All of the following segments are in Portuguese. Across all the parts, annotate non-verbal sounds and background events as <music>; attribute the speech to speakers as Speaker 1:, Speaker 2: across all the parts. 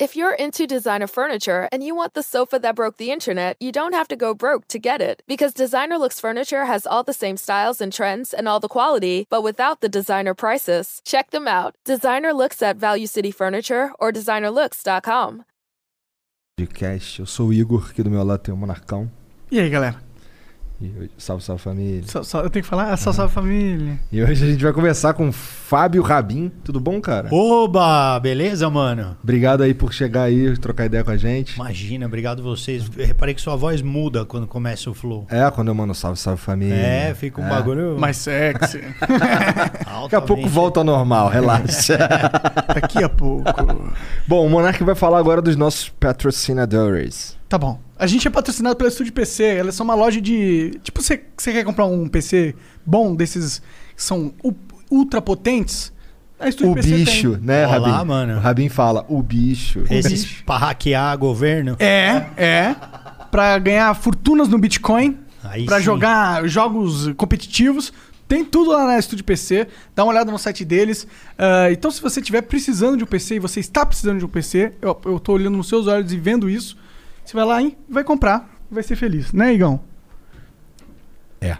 Speaker 1: If you're into designer furniture and you want the sofa that broke the internet, you don't have to go broke to get it. Because Designer Looks Furniture has all the same styles and trends and all the quality, but without the designer prices. Check them out. Designer Looks at Value City Furniture or designerlooks.com.
Speaker 2: Podcast. Eu sou o Igor, aqui do meu lado tem o Monarcão.
Speaker 3: E aí, galera?
Speaker 2: E hoje- salve, salve família.
Speaker 3: Só- só- eu tenho que falar? Ah, só salve família.
Speaker 2: E hoje a gente vai conversar com o Fábio Rabin. Tudo bom, cara?
Speaker 4: Oba! Beleza, mano?
Speaker 2: Obrigado aí por chegar aí, trocar ideia com a gente.
Speaker 4: Imagina, obrigado vocês. Eu Reparei que sua voz muda quando começa o flow.
Speaker 2: É, quando eu mando salve, salve família.
Speaker 4: É, fica um
Speaker 2: É.
Speaker 4: bagulho.
Speaker 3: Mais sexy.
Speaker 2: Daqui a pouco volta ao normal, relaxa.
Speaker 3: <laughs>
Speaker 2: <laughs>
Speaker 3: Daqui a pouco.
Speaker 2: bom, o Monark vai falar agora dos nossos patrocinadores.
Speaker 3: Tá bom. A gente é patrocinado pela Estúdio PC. Ela é só uma loja de. Tipo, você você quer comprar um PC bom desses que são u- ultra potentes? A Estúdio
Speaker 2: O bicho,
Speaker 3: tem.
Speaker 2: né,
Speaker 4: Olá,
Speaker 2: Rabin?
Speaker 4: mano.
Speaker 2: O Rabin fala, o bicho.
Speaker 4: Esses pra hackear governo.
Speaker 3: É, é. Pra ganhar fortunas no Bitcoin,
Speaker 4: Aí
Speaker 3: pra
Speaker 4: sim.
Speaker 3: jogar jogos competitivos. Tem tudo lá na Estúdio PC. Dá uma olhada no site deles. Ah, então, se você estiver precisando de um PC e você está precisando de um PC, eu, eu tô olhando nos seus olhos e vendo isso. Você vai lá e vai comprar. Vai ser feliz, né, Igão?
Speaker 2: É.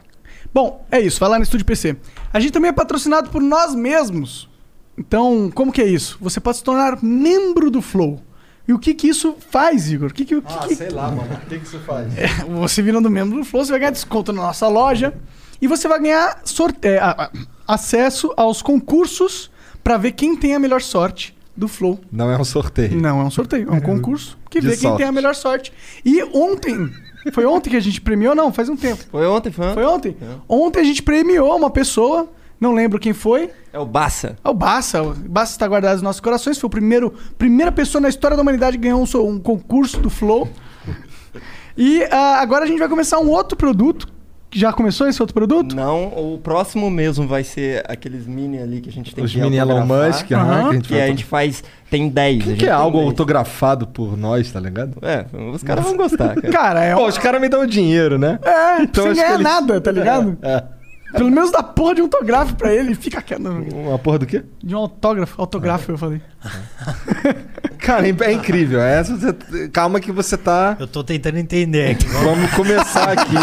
Speaker 3: Bom, é isso. Vai lá no Estúdio PC. A gente também é patrocinado por nós mesmos. Então, como que é isso? Você pode se tornar membro do Flow. E o que que isso faz, Igor? O que que, o que que-
Speaker 2: lá, mano. O que, que isso faz?
Speaker 3: <laughs> você virando membro do Flow, você vai ganhar desconto na nossa loja e você vai ganhar sorte- é, a- a- acesso aos concursos pra ver quem tem a melhor sorte do Flow.
Speaker 2: Não é um sorteio.
Speaker 3: Não, é um sorteio, é um concurso que
Speaker 2: De
Speaker 3: vê quem
Speaker 2: sorte.
Speaker 3: tem a melhor sorte. E ontem, foi ontem que a gente premiou? Não, faz um tempo.
Speaker 5: Foi ontem, foi ontem?
Speaker 3: Foi ontem? Ontem a gente premiou uma pessoa, não lembro quem foi,
Speaker 5: É o Bassa.
Speaker 3: é o Bassa. O Bassa está guardado nos nossos corações. Foi a primeiro, primeira pessoa na história da humanidade que ganhou um, so- um concurso do Flow. E ah, agora a gente vai começar um outro produto. Já começou esse outro produto?
Speaker 5: Não, o próximo mesmo vai ser aqueles mini ali que a gente tem
Speaker 2: Os
Speaker 5: que
Speaker 2: mini Elon
Speaker 5: autografar,
Speaker 2: Musk, aham,
Speaker 3: Aham.
Speaker 2: que a gente
Speaker 5: Que a
Speaker 2: vai...
Speaker 5: gente faz. Tem 10. a
Speaker 2: Que,
Speaker 5: gente
Speaker 2: que é
Speaker 5: tem
Speaker 3: um
Speaker 2: algo
Speaker 5: 10.
Speaker 2: autografado por nós, tá ligado?
Speaker 5: É, os caras vão gostar,
Speaker 2: <laughs>
Speaker 5: cara.
Speaker 3: Cara, é,
Speaker 2: Pô, os caras me dão dinheiro, né?
Speaker 3: é
Speaker 2: então acho
Speaker 3: sem
Speaker 2: que
Speaker 3: ganhar
Speaker 2: eles-
Speaker 3: nada, tá ligado?
Speaker 2: É.
Speaker 3: Pelo menos dá porra de um autógrafo pra ele. Fica quieto. não.
Speaker 2: Uma porra do quê?
Speaker 3: De um autógrafo. Autógrafo, eu falei.
Speaker 2: Cara, é incrível. É, você- calma que você tá.
Speaker 4: Eu tô tentando
Speaker 2: É,
Speaker 4: entender aqui.
Speaker 2: Vamos começar aqui.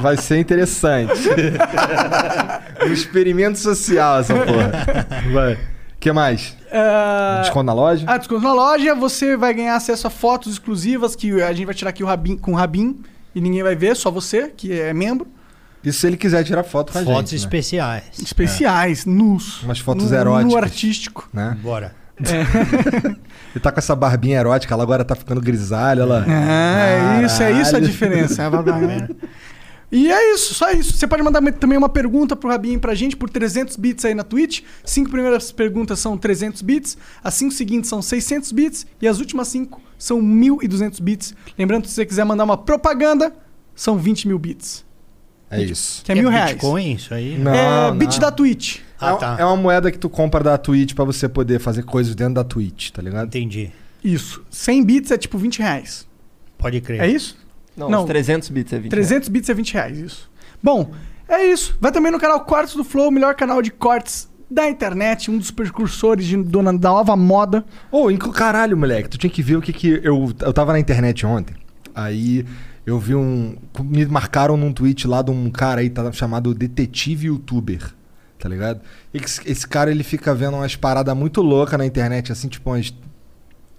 Speaker 2: Vai ser interessante.
Speaker 3: <laughs>
Speaker 2: um experimento social essa porra. Vai. que mais?
Speaker 3: Ah,
Speaker 2: Desconto na loja?
Speaker 3: Ah, desconto na loja, você vai ganhar acesso a fotos exclusivas que a gente vai tirar aqui o Rabin, com o Rabin e ninguém vai ver, só você, que é membro.
Speaker 2: Isso se ele quiser tirar foto com a
Speaker 4: Fotos
Speaker 2: gente. né?
Speaker 4: especiais.
Speaker 3: Especiais, nus.
Speaker 2: Umas fotos
Speaker 3: Nu-
Speaker 2: eróticas.
Speaker 3: Nu artístico.
Speaker 2: Né?
Speaker 4: Bora.
Speaker 2: Ele tá com essa barbinha erótica, ela agora tá ficando grisalha. Ela...
Speaker 3: É, é isso, é isso a
Speaker 2: Caralho.
Speaker 3: diferença. é a babá. E é isso, só isso. Você pode mandar me- também uma pergunta pro Rabin e pra gente por 300 bits aí na Twitch. Cinco primeiras perguntas são 300 bits, as cinco seguintes são 600 bits e as últimas cinco são 1.200 bits. Lembrando, se você quiser mandar uma propaganda, são 20 mil bits,
Speaker 2: É isso.
Speaker 3: que é mil reais.
Speaker 4: Bitcoin, isso aí?
Speaker 2: Não,
Speaker 3: é
Speaker 2: não.
Speaker 3: bit da Twitch.
Speaker 2: É,
Speaker 4: Ah,
Speaker 2: um-
Speaker 4: tá.
Speaker 2: é uma moeda que tu compra da Twitch pra você poder fazer coisas dentro da Twitch, tá ligado?
Speaker 4: Entendi.
Speaker 3: Isso. 100 bits é tipo 20 reais.
Speaker 4: Pode crer.
Speaker 3: É isso?
Speaker 5: Não,
Speaker 3: Não.
Speaker 5: os 300 bits é 20.
Speaker 3: 300 bits é 20 reais, isso. Bom, é isso. Vai também no canal Cortes do Flow, o melhor canal de cortes da internet, um dos precursores de, do, da nova moda.
Speaker 2: Ô, inc- caralho, moleque, tu tinha que ver o que que. Eu, eu tava na internet ontem, aí eu vi um. Me marcaram num tweet lá de um cara aí tá, chamado Detetive Youtuber, tá ligado? E que Esse, esse cara ele fica vendo umas paradas muito loucas na internet, assim, tipo umas.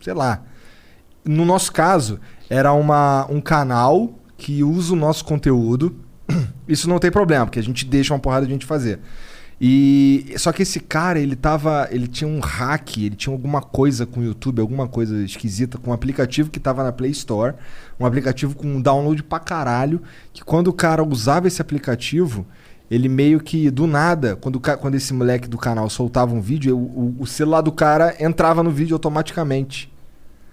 Speaker 2: Sei lá. No nosso caso, era uma, um canal que usa o nosso conteúdo. <clears throat> Isso não tem problema, porque a gente deixa uma porrada de gente fazer. E só que esse cara, ele tava, ele tinha um hack, ele tinha alguma coisa com o YouTube, alguma coisa esquisita com um aplicativo que tava na Play Store, um aplicativo com um download pra caralho, que quando o cara usava esse aplicativo, ele meio que do nada, quando, o ca- quando esse moleque do canal soltava um vídeo, o, o- o celular do cara entrava no vídeo automaticamente.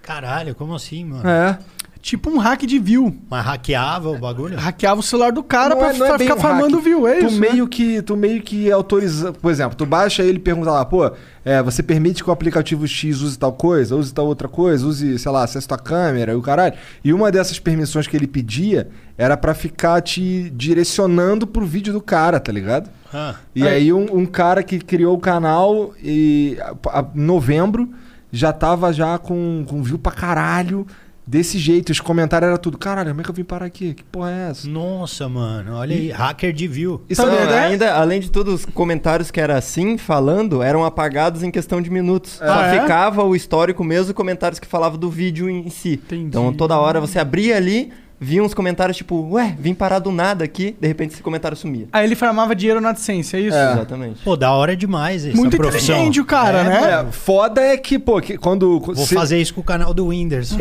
Speaker 4: Caralho, como assim, mano?
Speaker 2: É.
Speaker 3: Tipo um hack de view.
Speaker 4: Mas hackeava o bagulho?
Speaker 3: Hackeava o celular do cara
Speaker 2: Não
Speaker 3: pra,
Speaker 2: é- não é
Speaker 3: pra
Speaker 2: bem
Speaker 3: ficar
Speaker 2: um
Speaker 3: farmando
Speaker 2: hack.
Speaker 3: view, é
Speaker 2: tu
Speaker 3: isso? né?
Speaker 2: meio que tu meio que autoriza, por exemplo, tu baixa ele e pergunta lá, pô, é, você permite que o aplicativo X use tal coisa, use tal outra coisa, use, sei lá, acesse tua câmera e o caralho. E uma dessas permissões que ele pedia era pra ficar te direcionando pro vídeo do cara, tá ligado?
Speaker 4: Ah,
Speaker 3: É.
Speaker 2: E aí um, um cara que criou o canal em novembro já tava já com, com view pra caralho. Desse jeito, os comentários era tudo. Caralho, como é que eu vim parar aqui? Que porra é essa?
Speaker 4: Nossa, mano, olha aí, hacker de view.
Speaker 2: Isso
Speaker 5: Não,
Speaker 2: é, né?
Speaker 5: ainda, além de todos os comentários que era assim, falando, eram apagados em questão de minutos. Só
Speaker 3: Ah, é?
Speaker 5: ficava o histórico mesmo e comentários que falavam do vídeo em si.
Speaker 3: Entendi.
Speaker 5: Então toda hora você abria ali, via uns comentários tipo, ué, vim parar do nada aqui, de repente esse comentário sumia.
Speaker 3: Aí ele farmava dinheiro na AdSense, é isso?
Speaker 5: Exatamente.
Speaker 4: Pô, da hora demais essa
Speaker 3: Muito
Speaker 4: é profissão.
Speaker 3: inteligente o cara,
Speaker 4: É,
Speaker 3: né?
Speaker 2: É, foda é que, pô, que quando.
Speaker 4: Vou
Speaker 2: se-
Speaker 4: fazer isso com o canal do Whindersson.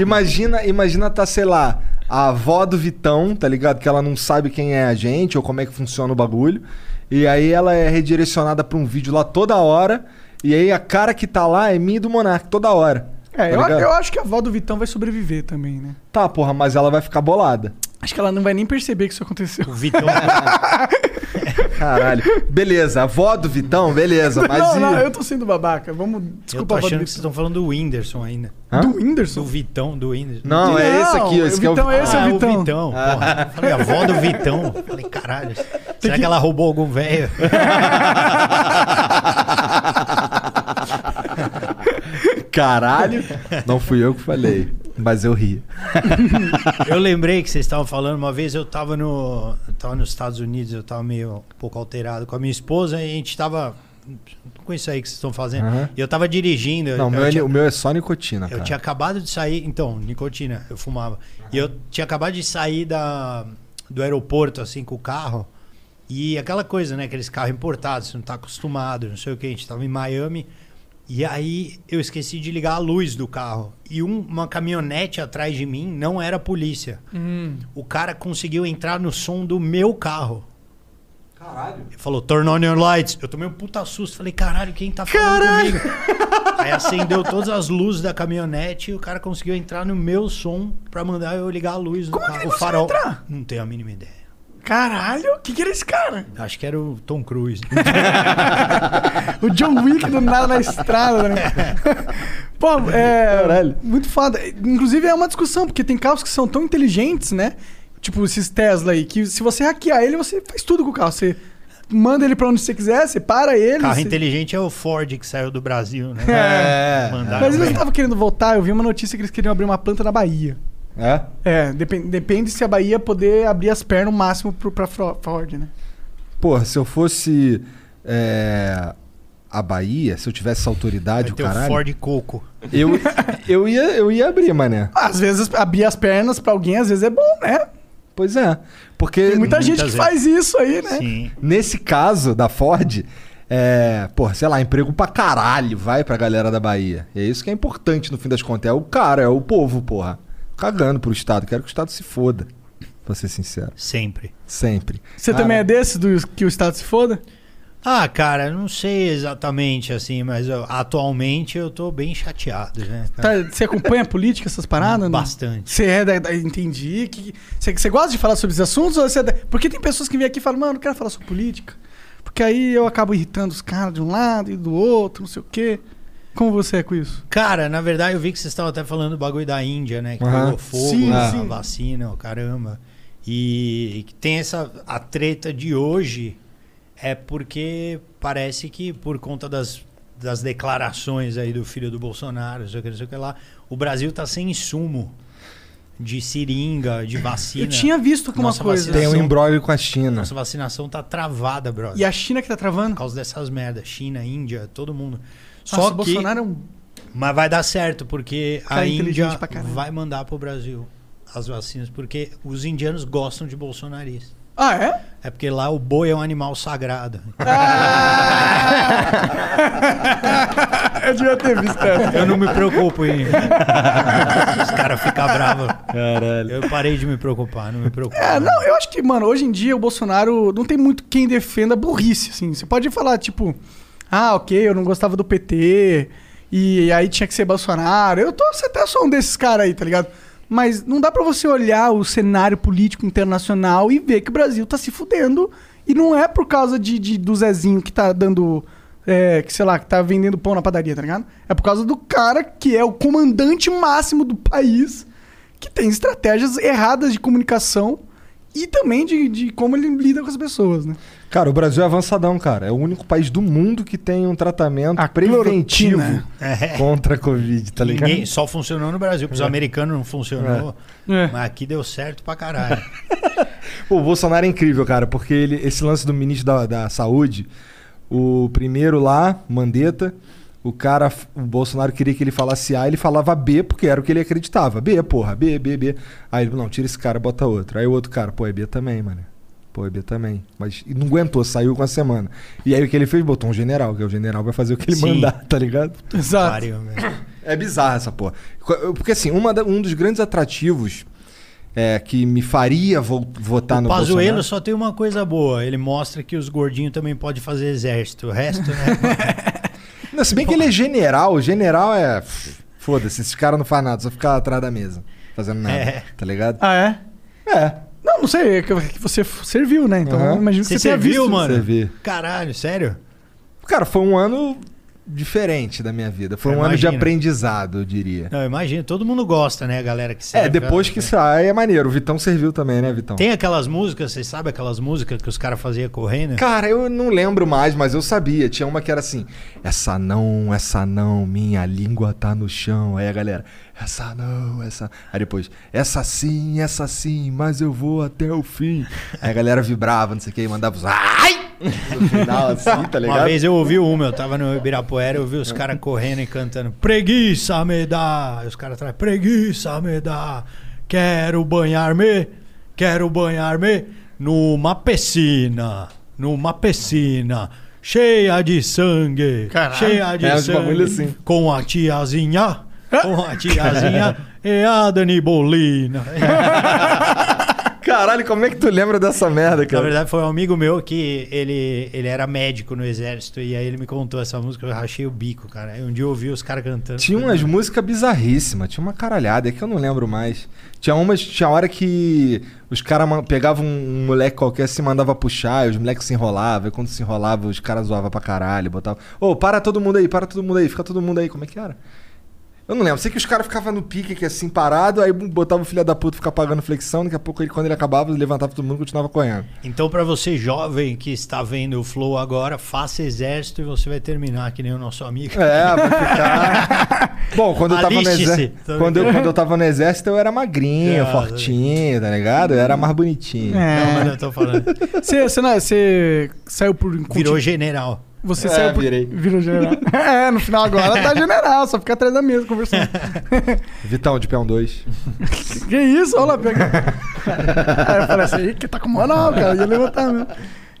Speaker 2: Imagina, imagina tá, sei lá, a avó do Vitão, tá ligado? Que ela não sabe quem é a gente ou como é que funciona o bagulho. E aí ela é redirecionada pra um vídeo lá toda hora. E aí a cara que tá lá é minha e do Monark toda hora. tá
Speaker 3: É, eu,
Speaker 2: ligado?
Speaker 3: eu acho que a avó do Vitão vai sobreviver também, né?
Speaker 2: Tá, porra, mas ela vai ficar bolada.
Speaker 3: Acho que ela não vai nem perceber que isso aconteceu.
Speaker 4: O Vitão.
Speaker 2: Caralho. beleza, avó do Vitão, beleza. Mas
Speaker 3: <laughs> não,
Speaker 2: e...
Speaker 3: não, eu tô sendo babaca. Vamos.
Speaker 4: eu
Speaker 3: Desculpa,
Speaker 4: tô
Speaker 3: a avó do
Speaker 4: achando que vocês
Speaker 3: Vitão.
Speaker 4: estão falando do Whindersson ainda.
Speaker 2: Hã?
Speaker 3: Do Whindersson?
Speaker 4: Do Vitão, do Whindersson.
Speaker 2: Não, é esse aqui,
Speaker 3: Não,
Speaker 2: esse que é o
Speaker 3: Vitão,
Speaker 2: Vitão.
Speaker 3: esse é o
Speaker 4: Ah,
Speaker 3: Vitão.
Speaker 4: porra. Falei, a avó do Vitão. Falei, caralho. será que... ela roubou algum velho?
Speaker 2: Caralho. Não fui eu que falei, mas eu ri.
Speaker 4: Eu lembrei que vocês estavam falando, uma vez eu tava no. eu tava nos Estados Unidos, eu tava meio um pouco alterado com a minha esposa e a gente tava. Com isso aí que vocês estão fazendo.
Speaker 2: Aham.
Speaker 4: E eu tava dirigindo. eu-
Speaker 2: Não,
Speaker 4: eu
Speaker 2: meu é-
Speaker 4: tinha-
Speaker 2: o meu é só nicotina,
Speaker 4: Eu
Speaker 2: cara.
Speaker 4: tinha acabado de sair, então, nicotina, eu fumava. E eu tinha acabado de sair da, do aeroporto, assim, com o carro. E aquela coisa, né? Aqueles carros importados, você não tá acostumado, não sei o que. A gente tava em Miami. E aí eu esqueci de ligar a luz do carro. E um- uma caminhonete atrás de mim não era polícia. O cara conseguiu entrar no som do meu carro. Caralho. Ele falou, turn on your lights. Eu tomei um puta susto. Falei, caralho, quem tá falando comigo? Aí acendeu todas as luzes da caminhonete e o cara conseguiu entrar no meu som pra mandar eu ligar a luz
Speaker 3: é
Speaker 4: do carro. o farol. Não tenho a mínima ideia.
Speaker 3: Caralho, o que, que era esse cara?
Speaker 4: Acho que era o Tom Cruise. né?
Speaker 3: <laughs> O John Wick do nada na estrada, <laughs> né? Pô, é. Muito foda. Inclusive é uma discussão, porque tem carros que são tão inteligentes, né? Tipo esses Tesla aí, que se você hackear ele, você faz tudo com o carro. Você manda ele pra onde você quiser, você para ele.
Speaker 4: Carro
Speaker 3: você-
Speaker 4: inteligente é o Ford que saiu do Brasil, né?
Speaker 2: É.
Speaker 4: Mandaram
Speaker 3: Mas eles
Speaker 4: bem.
Speaker 3: estavam querendo voltar, eu vi uma notícia que eles queriam abrir uma planta na Bahia.
Speaker 2: É?
Speaker 3: É, depende, depende se a Bahia poder abrir as pernas o máximo pro, pra Fro- Ford, né?
Speaker 2: Porra, se eu fosse é, a Bahia, se eu tivesse essa autoridade,
Speaker 4: Vai
Speaker 2: o
Speaker 4: ter o
Speaker 2: caralho,
Speaker 4: Ford Coco.
Speaker 2: eu, eu, ia, eu ia abrir, mané.
Speaker 3: Às vezes abrir as pernas pra alguém, às vezes é bom, né?
Speaker 2: Pois é. Porque
Speaker 3: Tem muita,
Speaker 4: Muitas
Speaker 3: gente que
Speaker 4: vezes.
Speaker 3: faz isso aí, né?
Speaker 4: Sim.
Speaker 2: nesse caso da Ford, é, porra, sei lá, emprego pra caralho vai pra galera da Bahia. E é isso que é importante no fim das contas. É o cara, é o povo, porra. Cagando pro Estado. Quero que o Estado se foda. Pra ser sincero.
Speaker 4: Sempre.
Speaker 2: Sempre.
Speaker 3: Você
Speaker 2: Cara,
Speaker 3: também é desse do que o Estado se foda?
Speaker 4: Ah, cara, não sei exatamente assim, mas ó, atualmente eu tô bem chateado, né?
Speaker 3: Tá, você acompanha a política, essas paradas? não?
Speaker 4: Bastante.
Speaker 3: Você é da, da- entendi. Que, você, você gosta de falar sobre esses assuntos? Ou você é da- porque tem pessoas que vêm aqui e falam, mano, não quero falar sobre política. Porque aí eu acabo irritando os caras de um lado e do outro, não sei o quê. Como você é com isso?
Speaker 4: Cara, na verdade eu vi que vocês estavam até falando do bagulho da Índia, né? Que
Speaker 2: Aham.
Speaker 4: pegou fogo,
Speaker 3: Sim,
Speaker 4: a
Speaker 3: sim.
Speaker 4: vacina, ó, caramba. E e que tem essa a treta de hoje é porque parece que por conta das, das declarações aí do filho do Bolsonaro, não sei o que, não sei o que lá, o Brasil tá sem insumo de seringa, de vacina.
Speaker 3: Eu tinha visto alguma
Speaker 4: Nossa
Speaker 3: coisa.
Speaker 4: vacina-
Speaker 2: Tem um embrólio com a China.
Speaker 4: Nossa vacinação tá travada, brother.
Speaker 3: E a China que tá travando?
Speaker 4: Por causa dessas merdas, China, Índia, todo mundo. Só
Speaker 3: Nossa, o
Speaker 4: que
Speaker 3: Bolsonaro é um...
Speaker 4: Mas vai dar certo, porque
Speaker 3: Cara
Speaker 4: a
Speaker 3: inteligente
Speaker 4: Índia
Speaker 3: pra caralho.
Speaker 4: vai mandar pro Brasil as vacinas, porque os indianos gostam de bolsonaristas.
Speaker 3: Ah, é?
Speaker 4: É porque lá o boi é um animal sagrado.
Speaker 3: Eu devia ter visto essa.
Speaker 4: Eu não me preocupo em. <laughs> os caras ficam bravos. Caralho. Eu parei de me preocupar, não me preocupo.
Speaker 3: É, não, eu acho que, mano, hoje em dia o Bolsonaro não tem muito quem defenda a burrice, assim. Você pode falar, tipo, ah, ok, eu não gostava do PT, e aí tinha que ser Bolsonaro. Eu tô você até sou um desses caras aí, tá ligado? Mas não dá pra você olhar o cenário político internacional e ver que o Brasil tá se fudendo. E não é por causa de, de- do Zezinho que tá dando. é, que sei lá, que tá vendendo pão na padaria, tá ligado? É por causa do cara que é o comandante máximo do país que tem estratégias erradas de comunicação E também de, de como ele lida com as pessoas, né?
Speaker 2: Cara, o Brasil é avançadão, cara. É o único país do mundo que tem um tratamento preventivo
Speaker 3: cloroquina.
Speaker 4: É.
Speaker 2: contra a Covid, tá ligado?
Speaker 4: Ninguém, só funcionou no Brasil, porque os americanos não funcionou.
Speaker 3: É.
Speaker 4: Mas aqui deu certo pra <laughs> caralho.
Speaker 2: Pô, o Bolsonaro é incrível, cara, porque ele, esse lance do ministro da, da Saúde, o primeiro lá, Mandetta, o cara, o Bolsonaro queria que ele falasse A, ele falava B, porque era o que ele acreditava. B, porra, B, B, B. Aí ele, não, tira esse cara, bota outro. Aí o outro cara, pô, é B também, mano. Pô, é B também. Mas e não aguentou, saiu com a semana. E aí o que ele fez? Botou um general, que é o general vai fazer o que ele
Speaker 4: Sim.
Speaker 2: mandar, tá ligado?
Speaker 3: Exato.
Speaker 4: Pariu, meu.
Speaker 2: É bizarra essa porra. Co- Porque assim, uma da- um dos grandes atrativos é, que me faria vo- votar
Speaker 4: o
Speaker 2: no
Speaker 4: Pazuello
Speaker 2: Bolsonaro...
Speaker 4: só tem uma coisa boa. Ele mostra que os gordinhos também podem fazer exército. O resto, né?
Speaker 2: Não, se bem que ele é general, general é. f- Foda-se, esses caras não fazem nada, só ficar atrás da mesa, fazendo nada.
Speaker 4: É.
Speaker 2: Tá ligado?
Speaker 3: Ah, é?
Speaker 2: É.
Speaker 3: Não, não sei, é que que você f- serviu, né? Então,
Speaker 2: Aham.
Speaker 3: eu imagino que
Speaker 4: Você
Speaker 3: você, tenha
Speaker 4: serviu,
Speaker 3: visto.
Speaker 4: mano?
Speaker 2: servir.
Speaker 4: Caralho, sério?
Speaker 2: Cara, foi um ano diferente da minha vida. Foi
Speaker 4: Eu
Speaker 2: um ano de
Speaker 4: imagino.
Speaker 2: aprendizado, eu diria.
Speaker 4: Não, imagina. Todo mundo gosta, né, a galera que serve. né?
Speaker 2: É, depois que sai é maneiro. O Vitão serviu também, né, Vitão?
Speaker 4: Tem aquelas músicas, vocês sabem aquelas músicas que os caras faziam correndo?
Speaker 2: <laughs> Cara, eu não lembro mais, mas eu sabia. Tinha uma que era assim: essa não, essa não, minha língua tá no chão. Aí a galera, essa não, essa. Aí depois, essa sim, essa sim, mas eu vou até o fim. Aí a galera vibrava, não sei o que, mandava os. Ai! No final, assim, tá
Speaker 4: <laughs> Uma
Speaker 2: ligado?
Speaker 4: vez eu ouvi uma, eu tava no Ibirapuera, eu vi os caras correndo e cantando Preguiça me dá, e os caras atrás, preguiça me dá, quero banhar-me, quero banhar-me numa piscina, numa piscina cheia de sangue,
Speaker 3: Caralho.
Speaker 4: cheia de
Speaker 2: É, uns
Speaker 4: sangue,
Speaker 2: bagulho assim.
Speaker 4: com a tiazinha, com a tiazinha e a Dani
Speaker 2: <laughs>
Speaker 4: Bolina.
Speaker 2: Caralho, como é que tu lembra dessa merda, cara?
Speaker 4: Na verdade, foi um amigo meu que ele, ele era médico no exército e aí ele me contou essa música, eu rachei o bico, cara. Aí Um dia eu ouvi os caras cantando.
Speaker 2: Tinha
Speaker 4: falei,
Speaker 2: umas músicas bizarríssimas, tinha uma caralhada, é que eu não lembro mais. Tinha umas, tinha hora que os caras ma- pegavam um moleque qualquer, se mandava puxar, e os moleques se enrolavam, e quando se enrolava, os caras zoavam pra caralho, botavam. Ô, para todo mundo aí, para todo mundo aí, fica todo mundo aí, como é que era? Eu não lembro, sei que os caras ficavam no pique aqui assim, parado, aí botava o filho da puta ficar pagando flexão, daqui a pouco ele, quando ele acabava, ele levantava todo mundo e continuava correndo.
Speaker 4: Então, pra você jovem que está vendo o Flow agora, faça exército e você vai terminar que nem o nosso amigo.
Speaker 2: É, vai ficar.
Speaker 4: <laughs>
Speaker 2: Bom, quando eu tava no
Speaker 4: Aliste-se.
Speaker 2: exército.
Speaker 4: Tô
Speaker 2: Quando eu, quando eu tava no exército, eu era magrinho,
Speaker 4: Ah,
Speaker 2: fortinho, tá ligado? Eu era mais bonitinho.
Speaker 4: Não, mas
Speaker 3: É.
Speaker 4: eu
Speaker 2: <laughs>
Speaker 4: tô falando.
Speaker 3: Você, você, não- é, você saiu por. um
Speaker 4: Virou general.
Speaker 3: Você
Speaker 2: É,
Speaker 3: saiu por.
Speaker 2: virei.
Speaker 3: Virou general. <laughs> é, no final agora tá general, só fica atrás da mesa
Speaker 4: <laughs>
Speaker 3: conversando.
Speaker 2: Vitão, de peão 2.
Speaker 3: que isso? Olha lá, pega. Aí eu falei assim, "Ih, que tá com moral, cara. Ia levantar mesmo.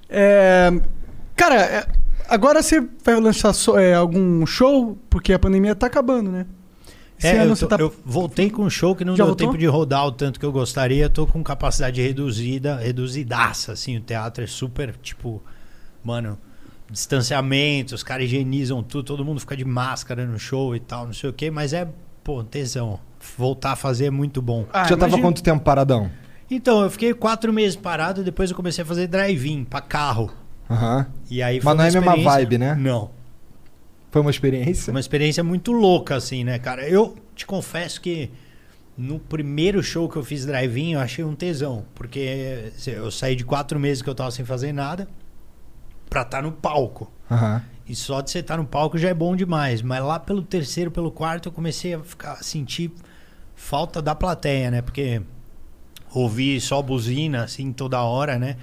Speaker 3: É, cara, é, agora você vai lançar so- é, algum show? Porque a pandemia tá acabando, né? Esse
Speaker 4: É,
Speaker 3: ano
Speaker 4: eu,
Speaker 3: você
Speaker 4: tô-
Speaker 3: tá.
Speaker 4: eu voltei com um show que não
Speaker 3: Já
Speaker 4: deu
Speaker 3: voltou?
Speaker 4: tempo de rodar o tanto que eu gostaria. Tô com capacidade reduzida, reduzidaça, assim. O teatro é super, tipo, mano, distanciamento, os caras higienizam tudo, todo mundo fica de máscara no show e tal, não sei o quê. Mas é, pô, tesão. Voltar a fazer é muito bom.
Speaker 3: Ah,
Speaker 2: Já tava
Speaker 3: imagina-
Speaker 2: quanto tempo paradão?
Speaker 4: Então, eu fiquei quatro meses parado, depois eu comecei a fazer drive-in pra carro.
Speaker 2: Aham.
Speaker 4: E aí
Speaker 2: Mas
Speaker 4: foi
Speaker 2: não é
Speaker 4: uma
Speaker 2: a mesma
Speaker 4: experiência-
Speaker 2: vibe, né?
Speaker 4: Não.
Speaker 2: Foi uma
Speaker 4: Foi
Speaker 2: experiência?
Speaker 4: uma experiência muito louca, assim, né, cara? Eu te confesso que no primeiro show que eu fiz drive-in, eu achei um tesão. Porque eu saí de quatro meses que eu tava sem fazer nada pra estar no palco.
Speaker 2: Aham.
Speaker 4: E só de você estar no palco já é bom demais. Mas lá pelo terceiro, pelo quarto, eu comecei a ficar, a sentir falta da plateia, né? Porque ouvir só buzina, assim, toda hora, né?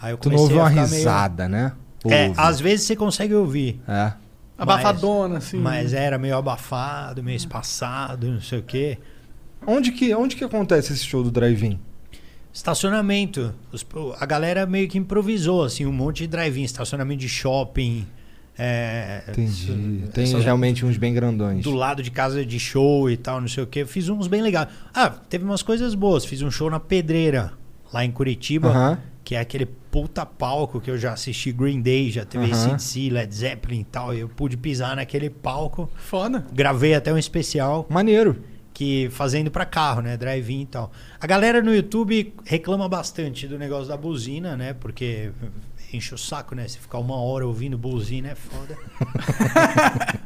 Speaker 4: Aí eu
Speaker 2: Tu não
Speaker 4: comecei
Speaker 2: ouviu
Speaker 4: a
Speaker 2: uma
Speaker 4: ficar
Speaker 2: risada, né?
Speaker 4: meio... É,
Speaker 2: Ouve.
Speaker 4: às vezes você consegue ouvir.
Speaker 2: É.
Speaker 3: Abafadona, assim.
Speaker 4: Mas era meio abafado, meio espaçado, não sei o quê.
Speaker 2: Onde que, onde que acontece esse show do drive-in?
Speaker 4: Estacionamento. Os- a galera meio que improvisou, assim, um monte de drive-in, estacionamento de shopping. é,
Speaker 2: Entendi.
Speaker 4: essas-
Speaker 2: Tem um realmente uns bem grandões.
Speaker 4: do lado de casa de show e tal, não sei o quê. Fiz uns bem legais. Ah, teve umas coisas boas. Fiz um show na Pedreira, lá em Curitiba,
Speaker 2: Aham.
Speaker 4: que é aquele puta palco que eu já assisti Green Day, já teve
Speaker 2: Aham.
Speaker 4: ACDC, Led Zeppelin e tal. E eu pude pisar naquele palco.
Speaker 3: Foda.
Speaker 4: Gravei até um especial
Speaker 2: Maneiro.
Speaker 4: que fazendo pra carro, né, drive-in e tal. A galera no YouTube reclama bastante do negócio da buzina, né, porque enche o saco, né? Você ficar uma hora ouvindo bullzinho, né? Foda. <laughs>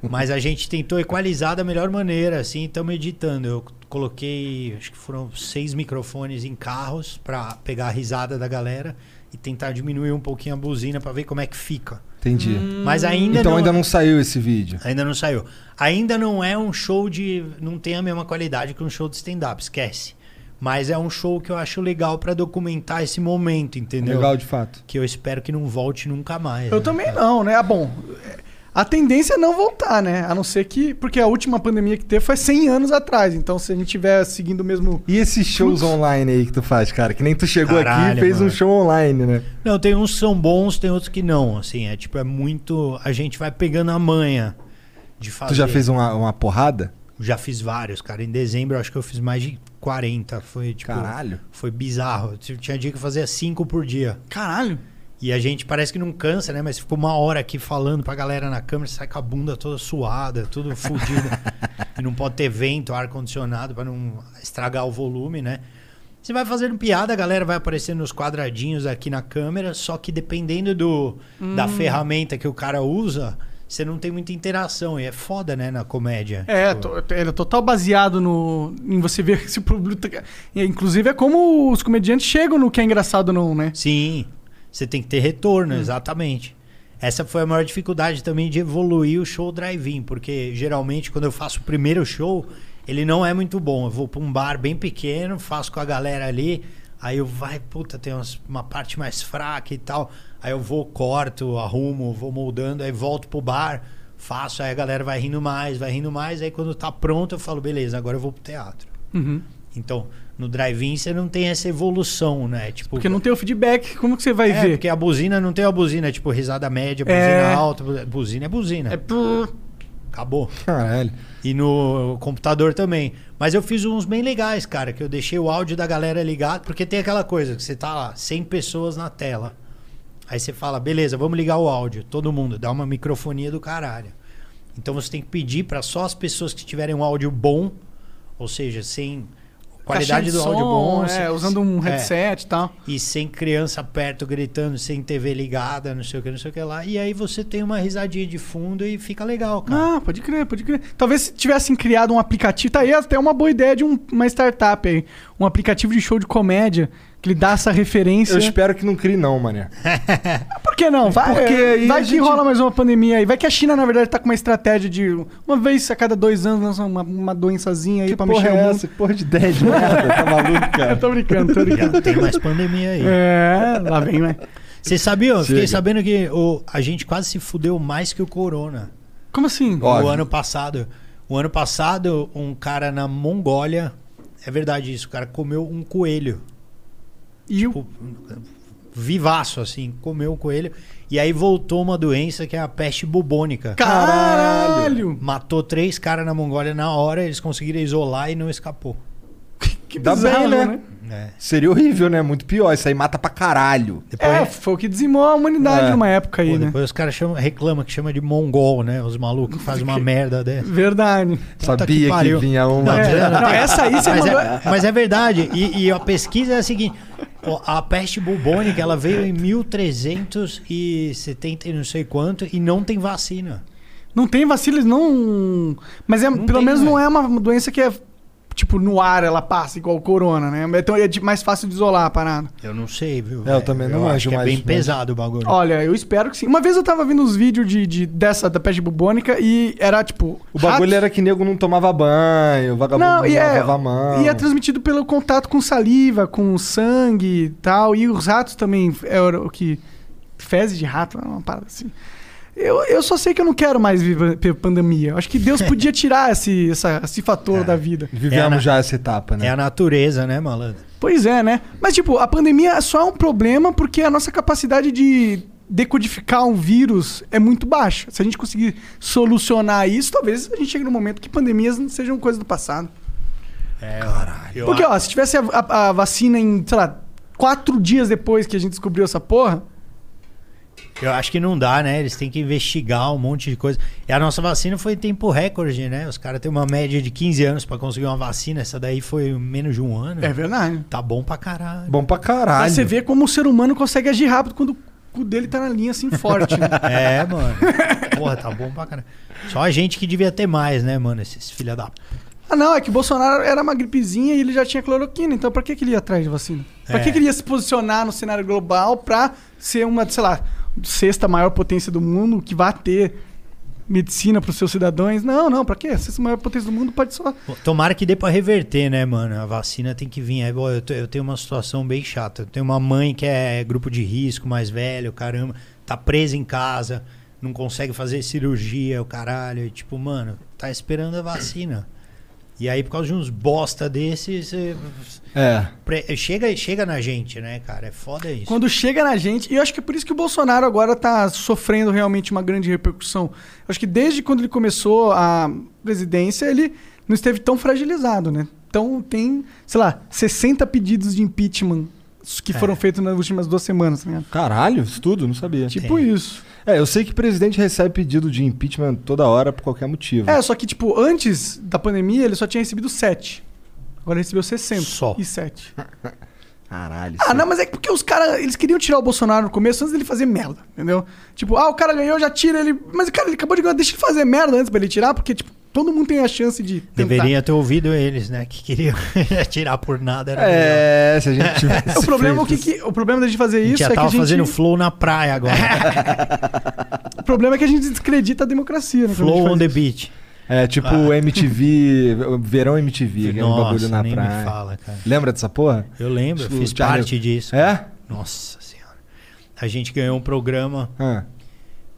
Speaker 4: Mas a gente tentou equalizar da melhor maneira, assim, estamos editando. Eu coloquei, acho que foram seis microfones em carros pra pegar a risada da galera e tentar diminuir um pouquinho a buzina pra ver como é que fica.
Speaker 2: Entendi.
Speaker 4: Mas Hum, ainda
Speaker 2: então
Speaker 4: não, é.
Speaker 2: ainda não saiu esse vídeo.
Speaker 4: Ainda não saiu. Ainda não é um show de. Não tem a mesma qualidade que um show de stand-up, esquece. Mas é um show que eu acho legal pra documentar esse momento, entendeu?
Speaker 2: Legal de fato.
Speaker 4: Que eu espero que não volte nunca mais.
Speaker 3: Eu
Speaker 4: né?
Speaker 3: também não, né? Ah, bom. A tendência é não voltar, né? A não ser que. Porque a última pandemia que teve foi 100 anos atrás. Então, se a gente estiver seguindo o mesmo.
Speaker 2: E esses shows online aí que tu faz, cara? Que nem tu chegou aqui
Speaker 4: Caralho,
Speaker 2: e fez um
Speaker 4: mano.
Speaker 2: show online, né?
Speaker 4: Não, tem uns que são bons, tem outros que não. Assim, é tipo, é muito. A gente vai pegando a manha de fazer.
Speaker 2: Tu já fez uma, uma porrada?
Speaker 4: Já fiz vários, cara. Em dezembro eu acho que eu fiz mais de 40. Foi tipo.
Speaker 2: Caralho.
Speaker 4: Foi bizarro. Tinha dia que eu fazia cinco por dia.
Speaker 3: Caralho!
Speaker 4: E a gente parece que não cansa, né? Mas fica uma hora aqui falando pra galera na câmera, sai com a bunda toda suada, tudo fodida. e não pode ter vento, ar-condicionado pra não estragar o volume, né? Você vai fazendo piada, a galera vai aparecendo nos quadradinhos aqui na câmera, só que dependendo do, da ferramenta que o cara usa, você não tem muita interação. E é foda, né, na comédia.
Speaker 3: É,
Speaker 4: Tipo,
Speaker 3: to- ele é total baseado no, em você ver <laughs> se o público. tá- e, Inclusive, é como os comediantes chegam no que é engraçado ou não, né?
Speaker 4: Sim, você tem que ter retorno, exatamente. Essa foi a maior dificuldade também de evoluir o show drive-in, porque geralmente quando eu faço o primeiro show, ele não é muito bom. Eu vou pra um bar bem pequeno, faço com a galera ali, aí eu vai, puta, tem umas- uma parte mais fraca e tal. Aí eu vou, corto, arrumo, vou moldando, aí volto pro bar, faço, aí a galera vai rindo mais, vai rindo mais, aí quando tá pronto eu falo, beleza, agora eu vou pro teatro.
Speaker 3: Uhum.
Speaker 4: Então, no drive-in você não tem essa evolução, né? Tipo,
Speaker 3: Porque não tem o feedback, como que você vai
Speaker 4: é,
Speaker 3: ver?
Speaker 4: porque a buzina não tem a buzina, tipo, risada média, buzina
Speaker 3: É.
Speaker 4: alta, bu- buzina é buzina.
Speaker 3: É por-
Speaker 4: Acabou.
Speaker 2: Caralho.
Speaker 4: E no computador também. Mas eu fiz uns bem legais, cara, que eu deixei o áudio da galera ligado, porque tem aquela coisa que você tá lá, 100 pessoas na tela. Aí você fala, beleza, vamos ligar o áudio, todo mundo, dá uma microfonia do caralho. Então você tem que pedir pra só as pessoas que tiverem um áudio bom, ou seja, sem
Speaker 3: caixinha
Speaker 4: qualidade
Speaker 3: de
Speaker 4: do
Speaker 3: som,
Speaker 4: áudio bom,
Speaker 3: é,
Speaker 4: sem-
Speaker 3: usando um
Speaker 4: é.
Speaker 3: headset e tal.
Speaker 4: e sem criança perto gritando, sem TV ligada, não sei o que, não sei o que lá. E aí você tem uma risadinha de fundo e fica legal, cara.
Speaker 3: Ah, pode crer, pode crer. Talvez se tivessem criado um aplicativo, tá aí até uma boa ideia de um- uma startup aí. Um aplicativo de show de comédia que lhe dá essa referência.
Speaker 2: Eu espero que não crie, não, mané.
Speaker 3: Por que não? Vai, eh,
Speaker 2: Porque aí
Speaker 3: vai
Speaker 2: a
Speaker 3: que
Speaker 2: gente-
Speaker 3: rola mais uma pandemia aí. Vai que a China, na verdade, tá com uma estratégia de uma vez a cada dois anos lança uma, uma doençazinha aí
Speaker 2: Que
Speaker 3: pra
Speaker 2: porra
Speaker 3: mexer o
Speaker 2: é
Speaker 3: mundo.
Speaker 2: essa? <laughs> Que porra de 10 de merda? Tá maluco,
Speaker 3: Eu
Speaker 2: cara?
Speaker 3: tô brincando, tô brincando.
Speaker 4: Já tem mais pandemia aí.
Speaker 3: <laughs> é, lá vem, né?
Speaker 4: Vocês sabiam? Eu Fiquei
Speaker 2: Chega.
Speaker 4: sabendo que o, a gente quase se fudeu mais que o corona.
Speaker 3: Como assim?
Speaker 2: Ó,
Speaker 4: O ano passado. O ano passado, um cara na Mongólia. É verdade isso, o cara comeu um coelho.
Speaker 3: E o-
Speaker 4: tipo, vivaço, assim, comeu um coelho. E aí voltou uma doença que é a peste bubônica.
Speaker 3: Caralho!
Speaker 4: Matou três caras na Mongólia na hora, eles conseguiram isolar e não escapou.
Speaker 3: Que
Speaker 2: Dá
Speaker 3: bizarro,
Speaker 2: bem, né?
Speaker 4: É.
Speaker 2: Seria horrível, né? Muito pior. Isso aí mata pra caralho.
Speaker 4: Depois,
Speaker 3: É, foi o que dizimou a humanidade
Speaker 2: É.
Speaker 3: numa época aí,
Speaker 4: pô,
Speaker 3: né?
Speaker 4: depois os caras chamam- reclamam que chama de mongol, né? Os malucos que
Speaker 3: <laughs>
Speaker 4: fazem uma merda dessa.
Speaker 3: Verdade.
Speaker 4: Puta que
Speaker 2: Sabia que,
Speaker 4: pariu.
Speaker 2: vinha uma.
Speaker 4: Não,
Speaker 3: É, não, essa aí você
Speaker 4: Mas
Speaker 3: mandou.
Speaker 4: é, mas é verdade. E, e a pesquisa é a seguinte: ó, a peste bubônica ela veio em 1370 e não sei quanto e não tem vacina.
Speaker 3: Não tem vacilos, não. Mas é,
Speaker 4: Não
Speaker 3: pelo
Speaker 4: tem,
Speaker 3: menos
Speaker 4: né?
Speaker 3: não é uma doença que é, tipo, no ar ela passa, igual o corona, né? Então é de- mais fácil de isolar a parada.
Speaker 4: Eu não sei,
Speaker 2: É,
Speaker 4: viu?
Speaker 2: eu
Speaker 4: velho?
Speaker 2: também não
Speaker 4: acho
Speaker 2: manjo
Speaker 4: que É
Speaker 2: mais-
Speaker 4: bem
Speaker 2: mas-
Speaker 4: pesado o bagulho.
Speaker 3: Olha, eu espero que sim. Uma vez eu tava vendo uns vídeos de, de- dessa da peste bubônica e era tipo.
Speaker 2: O bagulho era que nego não tomava banho, vagabundo não,
Speaker 3: Não, e é,
Speaker 2: lavava a mão.
Speaker 3: e é transmitido pelo contato com saliva, com sangue e tal. E os ratos também era o que. Fezes de rato, uma parada assim. Eu, eu só sei que eu não quero mais viver pe- pandemia. Eu Acho que Deus podia tirar esse, essa- esse fator da vida.
Speaker 2: Vivemos
Speaker 4: É, né?
Speaker 2: já essa etapa, né?
Speaker 4: É a natureza, né, malandro?
Speaker 3: Pois é, né? Mas, tipo, a pandemia só é um problema porque a nossa capacidade de decodificar um vírus é muito baixa. Se a gente conseguir solucionar isso, talvez a gente chegue num momento que pandemias não sejam coisa do passado.
Speaker 4: É, Caralho.
Speaker 3: Porque, ó, se tivesse a, a- a vacina em, sei lá, quatro dias depois que a gente descobriu essa porra,
Speaker 4: Eu acho que não dá, né? Eles têm que investigar um monte de coisa. E a nossa vacina foi em tempo recorde, né? Os caras têm uma média de 15 anos pra conseguir uma vacina. Essa daí foi menos de um ano.
Speaker 3: é verdade.
Speaker 4: Tá bom pra caralho.
Speaker 2: Bom pra caralho.
Speaker 3: Mas você vê como o ser humano consegue agir rápido quando cu dele tá na linha assim forte, <laughs>
Speaker 4: <laughs>
Speaker 3: né?
Speaker 4: É, mano. Porra, tá bom pra caralho. Só a gente que devia ter mais, né, mano? Esses filha da. p-
Speaker 3: Ah, não, é que o Bolsonaro era uma gripezinha e ele já tinha cloroquina, então pra que, que ele ia atrás de vacina? Pra
Speaker 4: É.
Speaker 3: que, que ele ia se posicionar no cenário global pra ser uma, sei lá, sexta maior potência do mundo que vai ter medicina pros seus cidadãos? Não, não, pra quê? Sexta maior potência do mundo pode só.
Speaker 4: Pô, Tomara que dê pra reverter, né, mano? A vacina tem que vir. Aí, pô, eu, te- eu tenho uma situação bem chata. Eu tenho uma mãe que é grupo de risco, mais velho, caramba, tá presa em casa, não consegue fazer cirurgia, o caralho. E, tipo, mano, tá esperando a vacina. E aí, por causa de uns bosta desses, eh,
Speaker 2: É.
Speaker 4: pre- chega, chega na gente, né, cara? É foda isso.
Speaker 3: Quando chega na gente, e eu acho que é por isso que o Bolsonaro agora tá sofrendo realmente uma grande repercussão. Eu acho que desde quando ele começou a presidência, ele não esteve tão fragilizado, né? Então tem, sei lá, 60 pedidos de impeachment que foram feitos nas últimas duas semanas, tá ligado?
Speaker 2: Caralho, isso tudo? Não sabia.
Speaker 3: Tipo isso.
Speaker 2: É, eu sei que o presidente recebe pedido de impeachment toda hora por qualquer motivo.
Speaker 3: É, só que, tipo, antes da pandemia, ele só tinha recebido 7. Agora ele recebeu 60
Speaker 4: Só.
Speaker 3: e
Speaker 4: <laughs>
Speaker 3: 7.
Speaker 2: Caralho.
Speaker 3: Ah,
Speaker 2: sim.
Speaker 3: não, mas é que porque os caras, eles queriam tirar o Bolsonaro no começo antes dele fazer merda, entendeu? Tipo, ah, o cara ganhou, já tira ele. Mas, cara, ele acabou de ganhar, deixa ele fazer merda antes pra ele tirar, porque, tipo, todo mundo tem a chance de tentar.
Speaker 4: Deveria ter ouvido eles, né? Que queriam <laughs> tirar por nada. Era melhor.
Speaker 2: É, se a gente <laughs> tivesse
Speaker 3: O problema, é o, que
Speaker 2: feito
Speaker 3: que, o problema da gente fazer
Speaker 4: A gente
Speaker 3: isso
Speaker 4: já
Speaker 3: é que a
Speaker 4: tava
Speaker 3: gente,
Speaker 4: fazendo flow na
Speaker 3: <laughs>
Speaker 4: praia agora.
Speaker 3: o problema é que a gente descredita a democracia, né? quando a gente
Speaker 4: flow
Speaker 3: faz
Speaker 4: on the
Speaker 3: isso.
Speaker 4: beach.
Speaker 2: É, tipo MTV, verão MTV, aquele é um bagulho na
Speaker 4: Ah. nem me
Speaker 2: praia.
Speaker 4: fala, cara.
Speaker 2: Lembra dessa porra?
Speaker 4: Eu lembro, eu
Speaker 2: Tipo,
Speaker 4: fiz
Speaker 2: Charlie-
Speaker 4: parte disso.
Speaker 2: É?
Speaker 4: Nossa senhora. A gente ganhou um programa.
Speaker 2: Ah,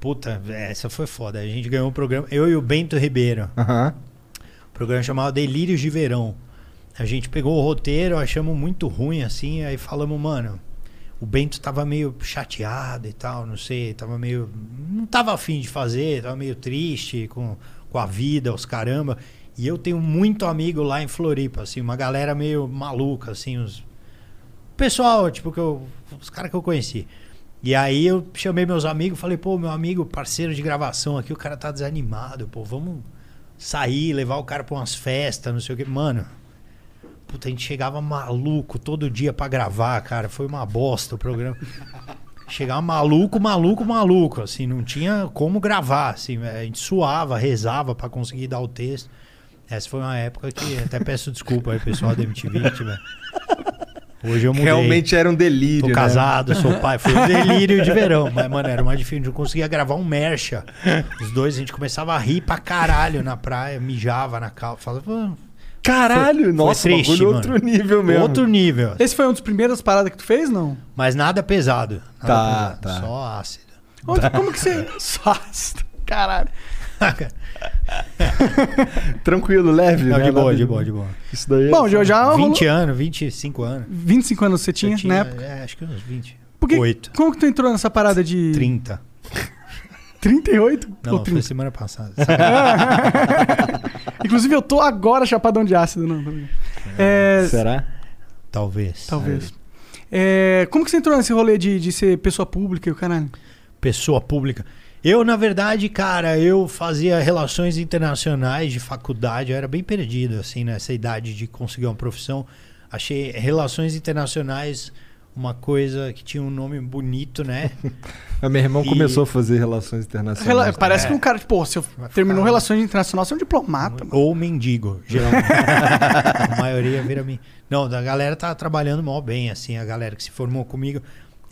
Speaker 4: Puta, é, essa foi foda. A gente ganhou um programa. Eu e o Bento Ribeiro.
Speaker 2: Aham.
Speaker 4: O programa chamava Delírios de Verão. A gente pegou o roteiro, achamos muito ruim assim, aí falamos, mano, o Bento tava meio chateado e tal, não sei, tava meio. não tava afim de fazer, tava meio triste com, com a vida, os caramba. E eu tenho muito amigo lá em Floripa, assim, uma galera meio maluca, assim, os. Pessoal, tipo, que eu. Os caras que eu conheci. E aí eu chamei meus amigos, falei, pô, meu amigo, parceiro de gravação aqui, o cara tá desanimado, pô, vamos sair, levar o cara pra umas festas, não sei o que. Mano, puta, a gente chegava maluco todo dia pra gravar, cara. Foi uma bosta o programa. Chegava maluco, maluco, maluco, assim, não tinha como gravar, assim, a gente suava, rezava pra conseguir dar o texto. Essa foi uma época que até peço desculpa aí, pessoal da MTV, que tiver. Hoje eu mudei.
Speaker 2: Realmente era um delírio.
Speaker 4: Tô
Speaker 2: né?
Speaker 4: casado, sou pai. Foi um delírio
Speaker 2: <laughs>
Speaker 4: de verão. Mas, mano, era mais difícil. Eu conseguia gravar um mercha. Os dois, a gente começava a rir pra caralho na praia, mijava na calça. Falava,
Speaker 2: Caralho, nossa,
Speaker 4: triste,
Speaker 2: bagulho
Speaker 4: mano.
Speaker 2: outro nível mesmo.
Speaker 4: outro nível.
Speaker 3: Esse foi um dos primeiros paradas que tu fez, não?
Speaker 4: Mas nada pesado. Nada
Speaker 2: Tá,
Speaker 4: pesado,
Speaker 2: tá.
Speaker 4: Só ácido.
Speaker 3: Onde- como que
Speaker 4: <laughs>
Speaker 3: você. <laughs> Só. Caralho.
Speaker 2: Tranquilo, leve.
Speaker 4: Não,
Speaker 2: É né?
Speaker 4: de boa,
Speaker 2: Nada
Speaker 4: de boa, de boa.
Speaker 2: Isso daí. é-
Speaker 3: Bom, já. já rolou-
Speaker 4: 20 anos, 25 anos.
Speaker 3: 25 anos você
Speaker 2: né?
Speaker 3: tinha,
Speaker 4: Eu
Speaker 3: na época.
Speaker 4: É, acho que uns 20.
Speaker 3: Por que-
Speaker 4: Oito.
Speaker 3: Como que tu entrou nessa parada de.
Speaker 4: 30.
Speaker 3: 38?
Speaker 4: Não,
Speaker 3: ou
Speaker 4: foi
Speaker 3: 30?
Speaker 4: semana passada.
Speaker 2: <laughs>
Speaker 4: assim.
Speaker 3: Inclusive, eu tô agora chapadão de ácido, não. tô brincando. É,
Speaker 2: Será?
Speaker 4: Talvez.
Speaker 3: Talvez. É, como que você entrou nesse rolê de, de ser pessoa pública e o caralho?
Speaker 4: pessoa pública. Eu, na verdade, cara, eu fazia relações internacionais de faculdade, eu era bem perdido, assim, nessa idade de conseguir uma profissão. Achei relações internacionais uma coisa que tinha um nome bonito, né?
Speaker 2: Ah, Meu irmão
Speaker 4: E-
Speaker 2: começou a fazer relações
Speaker 3: Rela-
Speaker 2: internacionais.
Speaker 3: parece
Speaker 4: é.
Speaker 3: que um cara, tipo, pô, se eu terminou relações internacionais, você é um diplomata, mano.
Speaker 4: Ou mendigo, geralmente. a maioria vira mim. Não, a galera tá trabalhando mal bem, assim, a galera que se formou comigo.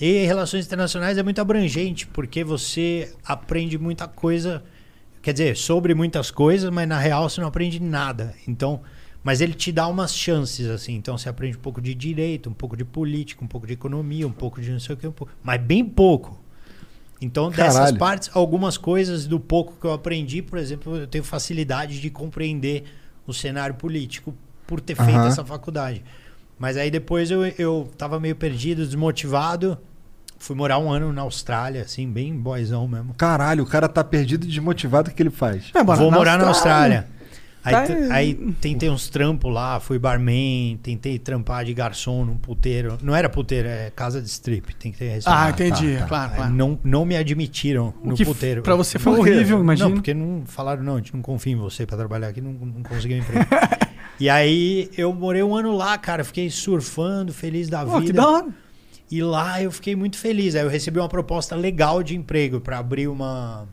Speaker 4: E relações internacionais é muito abrangente, porque você aprende muita coisa, quer dizer, sobre muitas coisas, mas na real você não aprende nada. Então, mas ele te dá umas chances, assim. Então você aprende um pouco de direito, um pouco de política, um pouco de economia, um pouco de não sei o que, um pouco, mas bem pouco. Então, dessas
Speaker 2: Caralho.
Speaker 4: partes, algumas coisas do pouco que eu aprendi, por exemplo, eu tenho facilidade de compreender o cenário político por ter feito
Speaker 2: Aham.
Speaker 4: essa faculdade. Mas aí depois eu, eu tava meio perdido, desmotivado. Fui morar um ano na Austrália, assim, bem boizão mesmo.
Speaker 2: Caralho, o cara tá perdido e desmotivado, o que ele faz?
Speaker 3: Vai morar
Speaker 4: Vou
Speaker 3: na
Speaker 4: morar na
Speaker 3: Austrália.
Speaker 4: Austrália. Aí,
Speaker 3: Tá
Speaker 4: t-
Speaker 3: em-
Speaker 4: aí tentei uns trampos lá, fui barman, tentei trampar de garçom num puteiro. Não era puteiro, é casa de strip. Tem que ter
Speaker 3: Ah,
Speaker 4: restaurante.
Speaker 3: entendi,
Speaker 2: tá, tá.
Speaker 3: claro,
Speaker 4: Aí
Speaker 3: claro.
Speaker 4: Ah, Não, não me admitiram
Speaker 3: O
Speaker 4: no
Speaker 3: que f-
Speaker 4: puteiro.
Speaker 3: pra você foi
Speaker 2: Por quê?
Speaker 3: horrível, imagina.
Speaker 4: Não, porque não falaram, não, a gente não confia em você pra trabalhar aqui, não, não
Speaker 3: <laughs>
Speaker 4: conseguiu emprego. e aí eu morei um ano lá, cara, fiquei surfando, feliz da
Speaker 3: Pô,
Speaker 4: vida.
Speaker 3: que da hora.
Speaker 4: E lá eu fiquei muito feliz. Aí eu recebi uma proposta legal de emprego pra abrir uma. O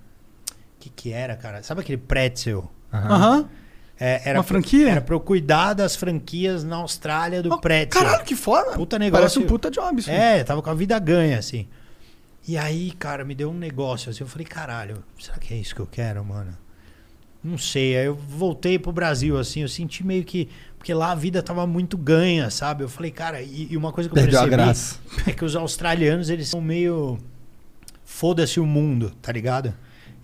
Speaker 4: que, que era, cara? Sabe aquele pretzel?
Speaker 3: Aham.
Speaker 4: É, era
Speaker 3: Uma franquia?
Speaker 4: Era pra eu cuidar das franquias na Austrália do
Speaker 3: Oh,
Speaker 4: pretzel.
Speaker 3: Caralho, que foda.
Speaker 4: Puta negócio.
Speaker 3: Parece um puta job isso.
Speaker 4: É, tava com a vida ganha, assim. E aí, cara, me deu um negócio assim. Eu falei, caralho, será que é isso que eu quero, mano? Não sei. Aí eu voltei pro Brasil, assim. Eu senti meio que. Porque lá a vida tava muito ganha, sabe? Eu falei, cara, e, e uma coisa que eu
Speaker 2: Perdeu a
Speaker 4: percebi
Speaker 2: graça.
Speaker 4: é que os australianos, eles são meio. Foda-se o mundo, tá ligado?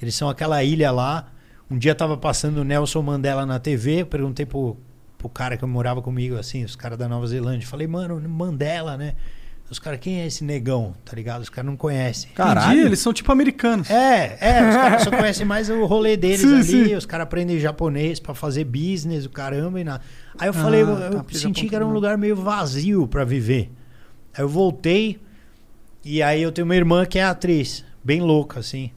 Speaker 4: Eles são aquela ilha lá. Um dia tava passando o Nelson Mandela na TV, eu perguntei pro, pro cara que morava comigo, assim, os caras da Nova Zelândia. Falei, mano, Mandela, né? Os caras, quem é esse negão, tá ligado? Os caras não conhecem.
Speaker 3: Entendi,
Speaker 2: Caralho.
Speaker 3: eles são tipo americanos.
Speaker 4: É, é, os caras só conhecem mais o rolê deles
Speaker 3: Sim,
Speaker 4: ali,
Speaker 3: sim.
Speaker 4: os caras aprendem japonês pra fazer business, o caramba e nada. Aí eu
Speaker 3: Ah,
Speaker 4: falei, eu-
Speaker 3: tá,
Speaker 4: eu
Speaker 3: porque
Speaker 4: senti
Speaker 3: Japão
Speaker 4: que era um
Speaker 3: também.
Speaker 4: lugar meio vazio pra viver. Aí eu voltei e aí eu tenho uma irmã que é atriz, bem louca assim.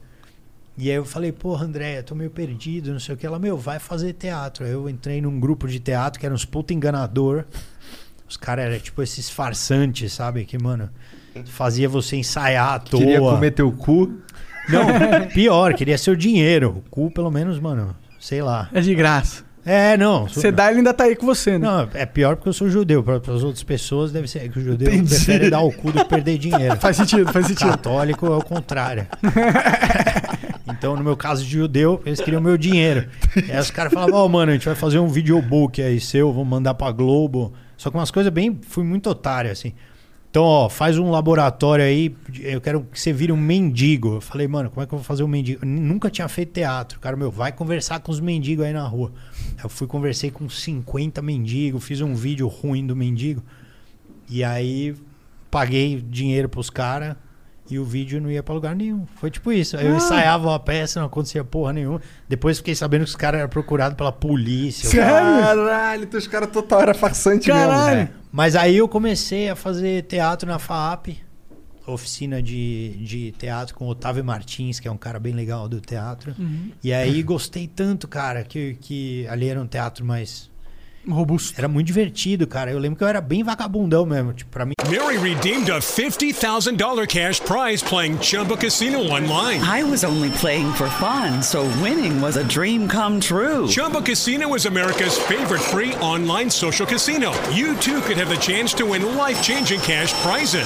Speaker 4: E aí eu falei, porra, Andréia, tô meio perdido, não sei o que. Ela, meu, vai fazer teatro. Aí eu entrei num grupo de teatro que era uns puta enganador. Os caras eram tipo esses farsantes, sabe? Que, mano, fazia você ensaiar à toa.
Speaker 2: Queria comer teu cu.
Speaker 4: Não, pior, queria seu dinheiro. O cu, pelo menos, mano, sei lá.
Speaker 3: É de graça.
Speaker 4: É, não. sou-
Speaker 3: Você dá, ele ainda tá aí com você, né?
Speaker 4: Não, é pior porque eu sou judeu. Para as outras pessoas, deve ser que o judeu prefere dar o cu do que perder dinheiro.
Speaker 3: <laughs> Faz sentido, faz sentido.
Speaker 4: Católico é o contrário. <laughs> então, no meu caso de judeu, eles queriam meu dinheiro. Aí os caras falavam, ó, mano, a gente vai fazer um videobook aí seu, vamos mandar pra Globo. Só que umas coisas bem. Fui muito otário, assim. Então, ó, faz um laboratório aí, eu quero que você vire um mendigo. Eu falei, mano, como é que eu vou fazer um mendigo? Eu nunca tinha feito teatro. Cara, meu, vai conversar com os mendigos aí na rua. Eu fui, conversei com 50 mendigos, fiz um vídeo ruim do mendigo. E aí paguei dinheiro pros caras e o vídeo não ia pra lugar nenhum. Foi tipo isso. Eu
Speaker 3: Ah.
Speaker 4: ensaiava uma peça, não acontecia porra nenhuma. Depois fiquei sabendo que os caras eram procurados
Speaker 2: <laughs>
Speaker 4: pela polícia.
Speaker 3: Sério?
Speaker 2: Caralho, então os caras total era farsante
Speaker 3: Caralho.
Speaker 2: mesmo.
Speaker 4: Mas aí eu comecei a fazer teatro na FAAP, oficina de, de teatro com o Otávio Martins, que é um cara bem legal do teatro. E aí gostei tanto, cara, que, que ali era um teatro mais.
Speaker 3: Robusto.
Speaker 4: Era muito divertido, cara. Eu lembro que eu era bem vagabundão mesmo. Tipo, pra mim.
Speaker 6: Mary redeemed a $50,000 cash prize playing Chumba Casino online.
Speaker 7: I was only playing for fun, so winning was a dream come true.
Speaker 6: Chumba Casino is America's favorite free online social casino. You too could have the chance to win life changing cash prizes.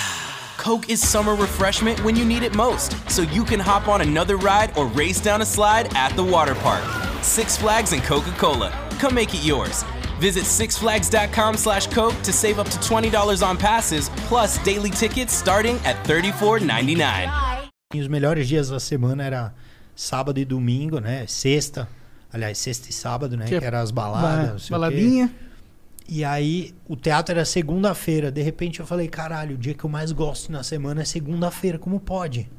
Speaker 8: Coke is summer refreshment when you need it most, so you can hop on another ride or race down a slide at the water park. Six Flags and Coca Cola. Come make it yours. Visit sixflags.com slash Coke to save up to $20 on passes, plus daily tickets starting at $34.99.
Speaker 4: E os melhores dias da semana era sábado e domingo, né? Sexta. Aliás, sexta e sábado, né? Que,
Speaker 3: Que-
Speaker 4: era as baladas. não sei o quê.
Speaker 3: Baladinha.
Speaker 4: E aí, o teatro era segunda-feira. De repente, eu falei: caralho, o dia que eu mais gosto na semana é segunda-feira, como pode?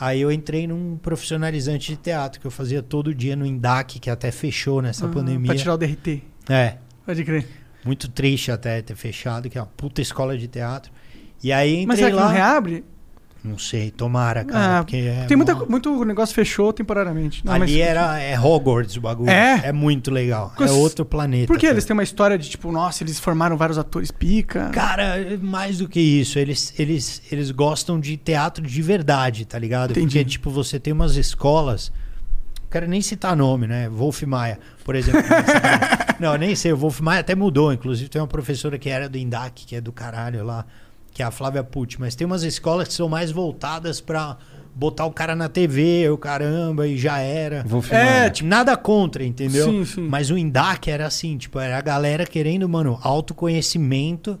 Speaker 4: Aí eu entrei num profissionalizante de teatro que eu fazia todo dia no Indac, que até fechou nessa pandemia.
Speaker 3: Ah, Pra tirar o DRT.
Speaker 4: É,
Speaker 3: Pode crer.
Speaker 4: muito triste até ter fechado, que é uma puta escola de teatro. E aí entrei
Speaker 3: Mas será que
Speaker 4: lá.
Speaker 3: não reabre?
Speaker 4: Não sei, tomara, cara.
Speaker 3: Ah,
Speaker 4: porque é
Speaker 3: Tem muita,
Speaker 4: uma-
Speaker 3: muito negócio fechou temporariamente. Não, mas-
Speaker 4: Ali era é Hogwarts o bagulho.
Speaker 3: É?
Speaker 4: muito legal.
Speaker 3: Cos-
Speaker 4: É outro planeta.
Speaker 3: Por que
Speaker 4: cara.
Speaker 3: eles têm uma história de tipo, nossa, eles formaram vários atores pica?
Speaker 4: Cara, mais do que isso, eles, eles, eles gostam de teatro de verdade, tá ligado?
Speaker 3: Entendi.
Speaker 4: Porque, tipo, você tem umas escolas. Não quero nem citar nome, né? Wolf Maia, por exemplo. não, eu nem sei, o Wolf Maia até mudou. Inclusive, tem uma professora que era do INDAC, que é do caralho lá, que é a Flávia Pucci. Mas tem umas escolas que são mais voltadas pra botar o cara na TV, o caramba, e já era.
Speaker 2: Vou filmar.
Speaker 4: É, tipo, nada contra, entendeu?
Speaker 3: Sim, sim.
Speaker 4: Mas o Indac era assim, tipo, era a galera querendo, mano, autoconhecimento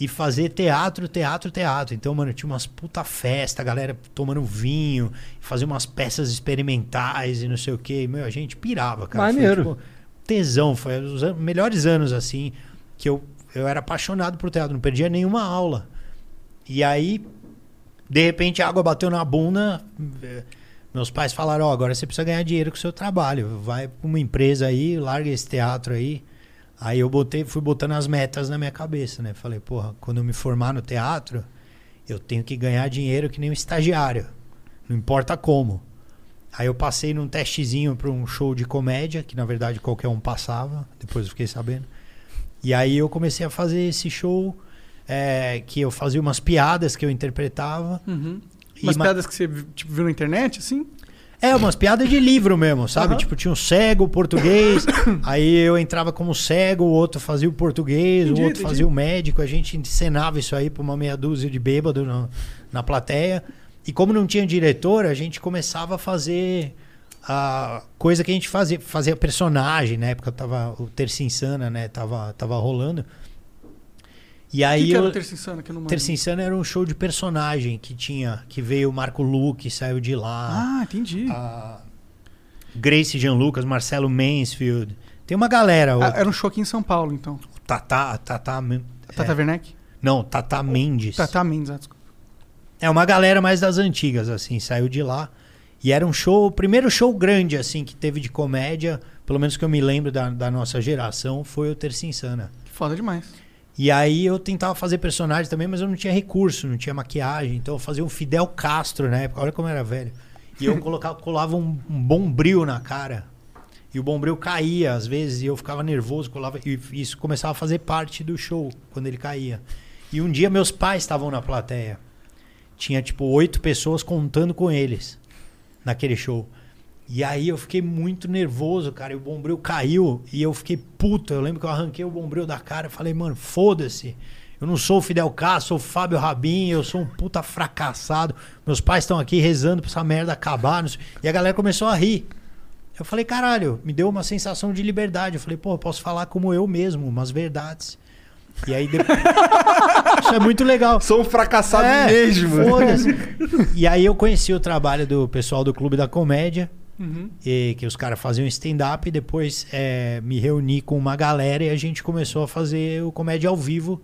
Speaker 4: e fazer teatro, teatro, teatro. Então, mano, tinha umas puta festa, a galera tomando vinho, fazer umas peças experimentais e não sei o quê. Meu, a gente pirava, cara. Foi,
Speaker 2: Maneiro.
Speaker 4: tipo, tesão, foi os an- melhores anos, assim, que eu, eu era apaixonado por teatro, não perdia nenhuma aula. E aí De repente a água bateu na bunda. eh, Meus pais falaram: Ó, agora você precisa ganhar dinheiro com o seu trabalho. Vai pra uma empresa aí, larga esse teatro aí. Aí eu botei, fui botando as metas na minha cabeça, né? Falei: Porra, quando eu me formar no teatro, eu tenho que ganhar dinheiro que nem um estagiário. Não importa como. Aí eu passei num testezinho pra um show de comédia, que na verdade qualquer um passava, depois eu fiquei sabendo. E aí eu comecei a fazer esse show eh, que eu fazia umas piadas que eu interpretava. E
Speaker 3: Umas
Speaker 4: ma-
Speaker 3: piadas que você tipo, viu na internet, assim?
Speaker 4: É, umas piadas de livro mesmo, sabe? Tipo, tinha um
Speaker 3: <coughs>
Speaker 4: cego português, aí eu entrava como cego, o outro fazia o português,
Speaker 3: Entendi,
Speaker 4: o outro
Speaker 3: entendi.
Speaker 4: fazia o médico, a gente encenava isso aí pra uma meia dúzia de bêbado na, na plateia. E como não tinha diretor, a gente começava a fazer a coisa que a gente fazia, fazia personagem, na época tava o Terça Insana, né? Tava, tava rolando. E
Speaker 3: O
Speaker 4: aí
Speaker 3: que, que era
Speaker 4: eu-
Speaker 3: o Terça Insana que eu não lembro?
Speaker 4: Terça Insana era um show de personagem que tinha, que veio o Marco Luque, saiu de lá.
Speaker 3: Ah, entendi.
Speaker 4: a Grace Jean Lucas, Marcelo Mansfield. Tem uma galera, o
Speaker 3: Ah, era um show aqui em São Paulo, então.
Speaker 4: Tata, Tata, Men-
Speaker 3: Tata Werneck?
Speaker 4: não, Tata Mendes.
Speaker 3: Tata Mendes, ah, desculpa.
Speaker 4: É uma galera mais das antigas assim, saiu de lá. E era um show, o primeiro show grande assim que teve de comédia, pelo menos que eu me lembro da, da nossa geração, foi o Terça Insana.
Speaker 3: Que Foda demais.
Speaker 4: E aí eu tentava fazer personagem também, mas eu não tinha recurso, não tinha maquiagem. Então eu fazia um Fidel Castro na época. Olha como eu era velho. E eu colocava, <laughs> colava um, um bombril na cara. E o bombril caía às vezes e eu ficava nervoso, colava e isso começava a fazer parte do show quando ele caía. E um dia meus pais estavam na plateia. Tinha tipo oito pessoas contando com eles naquele show. E aí eu fiquei muito nervoso, cara. E o bombril caiu e eu fiquei puto. Eu lembro que eu arranquei o bombril da cara e falei, mano, foda-se. Eu não sou o Fidel Castro, sou o Fábio Rabin, eu sou um puta fracassado. Meus pais estão aqui rezando pra essa merda acabar. não sei- E a galera começou a rir. Eu falei, caralho, me deu uma sensação de liberdade. Eu falei, pô, eu posso falar como eu mesmo, umas verdades. E aí depois. <laughs> Isso é muito legal.
Speaker 2: Sou um fracassado
Speaker 4: É,
Speaker 2: mesmo.
Speaker 4: foda-se. e aí eu conheci o trabalho do pessoal do Clube da Comédia, e que os caras faziam stand-up e depois eh, me reuni com uma galera e a gente começou a fazer o Comédia ao Vivo,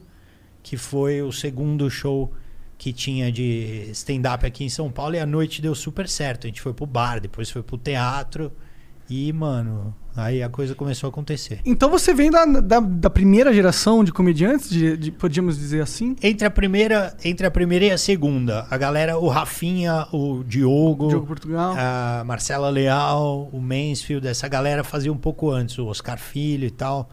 Speaker 4: que foi o segundo show que tinha de stand-up aqui em São Paulo e a noite deu super certo. A gente foi pro bar, depois foi pro teatro e, mano, aí a coisa começou a acontecer.
Speaker 3: Então você vem da, da, da primeira geração de comediantes, de, de- podíamos dizer assim?
Speaker 4: Entre a primeira, entre a primeira e a segunda, a galera, o Rafinha, o Diogo,
Speaker 3: Diogo Portugal.
Speaker 4: a Marcela Leal, o Mansfield, essa galera fazia um pouco antes, o Oscar Filho e tal.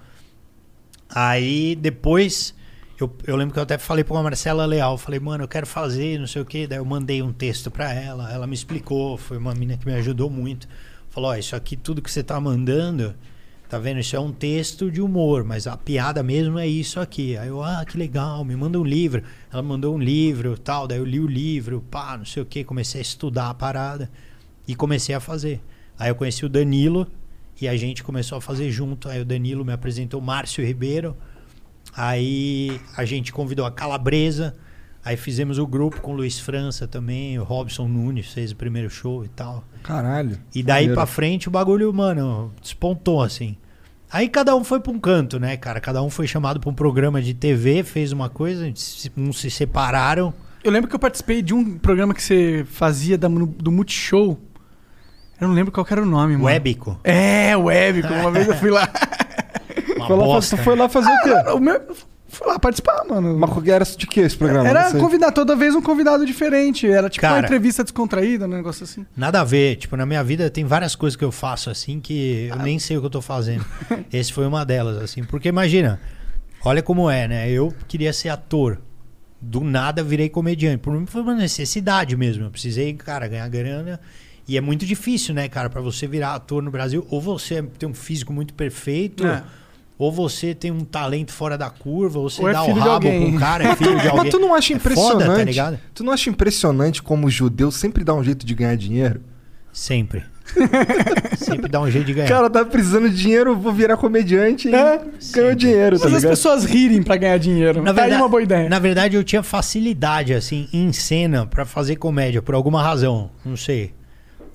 Speaker 4: Aí depois, eu, eu lembro que eu até falei pra uma Marcela Leal, falei, mano, eu quero fazer, não sei o quê. Daí eu mandei um texto pra ela, ela me explicou, foi uma mina que me ajudou muito. Falou, ó, isso aqui tudo que você tá mandando, tá vendo? Isso é um texto de humor, mas a piada mesmo é isso aqui. Aí eu, ah, que legal, me manda um livro. Ela mandou um livro tal, daí eu li o livro, pá, não sei o quê, comecei a estudar a parada e comecei a fazer. Aí eu conheci o Danilo e a gente começou a fazer junto. Aí o Danilo me apresentou o Márcio Ribeiro. Aí a gente convidou a Calabresa. Aí fizemos o grupo com o Luiz França também, o Robson Nunes fez o primeiro show e tal.
Speaker 2: <laughs> Caralho.
Speaker 4: E daí
Speaker 2: Maneiro.
Speaker 4: pra frente o bagulho, mano, despontou assim. Aí cada um foi pra um canto, né, cara? Cada um foi chamado pra um programa de TV, fez uma coisa, se- uns se separaram.
Speaker 3: Eu lembro que eu participei de um programa que você fazia da, Mnu- do Multishow. Eu não lembro qual que era o nome,
Speaker 2: Hum.
Speaker 3: mano.
Speaker 4: O Ébico,
Speaker 3: É, o Ébico. Uma vez eu fui
Speaker 4: <laughs>
Speaker 3: lá.
Speaker 4: uma
Speaker 2: Foi lá, fa-
Speaker 4: bosta.
Speaker 2: tu foi lá fazer o quê?
Speaker 3: o meu, fui lá participar, mano.
Speaker 2: Mas qual que era de que esse programa? Não
Speaker 3: Era
Speaker 2: sei.
Speaker 3: convidar toda vez um convidado diferente. Era tipo uma
Speaker 4: Cara.
Speaker 3: entrevista descontraída, um negócio assim.
Speaker 4: Nada a ver. Tipo, na minha vida tem várias coisas que eu faço assim que eu nem sei o que eu tô fazendo. Esse foi uma delas, assim. Porque imagina, olha como é, né? Eu queria ser ator. Do nada virei comediante. Por mim foi uma necessidade mesmo. Eu precisei, cara, ganhar grana. E é muito difícil, né, cara, pra você virar ator no Brasil. Ou você tem um físico muito perfeito.
Speaker 3: É.
Speaker 4: Ou você tem um talento fora da curva, ou você
Speaker 3: Ou é
Speaker 4: dá o
Speaker 3: filho de
Speaker 4: rabo pra
Speaker 3: alguém.
Speaker 4: um cara, é filho de alguém.
Speaker 2: Mas tu não acha
Speaker 4: É foda,
Speaker 2: impressionante?
Speaker 4: tá ligado?
Speaker 2: Tu não acha impressionante como o judeu sempre dá um jeito de ganhar dinheiro?
Speaker 4: Sempre. Sempre dá um jeito de ganhar.
Speaker 2: Cara, tá precisando de dinheiro, vou virar comediante e ganhou
Speaker 4: Sempre.
Speaker 2: dinheiro, tá
Speaker 3: Mas as
Speaker 2: ligado?
Speaker 3: pessoas rirem pra ganhar dinheiro.
Speaker 4: Na
Speaker 3: tá
Speaker 4: verdade,
Speaker 3: aí uma boa ideia.
Speaker 4: Na verdade, eu tinha facilidade, assim, em cena pra fazer comédia, por alguma razão. Não sei.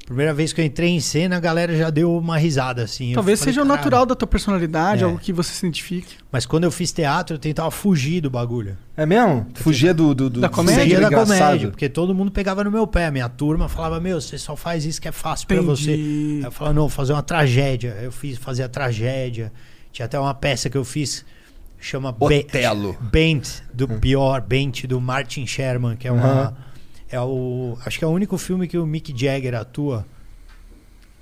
Speaker 4: Primeira vez que eu entrei em cena, a galera já deu uma risada, assim. Eu
Speaker 3: Talvez
Speaker 4: falei,
Speaker 3: seja o
Speaker 4: "Caralho".
Speaker 3: natural da tua personalidade,
Speaker 4: É.
Speaker 3: algo que você se identifique.
Speaker 4: Mas quando eu fiz teatro, eu tentava fugir do bagulho.
Speaker 2: É mesmo? Fugia do, do, do
Speaker 3: Da
Speaker 2: do
Speaker 3: comédia?
Speaker 2: jeito
Speaker 4: Fugia da
Speaker 2: engraçado.
Speaker 4: comédia, porque todo mundo pegava no meu pé. Minha turma falava, meu, você só faz isso que é fácil pra você.
Speaker 3: Entendi.
Speaker 4: Aí eu falava, não, vou fazer uma tragédia. Aí Eu fiz, fazia tragédia. Tinha até uma peça que eu fiz, chama... Be-
Speaker 2: Otelo.
Speaker 4: Bent, do pior, Bent, do Martin Sherman, que é uma... É o, acho que é o único filme que o Mick Jagger atua,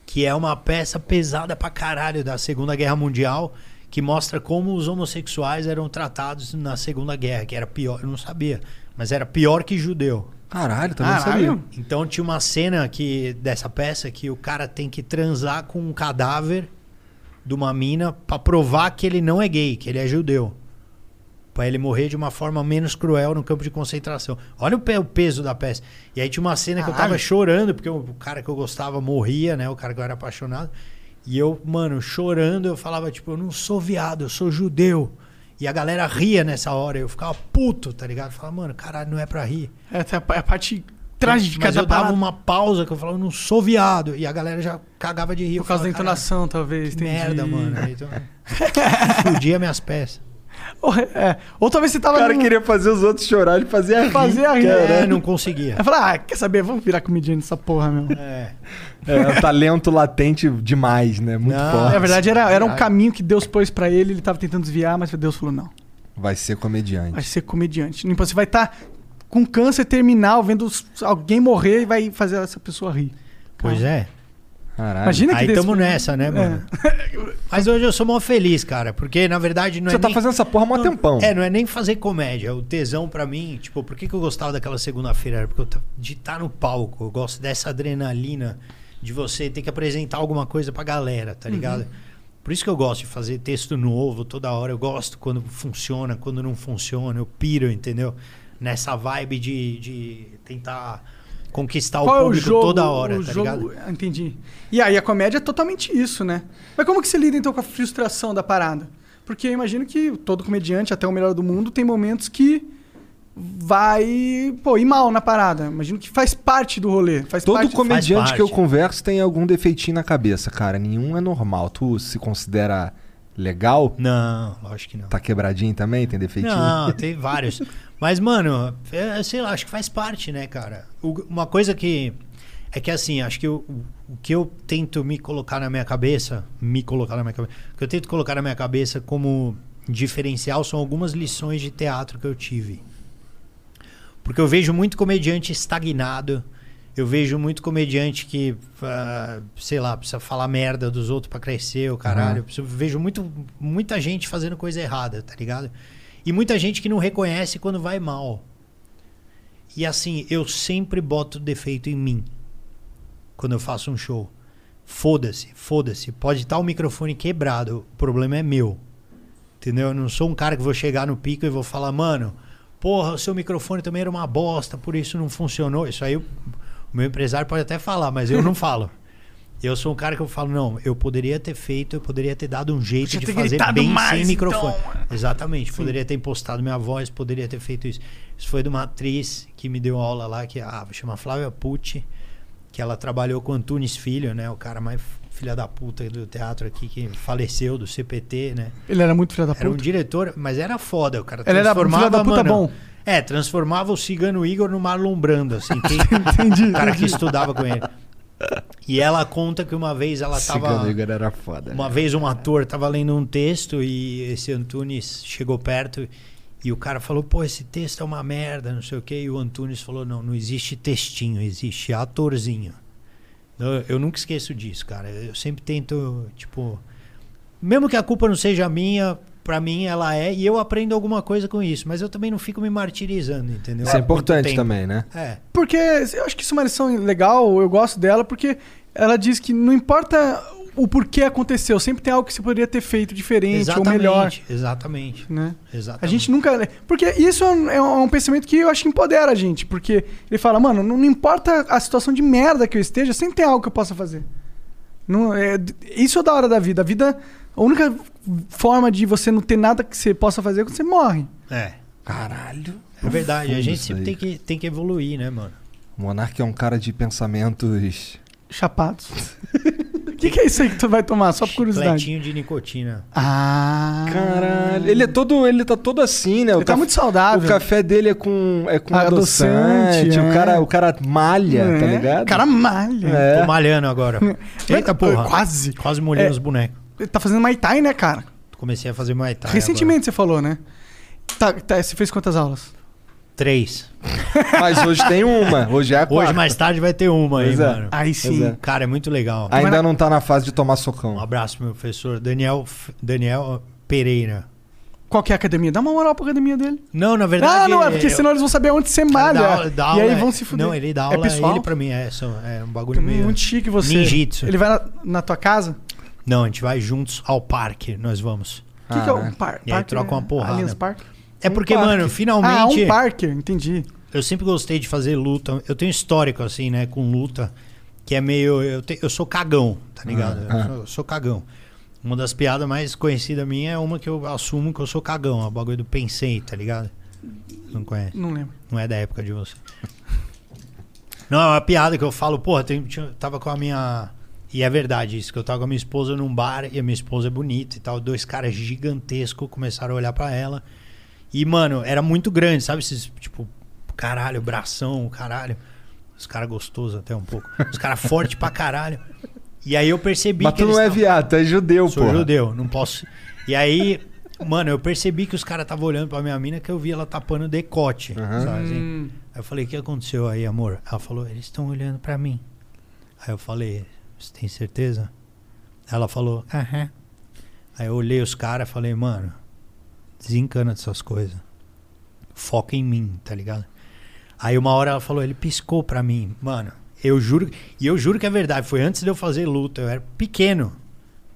Speaker 4: que é uma peça pesada pra caralho da Segunda Guerra Mundial, que mostra como os homossexuais eram tratados na Segunda Guerra, que era pior, eu não sabia, mas era pior que judeu.
Speaker 2: Caralho, também não
Speaker 3: Caralho.
Speaker 2: sabia.
Speaker 4: Então tinha uma cena que, dessa peça que o cara tem que transar com um cadáver de uma mina pra provar que ele não é gay, que ele é judeu. Pra ele morrer de uma forma menos cruel no campo de concentração. Olha o, pe- o peso da peça. E aí tinha uma cena que eu tava chorando, porque o, o cara que eu gostava morria, né? O cara que eu era apaixonado. E eu, mano, chorando, eu falava, tipo, eu não sou viado, eu sou judeu. E a galera ria nessa hora. Eu ficava puto, tá ligado? Eu falava, mano, caralho, não é pra rir.
Speaker 3: Essa é a, é a parte trágica
Speaker 4: Mas
Speaker 3: da
Speaker 4: eu dava
Speaker 3: palavra.
Speaker 4: uma pausa que eu falava, eu não sou viado. E a galera já cagava de rir.
Speaker 3: Por causa da entonação, talvez.
Speaker 4: Que
Speaker 3: entendi. <laughs>
Speaker 4: merda, mano. Aí, Então, fudia minhas peças.
Speaker 3: Ou, é, ou talvez você
Speaker 2: O
Speaker 3: tava.
Speaker 2: cara
Speaker 3: num-
Speaker 2: queria fazer os outros chorar, ele fazia rir.
Speaker 3: Fazia rir.
Speaker 4: É,
Speaker 2: cara.
Speaker 4: não conseguia.
Speaker 3: Aí falar, ah, quer saber? Vamos virar comediante nessa porra, meu.
Speaker 4: <laughs> É.
Speaker 2: É, um talento latente demais, né? Muito
Speaker 4: Não, é
Speaker 2: forte.
Speaker 3: Na verdade, era, era um
Speaker 4: Caralho.
Speaker 3: caminho que Deus pôs pra ele, ele tava tentando desviar, mas Deus falou: não,
Speaker 2: Vai ser comediante.
Speaker 3: vai ser comediante. Não importa, Você vai estar com câncer terminal, vendo os- alguém morrer e vai fazer essa pessoa rir.
Speaker 4: Pois é.
Speaker 2: Caralho.
Speaker 3: Imagina que
Speaker 4: Aí
Speaker 3: desse- É.
Speaker 4: tamo nessa, né, mano? Mas hoje eu sou mó feliz, cara. Porque, na verdade, não
Speaker 2: Você
Speaker 4: é
Speaker 2: tá
Speaker 4: nem...
Speaker 2: fazendo essa
Speaker 3: um
Speaker 2: porra há mó tempão.
Speaker 4: É, não é nem fazer comédia. O tesão pra mim, tipo, por que, que eu gostava daquela segunda-feira? Era porque eu ta- de estar no palco, eu gosto dessa adrenalina de você ter que apresentar alguma coisa pra galera,
Speaker 3: Uhum.
Speaker 4: tá ligado? Por isso que eu gosto de fazer texto novo toda hora. Eu gosto quando funciona, quando não funciona. Eu piro, entendeu? Nessa vibe de, de tentar conquistar
Speaker 3: Qual é
Speaker 4: o
Speaker 3: o
Speaker 4: público
Speaker 3: jogo?
Speaker 4: toda hora,
Speaker 3: o
Speaker 4: tá
Speaker 3: jogo...
Speaker 4: ligado?
Speaker 3: Ah, Entendi. E aí a comédia é totalmente isso, né? Mas como que você lida então com a frustração da parada? Porque eu imagino que todo comediante, até o melhor do mundo, tem momentos que vai, pô, ir mal na parada. Imagino que faz parte do rolê. Faz
Speaker 2: Todo
Speaker 3: parte...
Speaker 2: comediante que eu
Speaker 4: parte.
Speaker 2: converso tem algum defeitinho na cabeça, cara. Nenhum é normal. Tu se considera legal?
Speaker 4: Não, lógico que não.
Speaker 2: Tá quebradinho também? Tem defeitinho?
Speaker 4: Não, tem vários. Mas, mano, é, sei lá, acho que faz parte, né, cara? O- uma coisa que. É que assim, acho que eu- o que eu tento me colocar na minha cabeça. Me colocar na minha cabeça. O que eu tento colocar na minha cabeça como diferencial são algumas lições de teatro que eu tive. Porque eu vejo muito comediante estagnado. Eu vejo muito comediante que, ah, sei lá, precisa falar merda dos outros pra crescer, o caralho. Eu preciso- vejo muito, muita gente fazendo coisa errada, tá ligado? E muita gente que não reconhece quando vai mal. E assim, eu sempre boto defeito em mim quando eu faço um show. Foda-se, foda-se. Pode estar o microfone quebrado, o problema é meu. Entendeu? Eu não sou um cara que vou chegar no pico e vou falar, mano, porra, o seu microfone também era uma bosta, por isso não funcionou. Isso aí o o meu empresário pode até falar, mas eu não falo. Eu sou um cara que eu falo, não, eu poderia ter feito, eu poderia ter dado um jeito
Speaker 3: Podia
Speaker 4: de
Speaker 3: ter
Speaker 4: fazer
Speaker 3: gritado
Speaker 4: bem
Speaker 3: mais,
Speaker 4: sem microfone.
Speaker 3: então.
Speaker 4: Exatamente, poderia ter impostado minha voz, poderia ter feito isso. Isso foi de uma atriz que me deu aula lá, que ah, chama Flávia Pucci, que ela trabalhou com Antunes Filho, né? O cara mais filha da puta do teatro aqui, que faleceu do CPT, né?
Speaker 3: Ele era muito filho da
Speaker 4: Era um
Speaker 3: puta.
Speaker 4: diretor, mas era foda, o cara
Speaker 3: Ele era um
Speaker 4: transformava,
Speaker 3: filho da puta
Speaker 4: mano,
Speaker 3: bom.
Speaker 4: É, transformava o cigano Igor no Marlon Brando, assim.
Speaker 3: <laughs>
Speaker 4: Quem, entendi. O cara que estudava com ele. E ela conta que uma vez ela tava...
Speaker 2: Cigano Igor era foda.
Speaker 4: Uma vez um ator estava lendo um texto e esse Antunes chegou perto e o cara falou: pô, esse texto é uma merda, não sei o quê. E o Antunes falou: não, não existe textinho, existe atorzinho. Então, Eu, eu nunca esqueço disso, cara. Eu sempre tento, tipo. Mesmo que a culpa não seja minha, pra mim ela é, e eu aprendo alguma coisa com isso, mas eu também não fico me martirizando, entendeu?
Speaker 2: Isso é
Speaker 4: Há muito
Speaker 2: importante
Speaker 4: tempo.
Speaker 2: também, né?
Speaker 4: É.
Speaker 3: Porque eu acho que isso é uma lição legal, eu gosto dela, porque ela diz que não importa o porquê aconteceu, sempre tem algo que você poderia ter feito diferente
Speaker 4: Exatamente,
Speaker 3: ou melhor,
Speaker 4: exatamente.
Speaker 3: né?
Speaker 4: Exatamente.
Speaker 3: A gente nunca. Porque isso é um- é um pensamento que eu acho que empodera a gente. Porque ele fala, mano, não, não importa a situação de merda que eu esteja, sempre tem algo que eu possa fazer. Não, é, isso é da hora da vida. A vida. A única forma de você não ter nada que você possa fazer é quando você morre.
Speaker 4: É.
Speaker 2: Caralho.
Speaker 4: É verdade, a
Speaker 2: Profundo
Speaker 4: gente
Speaker 2: isso
Speaker 4: sempre
Speaker 2: aí,
Speaker 4: tem que, tem que evoluir, né, mano?
Speaker 2: O Monark é um cara de pensamentos
Speaker 3: chapados. <laughs> O que, que é isso aí que tu vai tomar? Só por curiosidade.
Speaker 4: Chicletinho de nicotina.
Speaker 3: Ah.
Speaker 2: Caralho, ele é todo, ele tá todo assim, né? O
Speaker 3: Ele tá
Speaker 2: caf-
Speaker 3: muito saudável. Ah,
Speaker 2: O café dele é com é com adoçante,
Speaker 3: Adoçante, é.
Speaker 2: o cara, o cara malha,
Speaker 3: É,
Speaker 2: tá ligado? É.
Speaker 3: Cara malha.
Speaker 4: Tô malhando
Speaker 3: <laughs>
Speaker 4: agora. Eita porra.
Speaker 3: É. Quase.
Speaker 4: Quase molhei
Speaker 3: É.
Speaker 4: os bonecos.
Speaker 3: Ele tá fazendo Muay Thai, né, cara?
Speaker 4: Comecei a fazer Muay Thai
Speaker 3: Recentemente você falou, né? Tá, tá, você fez quantas aulas?
Speaker 4: agora. Três.
Speaker 2: Mas hoje tem uma, hoje é a quarta.
Speaker 4: Hoje mais tarde vai ter uma aí,
Speaker 2: Pois é.
Speaker 4: mano.
Speaker 3: Aí sim.
Speaker 2: Pois é.
Speaker 4: Cara, é muito legal.
Speaker 2: Ainda não tá na fase de tomar socão.
Speaker 4: Um abraço, meu professor. Daniel, F- Daniel Pereira.
Speaker 3: Qual que é a academia? Dá uma moral pra academia dele.
Speaker 4: Não, na
Speaker 3: Ah,
Speaker 4: verdade.
Speaker 3: não, é porque senão eles vão saber onde você malha.
Speaker 4: Dá- dá
Speaker 3: e aí
Speaker 4: aula- é-
Speaker 3: vão se fuder.
Speaker 4: Não, ele dá aula,
Speaker 3: É pessoal?
Speaker 4: ele pra mim. É, são- é um bagulho meio...
Speaker 3: Muito chique você.
Speaker 4: Ninjitsu.
Speaker 3: Ele vai na, na tua casa?
Speaker 4: Não, a gente vai juntos ao parque, nós vamos.
Speaker 3: O que, que é um par
Speaker 4: Ah, E aí troca uma porrada.
Speaker 3: Allianz Park?
Speaker 4: É porque,
Speaker 3: Um parque.
Speaker 4: mano,
Speaker 3: Ah,
Speaker 4: finalmente...
Speaker 3: um parque, entendi.
Speaker 4: Eu sempre gostei de fazer luta. Eu tenho um histórico, assim, né, com luta, que é meio. Eu, te- eu sou cagão, tá ligado? Eu sou- Eu, sou, cagão. Uma das piadas mais conhecidas minha é uma que eu assumo que eu sou cagão, é o bagulho do pensei, tá ligado? Não conhece.
Speaker 3: Não lembro.
Speaker 4: Não é da época de você. Não, é uma piada que eu falo, porra, tem- tinha- tava com a minha. E é verdade isso, que eu tava com a minha esposa num bar e a minha esposa é bonita e tal. Dois caras gigantescos começaram a olhar pra ela. E, mano, era muito grande, sabe? Esses, tipo, caralho, bração, caralho. Os caras gostosos até um pouco. Os caras fortes pra caralho. E aí eu percebi
Speaker 2: Mas
Speaker 4: que.
Speaker 2: tu não
Speaker 4: eles
Speaker 2: é
Speaker 4: tavam-
Speaker 2: viado, tu é judeu,
Speaker 4: Sou
Speaker 2: pô.
Speaker 4: judeu, não posso. E aí, mano, eu percebi que os caras estavam olhando pra minha mina que eu vi ela tapando o decote. Sabe, assim? Aí eu falei, o que aconteceu aí, amor? Ela falou, eles estão olhando pra mim. Aí eu falei, você tem certeza? Ela falou, aham. Aí eu olhei os caras e falei, mano, desencana dessas coisas. Foca em mim, tá ligado? Aí uma hora ela falou, ele piscou pra mim, mano. Eu juro, e eu juro que é verdade, foi antes de eu fazer luta, eu era pequeno.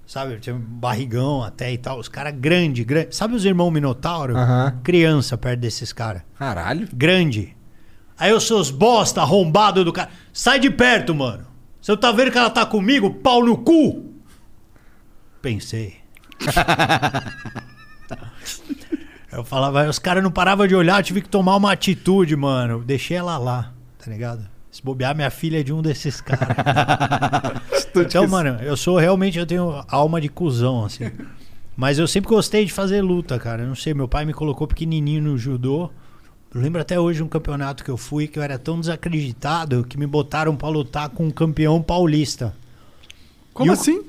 Speaker 4: Sabe, eu tinha um barrigão até e tal, os caras grande, grande. Sabe os irmãos Minotauro?
Speaker 2: Aham.
Speaker 4: Criança perto desses caras
Speaker 2: Caralho.
Speaker 4: grande. Aí os seus bosta arrombado do cara. Sai de perto, mano. Você tá vendo que ela tá comigo? Pau no cu. Pensei. eu falava, os caras não paravam de olhar, eu tive que tomar uma atitude, mano. Deixei ela lá, tá ligado? Se bobear, minha filha é de um desses caras. então, mano, eu sou realmente, eu tenho alma de cuzão, assim. Mas eu sempre gostei de fazer luta, cara. Eu não sei, meu pai me colocou pequenininho no judô. Eu lembro até hoje de um campeonato que eu fui que eu era tão desacreditado que me botaram pra lutar com um campeão paulista.
Speaker 3: Como
Speaker 4: E o-
Speaker 3: assim?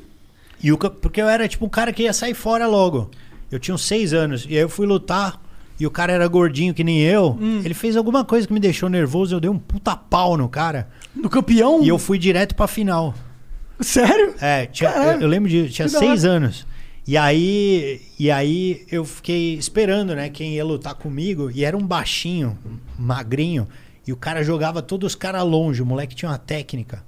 Speaker 4: E o, ca- porque eu era tipo um cara que ia sair fora logo. Eu tinha uns seis anos. E aí eu fui lutar e o cara era gordinho que nem eu. Ele fez alguma coisa que me deixou nervoso. Eu dei um puta pau no cara.
Speaker 3: Do campeão?
Speaker 4: E eu fui direto pra final. <laughs>
Speaker 3: Sério?
Speaker 4: É, tinha-
Speaker 3: Caralho,
Speaker 4: eu, eu lembro de. Tinha
Speaker 3: que da hora.
Speaker 4: seis anos. E aí, e aí eu fiquei esperando, né, quem ia lutar comigo. E era um baixinho, magrinho. E o cara jogava todos os caras longe. O moleque tinha uma técnica.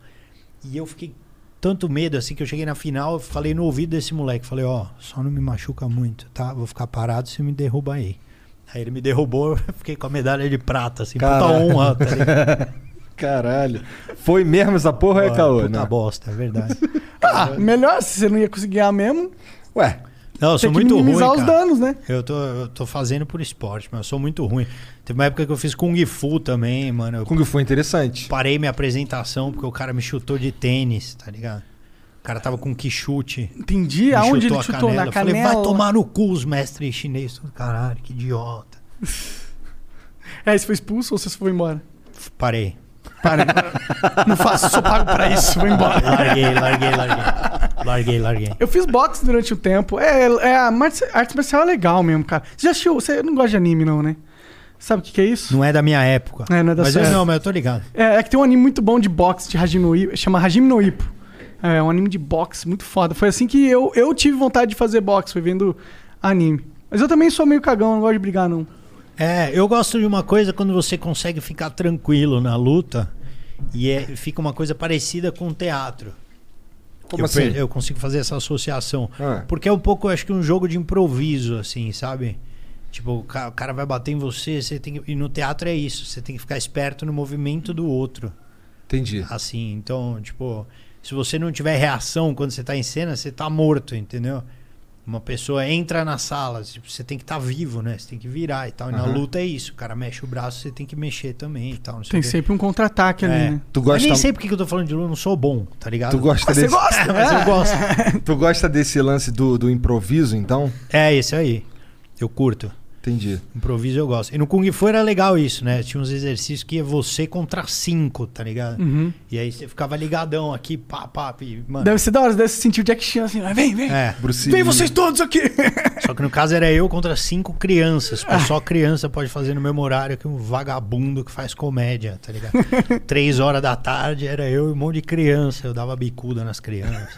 Speaker 4: E eu fiquei tanto medo assim que eu cheguei na final, eu falei no ouvido desse moleque, falei, ó, só não me machuca muito, tá? Vou ficar parado se me derruba aí. Aí ele me derrubou, <laughs> eu fiquei com a medalha de prata, assim, puta
Speaker 2: Caralho.
Speaker 4: honra, tá ligado?
Speaker 2: Caralho. Foi mesmo essa porra, é caô,
Speaker 4: Puta
Speaker 2: né?
Speaker 4: bosta, é verdade.
Speaker 3: Ah, melhor se você não ia conseguir ganhar mesmo.
Speaker 2: Ué,
Speaker 4: Não,
Speaker 3: Tem
Speaker 4: eu sou
Speaker 3: que
Speaker 4: muito ruim,
Speaker 3: minimizar
Speaker 4: cara.
Speaker 3: os danos, né?
Speaker 4: Eu tô, eu tô fazendo por esporte, mas eu sou muito ruim. Teve uma época que eu fiz Kung Fu também, mano. Eu
Speaker 2: Kung Fu é interessante.
Speaker 4: parei minha apresentação porque o cara me chutou de tênis, tá ligado? O cara tava com que chute.
Speaker 3: Entendi.
Speaker 4: Me
Speaker 3: Aonde ele chutou?
Speaker 4: a
Speaker 3: Na
Speaker 4: Eu
Speaker 3: canela?
Speaker 4: Falei, vai tomar no cu os mestres chineses. Caralho, que idiota.
Speaker 3: É, você foi expulso ou você foi embora?
Speaker 4: Parei.
Speaker 3: Não faço, sou pago pra isso, vou embora.
Speaker 4: Larguei, larguei, larguei. Larguei, larguei.
Speaker 3: Eu fiz boxe durante o tempo. É, é a marci- arte marcial é legal mesmo, cara. Você já assistiu? Você não gosta de anime, não, né? Sabe o que, que é isso?
Speaker 4: Não é da minha época.
Speaker 3: É, não é da
Speaker 4: mas
Speaker 3: sua
Speaker 4: eu
Speaker 3: época.
Speaker 4: não, mas eu tô ligado.
Speaker 3: É, é que tem um anime muito bom de boxe de Hajime no Ippo, chama Hajime no Ippo. É um anime de boxe muito foda. Foi assim que eu, eu tive vontade de fazer boxe, foi vendo anime. Mas eu também sou meio cagão, não gosto de brigar, não.
Speaker 4: É, eu gosto de uma coisa quando você consegue ficar tranquilo na luta e é- fica uma coisa parecida com o teatro.
Speaker 2: Como
Speaker 4: eu,
Speaker 2: assim?
Speaker 4: per- eu consigo fazer essa associação.
Speaker 2: Ah.
Speaker 4: Porque é um pouco, acho que um jogo de improviso, assim, sabe? Tipo, o ca- o cara vai bater em você, você tem que- E no teatro é isso, você tem que ficar esperto no movimento do outro.
Speaker 2: Entendi.
Speaker 4: Assim, então, tipo, se você não tiver reação quando você tá em cena, você tá morto, entendeu? Uma pessoa entra na sala, tipo, você tem que estar vivo, né? Você tem que virar e tal. E na
Speaker 2: Aham.
Speaker 4: luta é isso. O cara mexe o braço, você tem que mexer também e tal. Não sei
Speaker 3: Tem
Speaker 4: o quê.
Speaker 3: sempre um contra-ataque ali,
Speaker 4: É.
Speaker 3: né?
Speaker 2: Tu
Speaker 4: Eu nem
Speaker 2: gosta,
Speaker 4: sei porque que eu tô falando de luta, eu não sou bom, tá ligado?
Speaker 2: tu gosta
Speaker 4: <laughs>
Speaker 3: Ah, você
Speaker 2: desse,
Speaker 3: gosta?
Speaker 4: Mas eu gosto.
Speaker 2: <laughs> tu gosta desse lance do, do improviso, então?
Speaker 4: É, esse aí. Eu curto.
Speaker 2: Entendi.
Speaker 4: Improviso eu gosto. E no Kung Fu era legal isso, né? Tinha uns exercícios que é você contra cinco, tá ligado?
Speaker 3: Uhum.
Speaker 4: E aí você ficava ligadão aqui, pá, pá, e, mano.
Speaker 3: Deve ser da hora, deve se sentir o Jack Chan assim, ah, vem, vem.
Speaker 4: É.
Speaker 2: Bruce Lee.
Speaker 3: Vem vocês todos aqui! <laughs>
Speaker 4: Só que no caso era eu contra cinco crianças. porque Só criança pode fazer no mesmo horário que um vagabundo que faz comédia, tá ligado? Três horas da tarde era eu e um monte de criança. Eu dava bicuda nas crianças.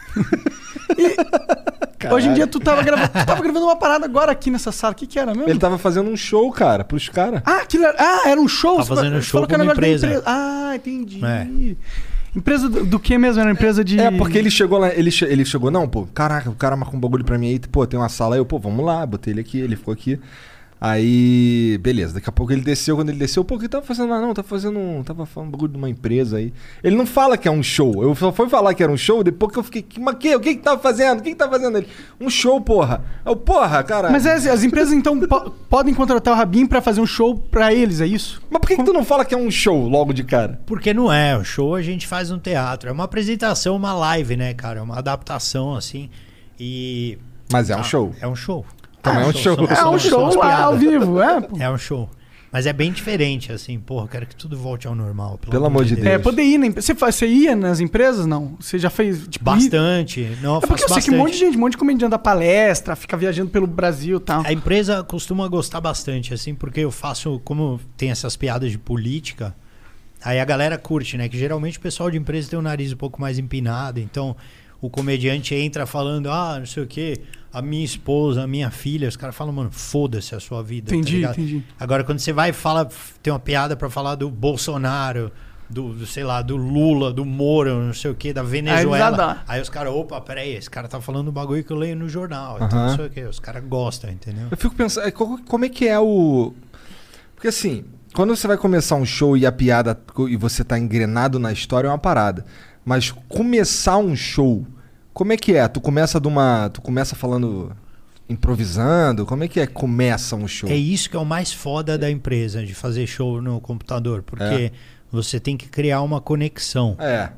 Speaker 3: Hoje em dia tu tava, grava... tu tava gravando uma parada agora aqui nessa sala, o que que era mesmo?
Speaker 2: Ele tava fazendo um show, cara, pros caras.
Speaker 3: Ah, aquilo era... ah, era um show?
Speaker 4: Tava
Speaker 3: Você
Speaker 4: fazendo
Speaker 3: falou
Speaker 4: show
Speaker 3: que era
Speaker 4: pra uma
Speaker 3: um negócio da
Speaker 4: empresa.
Speaker 3: Ah, entendi.
Speaker 4: É.
Speaker 3: Empresa do, do que mesmo? Era uma empresa de...
Speaker 2: É, porque ele chegou lá, ele, che- ele chegou, não, pô, caraca, o cara marcou um bagulho pra mim aí, pô, tem uma sala aí, eu, pô, vamos lá, botei ele aqui, ele ficou aqui. Aí, beleza, daqui a pouco ele desceu, quando ele desceu, pô, o que tava fazendo lá? Não, tava fazendo um, tava falando um bagulho de uma empresa aí. Ele não fala que é um show, eu só fui falar que era um show, depois que eu fiquei, "Que- mas que, o que que tava fazendo? O que que tava fazendo ele? Um show, porra. Eu, porra, cara.
Speaker 3: Mas as, as empresas, então, po- podem contratar o Rabin pra fazer um show pra eles, é isso?
Speaker 2: Mas por que, que tu não fala que é um show logo de cara?
Speaker 4: Porque não é, o show a gente faz no teatro. É uma apresentação, uma live, né, cara? É uma adaptação, assim. E.
Speaker 2: Mas é um
Speaker 4: Ah,
Speaker 2: show.
Speaker 4: É um show.
Speaker 2: Também é um show.
Speaker 4: são-
Speaker 2: É
Speaker 4: são- são as
Speaker 3: lá
Speaker 4: piadas.
Speaker 3: ao vivo, é? pô.
Speaker 4: É um show. Mas é bem diferente, assim, porra, eu quero que tudo volte ao normal.
Speaker 2: Pelo amor de
Speaker 3: É,
Speaker 2: Deus.
Speaker 3: poder ir na empresa. Você, fa- você ia nas empresas, não? Você já fez, tipo... ir-
Speaker 4: Bastante. Não,
Speaker 3: É porque eu sei que um monte de gente, um monte de comediante dá palestra, fica viajando pelo Brasil e tal.
Speaker 4: A empresa costuma gostar bastante, assim, porque eu faço, como tem essas piadas de política, aí a galera curte, né? Que geralmente o pessoal de empresa tem o nariz um pouco mais empinado, então o comediante entra falando, ah, não sei o quê, a minha esposa, a minha filha, os caras falam, mano, foda-se a sua vida. tá
Speaker 3: Entendi,
Speaker 4: ligado?
Speaker 3: entendi.
Speaker 4: Agora, quando você vai e fala, tem uma piada pra falar do Bolsonaro, do, do, sei lá, do Lula, do Moro, não sei o quê, da Venezuela.
Speaker 3: dá.
Speaker 4: Aí, os caras, opa, peraí, esse cara tá falando um bagulho que eu leio no jornal. Então,
Speaker 2: Aham.
Speaker 4: não sei o quê, os caras gostam, entendeu?
Speaker 2: Eu fico pensando, é, co- como é que é o. Porque assim, quando você vai começar um show e a piada co- e você tá engrenado na história é uma parada. Mas começar um show, como é que é? Tu começa de uma. Tu começa falando. improvisando? Como é que é? que Começa um show.
Speaker 4: É isso que é o mais foda da empresa, de fazer show no computador, porque
Speaker 2: É.
Speaker 4: você tem que criar uma conexão
Speaker 2: É.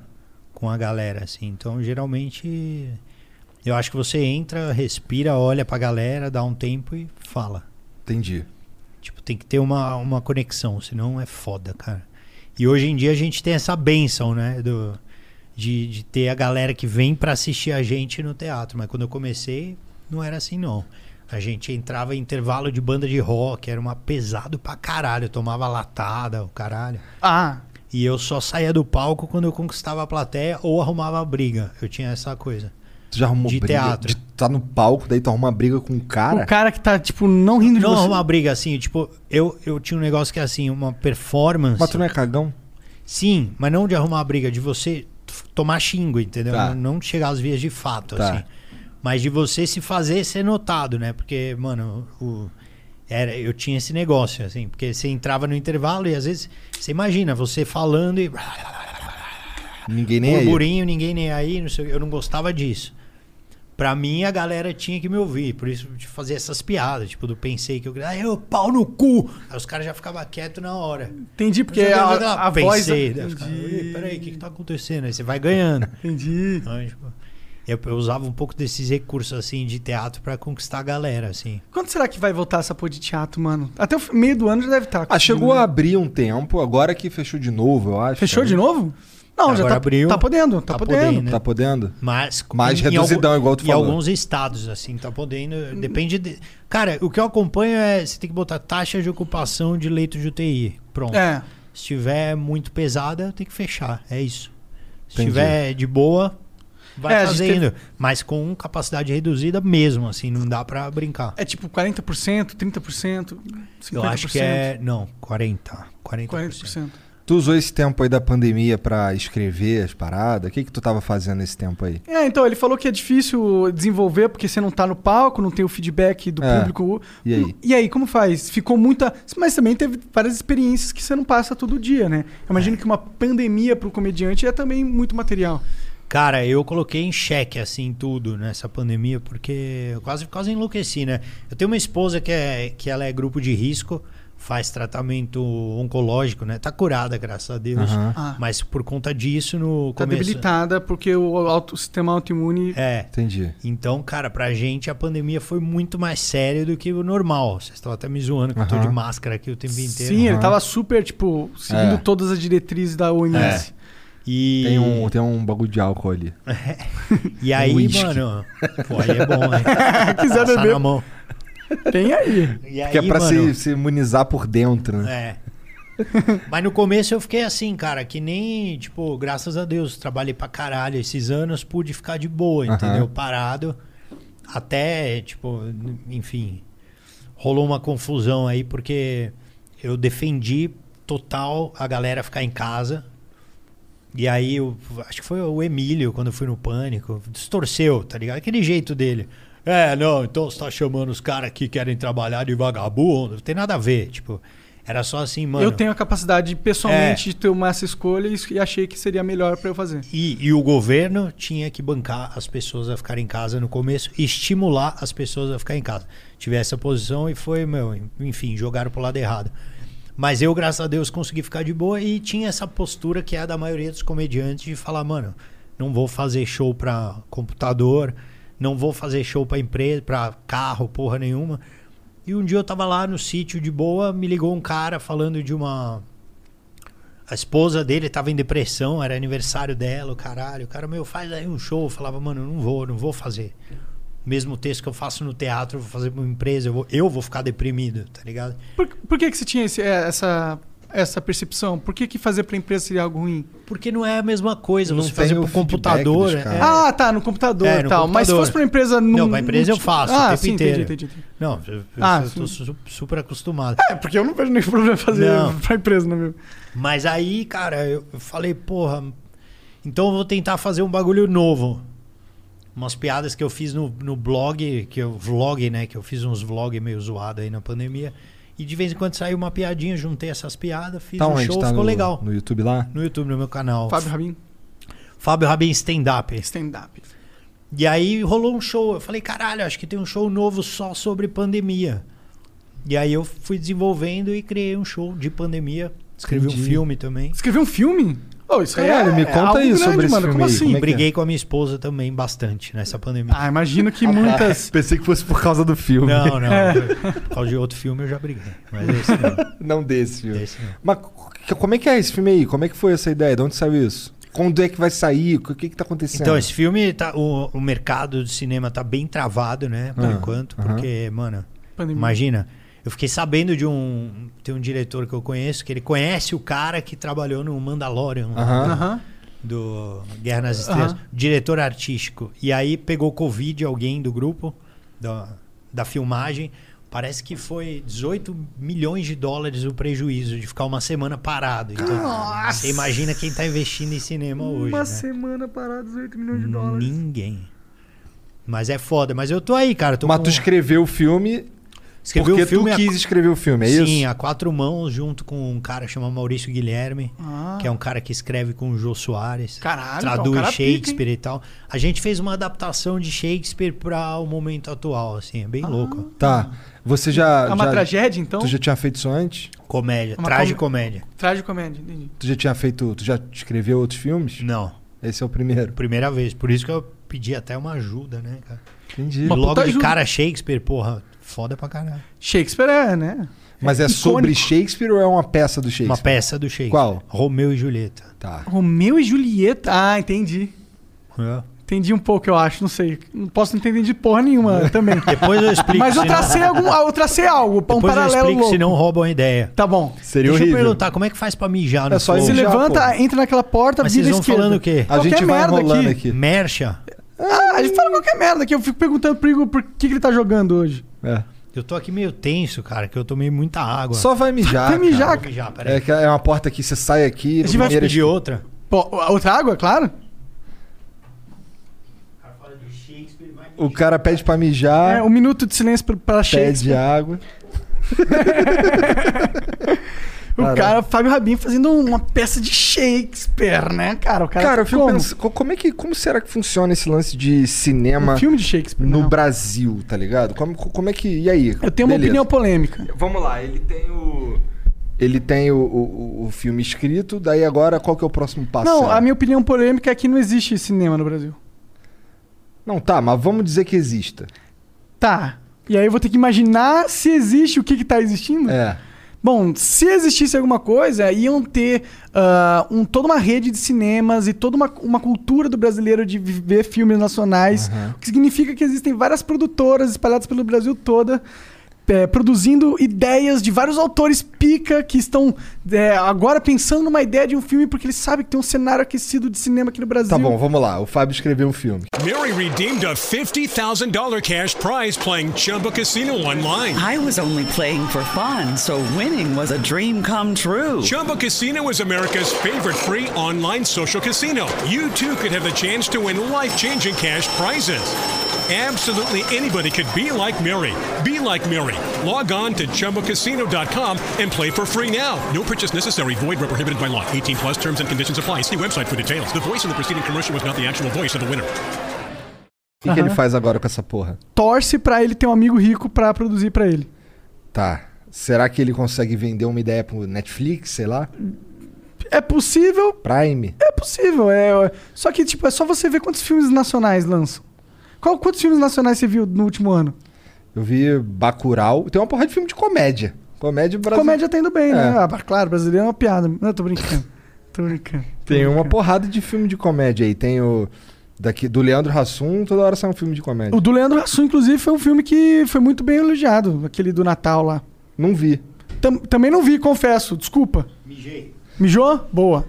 Speaker 4: com a galera, assim. Então, geralmente, eu acho que você entra, respira, olha pra galera, dá um tempo e fala.
Speaker 2: entendi.
Speaker 4: Tipo, tem que ter uma, uma conexão, senão é foda, cara. E hoje em dia a gente tem essa benção, né? Do, de, de ter a galera que vem pra assistir a gente no teatro. Mas quando eu comecei, não era assim, não. A gente entrava em intervalo de banda de rock, era uma pesado pra caralho. Eu tomava latada, o caralho.
Speaker 3: Ah,
Speaker 4: E eu só saía do palco quando eu conquistava a plateia ou arrumava briga. Eu tinha essa coisa.
Speaker 2: Tu já arrumou
Speaker 4: De
Speaker 2: briga?
Speaker 4: teatro.
Speaker 2: De- tá no palco, daí tu arruma briga com o cara.
Speaker 3: o cara que tá, tipo, não rindo de
Speaker 4: Não
Speaker 3: você.
Speaker 4: arrumava briga assim, tipo, eu, eu tinha um negócio que é assim, uma performance.
Speaker 2: Mas tu não é cagão?
Speaker 4: Sim, mas não de arrumar a briga, de você t- tomar xingo, entendeu?
Speaker 2: Tá.
Speaker 4: Não, não chegar às vias de fato,
Speaker 2: Tá.
Speaker 4: assim. Mas de você se fazer ser notado, né? Porque, mano, o- era, eu tinha esse negócio, assim, porque você entrava no intervalo e às vezes você imagina, você falando e
Speaker 2: Ninguém nem é aí.
Speaker 4: burburinho, ninguém nem aí, não sei, eu não gostava disso. Pra mim, a galera tinha que me ouvir, por isso de fazer essas piadas, tipo, do pensei que eu gritava, ah, eu pau no cu! Aí os caras já ficavam quietos na hora.
Speaker 3: Entendi, porque
Speaker 4: Você
Speaker 3: a,
Speaker 4: vai um lá,
Speaker 3: a voz... é
Speaker 4: pensei, né? Os caras, "Ih,
Speaker 3: Entendi,
Speaker 4: Peraí, o que, que tá acontecendo? Aí você vai ganhando.
Speaker 3: entendi.
Speaker 4: Então, tipo, eu, eu usava um pouco desses recursos assim de teatro pra conquistar a galera, assim.
Speaker 3: Quando será que vai voltar essa porra de teatro, mano? Até o f- meio do ano já deve tá estar.
Speaker 2: Ah, chegou a abrir um tempo, agora que fechou de novo, eu acho.
Speaker 3: Fechou de novo? Não, já
Speaker 4: Agora
Speaker 3: tá,
Speaker 4: abriu.
Speaker 3: tá podendo, tá,
Speaker 4: Tá
Speaker 3: podendo.
Speaker 4: podendo.
Speaker 2: Tá podendo?
Speaker 4: Mas
Speaker 2: Mais reduzidão, igual tu
Speaker 4: em
Speaker 2: falou.
Speaker 4: alguns estados assim, tá podendo,
Speaker 3: Uhum.
Speaker 4: depende de- Cara, o que eu acompanho é você tem que botar taxa de ocupação de leito de UTI. Pronto.
Speaker 3: É.
Speaker 4: Se tiver muito pesada, tem que fechar, é isso. Se
Speaker 2: Entendi.
Speaker 4: tiver de boa, vai
Speaker 3: É, a gente
Speaker 4: fazendo, mas com capacidade reduzida mesmo, assim, não dá pra brincar.
Speaker 3: É tipo 40%, 30%, 50%.
Speaker 4: Eu acho que é. Não, 40. 40%.
Speaker 3: 40%.
Speaker 2: Tu usou esse tempo aí da pandemia pra escrever as paradas? O que que tu tava fazendo nesse tempo aí?
Speaker 3: É, então, ele falou que é difícil desenvolver porque você não tá no palco, não tem o feedback do
Speaker 2: É.
Speaker 3: público.
Speaker 2: E aí?
Speaker 3: E aí, como faz? Ficou muita. Mas também teve várias experiências que você não passa todo dia, né? Eu imagino que uma pandemia pro comediante é também é muito material.
Speaker 4: Cara, eu coloquei em xeque, assim, tudo nessa pandemia, porque eu quase, quase enlouqueci, né? Eu tenho uma esposa que, é, que ela é grupo de risco, faz tratamento oncológico, né? Tá curada, graças a Deus.
Speaker 2: Aham.
Speaker 3: Ah.
Speaker 4: Mas por conta disso, no
Speaker 3: Tá
Speaker 4: começo...
Speaker 3: debilitada porque o, auto- o sistema autoimune.
Speaker 4: É.
Speaker 2: Entendi.
Speaker 4: Então, cara, pra gente a pandemia foi muito mais séria do que o normal. Vocês estão até me zoando que eu tô
Speaker 2: Aham.
Speaker 4: de máscara aqui o tempo inteiro.
Speaker 3: Sim, é. ele tava super, tipo, seguindo
Speaker 2: É.
Speaker 3: todas as diretrizes da OMS.
Speaker 4: E,
Speaker 2: Tem um, tem um bagulho de álcool ali.
Speaker 4: e aí,
Speaker 2: whisky.
Speaker 4: mano... Pô, aí é bom,
Speaker 2: <laughs>
Speaker 4: hein?
Speaker 3: Quiser
Speaker 4: Passar
Speaker 3: beber.
Speaker 4: na mão. É.
Speaker 3: Tem aí.
Speaker 4: E aí,
Speaker 2: Que é pra
Speaker 4: mano,
Speaker 2: se, se imunizar por dentro, né?
Speaker 4: É. <laughs> Mas no começo eu fiquei assim, cara, que nem, tipo, graças a Deus, trabalhei pra caralho esses anos, pude ficar de boa,
Speaker 2: Aham.
Speaker 4: entendeu? Parado. Até, tipo, enfim, rolou uma confusão aí, porque eu defendi total a galera ficar em casa. E aí, eu, acho que foi o Emílio, quando eu fui no Pânico, distorceu, tá ligado? Aquele jeito dele. É, não, então você tá chamando os caras que querem trabalhar de vagabundo. Não tem nada a ver, tipo. Era só assim, mano.
Speaker 3: Eu tenho a capacidade pessoalmente de tomar essa escolha e- e achei que seria melhor pra eu fazer.
Speaker 4: E, e o governo tinha que bancar as pessoas a ficarem em casa no começo, e estimular as pessoas a ficar em casa. Tive essa posição e foi, meu, enfim, jogaram pro lado errado. Mas eu, graças a Deus, consegui ficar de boa e tinha essa postura que é a da maioria dos comediantes de falar, mano, não vou fazer show pra computador, não vou fazer show pra empresa, pra carro, porra nenhuma. E um dia eu tava lá no sítio de boa, me ligou um cara falando de uma a esposa dele tava em depressão, era aniversário dela, o caralho. O cara, meu, faz aí um show. Eu falava, mano, eu não vou, não vou fazer. O mesmo texto que eu faço no teatro, eu vou fazer pra uma empresa, eu vou, eu vou ficar deprimido, tá ligado?
Speaker 3: Por, por que, que você tinha esse- é, essa, essa percepção? Por que, que fazer pra empresa seria algo ruim?
Speaker 4: Porque não é a mesma coisa
Speaker 2: Não
Speaker 4: você
Speaker 2: tem
Speaker 4: fazer
Speaker 2: o
Speaker 4: pro
Speaker 2: feedback
Speaker 4: computador.
Speaker 2: dos
Speaker 4: é-
Speaker 2: caras.
Speaker 3: Ah, tá, no computador
Speaker 4: É,
Speaker 3: e
Speaker 4: no
Speaker 3: tal. Mas se
Speaker 4: computador.
Speaker 3: fosse pra empresa.
Speaker 4: Não, pra empresa eu
Speaker 3: ti-
Speaker 4: faço o
Speaker 3: Ah,
Speaker 4: tempo
Speaker 3: sim,
Speaker 4: inteiro.
Speaker 3: entendi, entendi, entendi.
Speaker 4: Não, eu, eu,
Speaker 3: Ah,
Speaker 4: eu tô su- super acostumado.
Speaker 3: É, porque eu não vejo nenhum problema fazer
Speaker 4: Não.
Speaker 3: <laughs> pra empresa, não meu.
Speaker 4: Mas aí, cara, eu eu falei, porra, então eu vou tentar fazer um bagulho novo. Umas piadas que eu fiz no, no blog, que eu vlog, né? Que eu fiz uns vlog meio zoado aí na pandemia. E de vez em quando saiu uma piadinha, juntei essas piadas, fiz
Speaker 2: Tá
Speaker 4: um
Speaker 2: onde?
Speaker 4: show,
Speaker 2: Tá
Speaker 4: ficou
Speaker 2: no,
Speaker 4: legal.
Speaker 2: no YouTube lá?
Speaker 4: No YouTube, no meu canal.
Speaker 3: Fábio Rabin,
Speaker 4: Fábio Rabin Stand Up.
Speaker 3: stand-up.
Speaker 4: E aí rolou um show. Eu falei, caralho, acho que tem um show novo só sobre pandemia. E aí eu fui desenvolvendo e criei um show de pandemia. Escrevi um
Speaker 2: Entendi.
Speaker 4: filme também.
Speaker 3: Escreveu um filme? Oh, isso aí
Speaker 2: Caralho,
Speaker 3: é,
Speaker 2: me
Speaker 3: é
Speaker 2: conta
Speaker 3: algo
Speaker 2: aí
Speaker 3: grande,
Speaker 2: sobre esse
Speaker 3: mano.
Speaker 2: filme
Speaker 3: Como
Speaker 2: aí,
Speaker 3: assim?
Speaker 2: como é que-
Speaker 4: Briguei com a minha esposa também bastante nessa pandemia.
Speaker 3: Ah, imagino
Speaker 2: <laughs>
Speaker 3: que muitas.
Speaker 2: Pensei que fosse por causa do filme.
Speaker 4: Não, não.
Speaker 3: <laughs>
Speaker 4: Por causa de outro filme eu já briguei. Mas
Speaker 2: <laughs>
Speaker 4: esse não.
Speaker 2: <laughs> Não desse filme.
Speaker 4: Esse não.
Speaker 2: Mas c- como é que é esse filme aí? Como é que foi essa ideia? De onde saiu isso? Quando é que vai sair? O que que tá acontecendo?
Speaker 4: Então, esse filme, tá, o, o mercado de cinema tá bem travado, né? Por
Speaker 2: Ah,
Speaker 4: enquanto.
Speaker 2: aham.
Speaker 4: Porque, mano,
Speaker 3: Pandemia.
Speaker 4: imagina. Eu fiquei sabendo de um. Tem um diretor que eu conheço, que ele conhece o cara que trabalhou no Mandalorian. lá,
Speaker 2: Aham.
Speaker 3: Aham.
Speaker 4: do Guerra nas Estrelas,
Speaker 3: Aham.
Speaker 4: diretor artístico. E aí pegou Covid alguém do grupo, da, da filmagem. Parece que foi 18 milhões de dólares o prejuízo de ficar uma semana parado. Então, você imagina quem tá investindo em cinema hoje.
Speaker 3: Uma
Speaker 4: né?
Speaker 3: semana parada, 18 milhões de dólares.
Speaker 4: Ninguém. Mas é foda. Mas eu tô aí, cara. Tô
Speaker 2: Mas
Speaker 4: tá com-
Speaker 2: tu escreveu o filme
Speaker 4: escrevi
Speaker 2: porque
Speaker 4: o filme
Speaker 2: tu
Speaker 4: a-
Speaker 2: quis escrever o filme, é isso?
Speaker 4: Sim, a quatro mãos, junto com um cara chamado Maurício Guilherme,
Speaker 3: Ah.
Speaker 4: que é um cara que escreve com o Jô Soares.
Speaker 3: Caralho,
Speaker 4: traduz
Speaker 3: tá um cara pica, hein?
Speaker 4: Shakespeare e tal. A gente fez uma adaptação de Shakespeare para o momento atual, assim, é bem
Speaker 3: Ah.
Speaker 4: louco.
Speaker 2: Tá. Você já.
Speaker 3: É uma
Speaker 2: já-
Speaker 3: tragédia, então?
Speaker 2: Tu já tinha feito isso antes?
Speaker 4: Comédia,
Speaker 3: Uma
Speaker 4: traje
Speaker 3: com-
Speaker 4: comédia.
Speaker 3: Tragicomédia, entendi.
Speaker 2: Tu já tinha feito. Tu já escreveu outros filmes?
Speaker 4: Não,
Speaker 2: Esse é o primeiro.
Speaker 4: primeira vez. Por isso que eu pedi até uma ajuda, né, cara?
Speaker 2: Entendi.
Speaker 4: E
Speaker 3: Uma
Speaker 4: logo
Speaker 3: puta
Speaker 4: de
Speaker 3: ajuda.
Speaker 4: cara Shakespeare, porra, foda pra caralho.
Speaker 3: Shakespeare é, né?
Speaker 2: Mas é
Speaker 3: icônico.
Speaker 2: sobre Shakespeare ou é uma peça do Shakespeare?
Speaker 4: Uma peça do Shakespeare.
Speaker 2: Qual?
Speaker 4: Romeu e Julieta.
Speaker 2: Tá.
Speaker 3: Romeu e Julieta. Ah, entendi.
Speaker 4: É.
Speaker 3: Entendi um pouco, eu acho. Não sei. Não posso entender de porra
Speaker 4: <laughs>
Speaker 3: nenhuma também. <laughs>
Speaker 4: Depois eu explico.
Speaker 3: Mas eu
Speaker 4: senão-
Speaker 3: tracei, algum, ah, eu tracei algo, um
Speaker 4: Depois eu
Speaker 3: paralelo
Speaker 4: explico,
Speaker 3: louco.
Speaker 4: senão roubam a ideia.
Speaker 3: Tá bom.
Speaker 2: Seria
Speaker 4: Deixa eu
Speaker 2: horrível.
Speaker 4: perguntar, como é que faz pra mijar no
Speaker 2: É só
Speaker 4: fogo?
Speaker 3: Se
Speaker 2: Já,
Speaker 3: levanta,
Speaker 2: pô.
Speaker 3: entra naquela porta,
Speaker 4: Mas
Speaker 3: vira à
Speaker 4: vocês vão
Speaker 3: esquerda.
Speaker 4: falando o quê?
Speaker 2: A gente
Speaker 3: Qualquer
Speaker 2: vai
Speaker 3: merda
Speaker 2: enrolando
Speaker 3: aqui.
Speaker 2: aqui.
Speaker 4: Mercha?
Speaker 3: Ah, a gente fala qualquer merda aqui. Eu fico perguntando pro Igor por que, que ele tá jogando hoje.
Speaker 2: É.
Speaker 4: Eu tô aqui meio tenso, cara, que eu tomei muita água. Tá,
Speaker 2: Só vai mijar.
Speaker 3: Vai mijar,
Speaker 4: Vou
Speaker 2: cara.
Speaker 4: mijar, peraí.
Speaker 2: É, que é uma porta aqui, você sai aqui.
Speaker 4: Você vai pedir outra?
Speaker 3: Pô, a outra água, claro?
Speaker 2: O cara pede pra
Speaker 3: É,
Speaker 2: mijar,
Speaker 3: um
Speaker 2: ah,
Speaker 3: minuto de silêncio pra, pra
Speaker 2: pede
Speaker 3: Shakespeare.
Speaker 2: água.
Speaker 3: O cara, Fábio Rabin fazendo uma peça de Shakespeare, né, cara? O cara,
Speaker 2: Cara, eu fico
Speaker 3: como?
Speaker 2: pensando, co- como é que, como será que funciona esse lance de cinema
Speaker 3: Um filme de Shakespeare.
Speaker 2: no
Speaker 3: não.
Speaker 2: Brasil, tá ligado? Como, como é que, e aí?
Speaker 3: Eu tenho uma
Speaker 2: Beleza.
Speaker 3: opinião polêmica.
Speaker 5: Vamos lá, ele tem o.
Speaker 2: Ele tem o, o- o filme escrito, daí agora qual que é o próximo passo?
Speaker 3: Não,
Speaker 2: será?
Speaker 3: a minha opinião polêmica é que não existe cinema no Brasil.
Speaker 2: Não, tá, mas vamos dizer que exista.
Speaker 3: Tá. E aí eu vou ter que imaginar se existe o que que tá existindo?
Speaker 2: É.
Speaker 3: Bom, se existisse alguma coisa, iam ter ah, um, toda uma rede de cinemas e toda uma, uma cultura do brasileiro de vi- ver filmes nacionais, o que significa que existem várias produtoras espalhadas pelo Brasil toda. eh, produzindo ideias de vários autores pica que estão eh, agora pensando numa ideia de um filme porque eles sabem que tem um cenário aquecido de cinema aqui no Brasil.
Speaker 2: Tá bom, vamos lá. O Fábio escreveu um filme.
Speaker 6: Mary redeemed a $50,000 cash prize playing Chumba Casino online.
Speaker 7: I was only playing for fun, so winning was a dream come true.
Speaker 6: Chumba Casino is America's favorite free online social casino. You too could have the chance to win life changing cash prizes. Absolutely anybody could be like Mary. Be like Mary. Log on to chumbacasino.com and play for free now. No purchase necessary. Void where prohibited by law. 18 plus terms and conditions apply. See website for details. The voice in the preceding commercial was not the actual voice of the winner.
Speaker 2: O que, que ele faz agora com essa porra?
Speaker 3: Torce pra ele ter um amigo rico pra produzir pra ele.
Speaker 2: Tá. Será que ele consegue vender uma ideia pro Netflix, sei lá?
Speaker 3: É possível,
Speaker 2: Prime?
Speaker 3: É possível, é. Só que, tipo, é só você ver quantos filmes nacionais lançam. Qual, quantos filmes nacionais você viu no último ano?
Speaker 2: Eu vi Bacurau. Tem uma porra de filme de comédia. Comédia brasileira.
Speaker 3: Comédia tá indo bem, né?
Speaker 2: É.
Speaker 3: Ah, claro, brasileiro é uma piada. Não, tô brincando.
Speaker 2: <laughs>
Speaker 3: Tô brincando.
Speaker 2: Tem uma porrada de filme de comédia aí. Tem o daqui, do Leandro Hassum, toda hora sai um filme de comédia.
Speaker 3: O do Leandro Hassum, inclusive, foi um filme que foi muito bem elogiado. Aquele do Natal lá.
Speaker 2: Não vi.
Speaker 3: Tam- também não vi, confesso. Desculpa.
Speaker 4: Mijei.
Speaker 3: Mijou? Boa.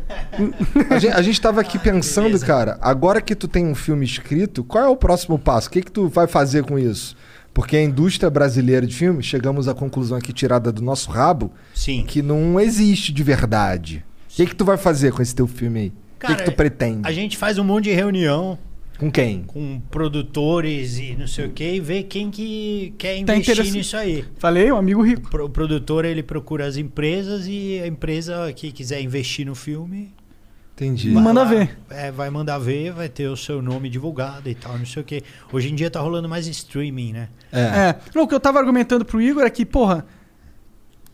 Speaker 2: A gente, a gente tava
Speaker 4: <laughs> Ah,
Speaker 2: aqui pensando, cara, agora que tu tem um filme escrito, qual é o próximo passo? O que, que tu vai fazer com isso? Porque a indústria brasileira de filme, chegamos à conclusão aqui tirada do nosso rabo,
Speaker 4: Sim.
Speaker 2: que não existe de verdade. O que, que tu vai fazer com esse teu filme aí? O que que,
Speaker 4: Cara,
Speaker 2: tu pretende?
Speaker 4: A gente faz um monte de reunião
Speaker 2: Com quem?
Speaker 4: com produtores e não sei o que e vê quem que quer
Speaker 3: Tá
Speaker 4: investir
Speaker 3: interessa-
Speaker 4: nisso aí.
Speaker 3: Falei, um amigo rico.
Speaker 4: Pro- O produtor ele procura as empresas e a empresa que quiser investir no filme
Speaker 2: Entendi.
Speaker 4: vai
Speaker 3: Manda
Speaker 4: lá,
Speaker 3: ver.
Speaker 4: é, vai mandar ver, vai ter o seu nome divulgado e tal, não sei o que. Hoje em dia tá rolando mais streaming, né?
Speaker 2: É.
Speaker 3: É. Não, o que eu tava argumentando pro Igor é que, porra,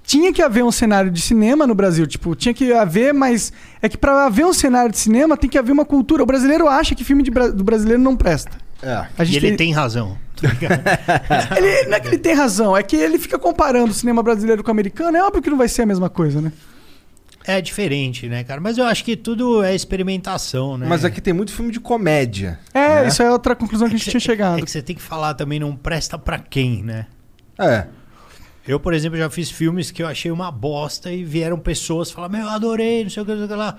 Speaker 3: tinha que haver um cenário de cinema no Brasil. Tipo, tinha que haver, mas é que pra haver um cenário de cinema tem que haver uma cultura. O brasileiro acha que filme de bra- do brasileiro não presta.
Speaker 2: É.
Speaker 3: A
Speaker 4: E
Speaker 3: gente
Speaker 4: ele tem razão. tá
Speaker 3: <laughs>
Speaker 4: ligado?
Speaker 3: ele- não é que ele tem razão, é que ele fica comparando o cinema brasileiro com o americano. É óbvio que não vai ser a mesma coisa, né?
Speaker 4: é diferente, né, cara? Mas eu acho que tudo é experimentação, né?
Speaker 2: Mas aqui tem muito filme de comédia.
Speaker 3: É,
Speaker 2: né?
Speaker 3: isso é outra conclusão que a gente tinha
Speaker 4: É
Speaker 3: chegado.
Speaker 4: que você tem que falar também, não presta pra quem, né?
Speaker 2: É.
Speaker 4: Eu, por exemplo, já fiz filmes que eu achei uma bosta e vieram pessoas falar, meu, eu adorei, não sei o que, não sei o que lá.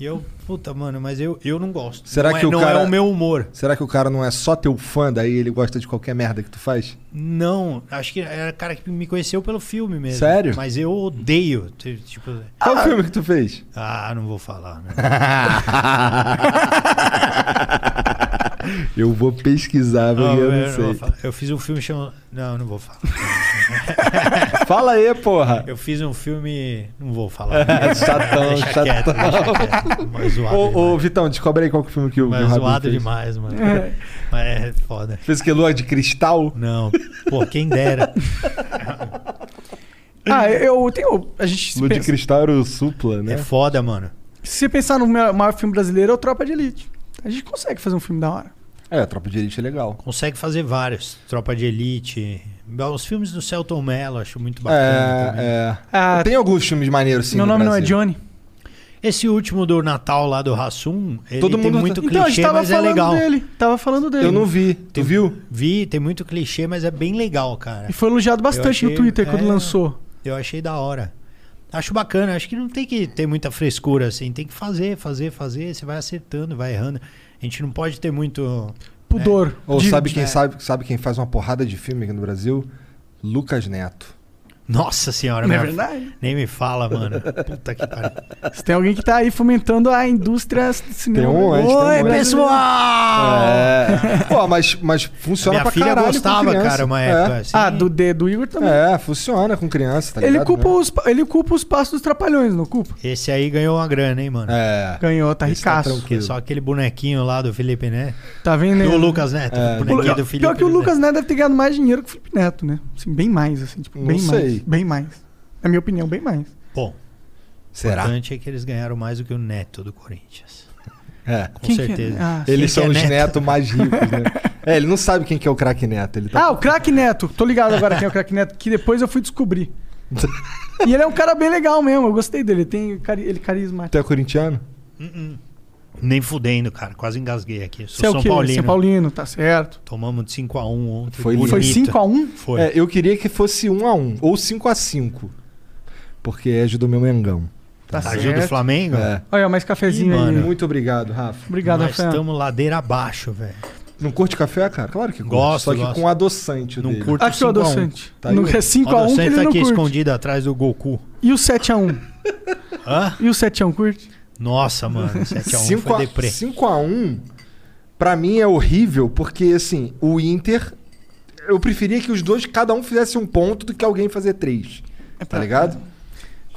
Speaker 4: E eu, puta, mano, mas eu, eu não gosto.
Speaker 2: Será
Speaker 4: não
Speaker 2: que
Speaker 4: é,
Speaker 2: o
Speaker 4: não
Speaker 2: cara-
Speaker 4: é o meu humor.
Speaker 2: Será que o cara não é só teu fã, daí ele gosta de qualquer merda que tu faz?
Speaker 4: Não, acho que era o cara que me conheceu pelo filme mesmo.
Speaker 2: Sério?
Speaker 4: Mas eu odeio. t- Tipo,
Speaker 2: Qual filme que tu fez?
Speaker 4: ah, não vou falar, né?
Speaker 2: eu vou pesquisar,
Speaker 4: Não,
Speaker 2: porque <laughs> eu
Speaker 4: Ah, eu, não vou
Speaker 2: não sei.
Speaker 4: falar. Eu fiz um filme chamado. Não, não vou falar.
Speaker 2: Fala aí, porra.
Speaker 4: Eu fiz um filme. Não vou falar.
Speaker 2: <laughs> Chatão,
Speaker 4: Deixa quieto,
Speaker 2: chatão.
Speaker 4: deixa quieto. Mas zoado.
Speaker 2: Ô,
Speaker 4: demais.
Speaker 2: ô, Vitão, descobre aí qual que foi o filme que o
Speaker 4: Mas
Speaker 2: meu
Speaker 4: zoado
Speaker 2: fez.
Speaker 4: demais, mano. Mas é foda.
Speaker 2: Fez que lua de cristal?
Speaker 4: Não, pô, quem dera.
Speaker 3: Ah, eu tenho. A gente se,
Speaker 2: Lua de
Speaker 3: pensa,
Speaker 2: cristal era o supla, né?
Speaker 4: É foda, mano.
Speaker 3: se você pensar no meu- maior filme brasileiro, é o Tropa de Elite. A gente consegue fazer um filme da hora.
Speaker 2: É, a Tropa de Elite é legal.
Speaker 4: Consegue fazer vários. Tropa de Elite. Os filmes do Celton Mello, acho muito bacana. também.
Speaker 2: É, é.
Speaker 3: Ah,
Speaker 2: Tem alguns filmes maneiros, sim.
Speaker 3: meu
Speaker 2: no
Speaker 3: nome não é
Speaker 2: Brasil.
Speaker 3: Johnny.
Speaker 4: Esse último do Natal lá do Rassum, ele
Speaker 2: Todo
Speaker 4: tem
Speaker 2: mundo-
Speaker 4: muito
Speaker 3: Então, a gente
Speaker 4: clichê,
Speaker 3: tava
Speaker 4: mas é
Speaker 3: falando
Speaker 4: legal.
Speaker 3: dele. Tava falando dele.
Speaker 2: Eu não vi. Tu viu?
Speaker 4: Vi, tem muito clichê, mas é bem legal, cara.
Speaker 3: E foi elogiado bastante
Speaker 4: Eu
Speaker 3: no
Speaker 4: achei-
Speaker 3: Twitter quando
Speaker 4: é.
Speaker 3: lançou.
Speaker 4: Eu achei da hora. Acho bacana, acho que não tem que ter muita frescura assim, tem que fazer, fazer, fazer, você vai acertando, vai errando. A gente não pode ter muito
Speaker 3: Pudor.
Speaker 2: Ou
Speaker 3: De-
Speaker 2: sabe quem
Speaker 4: é.
Speaker 2: sabe, sabe quem faz uma porrada de filme aqui no Brasil? Lucas Neto.
Speaker 4: Nossa senhora,
Speaker 2: né?
Speaker 3: Não é
Speaker 4: minha-
Speaker 3: verdade?
Speaker 4: Nem me fala, mano. Puta
Speaker 3: <laughs>
Speaker 4: que pariu.
Speaker 3: Se tem alguém que tá aí fomentando a indústria do cinema.
Speaker 2: Tem um, é, tem um,
Speaker 3: Oi,
Speaker 2: é.
Speaker 3: pessoal!
Speaker 2: <laughs> É. Pô, mas, mas funciona
Speaker 4: Minha
Speaker 2: pra
Speaker 4: filha
Speaker 2: caralho com
Speaker 4: gostava,
Speaker 2: criança.
Speaker 4: cara, uma época.
Speaker 2: É.
Speaker 4: assim.
Speaker 3: Ah, do D do Igor também.
Speaker 2: É, funciona com criança, tá ligado?
Speaker 3: ele, culpa
Speaker 2: né?
Speaker 3: os, pa- ele culpa os passos dos trapalhões, não culpa?
Speaker 4: Esse aí ganhou uma grana, hein, mano?
Speaker 2: É.
Speaker 3: Ganhou, tá
Speaker 2: Esse tá
Speaker 3: ricaço.
Speaker 2: tranquilo.
Speaker 4: Porque só aquele bonequinho lá do Felipe Neto.
Speaker 3: Tá vendo? né?
Speaker 4: Do Lucas Neto.
Speaker 2: É,
Speaker 4: o bonequinho do Felipe
Speaker 3: Pior que o
Speaker 4: Neto.
Speaker 3: Lucas Neto deve ter ganhado mais dinheiro que o Felipe Neto, né? Assim, bem mais, assim, tipo,
Speaker 2: Não
Speaker 3: bem mais.
Speaker 2: sei.
Speaker 3: Bem mais. Na minha opinião, bem mais.
Speaker 4: Bom, o
Speaker 2: Será?
Speaker 4: importante é que eles ganharam mais do que o Neto do Corinthians.
Speaker 2: É.
Speaker 4: Com
Speaker 3: Quem que é?
Speaker 4: certeza.
Speaker 3: Ah,
Speaker 4: Quem
Speaker 2: Eles
Speaker 4: que é
Speaker 2: são os
Speaker 4: Neto?
Speaker 2: netos mais ricos, né?
Speaker 4: <laughs>
Speaker 2: É, ele não sabe quem que é o craque neto. Ele tá...
Speaker 3: Ah, o Crack Neto. Tô ligado agora quem é o Crack Neto, que depois eu fui
Speaker 4: <laughs>
Speaker 3: descobrir. e ele é um cara bem legal mesmo, eu gostei dele. Ele tem cari ele é carismático.
Speaker 2: Tu é corintiano?
Speaker 4: Nem fudendo, cara. Quase engasguei aqui. Eu
Speaker 3: Você é
Speaker 4: Sou
Speaker 3: o
Speaker 4: São
Speaker 3: quê?
Speaker 4: Paulino.
Speaker 3: São Paulino, tá certo.
Speaker 4: Tomamos de 5x1 ontem.
Speaker 2: Foi lindo.
Speaker 3: Foi
Speaker 4: bonito.
Speaker 3: 5x1?
Speaker 4: Foi.
Speaker 2: É, eu queria que fosse 1 a 1 ou 5 a 5 Porque ajudou meu Mengão.
Speaker 3: Tá
Speaker 4: Ajuda o
Speaker 3: certo.
Speaker 4: Flamengo?
Speaker 2: É.
Speaker 3: Olha, mais cafezinho
Speaker 4: Ih,
Speaker 3: aí.
Speaker 4: mano.
Speaker 2: Muito obrigado, Rafa.
Speaker 3: Obrigado,
Speaker 4: Nós
Speaker 3: Rafael.
Speaker 4: estamos ladeira abaixo, velho.
Speaker 2: Não curte café, cara? Claro que curte.
Speaker 4: Gosto,
Speaker 2: só que
Speaker 4: gosto.
Speaker 2: com adoçante. o
Speaker 4: Não
Speaker 2: dele.
Speaker 4: curto
Speaker 3: Aqui o
Speaker 4: 5 a 1.
Speaker 3: adoçante.
Speaker 2: Tá aí,
Speaker 3: No-
Speaker 2: ó.
Speaker 3: é 5x1 que
Speaker 4: Adolescente
Speaker 3: ele
Speaker 4: tá
Speaker 3: não
Speaker 4: aqui
Speaker 3: curte.
Speaker 4: escondido atrás do Goku.
Speaker 3: E o 7x1?
Speaker 4: Hã?
Speaker 3: E o 7x1 curte?
Speaker 2: <laughs>
Speaker 4: Nossa, mano. 7x1
Speaker 2: 5
Speaker 4: foi
Speaker 2: a
Speaker 4: é deprê.
Speaker 2: 5 a 1 pra mim é horrível, porque assim, o Inter eu preferia que os dois cada um fizesse um ponto do que alguém fazer três. tá ligado?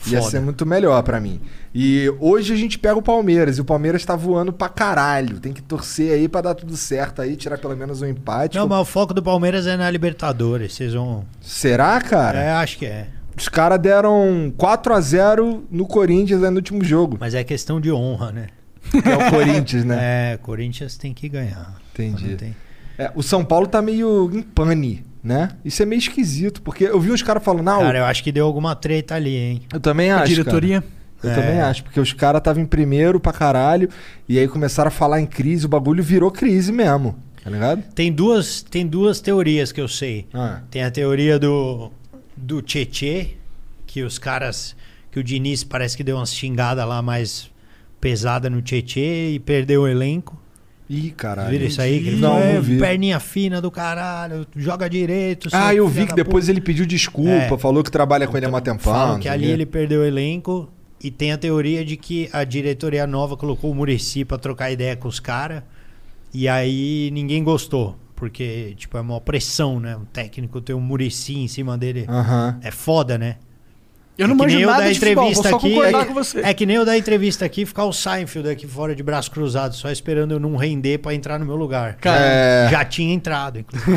Speaker 2: Ia
Speaker 4: É Foda.
Speaker 2: ser muito melhor pra mim. E hoje a gente pega o Palmeiras e o Palmeiras tá voando pra caralho. Tem que torcer aí pra dar tudo certo aí, tirar pelo menos um empate.
Speaker 4: Não, mas o foco do Palmeiras é na Libertadores. Vocês vão.
Speaker 2: Será, cara?
Speaker 4: É, acho que é.
Speaker 2: Os caras deram 4 a 0 no Corinthians aí no último jogo.
Speaker 4: Mas é questão de honra, né?
Speaker 2: Que é o Corinthians, né?
Speaker 4: <laughs> É, Corinthians tem que ganhar.
Speaker 2: Entendi.
Speaker 4: Não tem-
Speaker 2: É, o São Paulo tá meio em pane, né? Isso é meio esquisito, porque eu vi uns caras falando, ah,
Speaker 4: Cara, eu acho que deu alguma treta ali, hein?
Speaker 2: eu, também acho.
Speaker 3: Diretoria?
Speaker 2: cara. Eu
Speaker 4: É.
Speaker 2: também acho, porque os caras estavam em primeiro pra caralho, e aí começaram a falar em crise, o bagulho virou crise mesmo, tá ligado?
Speaker 4: Tem duas, tem duas teorias que eu sei.
Speaker 2: Ah.
Speaker 4: Tem a teoria do do Tietê, que os caras que o Diniz parece que deu uma xingada lá mais pesada no Tietê e perdeu o elenco.
Speaker 2: Ih, caralho.
Speaker 4: Viram isso aí? Que ele
Speaker 2: Ah, Não,
Speaker 4: falou,
Speaker 2: não
Speaker 4: "É,
Speaker 2: vi.
Speaker 4: perninha fina do caralho, joga direito.
Speaker 2: Ah,
Speaker 4: seu
Speaker 2: eu vi
Speaker 4: filho
Speaker 2: que
Speaker 4: da
Speaker 2: depois ele pediu desculpa,
Speaker 4: É.
Speaker 2: falou que trabalha com ele há uma tempão.
Speaker 4: Falam que
Speaker 2: não sei
Speaker 4: ali
Speaker 2: o quê.
Speaker 4: ele perdeu o elenco e tem a teoria de que a diretoria nova colocou o Murici pra trocar ideia com os caras e aí ninguém gostou, porque tipo é uma pressão, né? Um técnico ter um Murici em cima dele
Speaker 2: Aham.
Speaker 4: é foda, né?
Speaker 3: Eu não
Speaker 4: é que
Speaker 3: manjo
Speaker 4: nem eu
Speaker 3: nada
Speaker 4: da
Speaker 3: de futebol, vou
Speaker 4: entrevista
Speaker 3: só
Speaker 4: aqui,
Speaker 3: concordar
Speaker 4: é que,
Speaker 3: com você.
Speaker 4: é que nem eu da entrevista aqui ficar o Seinfeld aqui fora de braço cruzado, só esperando eu não render pra entrar no meu lugar.
Speaker 2: Cara-
Speaker 4: já tinha entrado, inclusive.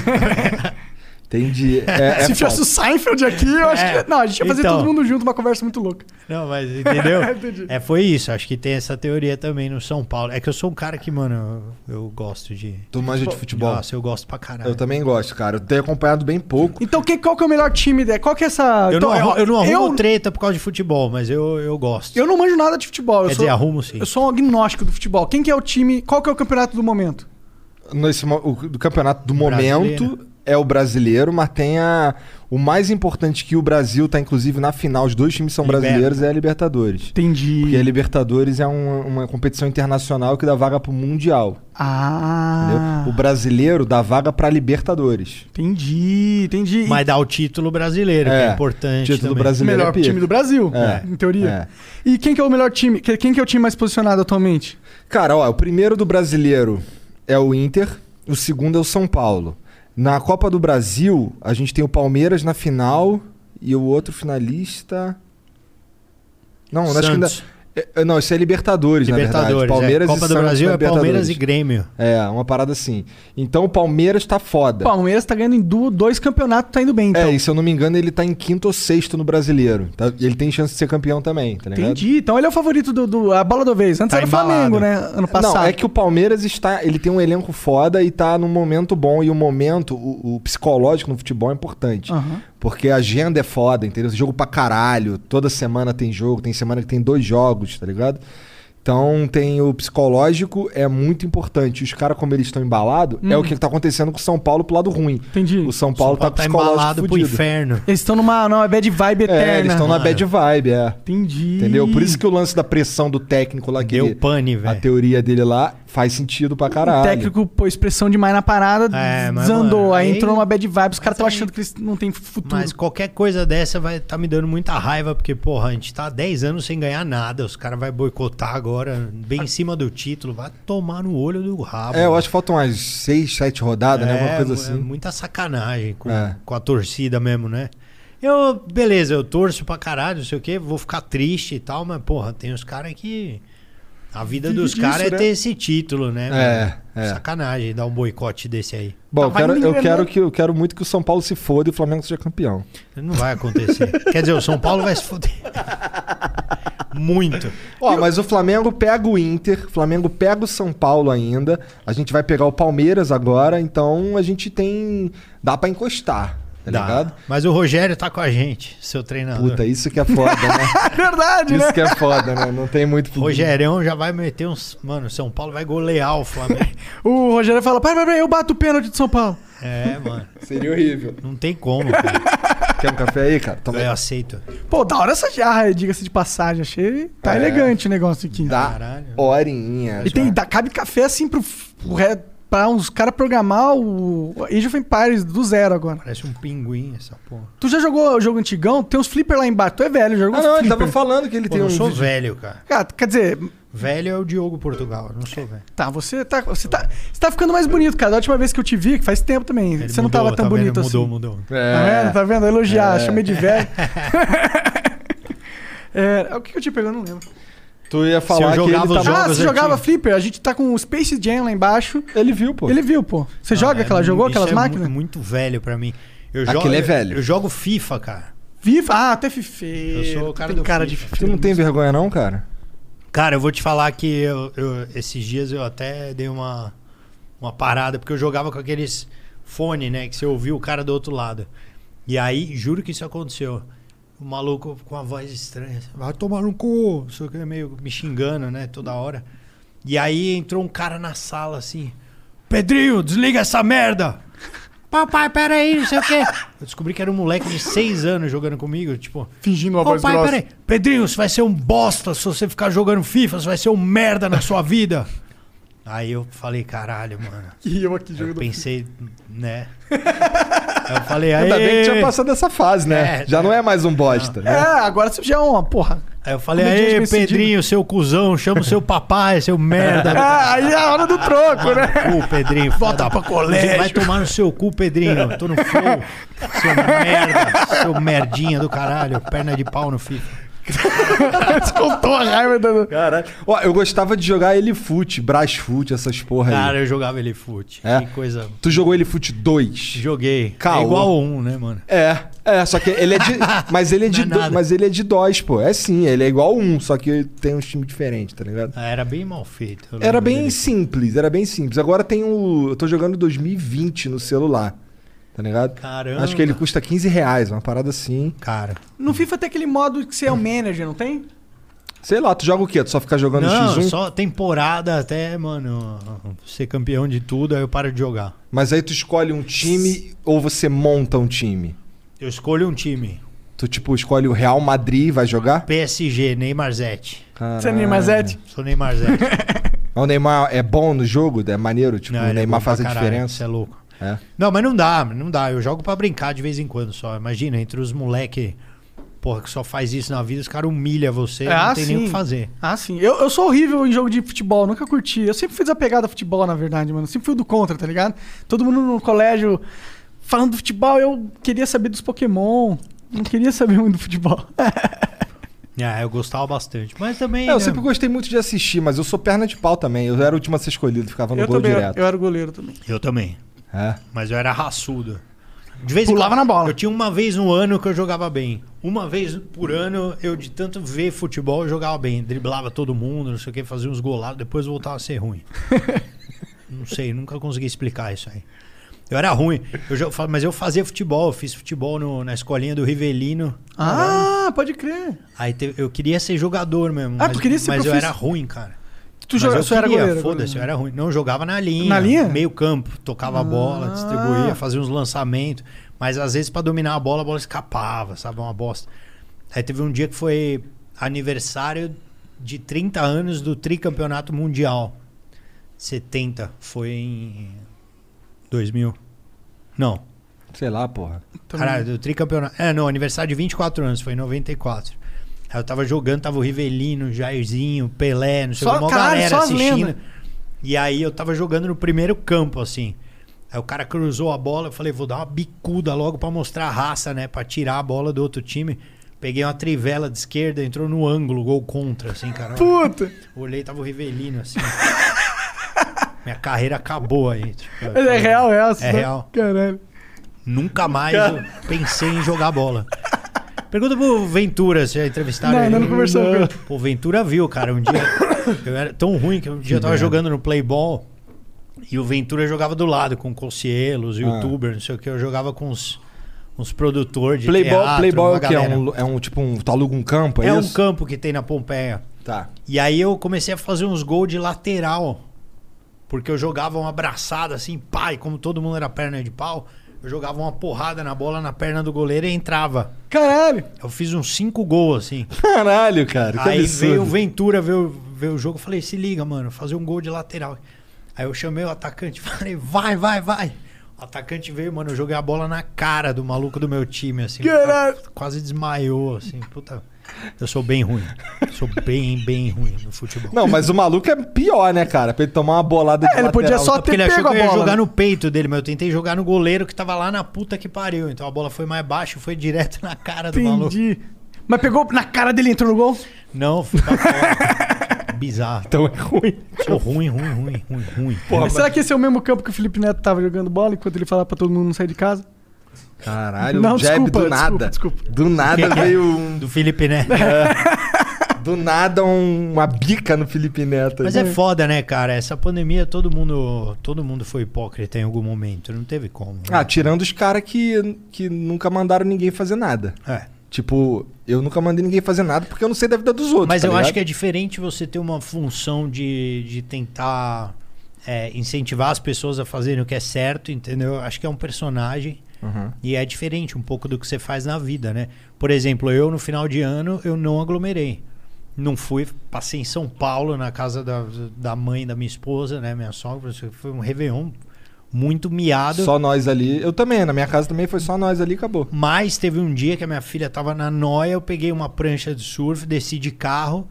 Speaker 2: Entendi.
Speaker 4: <laughs>
Speaker 2: É, é
Speaker 3: Se tivesse
Speaker 2: foda.
Speaker 3: o Seinfeld aqui, eu acho
Speaker 4: É,
Speaker 3: que. Não, a gente ia fazer
Speaker 4: então.
Speaker 3: todo mundo junto, uma conversa muito louca.
Speaker 4: Não,
Speaker 3: <laughs>
Speaker 4: mas entendeu?
Speaker 3: Ah, Entendi.
Speaker 4: é, foi isso. Acho que tem essa teoria também no São Paulo. É que eu sou um cara que, mano, eu, eu gosto de.
Speaker 2: Tu manja de futebol.
Speaker 4: Nossa, eu gosto pra caralho.
Speaker 2: Eu também gosto, cara. Eu tenho acompanhado bem pouco.
Speaker 3: Então, que, qual que é o melhor time? da- Qual que é essa.
Speaker 4: Eu,
Speaker 3: então,
Speaker 4: não, arrumo, eu não arrumo
Speaker 3: eu,
Speaker 4: treta por causa de futebol, mas eu, eu gosto.
Speaker 3: eu não manjo nada de futebol. Eu
Speaker 4: Quer
Speaker 3: sou,
Speaker 4: dizer, arrumo sim.
Speaker 3: Eu sou um agnóstico do futebol. Quem que é o time? Qual que é o campeonato do momento?
Speaker 2: Nesse, mo- o, do campeonato do
Speaker 4: Brasileiro.
Speaker 2: momento é o brasileiro, mas tem a, o mais importante que o Brasil tá inclusive na final, os dois times são
Speaker 4: Liberta.
Speaker 2: brasileiros, é a Libertadores.
Speaker 3: Entendi.
Speaker 2: Porque a Libertadores é um- uma competição internacional que dá vaga pro Mundial. entendeu?
Speaker 3: Ah.
Speaker 2: O brasileiro dá vaga pra Libertadores.
Speaker 3: Entendi, entendi.
Speaker 4: Mas dá o título brasileiro, que é importante.
Speaker 2: Título
Speaker 4: também.
Speaker 3: o
Speaker 2: brasileiro.
Speaker 3: melhor
Speaker 2: é pica.
Speaker 3: time do Brasil,
Speaker 2: É,
Speaker 3: em teoria. E quem que é o melhor time? Que- Quem que é o time mais posicionado atualmente?
Speaker 2: Cara, ó, o primeiro do brasileiro é o Inter, o segundo é o São Paulo. Na Copa do Brasil, a gente tem o Palmeiras na final e o outro finalista. Não, acho que ainda.
Speaker 4: Santos.
Speaker 2: É, é, não, isso é Libertadores, na verdade.
Speaker 4: Libertadores.
Speaker 2: Palmeiras
Speaker 4: é. Copa
Speaker 2: e
Speaker 4: do
Speaker 2: Santos
Speaker 4: Brasil
Speaker 2: na
Speaker 4: é Palmeiras e
Speaker 2: Libertadores.
Speaker 4: Grêmio.
Speaker 2: É, uma parada assim. Então o Palmeiras tá
Speaker 3: O
Speaker 2: foda.
Speaker 3: Palmeiras tá ganhando em du- dois campeonatos, tá indo bem, então.
Speaker 2: É, e se eu não me engano, ele tá em quinto ou sexto no brasileiro. tá? E ele tem chance de ser campeão também, tá ligado?
Speaker 3: Entendi. Então ele é o favorito do, do- a bola da vez. Antes
Speaker 4: Tá
Speaker 3: era o
Speaker 4: embalado.
Speaker 3: Flamengo, né? Ano passado.
Speaker 2: Não, é que o Palmeiras está. Ele tem um elenco foda e tá num momento bom. E o momento, o, o psicológico no futebol é importante.
Speaker 3: Aham.
Speaker 2: Porque a agenda é foda, entendeu? Jogo pra caralho. Toda semana tem jogo, tem semana que tem dois jogos, tá ligado? Então tem o psicológico, é muito importante. Os caras, como eles estão embalados, é o que tá acontecendo com o São Paulo pro lado ruim.
Speaker 3: Uhum. Entendi.
Speaker 2: O São Paulo,
Speaker 4: São Paulo
Speaker 2: tá com
Speaker 4: tá
Speaker 2: o
Speaker 4: embalado
Speaker 2: psicológico
Speaker 4: pro
Speaker 2: fudido.
Speaker 4: inferno.
Speaker 3: Eles estão numa, numa bad vibe eterna.
Speaker 2: É, eles estão na bad vibe, é.
Speaker 3: Entendi.
Speaker 2: Entendeu? Por isso que o lance da pressão do técnico lá que
Speaker 4: Deu
Speaker 2: ele-
Speaker 4: pane,
Speaker 2: a
Speaker 4: velho.
Speaker 2: teoria dele lá Faz sentido pra
Speaker 3: O
Speaker 2: caralho.
Speaker 3: Um técnico pôs pressão demais na parada,
Speaker 4: É, mas,
Speaker 3: desandou.
Speaker 4: mano,
Speaker 3: aí
Speaker 4: aí-
Speaker 3: entrou numa bad vibe, os caras
Speaker 4: Mas
Speaker 3: estão
Speaker 4: aí-
Speaker 3: achando que eles não têm futuro.
Speaker 4: Mas qualquer coisa dessa vai tá me dando muita raiva, porque, porra, a gente tá há 10 anos sem ganhar nada. Os caras vão boicotar agora, bem em cima do título. Vai tomar no olho do rabo.
Speaker 2: É, eu acho que faltam umas seis, sete rodadas, né? Alguma coisa
Speaker 4: mu-
Speaker 2: assim.
Speaker 4: muita sacanagem com,
Speaker 2: É.
Speaker 4: com a torcida mesmo, né? Eu, beleza, eu torço pra caralho, não sei o quê, vou ficar triste e tal, mas, porra, tem os caras que. A vida
Speaker 3: Vive
Speaker 4: dos
Speaker 3: disso,
Speaker 4: caras é
Speaker 3: né?
Speaker 4: ter esse título, né?
Speaker 2: É,
Speaker 4: mano?
Speaker 2: é.
Speaker 4: Sacanagem dar um boicote desse aí.
Speaker 2: Bom, eu
Speaker 3: Tá, vai
Speaker 2: quero,
Speaker 3: me
Speaker 2: eu,
Speaker 3: enganar.
Speaker 2: quero que, eu quero muito que o São Paulo se foda e o Flamengo seja campeão.
Speaker 4: Não vai acontecer. Quer dizer, o São Paulo vai se foder. Muito.
Speaker 2: Ó, mas o Flamengo pega o Inter, o Flamengo pega o São Paulo ainda. A gente vai pegar o Palmeiras agora, então a gente tem. dá pra encostar, tá
Speaker 4: Dá.
Speaker 2: ligado?
Speaker 4: Mas o Rogério tá com a gente, seu treinador.
Speaker 2: Puta, isso que é foda, né?
Speaker 3: <laughs> É <laughs> verdade, né?
Speaker 2: Isso que é foda, né? Não tem muito pro-
Speaker 4: Rogerão já vai meter uns. Mano, o São Paulo vai golear o Flamengo.
Speaker 3: O Rogério fala: para, para, para, eu bato o pênalti de São Paulo.
Speaker 4: é, mano.
Speaker 2: Seria horrível.
Speaker 4: Não tem como, cara.
Speaker 2: Quer um café aí, cara? Toma aí.
Speaker 4: Eu aceito.
Speaker 3: Pô, da hora essa jarra, diga-se de passagem. Achei. Tá
Speaker 2: É.
Speaker 3: elegante o negócio aqui.
Speaker 2: Dá
Speaker 4: Caralho.
Speaker 2: horinha.
Speaker 3: E tem, dá, cabe café assim pro, pro re- pra uns caras programar o Age of Empires do zero agora.
Speaker 4: Parece um pinguim essa porra.
Speaker 3: Tu já jogou o jogo antigão? Tem uns flipper lá embaixo. Tu é velho, já jogou
Speaker 2: Ah, não, ele
Speaker 3: flipper.
Speaker 2: tava falando que ele
Speaker 4: Pô,
Speaker 2: tem
Speaker 4: não
Speaker 2: um.
Speaker 4: sou
Speaker 2: vídeo-
Speaker 4: velho, cara.
Speaker 3: Cara, quer dizer,
Speaker 4: Velho é o Diogo Portugal, eu não sou velho.
Speaker 3: tá, você tá, você tá, você tá ficando mais bonito, cara. Da última vez que eu te vi, que faz tempo também,
Speaker 4: Ele
Speaker 3: você não
Speaker 4: mudou,
Speaker 3: tava tão
Speaker 4: tá vendo?
Speaker 3: bonito assim.
Speaker 4: mudou, Mudou,
Speaker 3: Tá vendo?
Speaker 2: É.
Speaker 3: Tá vendo? Elogiar, chamei de
Speaker 4: <laughs>
Speaker 3: velho. É, o que que eu te pegou? Eu não lembro.
Speaker 2: Tu ia falar que
Speaker 4: jogava
Speaker 2: ele
Speaker 4: os
Speaker 2: tava.
Speaker 3: ah,
Speaker 4: jogos
Speaker 3: você jogava
Speaker 4: antigos.
Speaker 3: flipper? A gente tá com o Space Jam lá embaixo.
Speaker 2: Ele viu, pô.
Speaker 3: Ele viu, pô. Você joga
Speaker 4: Ah, é
Speaker 3: aquela?
Speaker 4: mu-
Speaker 3: Jogou
Speaker 4: isso
Speaker 3: aquelas
Speaker 4: é mu-
Speaker 3: máquinas?
Speaker 4: Muito, velho pra mim. Eu
Speaker 2: Aquele
Speaker 4: jogo-
Speaker 2: é velho.
Speaker 4: Eu jogo FIFA, cara.
Speaker 3: FIFA? Ah, até FIFA. Eu
Speaker 4: sou o cara do
Speaker 3: cara
Speaker 4: FIFA.
Speaker 3: de
Speaker 2: Tu não tem vergonha, não, cara?
Speaker 4: Cara, eu vou te falar que eu- eu- esses dias eu até dei uma, uma parada, porque eu jogava com aqueles fone, né? Que você ouvia o cara do outro lado. E aí, juro que isso aconteceu. O maluco com a voz estranha, assim, vai tomar um cu, só que é meio me xingando, né? Toda hora. E aí entrou um cara na sala assim: Pedrinho, desliga essa merda! <laughs> Papai, peraí, não sei o quê. Eu descobri que era um moleque de seis anos jogando comigo, tipo.
Speaker 3: Fingindo uma
Speaker 4: Ô pai, peraí. Pedrinho, você vai ser um bosta se você ficar jogando FIFA, você vai ser um merda na sua vida. Aí eu falei, caralho, mano.
Speaker 3: E eu aqui
Speaker 4: Eu
Speaker 3: jogando.
Speaker 4: pensei,
Speaker 2: <laughs>
Speaker 4: né? Eu falei, aí.
Speaker 2: Ainda bem que tinha passado essa fase, né?
Speaker 4: É,
Speaker 2: Já não é mais um bosta,
Speaker 3: É,
Speaker 2: né?
Speaker 3: agora você já é uma
Speaker 4: <laughs>
Speaker 3: porra.
Speaker 4: Aí eu falei,
Speaker 2: é
Speaker 3: Comediante
Speaker 4: aí,
Speaker 3: bem sucedido.
Speaker 4: Pedrinho, seu cuzão, chama o seu papai, seu merda.
Speaker 2: <laughs>
Speaker 3: É, aí é a hora do troco, né?
Speaker 4: Cu, Pedrinho.
Speaker 3: Volta
Speaker 4: filha da
Speaker 3: pra
Speaker 4: p-
Speaker 3: colégio.
Speaker 4: Vai tomar no seu cu, Pedrinho. Tô no flow. Seu merda. Seu merdinha do caralho. Perna de pau no FIFA.
Speaker 2: É.
Speaker 3: Descontou a raiva do...
Speaker 2: Caralho. Ó, eu gostava de jogar ele fute, Brasfoot, essas porra aí.
Speaker 4: Cara, eu jogava ele fute.
Speaker 2: É?
Speaker 4: Que coisa.
Speaker 2: Tu jogou ele fute 2.
Speaker 4: Joguei.
Speaker 2: Caô.
Speaker 4: É igual um, né, mano?
Speaker 2: É, é, só que ele é <laughs> de. Mas ele é
Speaker 4: Não
Speaker 2: de,
Speaker 4: é
Speaker 2: do-
Speaker 4: nada.
Speaker 2: mas ele é de DOS, pô. É sim, ele é igual um, só que tem uns times diferentes, tá ligado?
Speaker 4: Ah, Era bem mal feito. eu
Speaker 2: Era
Speaker 4: lembro
Speaker 2: bem
Speaker 4: dele.
Speaker 2: simples, era bem simples. Agora tem o. Eu tô jogando 2020 no celular. Tá ligado?
Speaker 4: Caramba.
Speaker 2: Acho que ele custa 15 reais, uma parada assim.
Speaker 4: Cara.
Speaker 3: No FIFA tem aquele modo que você é o manager, não tem?
Speaker 2: Sei lá, tu joga o quê? Tu só fica jogando
Speaker 4: Não,
Speaker 2: X1?
Speaker 4: só temporada até, mano, ser campeão de tudo, aí eu paro de jogar.
Speaker 2: Mas aí tu escolhe um time ou você monta um time?
Speaker 4: Eu escolho um time.
Speaker 2: Tu, tipo, escolhe o Real Madrid e vai jogar?
Speaker 4: PSG, Neymar Zete.
Speaker 3: Você é Neymar Zete?
Speaker 4: Sou
Speaker 2: <laughs>
Speaker 4: Neymar Zete.
Speaker 2: Mas o Neymar é bom no jogo? É maneiro? Tipo,
Speaker 4: Não, ele
Speaker 2: o
Speaker 4: é
Speaker 2: Neymar
Speaker 4: bom
Speaker 2: faz a
Speaker 4: pra caralho,
Speaker 2: diferença?
Speaker 4: Você é louco.
Speaker 2: É.
Speaker 4: Não, mas não dá, não dá. Eu jogo pra brincar de vez em quando só. Imagina, entre os moleque, porra, que só faz isso na vida, os caras humilham você, não tem nem o que fazer.
Speaker 3: Ah, sim. Eu, eu sou horrível em jogo de futebol, nunca curti. Eu sempre fui desapegado a futebol, na verdade, mano. Sempre fui do contra, tá ligado? Todo mundo no colégio falando do futebol, eu queria saber dos Pokémon. Não queria saber muito do
Speaker 4: <laughs>
Speaker 3: futebol.
Speaker 4: Ah, eu gostava bastante. Mas também.
Speaker 2: É, eu
Speaker 4: né,
Speaker 2: sempre gostei muito de assistir, mas eu sou perna de pau também. Eu era o último a ser escolhido, ficava no
Speaker 3: eu
Speaker 2: gol
Speaker 3: também,
Speaker 2: direto.
Speaker 3: eu era goleiro também.
Speaker 4: eu também.
Speaker 2: É.
Speaker 4: Mas eu era raçudo. De vez
Speaker 3: Pulava
Speaker 4: em quando,
Speaker 3: na bola.
Speaker 4: Eu tinha uma vez no ano que eu jogava bem. Uma vez por ano, eu de tanto ver futebol, eu jogava bem. Driblava todo mundo, não sei o que, fazia uns golados, depois voltava a
Speaker 3: <laughs>
Speaker 4: ser ruim. não sei, nunca consegui explicar isso aí. Eu era ruim, eu jo- fa- mas eu fazia futebol, eu fiz futebol no- na escolinha do Rivelino.
Speaker 3: Ah, pode crer.
Speaker 4: Aí te- eu queria ser jogador mesmo.
Speaker 3: Ah,
Speaker 4: mas,
Speaker 3: tu queria ser
Speaker 4: Mas eu
Speaker 3: profis-
Speaker 4: era ruim, cara.
Speaker 3: Tu
Speaker 4: Mas eu
Speaker 3: joga, só era
Speaker 4: queria,
Speaker 3: goleiro. né?
Speaker 4: Foda-se, eu era ruim. Não, eu jogava na linha.
Speaker 3: Na linha? Ah.
Speaker 4: Meio campo. Tocava a bola, distribuía, fazia uns lançamentos. Mas às vezes, pra dominar a bola, a bola escapava, sabe? É Uma bosta. Aí teve um dia que foi aniversário de 30 anos do tricampeonato mundial. 70 foi em 2000. Não.
Speaker 2: Sei lá, porra.
Speaker 4: Caralho, do tricampeonato. É, não, aniversário de 24 anos, foi em 94. Aí eu tava jogando, tava o Rivelino, Jairzinho, Pelé, não sei o
Speaker 3: Só-
Speaker 4: que, uma
Speaker 3: caralho,
Speaker 4: galera
Speaker 3: só as
Speaker 4: assistindo.
Speaker 3: lendas.
Speaker 4: E aí eu tava jogando no primeiro campo, assim. Aí o cara cruzou a bola, eu falei, vou dar uma bicuda logo pra mostrar a raça, né? Pra tirar a bola do outro time. Peguei uma trivela de esquerda, entrou no ângulo, gol contra, assim, cara.
Speaker 3: Puta.
Speaker 4: Olhei, tava o Rivelino, assim. <laughs> Minha carreira acabou aí. tipo, eu
Speaker 3: Mas é
Speaker 4: falei,
Speaker 3: real essa?
Speaker 4: É
Speaker 3: né?
Speaker 4: real.
Speaker 3: Caralho.
Speaker 4: Nunca mais eu pensei em jogar bola. Pergunta pro Ventura, se já entrevistaram
Speaker 3: Não,
Speaker 4: ele.
Speaker 3: não conversamos com ele.
Speaker 4: Pô, o Ventura viu, cara. Um dia eu era tão ruim que um dia eu
Speaker 2: Uhum.
Speaker 4: tava jogando no Playball e o Ventura jogava do lado com Cossielos,
Speaker 2: Ah.
Speaker 4: youtuber, não sei o que. Eu jogava com uns, uns produtores de
Speaker 2: Playball,
Speaker 4: teatro,
Speaker 2: Playball é
Speaker 4: uma
Speaker 2: o que? É
Speaker 4: galera.
Speaker 2: um, é um tipo um. Tu aluga um campo, é,
Speaker 4: É um
Speaker 2: isso?
Speaker 4: campo que tem na Pompeia.
Speaker 2: Tá. <laughs>
Speaker 4: E aí eu comecei a fazer uns gols de lateral. Porque eu jogava uma abraçada assim, pai, como todo mundo era perna de pau, eu jogava uma porrada na bola na perna do goleiro e entrava.
Speaker 3: Caralho.
Speaker 4: Eu fiz uns cinco gols assim.
Speaker 2: Caralho, cara. <laughs> Que
Speaker 4: aí
Speaker 2: absurdo.
Speaker 4: veio o Ventura ver o, ver o jogo, eu falei: "Se liga, mano, fazer um gol de lateral". Aí eu chamei o atacante, <laughs> falei: "Vai, vai, vai". O atacante veio, mano, eu joguei a bola na cara do maluco do meu time assim. o cara
Speaker 3: Caralho.
Speaker 4: Quase desmaiou assim. Puta, eu sou bem ruim. Eu sou bem, bem ruim no futebol.
Speaker 2: Não, mas o maluco é pior, né, cara? Pra ele tomar uma bolada de
Speaker 3: É, ele podia
Speaker 2: lateral. tá
Speaker 3: só
Speaker 4: Porque
Speaker 3: ter
Speaker 4: ele achou
Speaker 3: pego
Speaker 4: que
Speaker 3: a
Speaker 4: eu ia
Speaker 3: bola.
Speaker 4: jogar
Speaker 3: né?
Speaker 4: no peito dele, mas eu tentei jogar no goleiro que tava lá na puta que pariu. Então a bola foi mais baixa, foi direto na cara do maluco.
Speaker 3: Entendi. Mas pegou na cara dele e entrou no gol?
Speaker 4: Não, foi pra fora. <laughs> Bizarro.
Speaker 2: Então é ruim.
Speaker 4: Sou ruim, ruim, ruim, ruim, ruim.
Speaker 3: Mas será que esse é o mesmo campo que o Felipe Neto tava jogando bola enquanto ele falava pra todo mundo não sair de casa?
Speaker 2: Caralho,
Speaker 3: Não,
Speaker 2: o jab
Speaker 3: desculpa,
Speaker 2: do nada.
Speaker 3: desculpa,
Speaker 2: Do nada
Speaker 3: <laughs>
Speaker 4: Que que é?
Speaker 2: veio um.
Speaker 4: Do Felipe, né?
Speaker 2: Do nada um- uma bica no Felipe Neto.
Speaker 4: Mas é foda, né, cara? Essa pandemia, todo mundo, todo mundo foi hipócrita em algum momento. Não teve como. né?
Speaker 2: Ah, tirando os caras que, que nunca mandaram ninguém fazer nada.
Speaker 4: É.
Speaker 2: Tipo, eu nunca mandei ninguém fazer nada porque eu não sei da vida dos outros.
Speaker 4: Mas
Speaker 2: tá
Speaker 4: eu
Speaker 2: ligado?
Speaker 4: acho que é diferente você ter uma função de, de tentar é, incentivar as pessoas a fazerem o que é certo, entendeu? Eu Acho que é um personagem
Speaker 2: Uhum.
Speaker 4: e é diferente um pouco do que você faz na vida, né? Por exemplo, eu no final de ano eu não aglomerei. Não fui, passei em São Paulo, na casa da, da mãe da minha esposa, né? Minha sogra, foi um Réveillon muito miado.
Speaker 2: Só nós ali. Eu também, na minha casa também foi só nós ali e acabou.
Speaker 4: Mas teve um dia que a minha filha tava na noia, eu peguei uma prancha de surf, desci de carro,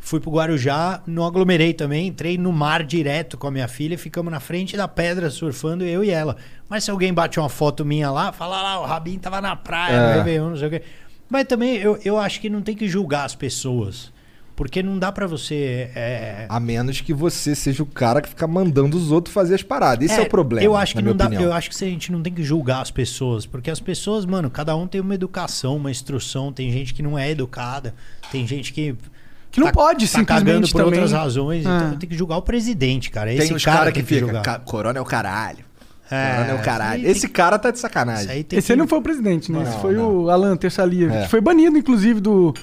Speaker 4: fui pro Guarujá, não aglomerei também, entrei no mar direto com a minha filha, ficamos na frente da pedra surfando, eu e ela. Mas se alguém bate uma foto minha lá, fala lá, o Rabin tava na praia,
Speaker 2: É.
Speaker 4: no Réveillon, não sei o quê. Mas também eu, eu acho que não tem que julgar as pessoas. Porque não dá pra você. é,
Speaker 2: A menos que você seja o cara que fica mandando os outros fazer as paradas. Esse é, o problema.
Speaker 4: Eu acho
Speaker 2: na
Speaker 4: que
Speaker 2: minha
Speaker 4: não dá,
Speaker 2: opinião.
Speaker 4: eu acho que a gente não tem que julgar as pessoas, porque as pessoas, mano, cada um tem uma educação, uma instrução, tem gente que não é educada, tem gente que
Speaker 3: Que não pode,
Speaker 4: tá cagando
Speaker 3: simplesmente
Speaker 4: por
Speaker 3: também.
Speaker 4: outras razões,
Speaker 3: Ah.
Speaker 4: então tem que julgar o presidente, cara.
Speaker 2: É. Tem
Speaker 4: Esse
Speaker 2: uns
Speaker 4: cara,
Speaker 2: caras que,
Speaker 4: tem que
Speaker 2: fica.
Speaker 4: julgar.
Speaker 2: "Ca- Corona é o caralho.
Speaker 4: É,
Speaker 2: Corona é o caralho.
Speaker 4: isso aí tem
Speaker 2: Esse cara tá de
Speaker 4: que- isso
Speaker 2: sacanagem.
Speaker 4: aí tem
Speaker 3: Esse aí
Speaker 4: que-
Speaker 3: não foi o presidente, né? Esse
Speaker 2: Não,
Speaker 3: foi
Speaker 2: não.
Speaker 3: o Alan Terçalia,
Speaker 2: É.
Speaker 3: que foi banido, inclusive, do,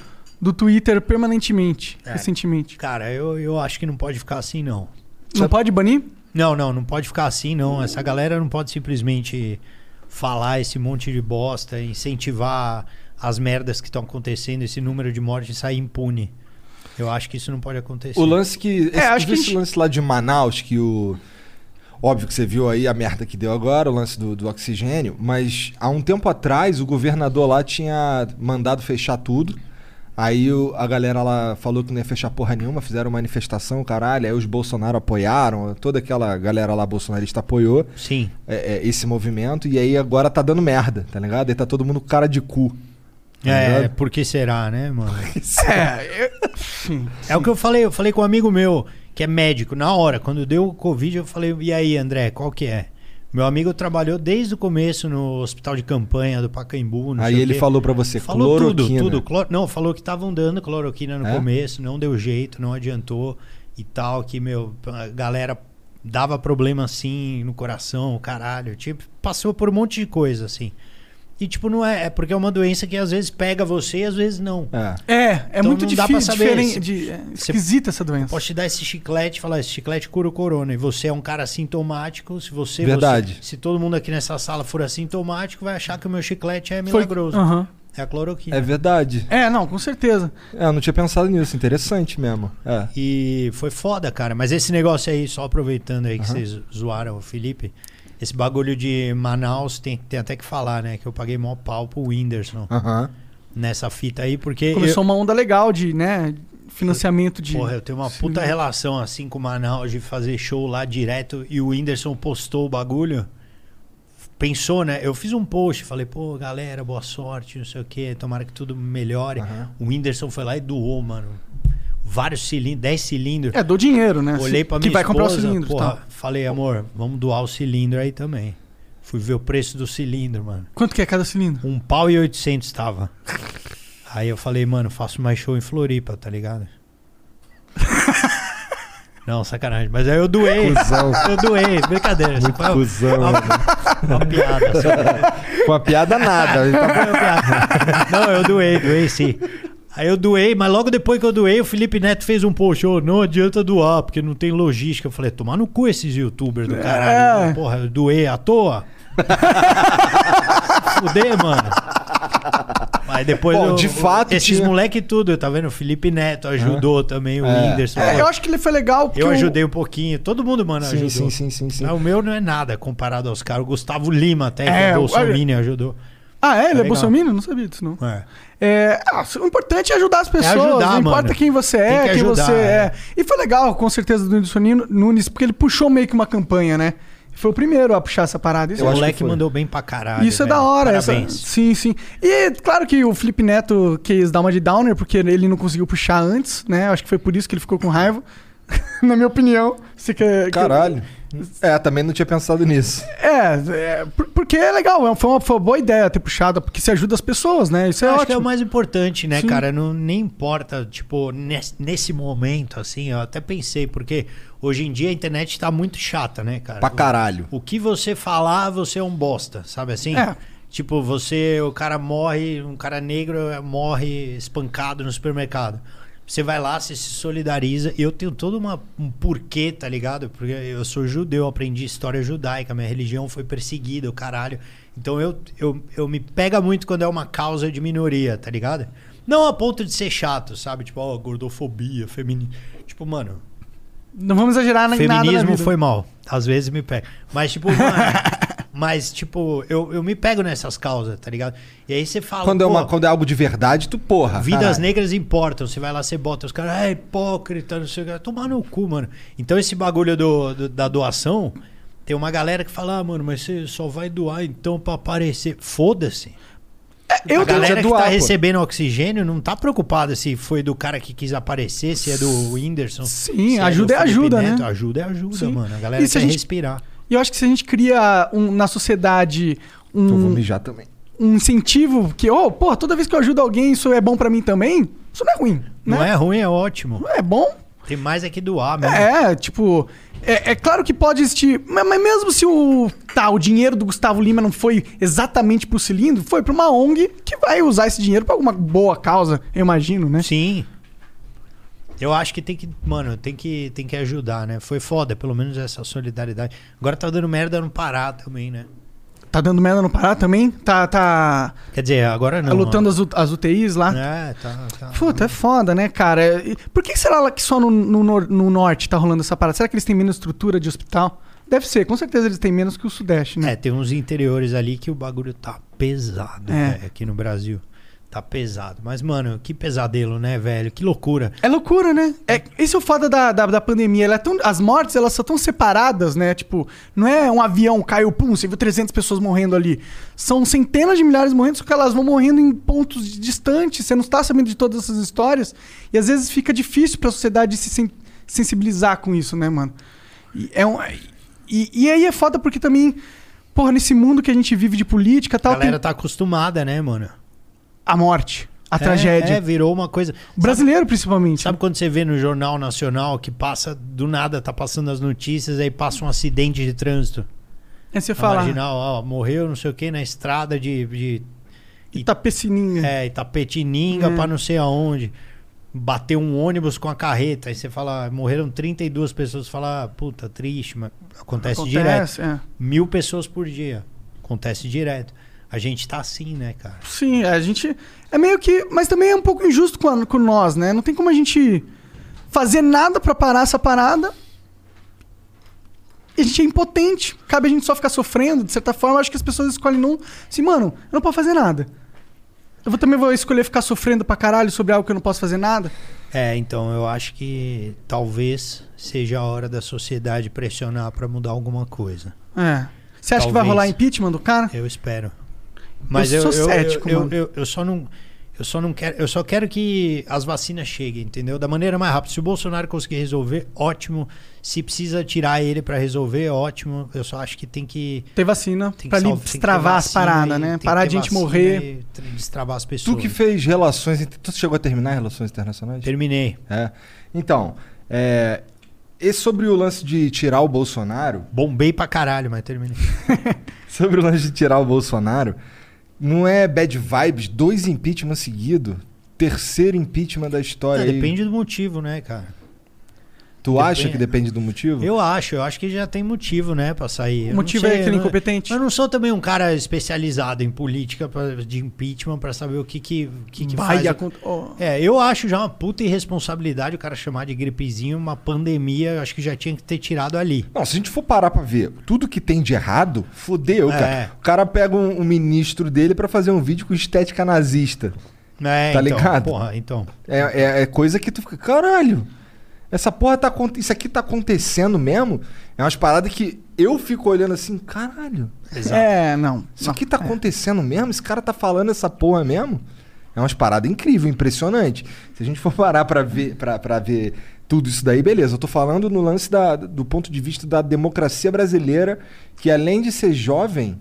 Speaker 3: do Twitter permanentemente,
Speaker 4: É.
Speaker 3: recentemente.
Speaker 4: Cara, eu, eu acho que não pode ficar assim, não.
Speaker 3: Não pode banir?
Speaker 4: Não, não, não pode ficar assim, não. Essa galera não pode simplesmente falar esse monte de bosta, incentivar as merdas que estão acontecendo, esse número de mortes e sair impune. Eu acho que isso não pode acontecer.
Speaker 2: O lance que. esse,
Speaker 3: É, acho
Speaker 2: tu viu
Speaker 3: que a
Speaker 2: esse
Speaker 3: gente-
Speaker 2: lance lá de Manaus, que o. Óbvio que você viu aí a merda que deu agora, o lance do, do oxigênio, mas há um tempo atrás o governador lá tinha mandado fechar tudo. Aí o- a galera lá falou que não ia fechar porra nenhuma, fizeram manifestação, caralho. Aí os Bolsonaro apoiaram, toda aquela galera lá bolsonarista apoiou
Speaker 4: Sim.
Speaker 2: é, é, esse movimento. E aí agora tá dando merda, tá ligado? Aí tá todo mundo com cara de cu. tá
Speaker 4: É,
Speaker 2: ligado?
Speaker 4: por que será, né, mano? <laughs> É o que eu falei, eu falei com um amigo meu, que é médico, na hora, quando deu o Covid, eu falei, e aí, André, qual que é? Meu amigo trabalhou desde o começo no hospital de campanha do Pacaembu. não
Speaker 2: aí
Speaker 4: sei o
Speaker 2: ele
Speaker 4: quê.
Speaker 2: falou pra você,
Speaker 4: Falou tudo,
Speaker 2: cloroquina.
Speaker 4: tudo. Cloro... Não, falou que estavam dando cloroquina no
Speaker 2: É?
Speaker 4: começo, não deu jeito, não adiantou e tal, que, meu, a galera dava problema assim no coração, caralho. Tipo, passou por um monte de coisa, assim. E, tipo, não é. É porque é uma doença que às vezes pega você e às vezes não.
Speaker 2: É.
Speaker 3: É, é
Speaker 4: Então
Speaker 3: muito
Speaker 4: não
Speaker 3: difícil,
Speaker 4: dá pra saber.
Speaker 3: diferente,
Speaker 4: Cê-
Speaker 3: de- é esquisita essa doença.
Speaker 4: Posso te dar esse chiclete e falar, esse chiclete cura o corona. E você é um cara sintomático. Se você.
Speaker 2: Verdade.
Speaker 4: você- se todo mundo aqui nessa sala for assintomático, vai achar que o meu chiclete é
Speaker 3: Foi-
Speaker 4: milagroso.
Speaker 3: Aham.
Speaker 4: É a cloroquina.
Speaker 2: É verdade.
Speaker 3: É, não, com certeza.
Speaker 2: É, eu não tinha pensado nisso. Interessante mesmo. É.
Speaker 4: E foi foda, cara. Mas esse negócio aí, só aproveitando aí que
Speaker 2: Aham.
Speaker 4: vocês zoaram o Felipe, esse bagulho de Manaus tem, tem até que falar, né? Que eu paguei mó pau pro Whindersson
Speaker 2: Aham.
Speaker 4: nessa fita aí, porque.
Speaker 3: Começou uma onda legal de, né, financiamento
Speaker 4: eu,
Speaker 3: de... né?
Speaker 4: porra, eu tenho uma puta relação assim com Manaus de fazer show lá direto e o Whindersson postou o bagulho. Pensou, né? Eu fiz um post, falei, pô, galera, boa sorte, não sei o quê, tomara que tudo melhore. O Whindersson foi lá e doou, mano. Vários cilindros, 10 cilindros.
Speaker 3: É, dou dinheiro, né?
Speaker 4: Olhei pra
Speaker 3: Que
Speaker 4: minha
Speaker 3: vai comprar o
Speaker 4: esposa,
Speaker 3: cilindro,
Speaker 4: porra,
Speaker 3: tá.
Speaker 4: Falei, amor, vamos doar o cilindro aí também. Fui ver o preço do cilindro, mano.
Speaker 3: Quanto que é cada cilindro?
Speaker 4: Um pau e 800 tava. Aí eu falei, mano, faço mais show em Floripa, tá ligado? <laughs> Não, sacanagem. Mas aí eu doei.
Speaker 2: Cusão.
Speaker 4: Eu doei, brincadeira. Isso foi uma-
Speaker 2: Cusão.
Speaker 4: <laughs>
Speaker 2: mano.
Speaker 4: uma piada. só.
Speaker 2: Com a piada nada. Ele tá-
Speaker 4: Não, eu doei, doei sim. Aí eu doei, mas logo depois que eu doei, o Felipe Neto fez um post, "Ô, não adianta doar, porque não tem logística. Eu falei, "É tomar no cu esses youtubers do caralho. né?
Speaker 3: É.
Speaker 4: Porra, eu doei à toa. <laughs> Fudei, mano. Mas depois
Speaker 2: Bom,
Speaker 4: eu-
Speaker 2: de fato,
Speaker 4: esses
Speaker 2: tinha-
Speaker 4: moleque tudo, tá vendo? O Felipe Neto ajudou também, o
Speaker 2: É.
Speaker 4: Whindersson.
Speaker 3: É,
Speaker 4: Pô,
Speaker 3: eu acho que ele foi legal porque
Speaker 4: eu
Speaker 3: o-
Speaker 4: ajudei um pouquinho. Todo mundo, mano,
Speaker 2: Sim,
Speaker 4: ajudou.
Speaker 2: sim, sim, sim, sim.
Speaker 4: Mas O meu não é nada comparado aos caras. O Gustavo Lima até,
Speaker 3: É,
Speaker 4: que é, o
Speaker 3: o-
Speaker 4: Bolsonaro ajudou.
Speaker 3: Ah, é? Ele é,
Speaker 4: legal.
Speaker 3: bolsominion? Não sabia disso, não.
Speaker 4: É.
Speaker 3: É, ah, o importante é ajudar as pessoas.
Speaker 4: ajudar,
Speaker 3: não importa
Speaker 4: mano.
Speaker 3: quem você
Speaker 4: Tem
Speaker 3: é,
Speaker 4: que
Speaker 3: quem
Speaker 4: ajudar,
Speaker 3: você
Speaker 4: é.
Speaker 3: é. E foi legal, com certeza, do Whindersson Nunes- Nunes, porque ele puxou meio que uma campanha, né? Foi o primeiro a puxar essa parada. Isso
Speaker 4: O
Speaker 3: é
Speaker 4: moleque mandou bem pra caralho.
Speaker 3: Isso é
Speaker 4: velho.
Speaker 3: da hora, essa-
Speaker 4: Parabéns.
Speaker 3: Sim, sim. E é claro que o Felipe Neto quis dar uma de downer, porque ele não conseguiu puxar antes, né? Acho que foi por isso que ele ficou com raiva. <laughs> Na minha opinião. Você quer, que-
Speaker 2: Caralho. É, também não tinha pensado nisso.
Speaker 3: É, é, por- porque é legal, é- foi uma, foi uma boa ideia ter puxado, porque se ajuda as pessoas, né? Isso é
Speaker 4: Eu acho que é o
Speaker 3: ótimo.
Speaker 4: mais importante, né,
Speaker 3: Sim.
Speaker 4: cara? Não, nem importa, tipo, nes- nesse, momento, assim, eu até pensei, porque hoje em dia a internet tá muito chata, né, cara?
Speaker 2: Pra caralho.
Speaker 4: O, o que você falar, você é um bosta, sabe assim?
Speaker 3: É.
Speaker 4: Tipo, você, o cara morre, um cara negro eh, morre espancado no supermercado. Você vai lá, você se solidariza. Eu tenho todo uma, um porquê, tá ligado? Porque eu sou judeu, aprendi história judaica, minha religião foi perseguida, o caralho. Então eu, eu, eu me pega muito quando é uma causa de minoria, tá ligado? Não a ponto de ser chato, sabe? Tipo, ó, gordofobia, feminismo. Tipo, mano,
Speaker 3: Não vamos exagerar na, nada na
Speaker 4: Feminismo
Speaker 3: vida.
Speaker 4: foi mal. Às vezes me pega. Mas, tipo,
Speaker 3: <laughs>
Speaker 4: mano, mas, tipo, eu, eu me pego nessas causas, tá ligado? E aí você fala.
Speaker 2: Quando é, uma,
Speaker 4: pô,
Speaker 2: quando é algo de verdade, tu porra.
Speaker 4: Ah, Vidas
Speaker 2: caralho.
Speaker 4: negras importam. Você vai lá, você bota os caras, é hipócrita, não sei o que. Tomar no cu, mano. Então esse bagulho do, do- da doação, tem uma galera que fala, ah, mano, mas você só vai doar então pra aparecer. Foda-se.
Speaker 3: É, Eu tenho-
Speaker 4: a galera que
Speaker 2: doar,
Speaker 4: tá
Speaker 2: pô.
Speaker 4: recebendo oxigênio não tá preocupada se foi do cara que quis aparecer, se é do Whindersson.
Speaker 3: Sim,
Speaker 4: se do
Speaker 3: ajuda é
Speaker 4: Felipe
Speaker 3: ajuda, né?
Speaker 4: Ajuda é ajuda,
Speaker 3: Sim.
Speaker 4: mano. A galera
Speaker 3: E se
Speaker 4: quer
Speaker 3: a gente-
Speaker 4: respirar.
Speaker 3: E eu acho que se a gente cria um- na sociedade
Speaker 2: Eu vou
Speaker 3: um,
Speaker 2: mijar também.
Speaker 3: um incentivo que, oh, porra, toda vez que eu ajudo alguém, isso é bom pra mim também, isso não é ruim.
Speaker 4: Não
Speaker 3: né?
Speaker 4: é ruim, é ótimo.
Speaker 3: É bom,
Speaker 4: Tem mais é que doar mesmo.
Speaker 3: É, tipo. É, é claro que pode existir. Mas, mas mesmo se o. Tá, o dinheiro do Gustavo Lima não foi exatamente pro cilindro, foi pra uma ONG que vai usar esse dinheiro pra alguma boa causa, eu imagino, né?
Speaker 4: Sim. Eu acho que tem que, mano, tem que, tem que ajudar, né? Foi foda, pelo menos essa solidariedade. Agora tá dando merda no Pará também, né?
Speaker 3: Tá dando merda no Pará também? Tá. Tá,
Speaker 4: Quer dizer, agora
Speaker 3: tá
Speaker 4: não.
Speaker 3: lutando as, U- as UTIs lá?
Speaker 4: ó. É, tá, tá.
Speaker 3: Puta, é foda, né, cara? E Por que será lá que só no, no nor- no norte tá rolando essa parada? Será que eles têm menos estrutura de hospital? Deve ser, com certeza eles têm menos que o sudeste, né?
Speaker 4: É, tem uns interiores ali que o bagulho tá pesado,
Speaker 3: É.
Speaker 4: velho, aqui no Brasil. Tá pesado. Mas, mano, que pesadelo, né, velho? Que loucura.
Speaker 3: É loucura, né? É, esse é o foda da, da, da pandemia. Ela é tão, as mortes, elas são tão separadas, né? Tipo, não é um avião caiu, pum, você viu 300 pessoas morrendo ali. São centenas de milhares morrendo, só que elas vão morrendo em pontos distantes. Você não está sabendo de todas essas histórias. E às vezes fica difícil pra sociedade se sen- sensibilizar com isso, né, mano? E, é um, e, e aí é foda porque também, porra, nesse mundo que a gente vive de política e
Speaker 4: A
Speaker 3: tal,
Speaker 4: galera
Speaker 3: tem
Speaker 4: tá acostumada, né, mano?
Speaker 3: a morte, a
Speaker 4: É,
Speaker 3: tragédia.
Speaker 4: É, virou uma coisa.
Speaker 3: Brasileiro, principalmente. né?
Speaker 4: Sabe quando você vê no Jornal Nacional que passa, do nada, tá passando as notícias, aí passa um acidente de trânsito.
Speaker 3: Aí você
Speaker 4: Na
Speaker 3: fala,
Speaker 4: Tá marginal, ó, morreu não sei o que na estrada de, de
Speaker 3: Itapecininha.
Speaker 4: é, Itapetininga pra não sei aonde. Bateu um ônibus com a carreta. Aí você fala, morreram 32 pessoas. Você Fala, ah, puta, triste, mas acontece, direto.
Speaker 3: é.
Speaker 4: Mil pessoas por dia. Acontece direto. A gente tá assim, né, cara?
Speaker 3: Sim, a gente. É meio que. Mas também é um pouco injusto com, a- com nós, né? Não tem como a gente fazer nada pra parar essa parada. E a gente é impotente. Cabe a gente só ficar sofrendo. De certa forma, eu acho que as pessoas escolhem não. Assim, mano, eu não posso fazer nada. Eu vou, também vou escolher ficar sofrendo pra caralho sobre algo que eu não posso fazer nada.
Speaker 4: É, então eu acho que talvez seja a hora da sociedade pressionar pra mudar alguma coisa.
Speaker 3: É. Você acha que vai
Speaker 4: Talvez. É.
Speaker 3: rolar impeachment do cara?
Speaker 4: Eu espero. Mas eu,
Speaker 3: Eu sou
Speaker 4: eu- eu-
Speaker 3: cético,
Speaker 4: eu,
Speaker 3: mano.
Speaker 4: eu- eu só não eu só não quero, eu só quero que as vacinas cheguem, entendeu? Da maneira mais rápida. Se o Bolsonaro conseguir resolver, ótimo. Se precisa tirar ele pra resolver, ótimo. Eu só acho que tem que
Speaker 3: Ter vacina
Speaker 4: tem que
Speaker 3: pra ali
Speaker 4: salvar- tem que ter
Speaker 3: destravar as
Speaker 4: vacina
Speaker 3: paradas,
Speaker 4: e
Speaker 3: né?
Speaker 4: tem que
Speaker 3: Parar
Speaker 4: ter
Speaker 3: de gente
Speaker 4: vacina
Speaker 3: morrer.
Speaker 4: e tra- destravar as pessoas.
Speaker 2: Tu que fez relações. inter- Tu chegou a terminar relações internacionais?
Speaker 4: Terminei.
Speaker 2: É. Então, é. E sobre o lance de tirar o Bolsonaro,
Speaker 4: Bombei pra caralho, mas terminei.
Speaker 2: sobre o lance de tirar o Bolsonaro, não é bad vibes, dois impeachments seguidos, terceiro impeachment da história.
Speaker 4: Ah,
Speaker 2: aí.
Speaker 4: depende do motivo, né, cara?
Speaker 2: Tu acha
Speaker 4: depende-
Speaker 2: que depende do motivo?
Speaker 4: Eu acho, eu acho que já tem motivo, né, pra sair. Eu
Speaker 3: O
Speaker 4: não
Speaker 3: motivo
Speaker 4: sei,
Speaker 3: é aquele
Speaker 4: eu não-
Speaker 3: incompetente.
Speaker 4: Eu não sou também um cara especializado em política pra- de impeachment pra saber o que que, o que, que
Speaker 3: Vai Oh.
Speaker 4: faz.
Speaker 3: acontecer.
Speaker 4: É, eu acho já uma puta irresponsabilidade o cara chamar de gripezinho uma pandemia, eu acho que já tinha que ter tirado ali.
Speaker 2: Não, se a gente for parar pra ver tudo que tem de errado, fodeu,
Speaker 4: É.
Speaker 2: cara. O cara pega um, um ministro dele pra fazer um vídeo com estética nazista.
Speaker 4: É,
Speaker 2: Tá
Speaker 4: então,
Speaker 2: ligado?
Speaker 4: Porra, então.
Speaker 2: É, é- é coisa que tu fica, caralho, essa porra tá acontecendo, isso aqui tá acontecendo mesmo? É umas paradas que eu fico olhando assim, caralho,
Speaker 3: É, não.
Speaker 2: isso
Speaker 3: Não.
Speaker 2: aqui tá acontecendo mesmo? Esse cara tá falando essa porra mesmo? É umas paradas incríveis, impressionante. Se a gente for parar pra ver, pra, pra ver tudo isso daí, beleza. Eu tô falando no lance da- do ponto de vista da democracia brasileira, que além de ser jovem,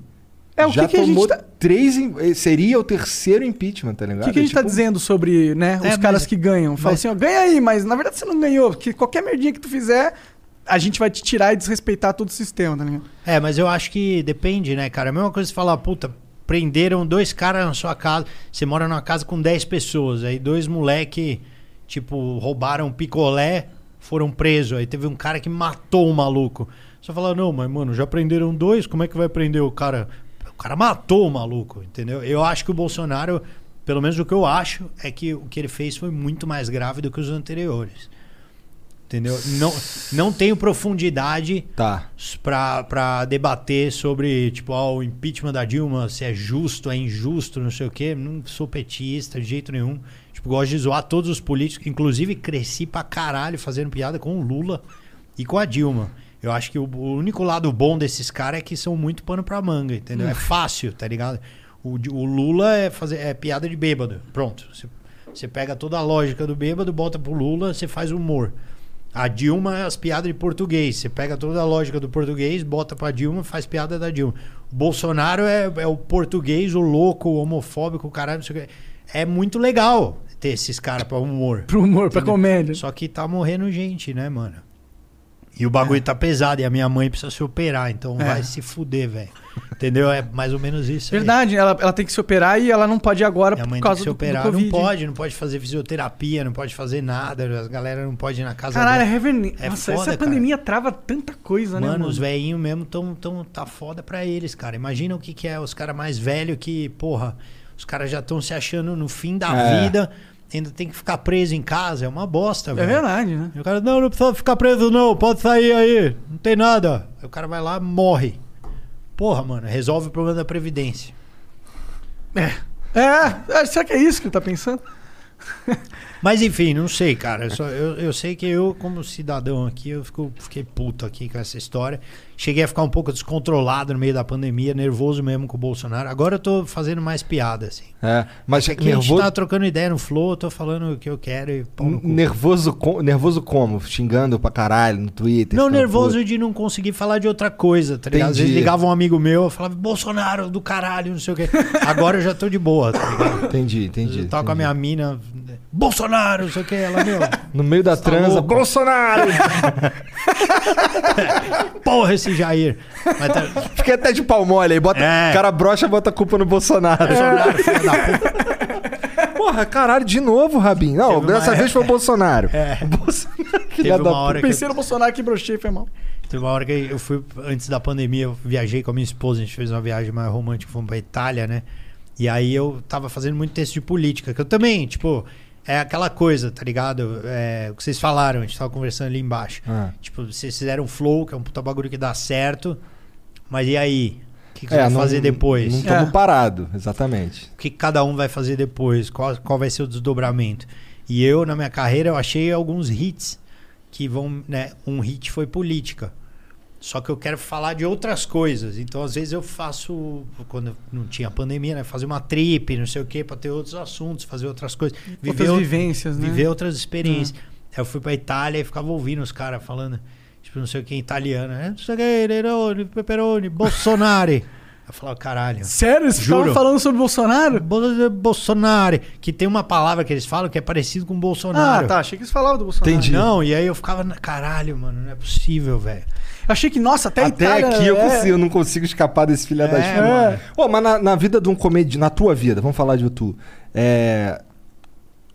Speaker 3: É, o que
Speaker 2: já
Speaker 3: que a gente
Speaker 2: tomou
Speaker 3: tá-
Speaker 2: três. im- eh, Seria o terceiro impeachment, tá
Speaker 3: O
Speaker 2: ligado?
Speaker 3: que, que a gente
Speaker 2: É
Speaker 3: tá
Speaker 2: tipo-
Speaker 3: dizendo sobre né, os
Speaker 4: É,
Speaker 3: caras
Speaker 4: mas-
Speaker 3: que ganham? Fala
Speaker 4: mas-
Speaker 3: assim, ó, ganha aí, mas na verdade você não ganhou, porque qualquer merdinha que tu fizer, a gente vai te tirar e desrespeitar todo o sistema, tá ligado?
Speaker 4: É, mas eu acho que depende, né, cara? A mesma coisa você falar, puta, prenderam dois caras na sua casa. Você mora numa casa com 10 pessoas, aí dois moleque, tipo, roubaram picolé, foram presos. Aí teve um cara que matou o maluco. Você fala, não, mas mano, já prenderam dois, como é que vai prender o cara? O cara matou o maluco, entendeu? Eu acho que o Bolsonaro, pelo menos o que eu acho, é que o que ele fez foi muito mais grave do que os anteriores. Entendeu? Não, não tenho profundidade
Speaker 2: Tá.
Speaker 4: pra, pra debater sobre, tipo, ah, o impeachment da Dilma, se é justo, é injusto, não sei o quê. Não sou petista de jeito nenhum. Tipo, gosto de zoar todos os políticos. Inclusive, cresci pra caralho fazendo piada com o Lula e com a Dilma. Eu acho que o, o único lado bom desses caras é que são muito pano pra manga, entendeu? É fácil, tá ligado? O, Di- o Lula é, fazer, é piada de bêbado. Pronto. Você, você pega toda a lógica do bêbado, bota pro Lula, você faz humor. A Dilma é as piadas de português. Você pega toda a lógica do português, bota pra Dilma, faz piada da Dilma. O Bolsonaro é, é o português, o louco, o homofóbico, o caralho, não sei o quê. É muito legal ter esses caras pra humor.
Speaker 3: Pro humor, pra comédia.
Speaker 4: Só que tá morrendo gente, né, mano? E o bagulho
Speaker 3: É.
Speaker 4: tá pesado e a minha mãe precisa se operar, então vai se fuder, velho. Entendeu? É mais ou menos isso. aí.
Speaker 3: Verdade, ela, ela tem que se operar e ela não pode ir agora
Speaker 4: Minha
Speaker 3: por
Speaker 4: mãe tem que
Speaker 3: causa
Speaker 4: se
Speaker 3: do, do
Speaker 4: operar.
Speaker 3: Covid.
Speaker 4: Não pode, não pode fazer fisioterapia, não pode fazer nada. A galera não pode ir na casa
Speaker 3: Caralho, é
Speaker 4: dela.
Speaker 3: reverni...
Speaker 4: É
Speaker 3: Nossa,
Speaker 4: foda,
Speaker 3: essa pandemia trava tanta coisa, né,
Speaker 4: Mano,
Speaker 3: mano?
Speaker 4: os velhinhos mesmo tão, tão, tá foda pra eles, cara. Imagina o que, que é os caras mais velhos que, porra, os caras já estão se achando no fim da
Speaker 2: É.
Speaker 4: vida, ainda tem que ficar preso em casa. É uma bosta,
Speaker 3: É
Speaker 4: velho.
Speaker 3: verdade, né?
Speaker 4: E o cara, não, não precisa ficar preso, não, pode sair aí, não tem nada. Aí o cara vai lá, morre. Porra, mano, resolve o problema da Previdência.
Speaker 3: É, é, será que é isso que ele tá pensando?
Speaker 4: Mas enfim, não sei, cara. Eu, só- eu- eu sei que eu, como cidadão aqui, eu fico, fiquei puto aqui com essa história. Cheguei a ficar um pouco descontrolado no meio da pandemia, nervoso mesmo com o Bolsonaro. Agora eu tô fazendo mais piada, assim.
Speaker 2: É, mas
Speaker 4: Aqui a
Speaker 2: nervoso,
Speaker 4: gente tá trocando ideia no flow, eu tô falando o que eu quero e pau no cu.
Speaker 2: nervoso, com- nervoso como? Xingando pra caralho no Twitter?
Speaker 4: Não,
Speaker 2: ficando Hum, tá puto?
Speaker 4: nervoso de não conseguir falar de outra coisa, tá ligado? Às vezes
Speaker 2: Entendi.
Speaker 4: ligava um amigo meu, eu falava, Bolsonaro do caralho, não sei o quê. Agora eu já tô de boa, tá ligado?
Speaker 2: Entendi, entendi.
Speaker 4: Eu
Speaker 3: Tá
Speaker 4: tava com a
Speaker 2: entendi.
Speaker 4: minha mina, Bolsonaro, não sei o quê. Ela, meu,
Speaker 2: No meio
Speaker 3: tá
Speaker 2: da transa,
Speaker 4: louco?
Speaker 3: <laughs>
Speaker 2: Bolsonaro!
Speaker 4: porra esse Jair. Mas tá,
Speaker 2: Fiquei até de pau mole aí. Bota,
Speaker 4: É.
Speaker 2: Cara brocha, bota a culpa no Bolsonaro.
Speaker 4: Bolsonaro, filho da puta.
Speaker 2: É. <laughs> Porra, caralho, de novo, Rabin. Não,
Speaker 4: Teve uma-
Speaker 2: dessa vez foi o Bolsonaro.
Speaker 4: É.
Speaker 2: O Bolsonaro, filha
Speaker 4: Teve
Speaker 2: da
Speaker 4: uma hora que eu
Speaker 3: Pensei no Bolsonaro que brochei, foi mal.
Speaker 4: Teve uma hora que eu fui, antes da pandemia, eu viajei com a minha esposa, a gente fez uma viagem mais romântica, fomos pra Itália, né? E aí eu tava fazendo muito texto de política, que eu também, tipo, é aquela coisa, tá ligado? É, o que vocês falaram, a gente tava conversando ali embaixo.
Speaker 2: Ah.
Speaker 4: Tipo, vocês fizeram flow, que é um puta bagulho que dá certo, mas e aí? O que, que
Speaker 2: É,
Speaker 4: vocês vão
Speaker 2: não-
Speaker 4: fazer depois?
Speaker 2: Não
Speaker 4: É
Speaker 2: estamos parado, exatamente.
Speaker 4: o que cada um vai fazer depois, qual, qual vai ser o desdobramento. E eu, na minha carreira, eu achei alguns hits que vão. Né, um hit foi política. Só que eu quero falar de outras coisas. Então, às vezes, eu faço. Quando não tinha pandemia, né? Fazer uma trip, não sei o quê, para ter outros assuntos, fazer outras coisas.
Speaker 3: Outras
Speaker 4: outro-
Speaker 3: vivências, né?
Speaker 4: Viver outras experiências. Aí eu fui pra Itália e ficava ouvindo os caras falando, tipo, não sei o que, em italiano. né? Não sei o que, Nerone, Peperoni, Bolsonaro. eu falava, caralho.
Speaker 3: Sério? Vocês
Speaker 4: Juro.
Speaker 3: estavam falando sobre o Bolsonaro? Ah,
Speaker 4: Bol- Bolsonaro, que tem uma palavra que eles falam que é parecido com Bolsonaro.
Speaker 3: Ah, tá. Achei que eles falavam do Bolsonaro.
Speaker 2: Entendi.
Speaker 4: Não, e aí eu ficava, na- caralho, mano, não é possível, velho.
Speaker 3: Achei que, nossa, até, a
Speaker 2: Até
Speaker 3: Itália...
Speaker 2: aqui eu,
Speaker 3: é.
Speaker 2: consigo- eu não consigo escapar desse filha da
Speaker 4: É,
Speaker 2: puta.
Speaker 4: mano.
Speaker 2: Ô, mas na, na vida de um comediante, na tua vida, vamos falar de tu. É,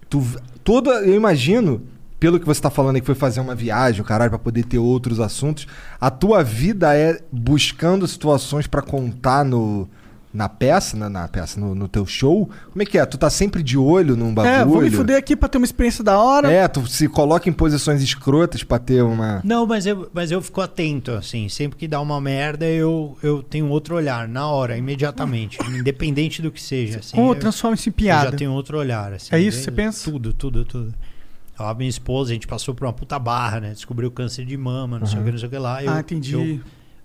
Speaker 2: tu toda, eu imagino, pelo que você tá falando aí, que foi fazer uma viagem, o caralho, pra poder ter outros assuntos, a tua vida é buscando situações pra contar no na peça, né, na, na peça, no, no teu show. Como é que é? Tu tá sempre de olho num bagulho?
Speaker 3: É, vou me fuder aqui pra ter uma experiência da hora.
Speaker 2: É, tu se coloca em posições escrotas pra ter uma
Speaker 4: Não, mas eu, mas eu fico atento, assim. Sempre que dá uma merda, eu, eu tenho outro olhar, na hora, imediatamente. independente do que seja. Assim,
Speaker 3: Ou
Speaker 4: eu-
Speaker 3: transforma isso em
Speaker 4: Eu
Speaker 3: piada.
Speaker 4: já tenho outro olhar, assim.
Speaker 3: É isso,
Speaker 4: Eu-
Speaker 3: você pensa?
Speaker 4: Tudo, tudo, tudo. A minha esposa, a gente passou por uma puta barra, né? Descobriu câncer de mama, não sei o que, não sei o que lá. Eu,
Speaker 3: ah, entendi.
Speaker 4: eu-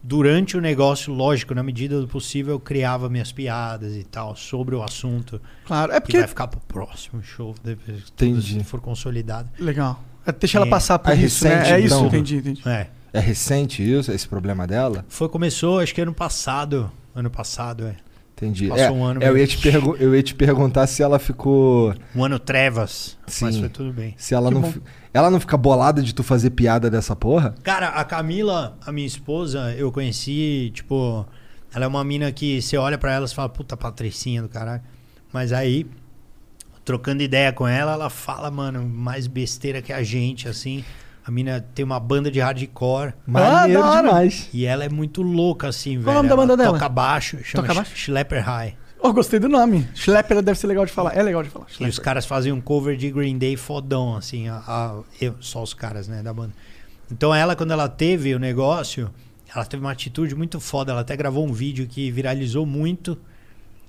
Speaker 4: durante o negócio, lógico, na medida do possível, eu criava minhas piadas e tal, sobre o assunto.
Speaker 3: Claro. É
Speaker 4: Que
Speaker 3: porque...
Speaker 4: vai ficar pro próximo show, depois,
Speaker 2: Entendi.
Speaker 4: se for consolidado.
Speaker 3: Legal. É deixar ela
Speaker 4: É.
Speaker 3: passar por
Speaker 2: É
Speaker 3: isso, né?
Speaker 2: recente,
Speaker 3: É isso,
Speaker 2: então.
Speaker 3: entendi, entendi.
Speaker 4: É.
Speaker 2: é recente isso, esse problema dela?
Speaker 4: Foi, começou, acho que ano passado. Ano passado, é.
Speaker 2: Entendi.
Speaker 4: Passou
Speaker 2: é,
Speaker 4: um ano
Speaker 2: é, eu,
Speaker 4: mesmo.
Speaker 2: ia te pergu- eu ia te perguntar se ela ficou.
Speaker 4: Um ano trevas, mas
Speaker 2: Sim.
Speaker 4: foi tudo bem.
Speaker 2: Se ela
Speaker 3: Que
Speaker 2: não.
Speaker 3: bom.
Speaker 2: fi- Ela não fica bolada de tu fazer piada dessa porra?
Speaker 4: Cara, a Camila, a minha esposa, eu conheci, tipo, ela é uma mina que você olha pra ela e fala, puta patricinha do caralho. Mas aí, trocando ideia com ela, ela fala, mano, mais besteira que a gente, assim. A mina tem uma banda de hardcore
Speaker 2: Maneiro
Speaker 3: da hora.
Speaker 2: demais.
Speaker 4: e ela é muito louca, assim, velho.
Speaker 3: Qual o nome da
Speaker 4: Ela
Speaker 3: banda dela?
Speaker 4: Toca baixo, chama
Speaker 3: Toca
Speaker 4: toca
Speaker 3: baixo?
Speaker 4: Schlepper High.
Speaker 3: Oh, gostei do nome. Schlepper deve ser legal de falar. É legal de falar.
Speaker 4: E os caras faziam um cover de Green Day fodão, assim, a- a- eu- só os caras, né, da banda. Então ela, quando ela teve o negócio, ela teve uma atitude muito foda. Ela até gravou um vídeo que viralizou muito,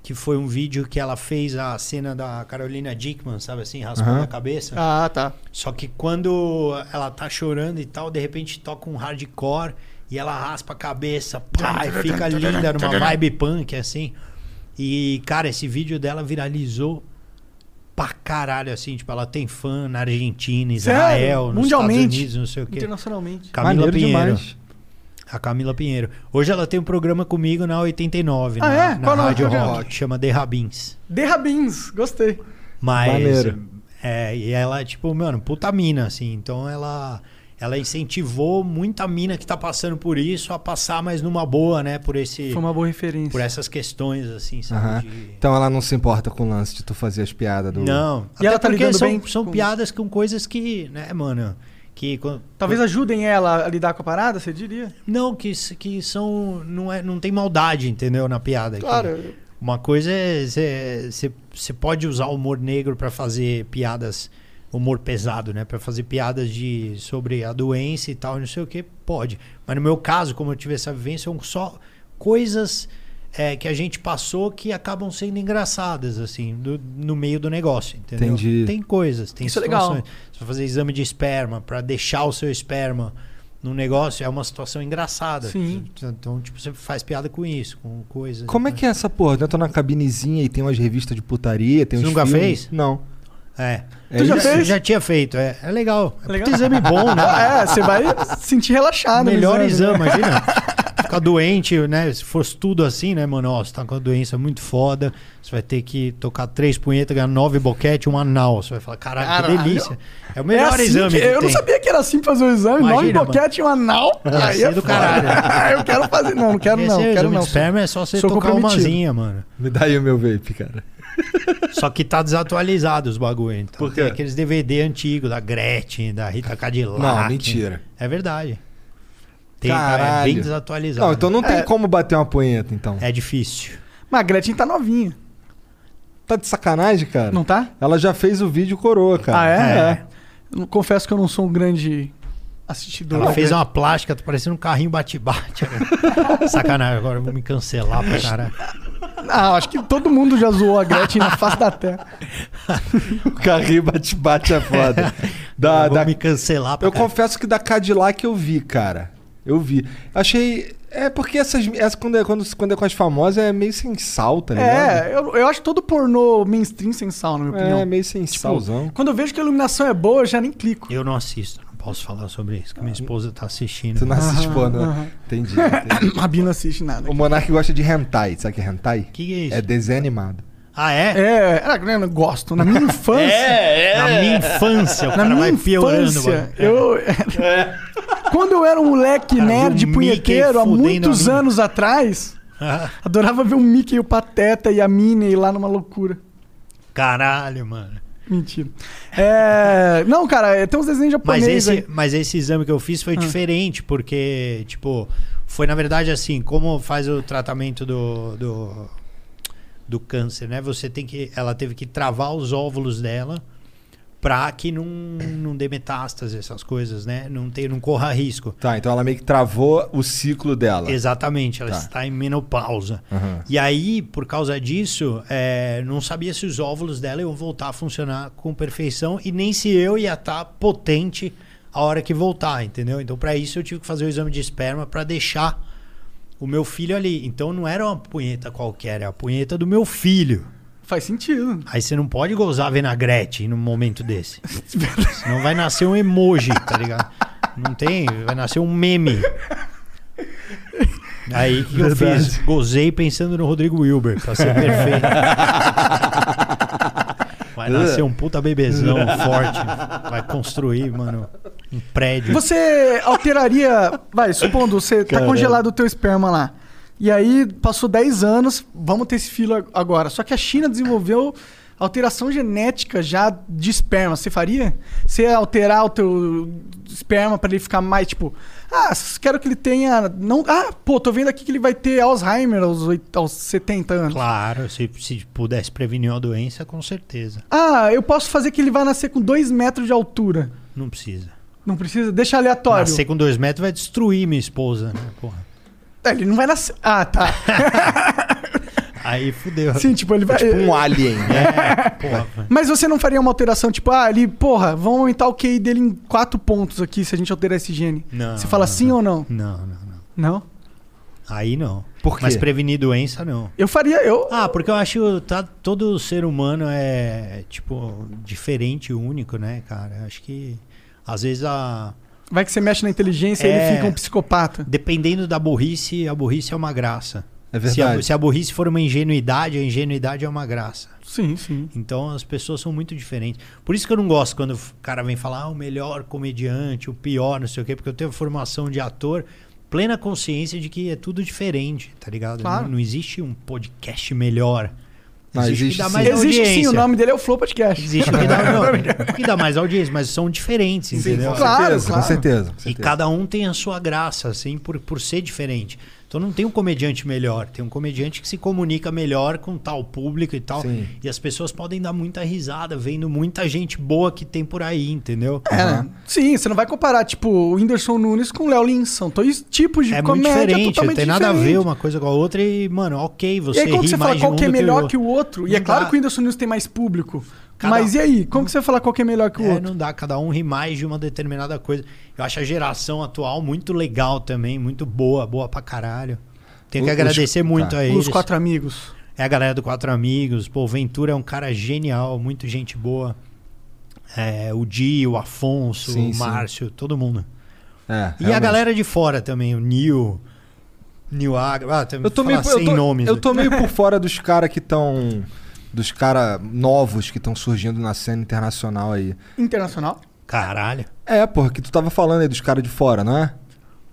Speaker 4: que foi um vídeo que ela fez a cena da Carolina Dickman, sabe assim, raspando
Speaker 2: Aham.
Speaker 4: a cabeça.
Speaker 3: Ah, tá.
Speaker 4: Só que quando ela tá chorando e tal, de repente toca um hardcore e ela raspa a cabeça, pá, e fica linda numa vibe punk, assim. E, cara, esse vídeo dela viralizou pra caralho, assim. Tipo, ela tem fã na Argentina, Israel, nos
Speaker 3: Mundialmente.
Speaker 4: Estados Unidos, não sei o quê.
Speaker 3: Internacionalmente.
Speaker 4: Camila
Speaker 2: Maneiro
Speaker 4: Pinheiro.
Speaker 2: demais.
Speaker 4: A Camila Pinheiro. Hoje ela tem um programa comigo na 89,
Speaker 3: Ah,
Speaker 4: na,
Speaker 3: é?
Speaker 4: na
Speaker 3: Qual o nome do
Speaker 4: Rádio
Speaker 3: programa?
Speaker 4: Rock. Chama The Rabins.
Speaker 3: Derrabins, gostei.
Speaker 4: Mas.
Speaker 2: Maneiro.
Speaker 4: É, e ela, tipo, mano, puta mina, assim. Então ela. Ela incentivou muita mina que tá passando por isso a passar, mas numa boa, né? Por esse.
Speaker 3: Foi uma boa referência.
Speaker 4: Por essas questões, assim,
Speaker 2: Aham.
Speaker 4: sabe? de-
Speaker 2: Então ela não se importa com o lance de tu fazer as piadas do.
Speaker 4: Não.
Speaker 3: E ela tá
Speaker 4: porque
Speaker 3: lidando
Speaker 4: são,
Speaker 3: bem
Speaker 4: são
Speaker 3: com
Speaker 4: piadas com coisas que, né, mano? Que. quan-
Speaker 3: Talvez ajudem ela a lidar com a parada, você
Speaker 4: <laughs>
Speaker 3: diria?
Speaker 4: Não, que, s- que são. Não, é, não tem maldade, entendeu? Na piada. Que Uma coisa é. Você pode usar o humor negro pra fazer piadas. Humor pesado, né? Pra fazer piadas de, sobre a doença e tal, não sei o que, pode. Mas no meu caso, como eu tive essa vivência, são só coisas é, que a gente passou que acabam sendo engraçadas, assim, do- no meio do negócio, entendeu?
Speaker 2: Entendi.
Speaker 4: Tem coisas, tem
Speaker 3: Isso é legal.
Speaker 4: situações. Você vai fazer exame de esperma pra deixar o seu esperma no negócio é uma situação engraçada.
Speaker 3: Sim.
Speaker 4: Então, tipo, você faz piada com isso, com coisas. né?
Speaker 2: Como é que é essa porra? Eu tô na cabinezinha e tem umas revistas de putaria, tem
Speaker 4: Você
Speaker 2: uns
Speaker 4: nunca
Speaker 2: filmes.
Speaker 4: fez?
Speaker 2: Não.
Speaker 4: é?
Speaker 2: É
Speaker 3: Tu já
Speaker 2: isso?
Speaker 3: fez?
Speaker 4: Já tinha feito, é. É legal. É
Speaker 3: Legal.
Speaker 4: puta exame
Speaker 3: <laughs>
Speaker 4: bom, né? Ah,
Speaker 3: É, você vai se sentir relaxado. no
Speaker 4: Melhor exame, imagina. Ficar doente, né? Se fosse tudo assim, né, mano? Ó, você tá com uma doença muito foda. Você vai ter que tocar três punhetas, ganhar nove boquete, um anal. Você vai falar, caralho, que
Speaker 3: Caralho.
Speaker 4: delícia. É o
Speaker 3: É
Speaker 4: melhor
Speaker 3: assim
Speaker 4: exame.
Speaker 3: que-
Speaker 4: que
Speaker 3: eu não
Speaker 4: tem.
Speaker 3: sabia que era assim fazer o exame. Nove
Speaker 4: Imagina,
Speaker 3: boquete, um
Speaker 4: <laughs>
Speaker 3: anal. Aí
Speaker 4: ser
Speaker 3: é
Speaker 4: do
Speaker 3: foda. <laughs>
Speaker 4: caralho.
Speaker 3: Eu quero fazer. Não, não quero
Speaker 4: Esse
Speaker 3: não.
Speaker 4: é o
Speaker 3: Quero
Speaker 4: exame
Speaker 3: não.
Speaker 4: de esperma é só você
Speaker 3: Sou
Speaker 4: tocar
Speaker 3: comprometido.
Speaker 4: umazinha, mano.
Speaker 2: Me dá aí o meu vape, cara.
Speaker 4: Só que tá desatualizado os bagulho. Então,
Speaker 2: Por quê?
Speaker 4: Tem aqueles DVD antigos da Gretchen, da Rita Cadillac.
Speaker 2: Não, mentira.
Speaker 4: É verdade. Tem, cara, é
Speaker 2: Caralho.
Speaker 4: bem desatualizado.
Speaker 2: Não, então não tem
Speaker 3: É.
Speaker 2: como bater uma punheta, então.
Speaker 4: É difícil.
Speaker 3: Mas a Gretchen tá novinha,
Speaker 2: Tá de sacanagem, cara?
Speaker 3: não tá?
Speaker 2: Ela já fez o vídeo coroa, cara.
Speaker 3: Ah, é?
Speaker 4: É.
Speaker 3: Eu Confesso que eu não sou um grande assistidor.
Speaker 4: Ela
Speaker 3: da
Speaker 4: fez
Speaker 3: Gretchen.
Speaker 4: uma plástica, tá parecendo um carrinho bate-bate. né? <laughs> Sacanagem, agora eu vou me cancelar pra caralho.
Speaker 3: Ah, acho que todo mundo já zoou a Gretchen na face da
Speaker 4: <laughs>
Speaker 3: terra.
Speaker 2: <laughs> O carrinho bate-bate é foda. da,
Speaker 4: eu vou
Speaker 2: da-
Speaker 4: me cancelar pra
Speaker 2: Tá, Eu
Speaker 4: caralho.
Speaker 2: confesso que da Cadillac eu vi, cara. Eu vi. Achei. É porque essas. Essa, quando, é, quando, quando é com as famosas é meio sem sal, tá ligado?
Speaker 3: É, eu, eu acho todo pornô mainstream sem sal, na minha opinião.
Speaker 2: É, meio
Speaker 4: Tipo,
Speaker 2: sem salzão.
Speaker 3: Quando eu vejo que a iluminação é boa, eu já nem clico.
Speaker 4: Eu não assisto, não posso falar sobre isso, que minha esposa tá assistindo.
Speaker 2: Ah. Você não assiste pornô. tipo, né? Entendi. entendi.
Speaker 3: Rabi não assiste nada.
Speaker 2: o Monark gosta de hentai. Sabe o que é hentai?
Speaker 4: Que que é isso?
Speaker 2: É desenho animado.
Speaker 4: Ah, é?
Speaker 3: É, era eu não gosto.
Speaker 4: <laughs>
Speaker 3: Na minha infância.
Speaker 4: Na minha infância, o
Speaker 3: É. Na
Speaker 4: É, cara
Speaker 3: minha
Speaker 4: vai piorando.
Speaker 3: infância,
Speaker 4: mano.
Speaker 3: eu. <laughs> Quando eu era um moleque
Speaker 4: Cara,
Speaker 3: nerd
Speaker 4: viu o
Speaker 3: punheteiro,
Speaker 4: Mickey
Speaker 3: há
Speaker 4: fudendo
Speaker 3: muitos
Speaker 4: a mina.
Speaker 3: anos
Speaker 4: <laughs>
Speaker 3: atrás,
Speaker 4: Ah,
Speaker 3: adorava ver o Mickey e o Pateta e a Minnie lá numa loucura.
Speaker 4: Caralho, mano.
Speaker 3: <laughs> Mentira. É, Não, cara, é, tem uns desenhos
Speaker 4: Mas
Speaker 3: japoneses
Speaker 4: esse,
Speaker 3: aí.
Speaker 4: mas esse exame que eu fiz foi diferente, porque, tipo, foi na verdade assim, como faz o tratamento do, do, do câncer, né? Você tem que. Ela teve que travar os óvulos dela pra que não, não dê metástase, essas coisas, né? Não, tem, não corra risco.
Speaker 2: Tá, então ela meio que travou o ciclo dela.
Speaker 4: Exatamente, ela
Speaker 2: Tá.
Speaker 4: está em menopausa.
Speaker 2: Aham.
Speaker 4: E aí, por causa disso, é, não sabia se os óvulos dela iam voltar a funcionar com perfeição e nem se eu ia estar potente a hora que voltar, entendeu? Então, para isso, eu tive que fazer o exame de esperma para deixar o meu filho ali. Então, não era uma punheta qualquer, era a punheta do meu filho.
Speaker 3: Faz sentido.
Speaker 4: Aí você não pode gozar vinagrete num momento desse. Senão vai nascer um emoji, tá ligado? Não tem, vai nascer um meme. Aí o que, que eu fiz? Gozei pensando no Rodrigo Wilber, pra ser perfeito. Vai nascer um puta bebezão forte. Vai construir, mano, um prédio.
Speaker 3: Você alteraria. Vai, supondo, você tá congelado o teu esperma lá. E aí, passou 10 anos, vamos ter esse filho ag- agora. Só que a China desenvolveu alteração genética já de esperma. Você faria? Você ia alterar o teu esperma pra ele ficar mais, tipo... Ah, s- quero que ele tenha... Não, ah, pô, tô vendo aqui que ele vai ter Alzheimer aos, oit- aos 70 anos.
Speaker 4: Claro, se, se pudesse prevenir uma doença, com certeza.
Speaker 3: Ah, eu posso fazer que ele vai nascer com 2 metros de altura.
Speaker 4: Não precisa.
Speaker 3: Não precisa? Deixa aleatório.
Speaker 4: Nascer com dois metros vai destruir minha esposa, né? Porra.
Speaker 3: Ah, Ele não vai nascer... Ah, tá.
Speaker 4: <laughs> Aí fudeu.
Speaker 3: Sim, tipo, ele vai...
Speaker 2: Tipo um alien, né?
Speaker 4: Porra,
Speaker 3: Mas você não faria uma alteração, tipo, ah, ele, porra, vamos aumentar o QI dele em 4 pontos aqui se a gente alterar esse gene.
Speaker 4: Não.
Speaker 3: Você fala sim ou não?
Speaker 4: Não, não, não.
Speaker 3: Não.
Speaker 4: Aí não.
Speaker 2: Por quê?
Speaker 4: Mas prevenir doença, não.
Speaker 3: Eu faria, eu.
Speaker 4: Ah, porque eu acho que tá, todo ser humano é, tipo, diferente, único, né, cara? Eu Acho que, às vezes, a...
Speaker 3: Vai que você mexe na inteligência e
Speaker 4: É.
Speaker 3: ele fica um psicopata.
Speaker 4: dependendo da burrice, a burrice é uma graça.
Speaker 2: É
Speaker 4: Se a,
Speaker 2: verdade.
Speaker 4: se a burrice for uma ingenuidade, a ingenuidade é uma graça.
Speaker 3: Sim, sim.
Speaker 4: Então as pessoas são muito diferentes. Por isso que eu não gosto quando o cara vem falar ah, o melhor comediante, o pior, não sei o quê, porque eu tenho formação de ator, plena consciência de que é tudo diferente, tá ligado?
Speaker 3: Claro.
Speaker 4: Não, não existe um podcast melhor.
Speaker 2: Não,
Speaker 4: o
Speaker 2: existe
Speaker 4: que dá
Speaker 2: sim.
Speaker 4: mais
Speaker 3: Existe sim,
Speaker 4: audiência.
Speaker 3: o nome dele é o Flow Podcast.
Speaker 4: Existe o
Speaker 3: <laughs>
Speaker 4: que dá, não, o que dá mais audiência, mas são diferentes, entendeu?
Speaker 3: claro,
Speaker 2: certeza,
Speaker 3: claro.
Speaker 2: Com certeza. com
Speaker 4: E
Speaker 2: certeza.
Speaker 4: cada um tem a sua graça, assim, por, por ser diferente. Então não tem um comediante melhor, tem um comediante que se comunica melhor com tal público e tal.
Speaker 2: Sim.
Speaker 4: E as pessoas podem dar muita risada, vendo muita gente boa que tem por aí, entendeu?
Speaker 3: É, né? Sim, você não vai comparar, tipo, o Whindersson Nunes com o Léo Lins. São dois tipos de
Speaker 4: É muito
Speaker 3: comédia
Speaker 4: diferente, não
Speaker 3: totalmente
Speaker 4: tem nada
Speaker 3: diferente.
Speaker 4: a ver uma coisa com a outra e, mano, ok,
Speaker 3: E
Speaker 4: você
Speaker 3: aí, como
Speaker 4: ri
Speaker 3: que você
Speaker 4: mais
Speaker 3: fala
Speaker 4: de
Speaker 3: qual
Speaker 4: um
Speaker 3: que é
Speaker 4: do
Speaker 3: melhor
Speaker 4: o
Speaker 3: que o outro? E
Speaker 4: Não
Speaker 3: é claro
Speaker 4: dá.
Speaker 3: que o Whindersson Nunes tem mais público.
Speaker 4: Cada- um.
Speaker 3: Mas e aí? Como que você vai falar qual que é melhor que o
Speaker 4: É,
Speaker 3: outro?
Speaker 4: não dá, cada um ri mais de uma determinada coisa. Eu acho a geração atual muito legal também, muito boa, boa pra caralho. Tenho que
Speaker 2: Os-
Speaker 4: agradecer
Speaker 2: tá.
Speaker 4: muito a eles.
Speaker 3: Os quatro amigos.
Speaker 4: É a galera do Quatro Amigos. Pô, o Ventura é um cara genial, muito gente boa. É, o Di, o Afonso,
Speaker 2: Sim,
Speaker 4: o
Speaker 2: sim.
Speaker 4: Márcio, todo mundo.
Speaker 2: É,
Speaker 4: E a
Speaker 2: realmente.
Speaker 4: galera de fora também, o Nil, Nil Agra. Ah,
Speaker 2: Eu tô meio,
Speaker 4: sem
Speaker 2: eu tô,
Speaker 4: nomes.
Speaker 2: eu
Speaker 4: né? <laughs>
Speaker 2: tô meio por fora dos caras que estão. Dos caras novos que estão surgindo na cena internacional aí.
Speaker 3: Internacional?
Speaker 4: Caralho.
Speaker 2: É, porra, que tu tava falando aí dos caras de fora, não é?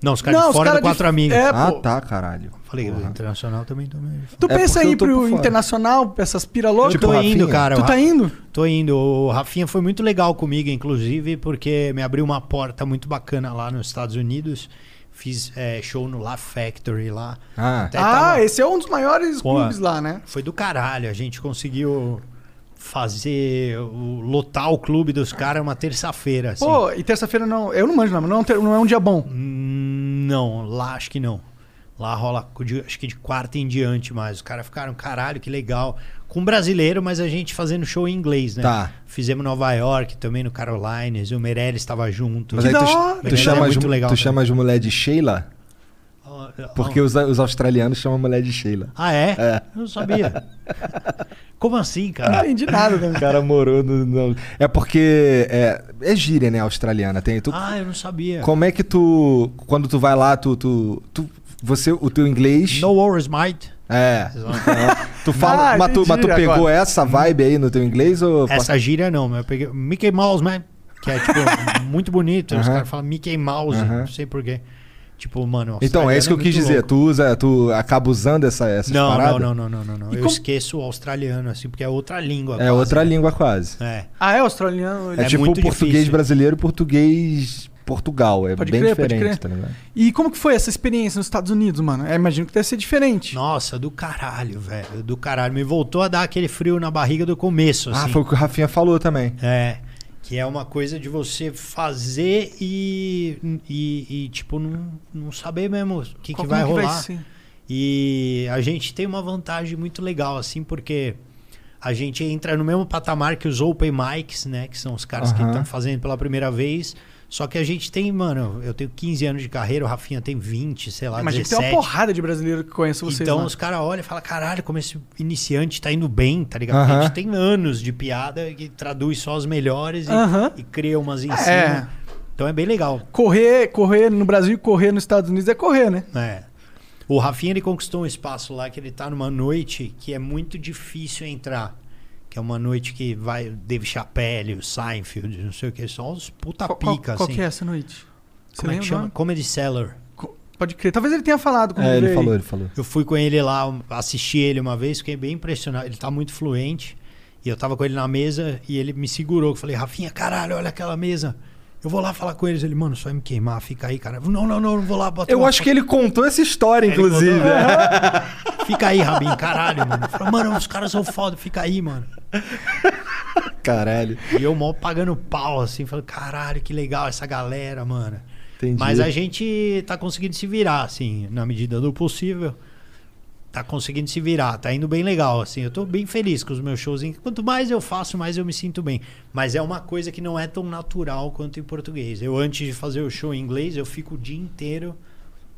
Speaker 4: Não, os caras
Speaker 3: Não,
Speaker 4: de
Speaker 3: os
Speaker 4: fora
Speaker 3: cara
Speaker 4: do Quatro
Speaker 3: de-
Speaker 4: Amigos.
Speaker 3: é,
Speaker 2: ah,
Speaker 3: pô.
Speaker 2: tá, caralho.
Speaker 4: Falei, né? o internacional também tô meio...
Speaker 3: Tu
Speaker 2: É
Speaker 3: pensa
Speaker 2: porque
Speaker 3: aí
Speaker 2: eu tô
Speaker 3: pro
Speaker 2: por fora.
Speaker 3: internacional, essas pira louca?
Speaker 4: Eu tô
Speaker 2: Rafinha?
Speaker 4: indo, cara.
Speaker 3: tu
Speaker 4: o
Speaker 3: tá
Speaker 4: Ra-
Speaker 3: indo?
Speaker 4: Tô indo. O Rafinha foi muito legal comigo, inclusive, porque me abriu uma porta muito bacana lá nos Estados Unidos. Fiz é, show no La Factory lá.
Speaker 2: Ah.
Speaker 4: Até
Speaker 3: Ah,
Speaker 4: tava-
Speaker 3: esse é um dos maiores
Speaker 4: tá Pô,
Speaker 3: clubes lá, né?
Speaker 4: Foi do caralho. A gente conseguiu fazer. o- lotar o clube dos caras uma terça-feira. Assim.
Speaker 3: Pô, e terça-feira não. Eu não manjo, não, mas não, é um ter- não é um dia bom.
Speaker 4: Hum, Não, lá acho que não. Lá rola, de- acho que de quarta em diante mais. Os caras ficaram, caralho, que legal. Com brasileiro, mas a gente fazendo show em inglês, né?
Speaker 2: Tá.
Speaker 4: Fizemos Nova York, também no Carolines, o Meirelles estava junto.
Speaker 2: Mas aí
Speaker 3: da
Speaker 2: tu,
Speaker 3: hora.
Speaker 2: tu, chama,
Speaker 4: Muito
Speaker 2: as-
Speaker 4: legal,
Speaker 2: tu
Speaker 4: né?
Speaker 2: chama as mulher de Sheila? Porque os, os australianos chamam a mulher de Sheila.
Speaker 4: Ah, é?
Speaker 2: É.
Speaker 4: Eu
Speaker 2: <laughs>
Speaker 4: não sabia. Como assim,
Speaker 3: Não
Speaker 4: cara?
Speaker 3: entendi nada, né?
Speaker 2: O <laughs> cara morou no. no- É porque. É, é gíria, né? Australiana. Tem, tu,
Speaker 4: Ah, eu não sabia.
Speaker 2: Como é que tu. Quando tu vai lá, tu. tu, tu- você, o teu inglês.
Speaker 4: No worries, mate.
Speaker 2: É. Tu fala.
Speaker 3: Ah,
Speaker 2: mas, tu, mas tu
Speaker 3: entendi
Speaker 2: pegou
Speaker 3: agora.
Speaker 2: essa vibe aí no teu inglês? Ou
Speaker 4: Essa gíria não, mas eu peguei Mickey Mouse, man. Que é, <laughs> tipo, muito bonito. Os
Speaker 2: Aham.
Speaker 4: caras falam Mickey Mouse,
Speaker 2: Aham.
Speaker 4: não sei porquê. Tipo, mano...
Speaker 2: Então, é isso que eu
Speaker 4: australiano
Speaker 2: quis
Speaker 4: muito
Speaker 2: dizer.
Speaker 4: louco.
Speaker 2: Tu usa. Tu acaba usando essa, essas
Speaker 4: Não,
Speaker 2: paradas?
Speaker 4: não, não, não, não, não, não. Eu esqueço o australiano, assim, porque é outra língua.
Speaker 2: É
Speaker 4: quase.
Speaker 2: outra língua quase.
Speaker 4: É.
Speaker 3: Ah, é australiano.
Speaker 2: É,
Speaker 4: É
Speaker 2: tipo o
Speaker 4: muito
Speaker 2: português
Speaker 4: difícil.
Speaker 2: brasileiro e português Portugal. É
Speaker 3: Pode
Speaker 2: bem
Speaker 3: crer, pode
Speaker 2: diferente,
Speaker 3: crer.
Speaker 2: tá ligado?
Speaker 3: E como que foi essa experiência nos Estados Unidos, mano? Eu imagino que deve ser diferente.
Speaker 4: Nossa, do caralho, velho. Do caralho. Me voltou a dar aquele frio na barriga do começo, assim.
Speaker 2: Ah, foi o que o Rafinha falou também.
Speaker 4: É. Que é uma coisa de você fazer e. e, e, tipo, não, não saber mesmo o que, que
Speaker 3: Qual-
Speaker 4: vai
Speaker 3: como que
Speaker 4: rolar.
Speaker 3: ser?
Speaker 4: E a gente tem uma vantagem muito legal, assim, porque a gente entra no mesmo patamar que os open mics, né? Que são os caras que
Speaker 2: Aham.
Speaker 4: estão fazendo pela primeira vez. Só que a gente tem, mano, eu tenho 15 anos de carreira, o Rafinha tem 20, sei lá,
Speaker 3: Imagina que tem
Speaker 4: 17.
Speaker 3: é uma porrada de brasileiro que conhece vocês.
Speaker 4: então
Speaker 3: mano.
Speaker 4: os caras olham e falam, caralho, como esse iniciante tá indo bem, tá ligado?
Speaker 2: Aham.
Speaker 4: A gente tem anos de piada que traduz só as melhores e,
Speaker 3: Aham.
Speaker 4: e cria umas em
Speaker 3: É.
Speaker 4: cima. Então é bem legal.
Speaker 3: Correr, correr no Brasil e correr nos Estados Unidos é correr, né?
Speaker 4: É. O Rafinha ele conquistou um espaço lá que ele tá numa noite que é muito difícil entrar. Que é uma noite que vai o Dave Chappelle, o Seinfeld, não sei o que, só uns puta
Speaker 3: Qual, qual-
Speaker 4: pica,
Speaker 3: qual
Speaker 4: assim.
Speaker 3: que é essa noite? Você
Speaker 4: Como é
Speaker 3: lembra?
Speaker 4: que
Speaker 3: o
Speaker 4: chama?
Speaker 3: nome?
Speaker 4: Comedy Cellar.
Speaker 3: Co- Pode crer. Talvez ele tenha falado com
Speaker 2: É, ele
Speaker 3: aí.
Speaker 2: falou, ele falou.
Speaker 4: Eu fui com ele lá, um, assisti ele uma vez, fiquei bem impressionado. Ele tá muito fluente. E eu tava com ele na mesa e ele me segurou. Eu falei, Rafinha, caralho, olha aquela mesa. Eu vou lá falar com eles. Ele, mano, só me queimar, fica aí, cara. Não, não, não, não vou lá botar
Speaker 2: Eu acho que ele contou essa história, inclusive.
Speaker 4: contou?
Speaker 2: é.
Speaker 4: Fica aí, Rabin, caralho, mano. Eu falei, mano, os caras são foda, fica aí, mano.
Speaker 2: É. <laughs> Caralho.
Speaker 4: E eu mal pagando pau, assim, falando, caralho, que legal essa galera, mano.
Speaker 2: Entendi.
Speaker 4: Mas a gente tá conseguindo se virar, assim, na medida do possível. Tá conseguindo se virar, tá indo bem legal, assim. Eu tô bem feliz com os meus shows. hein? Quanto mais eu faço, mais eu me sinto bem. Mas é uma coisa que não é tão natural quanto em português. Eu, antes de fazer o show em inglês, eu fico o dia inteiro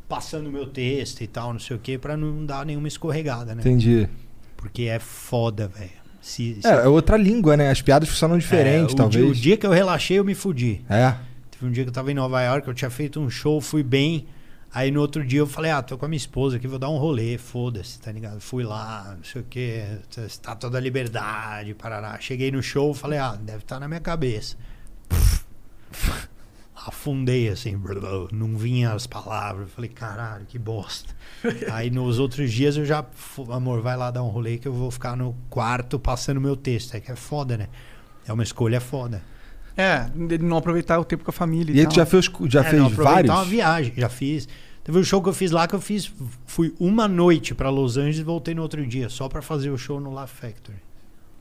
Speaker 4: passando meu texto e tal, não sei o quê, pra não dar nenhuma escorregada, né?
Speaker 2: Entendi.
Speaker 4: Porque é foda, velho. Se, se-
Speaker 2: É, é outra língua, né? As piadas funcionam
Speaker 4: é, o
Speaker 2: diferente,
Speaker 4: di-
Speaker 2: talvez.
Speaker 4: o dia que eu relaxei, eu me fudi.
Speaker 2: É.
Speaker 4: Teve um dia que eu tava em Nova York, eu tinha feito um show, fui bem. Aí no outro dia eu falei, ah, tô com a minha esposa aqui, vou dar um rolê, foda-se, tá ligado? Fui lá, não sei o quê, estátua da liberdade, parará. Cheguei no show, falei, ah, deve estar na minha cabeça. Afundei assim, brrr, não vinha as palavras. Falei, caralho, que bosta. Aí nos outros dias eu já, fu- amor, vai lá dar um rolê que eu vou ficar no quarto passando meu texto. É que é foda, né? É uma escolha foda.
Speaker 3: É, ele não aproveitar o tempo com a família e,
Speaker 2: E aí
Speaker 3: tal.
Speaker 2: tu já fez, já
Speaker 4: É,
Speaker 2: fez
Speaker 4: não, aproveitar
Speaker 2: vários?
Speaker 4: uma viagem, já fiz. Teve um show que eu fiz lá que eu fiz, fui uma noite pra Los Angeles e voltei no outro dia, só pra fazer o show no La Factory.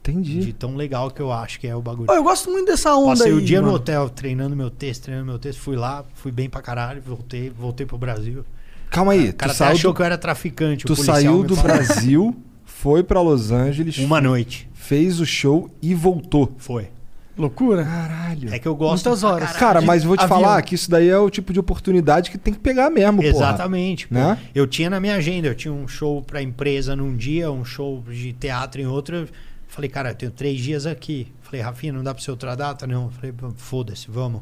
Speaker 4: De
Speaker 2: Entendi.
Speaker 4: tão legal que eu acho que é o bagulho.
Speaker 3: Ô, eu gosto muito dessa onda
Speaker 4: Passei
Speaker 3: aí.
Speaker 4: o dia no
Speaker 3: mano.
Speaker 4: hotel treinando meu texto, treinando meu texto, fui lá, fui bem pra caralho, voltei, voltei pro Brasil.
Speaker 2: Calma aí,
Speaker 4: O
Speaker 2: tu
Speaker 4: cara até
Speaker 2: saiu
Speaker 4: achou
Speaker 2: do,
Speaker 4: que eu era traficante, o
Speaker 2: tu
Speaker 4: policial
Speaker 2: saiu
Speaker 4: me
Speaker 2: do
Speaker 4: falou.
Speaker 2: Brasil, foi pra Los Angeles,
Speaker 4: Uma noite,
Speaker 2: fez o show e voltou.
Speaker 4: foi.
Speaker 3: Loucura?
Speaker 2: Caralho.
Speaker 4: É que eu gosto
Speaker 3: Muitas
Speaker 4: pra
Speaker 3: horas.
Speaker 4: caralho
Speaker 2: Cara,
Speaker 4: de
Speaker 2: mas vou te
Speaker 4: avião.
Speaker 2: falar que isso daí é o tipo de oportunidade que tem que pegar mesmo, porra.
Speaker 4: Exatamente. pô.
Speaker 2: Né?
Speaker 4: Eu tinha na minha agenda, eu tinha um show pra empresa num dia, um show de teatro em outro. Eu Falei, cara, eu tenho três dias aqui. Falei, Rafinha, não dá pra ser outra data? Não. Eu Falei, "Pô, foda-se, vamos.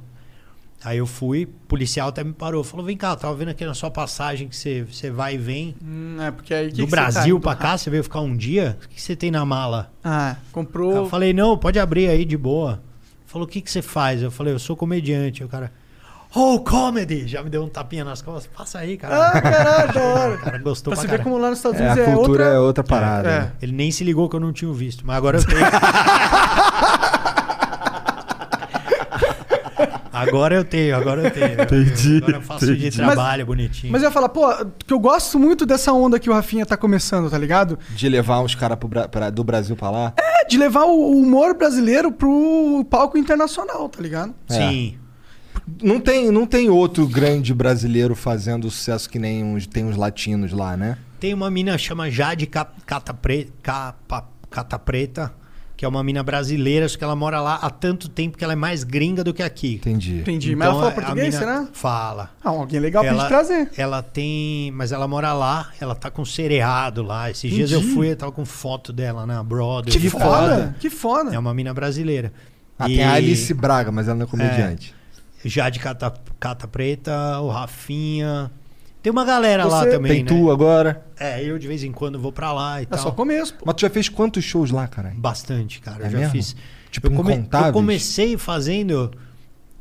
Speaker 4: Aí eu fui, o policial até me parou. Falou, vem cá, eu tava vendo aqui na sua passagem que você você vai e vem.
Speaker 3: Hum, é, porque aí... que
Speaker 4: do
Speaker 3: que você
Speaker 4: Brasil
Speaker 3: tá?
Speaker 4: pra cá, você veio ficar um dia? O que você tem na mala?
Speaker 3: Ah, comprou...
Speaker 4: Eu falei, não, pode abrir aí de boa. Falou, o que, que você faz? Eu falei, eu sou comediante. Aí O cara, oh, comedy! Já me deu um tapinha nas costas. Passa aí, cara.
Speaker 3: Ah, caralho, da
Speaker 4: <laughs>
Speaker 3: hora.
Speaker 4: O cara gostou
Speaker 3: Pra
Speaker 4: pra
Speaker 3: você ver
Speaker 4: caralho.
Speaker 3: como lá nos Estados
Speaker 2: É,
Speaker 3: Unidos
Speaker 2: a
Speaker 3: é,
Speaker 2: cultura
Speaker 3: outra...
Speaker 2: é outra parada.
Speaker 3: É.
Speaker 2: né?
Speaker 4: Ele nem se ligou que eu não tinha
Speaker 3: <laughs>
Speaker 4: visto, mas agora eu tenho. Agora eu tenho, agora eu tenho.
Speaker 2: Entendi,
Speaker 4: Agora eu faço de
Speaker 2: entendi.
Speaker 4: trabalho bonitinho.
Speaker 3: Mas eu ia falar, pô, que eu gosto muito dessa onda que o Rafinha tá começando, tá ligado?
Speaker 2: De levar uns caras do Brasil pra lá.
Speaker 3: É, de levar o humor brasileiro pro palco internacional, tá ligado?
Speaker 4: Sim.
Speaker 2: Não tem, não tem outro grande brasileiro fazendo sucesso que nem uns, tem uns latinos lá, né?
Speaker 4: Tem uma mina chama Jade Ca- Cata Pre- Capa- Cata Preta, que é uma mina brasileira, só que ela mora lá há tanto tempo que ela é mais gringa do que aqui.
Speaker 2: Entendi.
Speaker 3: Entendi. Mas ela
Speaker 4: Então,
Speaker 3: fala
Speaker 4: a
Speaker 3: português,
Speaker 4: mina
Speaker 3: será?
Speaker 4: Fala.
Speaker 3: Ah, alguém legal pra gente trazer.
Speaker 4: Ela é tem. Mas ela mora lá, ela tá com cereado lá. Esses dias eu fui, eu tava com foto dela né, na Broadway.
Speaker 3: Que foda, que foda.
Speaker 4: É uma mina brasileira.
Speaker 2: Ah,
Speaker 4: E
Speaker 2: tem a Alice Braga, mas ela não é comediante.
Speaker 4: Jade Cata, Cata Preta, o Rafinha. Tem uma galera lá
Speaker 3: Você-
Speaker 4: também,
Speaker 2: tem
Speaker 4: né?
Speaker 2: tu agora.
Speaker 4: É, eu de vez em quando vou pra lá e
Speaker 3: É
Speaker 4: tal.
Speaker 3: só começo, pô.
Speaker 2: Mas tu já fez quantos shows lá, cara?
Speaker 4: Bastante, cara.
Speaker 2: É
Speaker 4: eu já
Speaker 2: mesmo?
Speaker 4: fiz.
Speaker 2: Tipo,
Speaker 4: eu, come- eu
Speaker 2: incontáveis?
Speaker 4: comecei fazendo.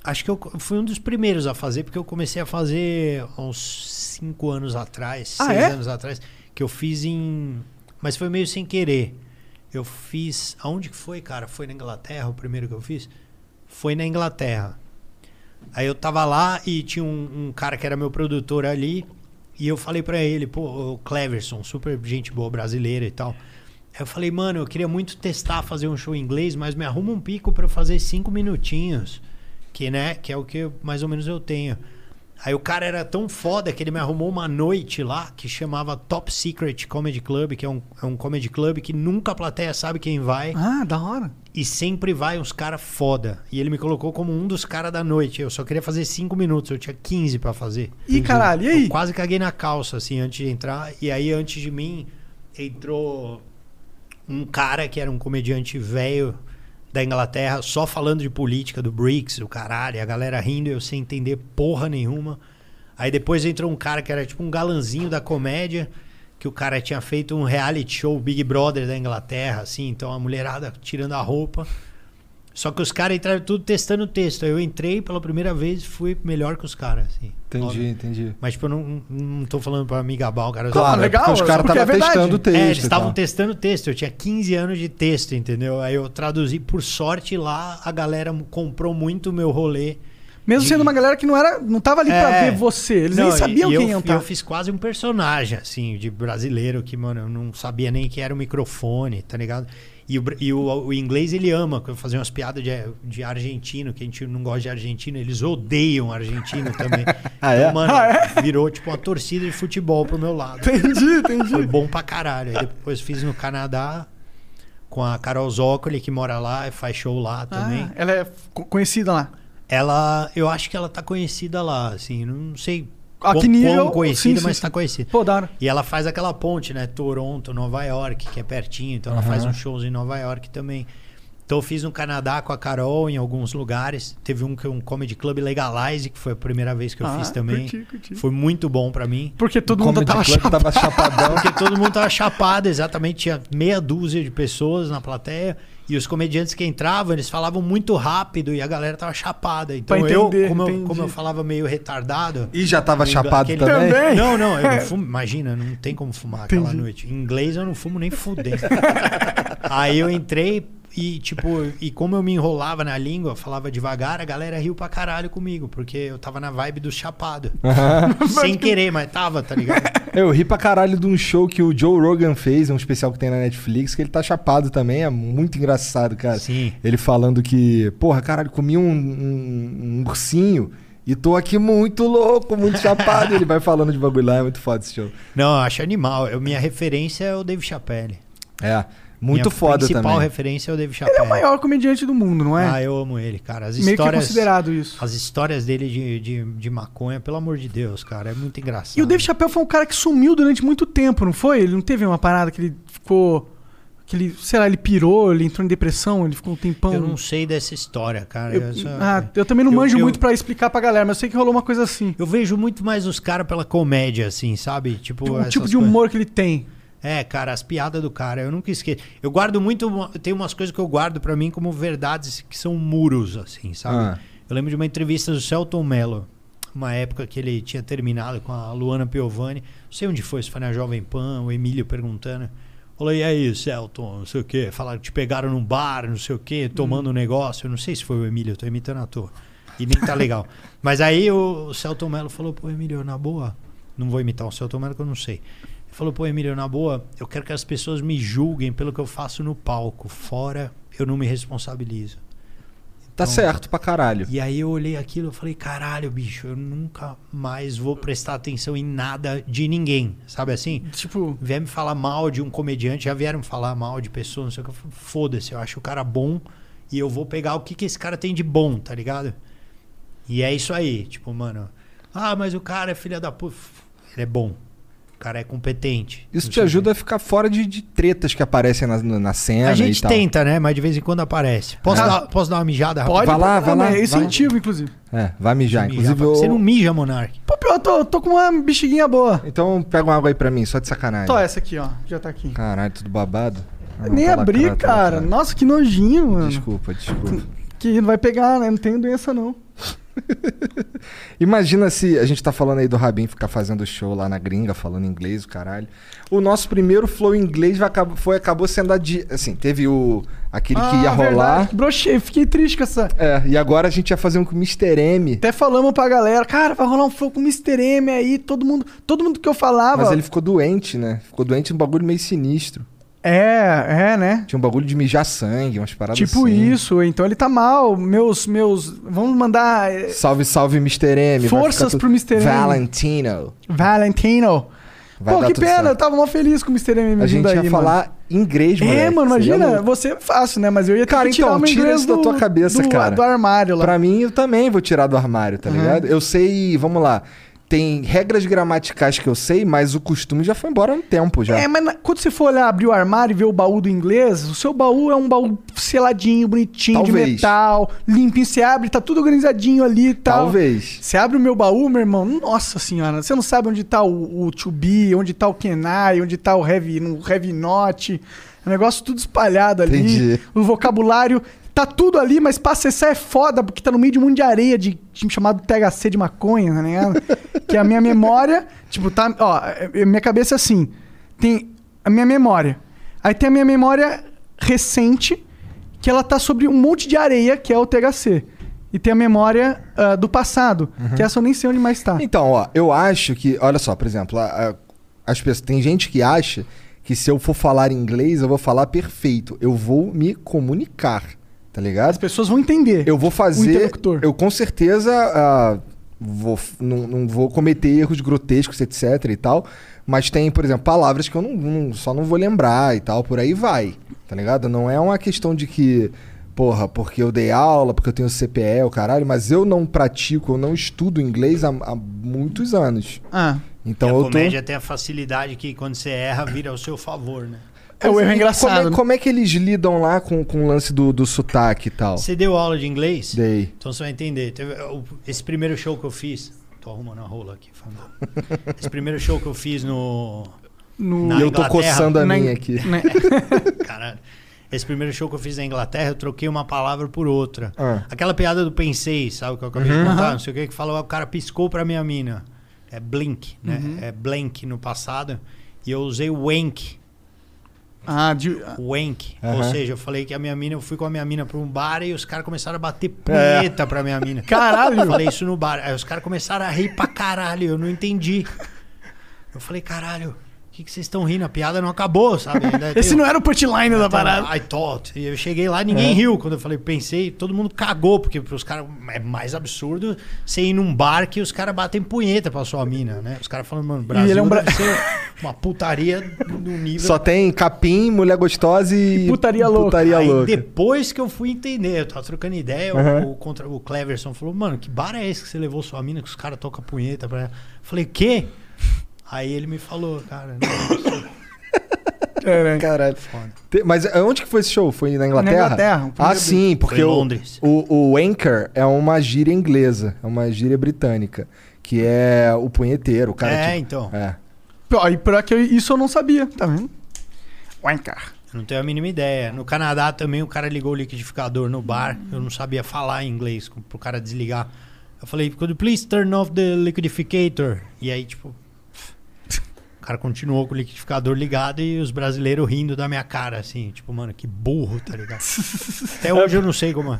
Speaker 4: Acho que eu co- fui um dos primeiros a fazer, porque eu comecei a fazer há uns cinco anos atrás,
Speaker 3: Ah,
Speaker 4: seis
Speaker 3: é?
Speaker 4: anos atrás, que eu fiz em. Mas foi meio sem querer. Eu fiz. Aonde que foi, cara? Foi na Inglaterra o primeiro que eu fiz? Foi na Inglaterra. Aí eu tava lá e tinha um, um cara que era meu produtor ali. E eu falei pra ele, pô, o Cleverson, super gente boa brasileira e tal. Aí eu falei, mano, eu queria muito testar fazer um show em inglês, mas me arruma um pico pra eu fazer cinco minutinhos. Que, né, que é o que eu- mais ou menos eu tenho. Aí o cara era tão foda que ele me arrumou uma noite lá que chamava Top Secret Comedy Club, que é um, é um comedy club que nunca a plateia sabe quem vai.
Speaker 3: Ah, da hora.
Speaker 4: E sempre vai uns caras foda. E ele me colocou como um dos caras da noite. Eu só queria fazer 5 minutos, eu tinha 15 pra fazer.
Speaker 3: Ih, caralho, e aí?
Speaker 4: Eu quase caguei na calça, assim, antes de entrar. E aí, antes de mim, entrou um cara que era um comediante velho da Inglaterra, só falando de política, do BRICS, do caralho, e a galera rindo, eu sem entender porra nenhuma. Aí depois entrou um cara que era tipo um galanzinho da comédia, que o cara tinha feito um reality show Big Brother da Inglaterra, assim, então a mulherada tirando a roupa. Só que os caras entraram tudo testando o texto. Aí eu entrei pela primeira vez e fui melhor que os caras, assim.
Speaker 2: Entendi, entendi.
Speaker 4: Mas, tipo, eu não, não tô falando pra me gabar, o cara.
Speaker 2: Claro,
Speaker 3: Ah, legal,
Speaker 2: é porque os caras
Speaker 3: porque é
Speaker 2: estavam
Speaker 3: verdade.
Speaker 2: testando o texto.
Speaker 4: Tá É, eles
Speaker 2: e
Speaker 4: estavam
Speaker 2: tal.
Speaker 4: testando texto. Eu tinha 15 anos de texto, entendeu? Aí eu traduzi. Por sorte, lá a galera comprou muito o meu rolê.
Speaker 3: Mesmo
Speaker 4: De-
Speaker 3: sendo uma galera que não era, não tava ali pra
Speaker 4: É.
Speaker 3: ver você, eles
Speaker 4: Não,
Speaker 3: nem
Speaker 4: e-
Speaker 3: sabiam
Speaker 4: e
Speaker 3: quem
Speaker 4: eu,
Speaker 3: ia entrar.
Speaker 4: eu fiz quase um personagem, assim, de brasileiro que, mano, eu não sabia nem que era o microfone, tá ligado? E o, bra- e o, o inglês ele ama quando eu fazia umas piadas de, de argentino, que a gente não gosta de argentino, eles odeiam
Speaker 3: <laughs>
Speaker 4: argentino também.
Speaker 2: Ah, é?
Speaker 4: Então, mano, virou tipo uma torcida de futebol pro meu lado.
Speaker 3: Entendi, entendi.
Speaker 4: Foi bom pra caralho. Aí depois fiz no Canadá com a Carol Zócoli, que mora lá e faz show lá também.
Speaker 3: Ah, ela é co- conhecida lá.
Speaker 4: Ela, eu acho que ela tá conhecida lá, assim, não sei
Speaker 3: A
Speaker 4: quão-
Speaker 3: que nível-
Speaker 4: quão conhecida,
Speaker 3: sim, sim,
Speaker 4: mas
Speaker 3: sim.
Speaker 4: tá conhecida.
Speaker 3: Pô, da hora.
Speaker 4: E ela faz aquela ponte, né? Toronto, Nova York, que é pertinho, então ela faz uns shows em Nova York também. Então eu fiz no Canadá com a Carol em alguns lugares. Teve um, que- um comedy club Legalize, que foi a primeira vez que eu
Speaker 3: Ah,
Speaker 4: fiz também.
Speaker 3: curti, curti.
Speaker 4: Foi muito bom pra mim.
Speaker 3: Porque todo
Speaker 2: Comedy
Speaker 3: mundo tava
Speaker 2: Club
Speaker 3: achando.
Speaker 2: tava chapadão.
Speaker 4: <laughs> Porque todo mundo tava chapado, exatamente. Tinha meia dúzia de pessoas na plateia. E os comediantes que entravam, eles falavam muito rápido e a galera tava chapada. Então
Speaker 3: Pra
Speaker 4: eu,
Speaker 3: entender,
Speaker 4: como eu,
Speaker 3: entendi.
Speaker 4: como eu falava meio retardado.
Speaker 2: E já tava
Speaker 4: em-
Speaker 2: chapado
Speaker 4: aquele-
Speaker 2: também?
Speaker 3: Também. É.
Speaker 4: Não, não, eu não fumo. Imagina, não tem como fumar aquela noite. Em inglês eu não fumo nem
Speaker 3: <laughs>
Speaker 4: fudendo. Aí eu entrei e, tipo, e como eu me enrolava na língua, falava devagar, a galera riu pra caralho comigo, porque eu tava na vibe
Speaker 2: <laughs>
Speaker 4: do chapado. Sem querer, mas tava, tá ligado?
Speaker 2: É, Eu ri pra caralho de um show que o Joe Rogan fez, um especial que tem na Netflix, que ele tá chapado também, é muito engraçado, cara.
Speaker 4: Sim.
Speaker 2: Ele falando que, porra, caralho, comi um, um- um ursinho e tô aqui muito louco, muito chapado. ele vai falando de bagulho lá, é muito foda esse show.
Speaker 4: Não, eu acho animal. Eu- minha referência é o Dave Chappelle.
Speaker 2: É, muito
Speaker 4: minha
Speaker 2: foda
Speaker 4: principal
Speaker 2: também.
Speaker 4: referência é o Dave Chappelle.
Speaker 3: Ele é o maior comediante do mundo, não é?
Speaker 4: Ah, eu amo ele, cara. As
Speaker 3: Meio que é
Speaker 4: histórias,
Speaker 3: considerado isso.
Speaker 4: as histórias dele de, de, de maconha, pelo amor de Deus, cara, é muito engraçado.
Speaker 3: E o Dave Chappelle foi um cara que sumiu durante muito tempo, não foi? Ele não teve uma parada que ele ficou. que ele, sei lá, ele pirou, ele entrou em depressão, ele ficou um tempão.
Speaker 4: Eu não sei dessa história, cara.
Speaker 3: Eu-
Speaker 4: Eu, só- é.
Speaker 3: ah, eu também não
Speaker 4: eu-
Speaker 3: manjo
Speaker 4: eu-
Speaker 3: muito pra explicar pra galera, mas eu sei que rolou uma coisa assim.
Speaker 4: eu vejo muito mais os caras pela comédia, assim, sabe? Tipo,
Speaker 3: o
Speaker 4: essas
Speaker 3: tipo de
Speaker 4: coisas.
Speaker 3: humor que ele tem.
Speaker 4: É, cara, as piadas do cara, eu nunca esqueço. Eu guardo muito. uma- Tem umas coisas que eu guardo pra mim como verdades que são muros, assim,
Speaker 2: Ah.
Speaker 4: sabe? Eu lembro de uma entrevista do Celton Mello, uma época que ele tinha terminado com a Luana Piovani. Não sei onde foi, se foi na Jovem Pan, o Emílio perguntando. Falou, e aí, Celton, não sei o quê. Falaram que te pegaram num bar, não sei o quê, tomando um negócio. Eu não sei se foi o Emílio, eu tô imitando à toa. E nem tá legal. Mas aí o, o Celton Mello falou, pô, Emílio, na boa. Não vou imitar o Celton Mello que eu não sei. Ele falou, pô, Emílio, na boa, eu quero que as pessoas me julguem pelo que eu faço no palco. Fora, eu não me responsabilizo.
Speaker 2: Tá certo pra caralho.
Speaker 4: E aí eu olhei aquilo e falei, caralho, bicho, eu nunca mais vou prestar atenção em nada de ninguém. Sabe assim?
Speaker 3: Tipo,
Speaker 4: Vier me falar mal de um comediante, já vieram falar mal de pessoa, não sei o que. eu falei, Foda-se, eu acho o cara bom e eu vou pegar o que, que esse cara tem de bom, tá ligado? E é isso aí, tipo, mano. Ah, mas o cara é filha da puta. Ele é bom. O cara é competente.
Speaker 2: Isso
Speaker 4: não
Speaker 2: te
Speaker 4: sei o
Speaker 2: ajuda a ficar fora de, de tretas que aparecem na, na na
Speaker 4: quê.
Speaker 2: cena
Speaker 4: A
Speaker 2: e
Speaker 4: gente
Speaker 2: tal.
Speaker 4: tenta, né? Mas de vez em quando aparece. Posso,
Speaker 2: É.
Speaker 4: dar, posso dar uma mijada
Speaker 3: pode.
Speaker 2: Vai lá, vai lá,
Speaker 3: É
Speaker 2: vai.
Speaker 3: incentivo, inclusive.
Speaker 2: É, vai mijar.
Speaker 4: Mijar
Speaker 2: Inclusive,
Speaker 4: pra-
Speaker 2: eu...
Speaker 4: Você não mija, Monark.
Speaker 3: Pô, pior, eu tô, tô com uma bexiguinha boa.
Speaker 2: Então pega uma água aí pra mim, só de sacanagem.
Speaker 3: Tô essa aqui, ó. Já tá aqui.
Speaker 2: Caralho, tudo babado. Ah, não,
Speaker 3: Nem
Speaker 2: tá
Speaker 3: abri,
Speaker 2: lacrado, tá
Speaker 3: cara.
Speaker 2: lacrado.
Speaker 3: Nossa, que nojinho, mano.
Speaker 2: Desculpa, desculpa.
Speaker 3: Que não vai pegar, né? Não tenho doença, não.
Speaker 2: Imagina se a gente tá falando aí do Rabin ficar fazendo show lá na gringa, falando inglês, o caralho. O nosso primeiro flow em inglês vai acab- foi, acabou sendo a de. Assim, teve o. aquele que ia
Speaker 3: Ah,
Speaker 2: rolar.
Speaker 3: verdade. Brochei, fiquei triste com essa.
Speaker 2: É, e agora a gente ia fazer um com o Mr. M.
Speaker 3: Até falamos pra galera, cara, vai rolar um fogo com o Mr. M aí, todo mundo, todo mundo que eu falava.
Speaker 2: Mas ele ficou doente, né? Ficou doente um bagulho meio sinistro.
Speaker 3: É, é, né?
Speaker 2: Tinha um bagulho de mijar sangue, umas paradas
Speaker 3: Tipo
Speaker 2: assim.
Speaker 3: isso, então ele tá mal. Meus, meus. Vamos mandar. eh,
Speaker 2: Salve, salve, Mr. M. vai
Speaker 3: Forças
Speaker 2: ficar tudo-
Speaker 3: pro Mr. M.
Speaker 2: Valentino.
Speaker 3: Valentino.
Speaker 2: Vai
Speaker 3: Pô,
Speaker 2: dar
Speaker 3: que
Speaker 2: tudo
Speaker 3: pena,
Speaker 2: certo.
Speaker 3: eu tava mó feliz com o Mr. M me
Speaker 2: A gente
Speaker 3: vindo
Speaker 2: ia
Speaker 3: aí,
Speaker 2: falar inglês,
Speaker 3: Mano.
Speaker 2: moleque.
Speaker 3: É, mano,
Speaker 2: Seria
Speaker 3: imagina,
Speaker 2: louco.
Speaker 3: você é fácil, né? Mas eu ia ter
Speaker 2: Cara,
Speaker 3: que tirar
Speaker 2: então,
Speaker 3: o meu
Speaker 2: tira
Speaker 3: inglês
Speaker 2: isso da
Speaker 3: do-
Speaker 2: tua cabeça,
Speaker 3: do,
Speaker 2: cara.
Speaker 3: do armário lá.
Speaker 2: Pra mim, eu também vou tirar do armário, tá ligado? Eu sei, vamos lá. Tem regras gramaticais que eu sei, mas o costume já foi embora há um tempo já.
Speaker 3: É, mas na- quando você for olhar, abrir o armário e ver o baú do inglês, o seu baú é um baú seladinho, bonitinho,
Speaker 2: Talvez.
Speaker 3: de metal, limpinho. Você abre, tá tudo organizadinho ali e tal.
Speaker 2: Talvez.
Speaker 3: Você abre o meu baú, meu irmão, nossa senhora, você não sabe onde tá o, o To Be, onde tá o Kenai, onde tá o Heavy, no heavy Not. É um negócio tudo espalhado ali.
Speaker 2: Entendi.
Speaker 3: O um vocabulário tá tudo ali, mas pra acessar é foda, porque tá no meio de um mundo de areia de time chamado THC de maconha, tá <laughs> ligado? que a minha memória, tipo, tá. Ó, é- é- minha cabeça é assim. Tem a minha memória. Aí tem a minha memória recente, que ela tá sobre um monte de areia, que é o THC. E tem a memória ah, do passado, que essa eu nem sei onde mais tá.
Speaker 2: Então, ó, eu acho que, olha só, por exemplo, a- a- as pessoas, tem gente que acha que se eu for falar inglês, eu vou falar perfeito. Eu vou me comunicar, tá ligado?
Speaker 3: As pessoas vão entender.
Speaker 2: Eu vou fazer.
Speaker 3: interlocutor.
Speaker 2: Eu com certeza ah, vou, f- não, não vou cometer erros grotescos, etc. e tal. Mas tem, por exemplo, palavras que eu não, não- só não vou lembrar e tal, por aí vai. Tá ligado? Não é uma questão de que, porra, porque eu dei aula, porque eu tenho CPE, o caralho, mas eu não pratico, eu não estudo inglês há, há muitos anos.
Speaker 3: Ah,
Speaker 2: Então
Speaker 4: E
Speaker 2: eu
Speaker 4: a
Speaker 2: tô.
Speaker 4: comédia tem a facilidade que quando você erra, vira ao seu favor, né?
Speaker 3: é o erro é engraçado.
Speaker 2: Como é,
Speaker 3: né?
Speaker 2: como é que eles lidam lá com, com o lance do, do sotaque e tal?
Speaker 4: Você deu aula de inglês?
Speaker 2: Dei.
Speaker 4: Então você vai entender. Teve, eh, o- esse primeiro show que eu fiz. Tô arrumando a rola aqui,
Speaker 2: <laughs>
Speaker 4: foi mal. Esse primeiro show que eu fiz no.
Speaker 3: No-
Speaker 4: na
Speaker 2: E eu tô
Speaker 4: Inglaterra-
Speaker 2: coçando a
Speaker 3: Na-
Speaker 2: minha aqui.
Speaker 3: né?
Speaker 4: Caralho. Esse primeiro show que eu fiz na Inglaterra, eu troquei uma palavra por outra.
Speaker 2: Ah. Uhum.
Speaker 4: Aquela piada do pensei, sabe? Que eu acabei de contar, não sei o que, que falou, "Ah, o cara piscou pra minha mina. É blink, né?
Speaker 2: Uhum.
Speaker 4: É blank no passado. E eu usei o wank.
Speaker 3: Ah, de-
Speaker 4: Wank.
Speaker 2: Aham.
Speaker 4: Ou seja, eu falei que a minha mina, eu fui com a minha mina pra um bar e os caras começaram a bater punheta pra minha mina.
Speaker 3: É. <laughs> Caralho!
Speaker 4: Eu falei isso no bar. Aí os caras começaram a rir pra caralho, eu não entendi. Eu falei, caralho, o que, que vocês estão rindo? A piada não acabou, sabe? Ainda
Speaker 3: <laughs> Esse
Speaker 4: tem-
Speaker 3: não era o punchline
Speaker 4: Então,
Speaker 3: da parada. É.
Speaker 4: I thought. E eu cheguei lá, ninguém riu. Quando eu falei, pensei, todo mundo cagou, porque pros caras é mais absurdo você ir num bar que os caras batem punheta pra sua mina, né? Os caras falando, mano, Brasil
Speaker 3: ele é um bra-
Speaker 4: deve ser
Speaker 3: <laughs>
Speaker 4: uma putaria do nível
Speaker 2: Só tem capim, mulher gostosa e.
Speaker 3: E putaria louca.
Speaker 2: putaria
Speaker 4: Aí
Speaker 2: louca.
Speaker 4: depois que eu fui entender, eu tava trocando ideia, o- o, contra, o Cleverson falou, mano, que bar é esse que você levou sua mina que os caras tocam punheta pra ela? Falei, quê? Aí ele me falou, cara, não,
Speaker 2: Caralho.
Speaker 4: Foda.
Speaker 2: Te- Mas onde que foi esse show? Foi na Inglaterra?
Speaker 3: Na Inglaterra, o
Speaker 2: Ah,
Speaker 3: primeiro
Speaker 2: sim, porque
Speaker 4: Foi em
Speaker 2: o-
Speaker 4: Londres.
Speaker 2: O, o anchor é uma gíria inglesa, é uma gíria britânica, que é o punheteiro, o cara
Speaker 4: É,
Speaker 2: que-
Speaker 4: então.
Speaker 2: É.
Speaker 3: Ó, e pior que eu- isso eu não sabia, tá vendo? Wanker.
Speaker 4: eu não tenho a mínima ideia. No Canadá também o cara ligou o liquidificador no bar, eu não sabia falar inglês com- pro cara desligar. Eu falei, could you please turn off the liquidificator? E aí, tipo, o cara continuou com o liquidificador ligado e os brasileiros rindo da minha cara, assim. Tipo, mano, que burro, tá ligado? Até hoje eu não sei como. é.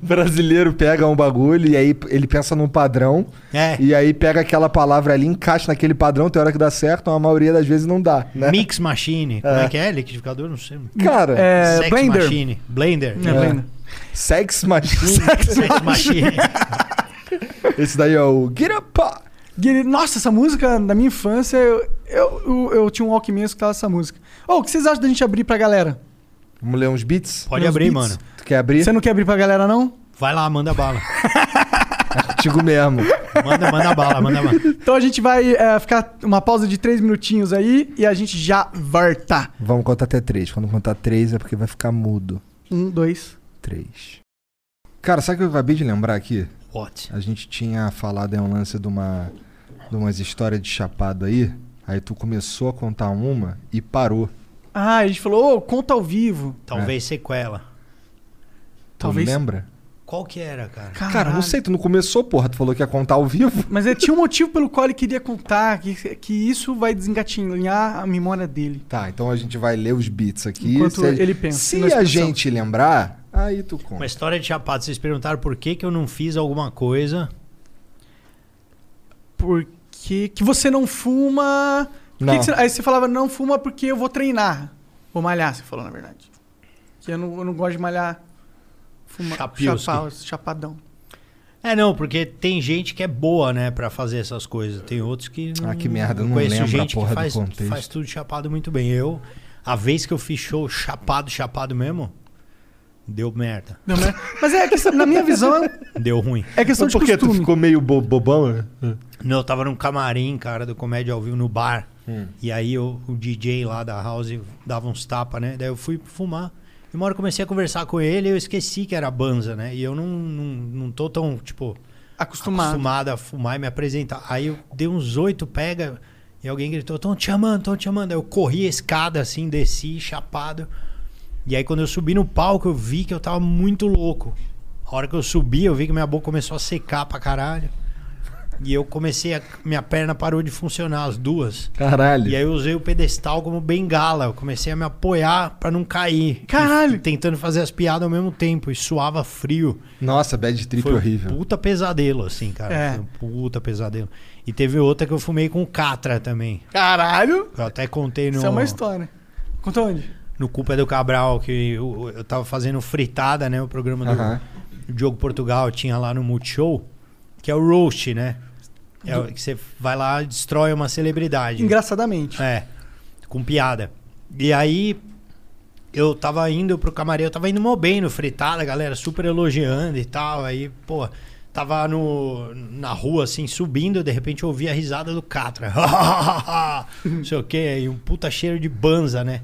Speaker 2: Brasileiro pega um bagulho e aí ele pensa num padrão.
Speaker 4: É.
Speaker 2: E aí pega aquela palavra ali, encaixa naquele padrão, tem hora que dá certo, mas a maioria das vezes não dá, né?
Speaker 4: Mix Machine. Como é que é? Liquidificador? Não sei.
Speaker 2: Cara,
Speaker 3: É,
Speaker 4: Sex
Speaker 3: Blender.
Speaker 4: Machine. Blender. É.
Speaker 3: É, Blender.
Speaker 2: sex machine.
Speaker 3: <laughs>
Speaker 4: Sex Machine.
Speaker 2: Esse daí é o Get Up! Pa!
Speaker 3: Guiri- Nossa, essa música, na minha infância, eu, eu, eu, eu tinha um Walkman que escutava essa música. Ô, o que vocês acham da gente abrir pra galera?
Speaker 2: Vamos ler uns beats?
Speaker 4: Pode
Speaker 3: Meus
Speaker 4: abrir,
Speaker 3: beats.
Speaker 4: mano.
Speaker 2: Tu quer abrir?
Speaker 3: Você não quer abrir pra galera, não?
Speaker 4: Vai lá, manda bala.
Speaker 2: Contigo mesmo.
Speaker 4: Manda, manda bala, manda bala.
Speaker 3: Então a gente vai é, ficar uma pausa de três minutinhos aí e a gente já volta.
Speaker 2: Vamos contar até três. Quando contar três é porque vai ficar mudo.
Speaker 3: Um, dois.
Speaker 2: Três. Cara, sabe o que eu acabei de lembrar aqui?
Speaker 4: What?
Speaker 2: A gente tinha falado em um lance de uma de umas histórias de chapado aí. Aí tu começou a contar uma e parou.
Speaker 3: Ah, a gente falou, ô, conta ao vivo.
Speaker 2: É.
Speaker 4: Talvez sequela.
Speaker 3: Talvez.
Speaker 2: Tu lembra?
Speaker 4: Qual que era, cara?
Speaker 2: Cara, não
Speaker 3: Caralho.
Speaker 2: sei, tu não começou, porra. Tu falou que ia contar ao
Speaker 3: <laughs>
Speaker 2: vivo.
Speaker 3: Mas ele tinha um motivo pelo qual ele queria contar, que, que isso vai desengatinhar a memória dele.
Speaker 2: Tá, então a gente vai ler os beats aqui.
Speaker 3: Enquanto
Speaker 2: Se a-
Speaker 3: ele pensa na
Speaker 2: Se a
Speaker 3: explicação.
Speaker 2: gente lembrar, aí tu conta.
Speaker 4: Uma história de chapado. Vocês perguntaram por que, que eu não fiz alguma coisa.
Speaker 3: Porque que você não fuma. Por que
Speaker 2: Não.
Speaker 3: que você- aí você falava, não fuma porque eu vou treinar. Vou malhar, você falou, na verdade. Que eu não, eu não gosto de malhar. Fuma,
Speaker 4: Chapiuski.
Speaker 3: chapa- chapadão.
Speaker 4: É, não, porque tem gente que é boa, né, pra fazer essas coisas. Tem outros que. Não,
Speaker 2: Ah, que merda, eu
Speaker 4: não
Speaker 2: não
Speaker 4: conheço
Speaker 2: lembro a
Speaker 4: gente
Speaker 2: porra
Speaker 4: que
Speaker 2: do
Speaker 4: faz,
Speaker 2: contexto.
Speaker 4: faz tudo chapado muito bem. Eu, a vez que eu fiz show chapado, chapado mesmo, deu merda.
Speaker 3: Não, né? Mas é questão, na minha visão, é
Speaker 4: Deu ruim.
Speaker 3: questão de
Speaker 2: tu
Speaker 3: costume.
Speaker 2: ficou meio bo- bobão? né?
Speaker 4: Não, eu tava num camarim, cara, do Comédia ao Vivo, no bar. E aí eu- o DJ lá da house dava uns tapas, né? Daí eu fui fumar. E uma hora eu comecei a conversar com ele eu esqueci que era Banza, né? E eu não, não, não tô tão, tipo,
Speaker 3: Acostumado.
Speaker 4: acostumado a fumar e me apresentar. Aí eu dei uns oito pega e alguém gritou, tão te chamando, tão te chamando. Aí eu corri a escada assim, desci, chapado. E aí quando eu subi no palco, eu vi que eu tava muito louco. A hora que eu subi, eu vi que minha boca começou a secar pra caralho. E eu comecei a. Minha perna parou de funcionar, as duas.
Speaker 2: Caralho.
Speaker 4: E aí eu usei o pedestal como bengala. Eu comecei a me apoiar pra não cair.
Speaker 3: Caralho!
Speaker 4: E tentando fazer as piadas ao mesmo tempo. E suava frio.
Speaker 2: Nossa, bad trip
Speaker 4: Foi
Speaker 2: horrível.
Speaker 4: um puta pesadelo, assim, cara.
Speaker 3: É.
Speaker 4: Foi um puta pesadelo. E teve outra que eu fumei com catra também.
Speaker 3: Caralho!
Speaker 4: Eu até contei no.
Speaker 3: Isso é uma história. Conta onde?
Speaker 4: No Culpa é do Cabral, que eu, eu tava fazendo fritada, né? O programa do
Speaker 2: Aham.
Speaker 4: Diogo Portugal tinha lá no Multishow, que é o Roast, né? É o que você vai lá e destrói uma celebridade.
Speaker 3: Engraçadamente.
Speaker 4: É, com piada. E aí, eu tava indo pro camarim, eu tava indo mó bem no fritada, a galera super elogiando e tal. Aí, pô, tava no, na rua, assim, subindo, de repente eu ouvi a risada do Catra. <laughs> Não sei o quê, e um puta cheiro de banza, né?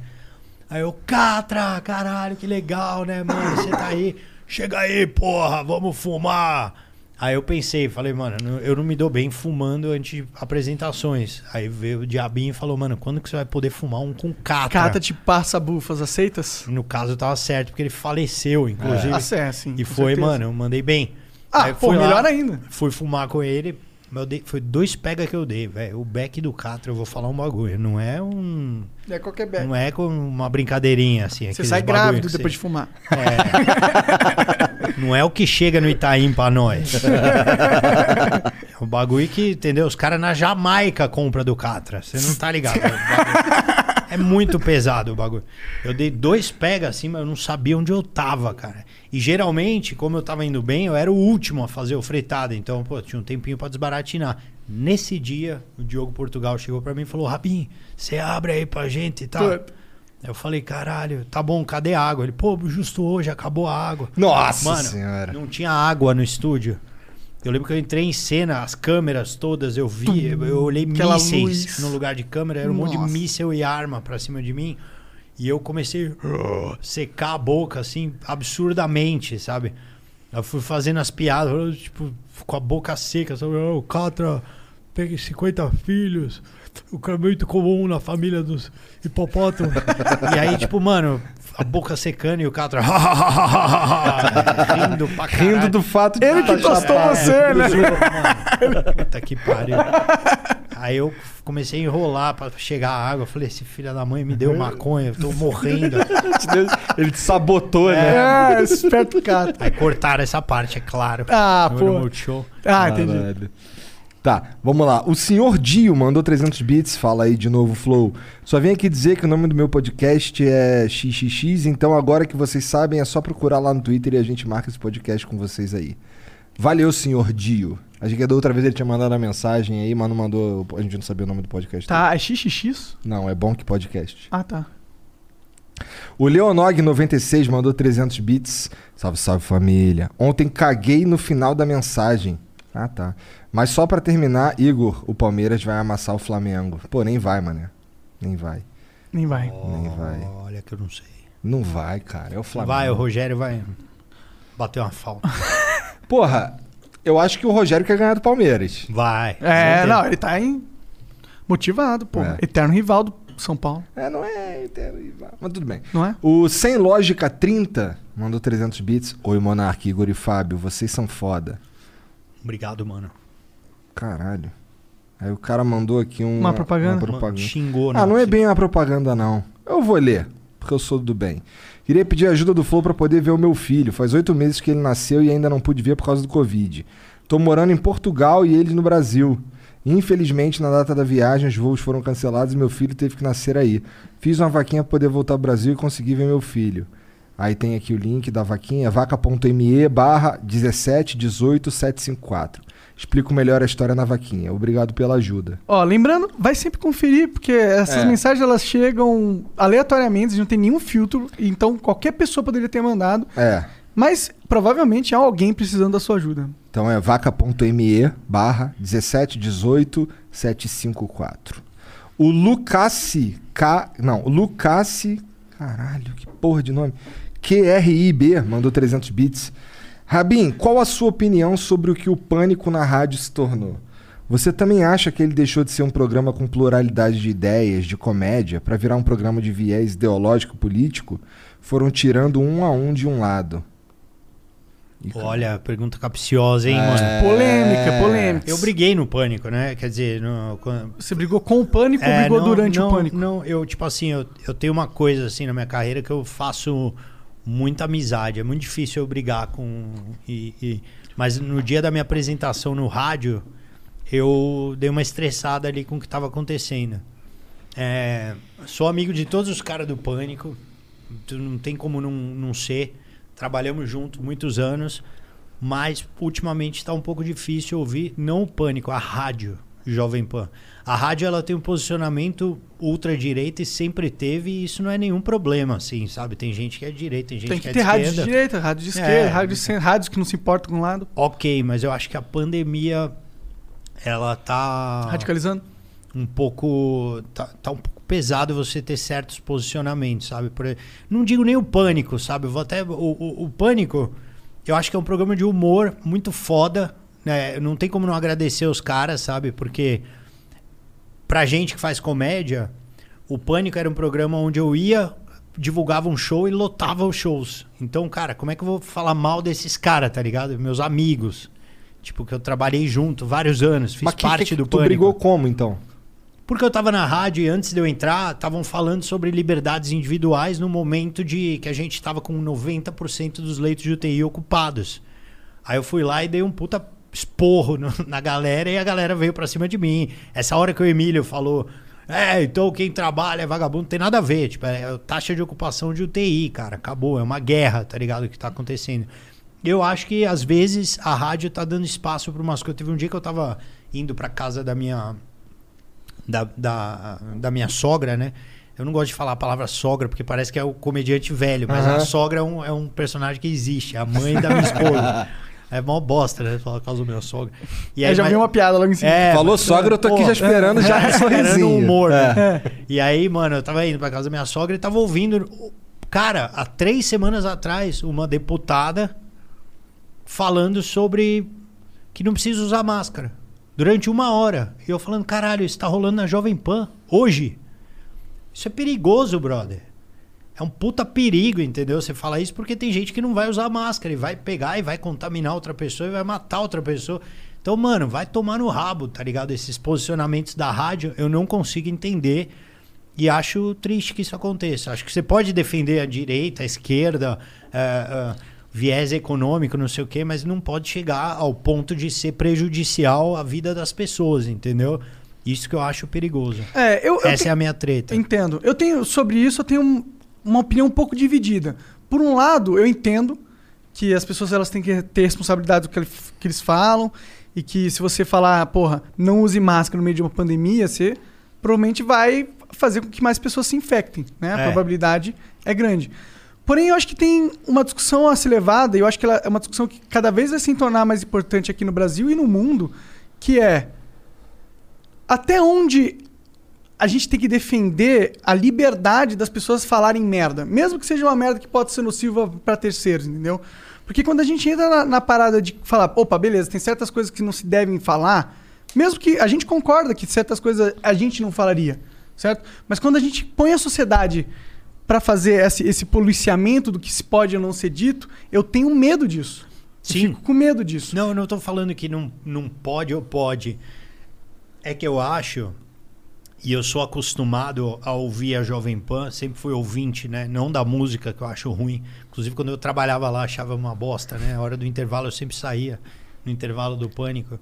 Speaker 4: Aí eu, Catra, caralho, que legal, né, mano? Você tá aí, chega aí, porra, vamos fumar. Aí eu pensei, falei, mano, não- eu não me dou bem fumando antes de apresentações. Aí veio o diabinho e falou, mano, quando que você vai poder fumar um com Catra?
Speaker 3: Cata te passa bufas, aceitas?
Speaker 4: No caso, eu tava certo, porque ele faleceu, inclusive.
Speaker 3: Ah, sim, é, sim,
Speaker 4: E
Speaker 3: com
Speaker 4: foi,
Speaker 3: certeza.
Speaker 4: mano, eu mandei bem.
Speaker 3: Ah,
Speaker 4: Aí
Speaker 3: pô,
Speaker 4: fui lá,
Speaker 3: melhor ainda.
Speaker 4: Fui fumar com ele. mas eu dei- foi dois pega que eu dei, velho. O back do Catra, eu vou falar um bagulho. Não é um.
Speaker 3: É qualquer bag.
Speaker 4: Não é com uma brincadeirinha assim.
Speaker 3: Você
Speaker 4: aqueles
Speaker 3: sai
Speaker 4: bagulho
Speaker 3: grávido
Speaker 4: que
Speaker 3: depois de
Speaker 4: você-
Speaker 3: fumar.
Speaker 4: É. <laughs> Não é o que chega no Itaim
Speaker 3: <laughs>
Speaker 4: pra nós. É um bagulho que, entendeu? Os caras na Jamaica compram do Catra. Você não tá ligado. É, um bagulho- <laughs> é muito pesado o bagulho. Eu dei dois pega assim, mas eu não sabia onde eu tava, cara. E geralmente, como eu tava indo bem, eu era o último a fazer o fretado. Então, pô, tinha um tempinho pra desbaratinar. Nesse dia, o Diogo Portugal chegou pra mim e falou: Rabin, você abre aí pra gente e tal.
Speaker 3: Puta.
Speaker 4: Eu falei, caralho, tá bom, cadê a água? Ele, pô, justo hoje acabou a água.
Speaker 2: Nossa
Speaker 4: Mano,
Speaker 2: senhora.
Speaker 4: não tinha água no estúdio. Eu lembro que eu entrei em cena, as câmeras todas, eu vi, eu, eu olhei
Speaker 3: Aquela
Speaker 4: mísseis
Speaker 3: luz.
Speaker 4: no lugar de câmera, era um monte de
Speaker 3: Nossa.
Speaker 4: míssel e arma pra cima de mim. E eu comecei a secar a boca, assim, absurdamente, sabe? Eu fui fazendo as piadas, eu, tipo, com a boca seca, sabe? O Catra peguei 50 filhos, o que é muito comum na família dos hipopótamos. <laughs> e aí, tipo, mano, a boca secando e o Catra <laughs> rindo pra caralho.
Speaker 3: Tá
Speaker 2: Rindo do fato de
Speaker 3: Ele
Speaker 2: tu
Speaker 3: que tostou
Speaker 2: chapado.
Speaker 3: você, né?
Speaker 4: Mano, puta que pariu. aí eu comecei a enrolar pra chegar a água. Eu Falei, esse filho da mãe me deu maconha, eu tô morrendo.
Speaker 2: Ele te sabotou, né?
Speaker 3: É, esperto cara.
Speaker 4: aí cortaram essa parte, é claro.
Speaker 3: Ah,
Speaker 4: No
Speaker 3: pô.
Speaker 4: Remote Show.
Speaker 3: Ah, entendi.
Speaker 2: Caralho. Tá, vamos lá. O senhor Dio mandou 300 bits, fala aí de novo, Flow. Só vim aqui dizer que o nome do meu podcast é XXX, então agora que vocês sabem é só procurar lá no Twitter e a gente marca esse podcast com vocês aí. Valeu, senhor Dio. Acho que da outra vez ele tinha mandado a mensagem aí, mas não mandou. A gente não sabia o nome do podcast.
Speaker 3: Tá, é xxx?
Speaker 2: dele. Não, é bom que podcast.
Speaker 3: Ah, tá.
Speaker 2: O Leonog96 mandou 300 bits. Salve, salve família. Ontem caguei no final da mensagem. Ah, tá. Mas só pra terminar, Igor, o Palmeiras vai amassar o Flamengo. Pô, nem vai, mané. Nem vai.
Speaker 3: Nem vai.
Speaker 2: Nem vai.
Speaker 4: Olha que eu não sei.
Speaker 2: Não vai, cara. É o Flamengo.
Speaker 4: Vai, o Rogério vai bater uma falta.
Speaker 2: Porra, eu acho que o Rogério quer ganhar do Palmeiras.
Speaker 4: Vai.
Speaker 3: É,
Speaker 4: Não tem-
Speaker 3: não, ele tá em... motivado, pô.
Speaker 2: É.
Speaker 3: Eterno rival do São Paulo,
Speaker 2: É, não é. Mas tudo bem.
Speaker 3: não é?
Speaker 2: O Sem Lógica 30 mandou 300 bits. Oi, Monark, Igor e Fábio, vocês são foda.
Speaker 4: Obrigado, mano.
Speaker 2: Caralho. Aí o cara mandou aqui um-
Speaker 3: Uma propaganda.
Speaker 2: Uma propaganda.
Speaker 4: Xingou,
Speaker 2: Ah, não é bem uma propaganda, não. Eu vou ler, porque eu sou do bem. Queria pedir ajuda do Flow pra poder ver o meu filho. Faz oito meses que ele nasceu e ainda não pude ver por causa do Covid. Tô morando em Portugal e ele no Brasil. Infelizmente, na data da viagem, os voos foram cancelados e meu filho teve que nascer aí. Fiz uma vaquinha pra poder voltar ao Brasil e consegui ver meu filho. Aí tem aqui o link da vaquinha, vaca.me barra 1718754. Explico melhor a história na vaquinha. Obrigado pela ajuda.
Speaker 3: Ó, lembrando, vai sempre conferir, porque essas
Speaker 2: É.
Speaker 3: mensagens elas chegam aleatoriamente, não tem nenhum filtro, então qualquer pessoa poderia ter mandado,
Speaker 2: É,
Speaker 3: mas provavelmente há alguém precisando da sua ajuda.
Speaker 2: Então é vaca.me barra 1718754. O Lucassi K. Não, Lucassi. Caralho, que porra de nome. QRIB mandou 300 bits. Rabin, qual a sua opinião sobre o que o pânico na rádio se tornou? Você também acha que ele deixou de ser um programa com pluralidade de ideias, de comédia, para virar um programa de viés ideológico político? Foram tirando um a um de um lado. E, cara,
Speaker 4: Olha, pergunta capciosa, hein,
Speaker 2: É.
Speaker 4: mano.
Speaker 3: Polêmica, polêmica.
Speaker 4: Eu briguei no pânico, né? Quer dizer, no, quando-
Speaker 3: Você brigou com o pânico ou
Speaker 4: É,
Speaker 3: brigou
Speaker 4: não,
Speaker 3: durante
Speaker 4: não,
Speaker 3: o pânico?
Speaker 4: Não, eu, tipo assim, eu, eu tenho uma coisa assim na minha carreira que eu faço muita amizade. É muito difícil eu brigar com. E, e- mas no dia da minha apresentação no rádio, eu dei uma estressada ali com o que estava acontecendo. É, sou amigo de todos os caras do Pânico. tu Não tem como não, não ser. Trabalhamos juntos muitos anos. Mas ultimamente está um pouco difícil ouvir, não o Pânico, a rádio Jovem Pan. A rádio ela tem um posicionamento ultradireita e sempre teve, e isso não é nenhum problema, assim, sabe? Tem gente que é de direita, tem gente
Speaker 3: Tem
Speaker 4: que,
Speaker 3: que
Speaker 4: é
Speaker 3: ter
Speaker 4: de
Speaker 3: rádio de
Speaker 4: esquerda.
Speaker 3: direita, rádio de esquerda,
Speaker 4: É.
Speaker 3: rádio, sem, rádio que não se importa com um lado,
Speaker 4: Ok, mas eu acho que a pandemia ela tá
Speaker 3: radicalizando.
Speaker 4: um pouco. Tá, tá um pouco pesado você ter certos posicionamentos, sabe? Por, não digo nem o pânico, sabe? Eu vou até. O, o, o pânico, eu acho que é um programa de humor muito foda. Né? Não tem como não agradecer os caras, sabe? Porque pra gente que faz comédia, o Pânico era um programa onde eu ia, divulgava um show e lotava os shows. Então, cara, como é que eu vou falar mal desses caras, tá ligado? Meus amigos. Tipo, que eu trabalhei junto vários anos, fiz
Speaker 2: Mas que-
Speaker 4: parte
Speaker 2: que-
Speaker 4: do
Speaker 2: tu
Speaker 4: Pânico.
Speaker 2: brigou como, então?
Speaker 4: Porque eu tava na rádio e antes de eu entrar, estavam falando sobre liberdades individuais no momento de que a gente tava com 90% dos leitos de UTI ocupados. Aí eu fui lá e dei um puta esporro no- <laughs> na galera e a galera veio pra cima de mim. Essa hora que o Emílio falou, é, então quem trabalha é vagabundo, não tem nada a ver. Tipo, é a taxa de ocupação de UTI, cara, acabou, é uma guerra, tá ligado, que tá acontecendo. Eu acho que às vezes a rádio tá dando espaço pra umas coisas. Teve um dia que eu tava indo pra casa da minha da, da, da minha sogra, né? Eu não gosto de falar a palavra sogra, porque parece que é o comediante velho, mas
Speaker 2: Aham.
Speaker 4: a sogra é um, é um personagem que existe, é a mãe da minha
Speaker 3: <laughs>
Speaker 4: esposa. É mó bosta, né? Falar caso minha sogra. E
Speaker 3: Eu já vi uma piada logo em cima.
Speaker 4: É,
Speaker 2: Falou
Speaker 4: mas-
Speaker 2: sogra, eu tô aqui
Speaker 4: Pô, é,
Speaker 2: já esperando,
Speaker 4: <laughs>
Speaker 2: já com
Speaker 4: Esperando o
Speaker 2: sorrisinho.
Speaker 4: humor.
Speaker 2: É.
Speaker 4: né? E aí, mano, eu tava indo pra casa da minha sogra e tava ouvindo. Cara, há três semanas atrás, uma deputada falando sobre que não precisa usar máscara. Durante uma hora. E eu falando, caralho, isso tá rolando na Jovem Pan hoje. Isso é perigoso, brother. É um puta perigo, entendeu? Você fala isso porque tem gente que não vai usar máscara e vai pegar e vai contaminar outra pessoa e vai matar outra pessoa. Então, mano, vai tomar no rabo, tá ligado? Esses posicionamentos da rádio, eu não consigo entender. E acho triste que isso aconteça. Acho que você pode defender a direita, a esquerda, eh, eh, viés econômico, não sei o quê, mas não pode chegar ao ponto de ser prejudicial à vida das pessoas, entendeu? Isso que eu acho perigoso.
Speaker 3: É, eu, eu
Speaker 4: Essa
Speaker 3: te-
Speaker 4: é a minha treta.
Speaker 3: Entendo. Eu tenho sobre isso, eu tenho um- uma opinião um pouco dividida. Por um lado, eu entendo que as pessoas elas têm que ter responsabilidade do que, ele- que eles falam e que se você falar, porra, não use máscara no meio de uma pandemia, você provavelmente vai fazer com que mais pessoas se infectem, né? A
Speaker 4: É.
Speaker 3: probabilidade é grande. Porém, eu acho que tem uma discussão a ser levada, e eu acho que ela é uma discussão que cada vez vai se tornar mais importante aqui no Brasil e no mundo, que é até onde a gente tem que defender a liberdade das pessoas falarem merda. Mesmo que seja uma merda que pode ser nociva para terceiros, entendeu? Porque quando a gente entra na, na parada de falar, opa, beleza, tem certas coisas que não se devem falar, mesmo que a gente concorda que certas coisas a gente não falaria, certo? Mas quando a gente põe a sociedade para fazer esse, esse policiamento do que se pode ou não ser dito, eu tenho medo disso. Eu
Speaker 4: Sim.
Speaker 3: Fico com medo disso.
Speaker 4: Não, eu não tô falando que não, não pode ou pode. É que eu acho, e eu sou acostumado a ouvir a Jovem Pan, sempre fui ouvinte, né? Não da música, que eu acho ruim. Inclusive, quando eu trabalhava lá, achava uma bosta, né? A hora do intervalo, eu sempre saía no intervalo do pânico,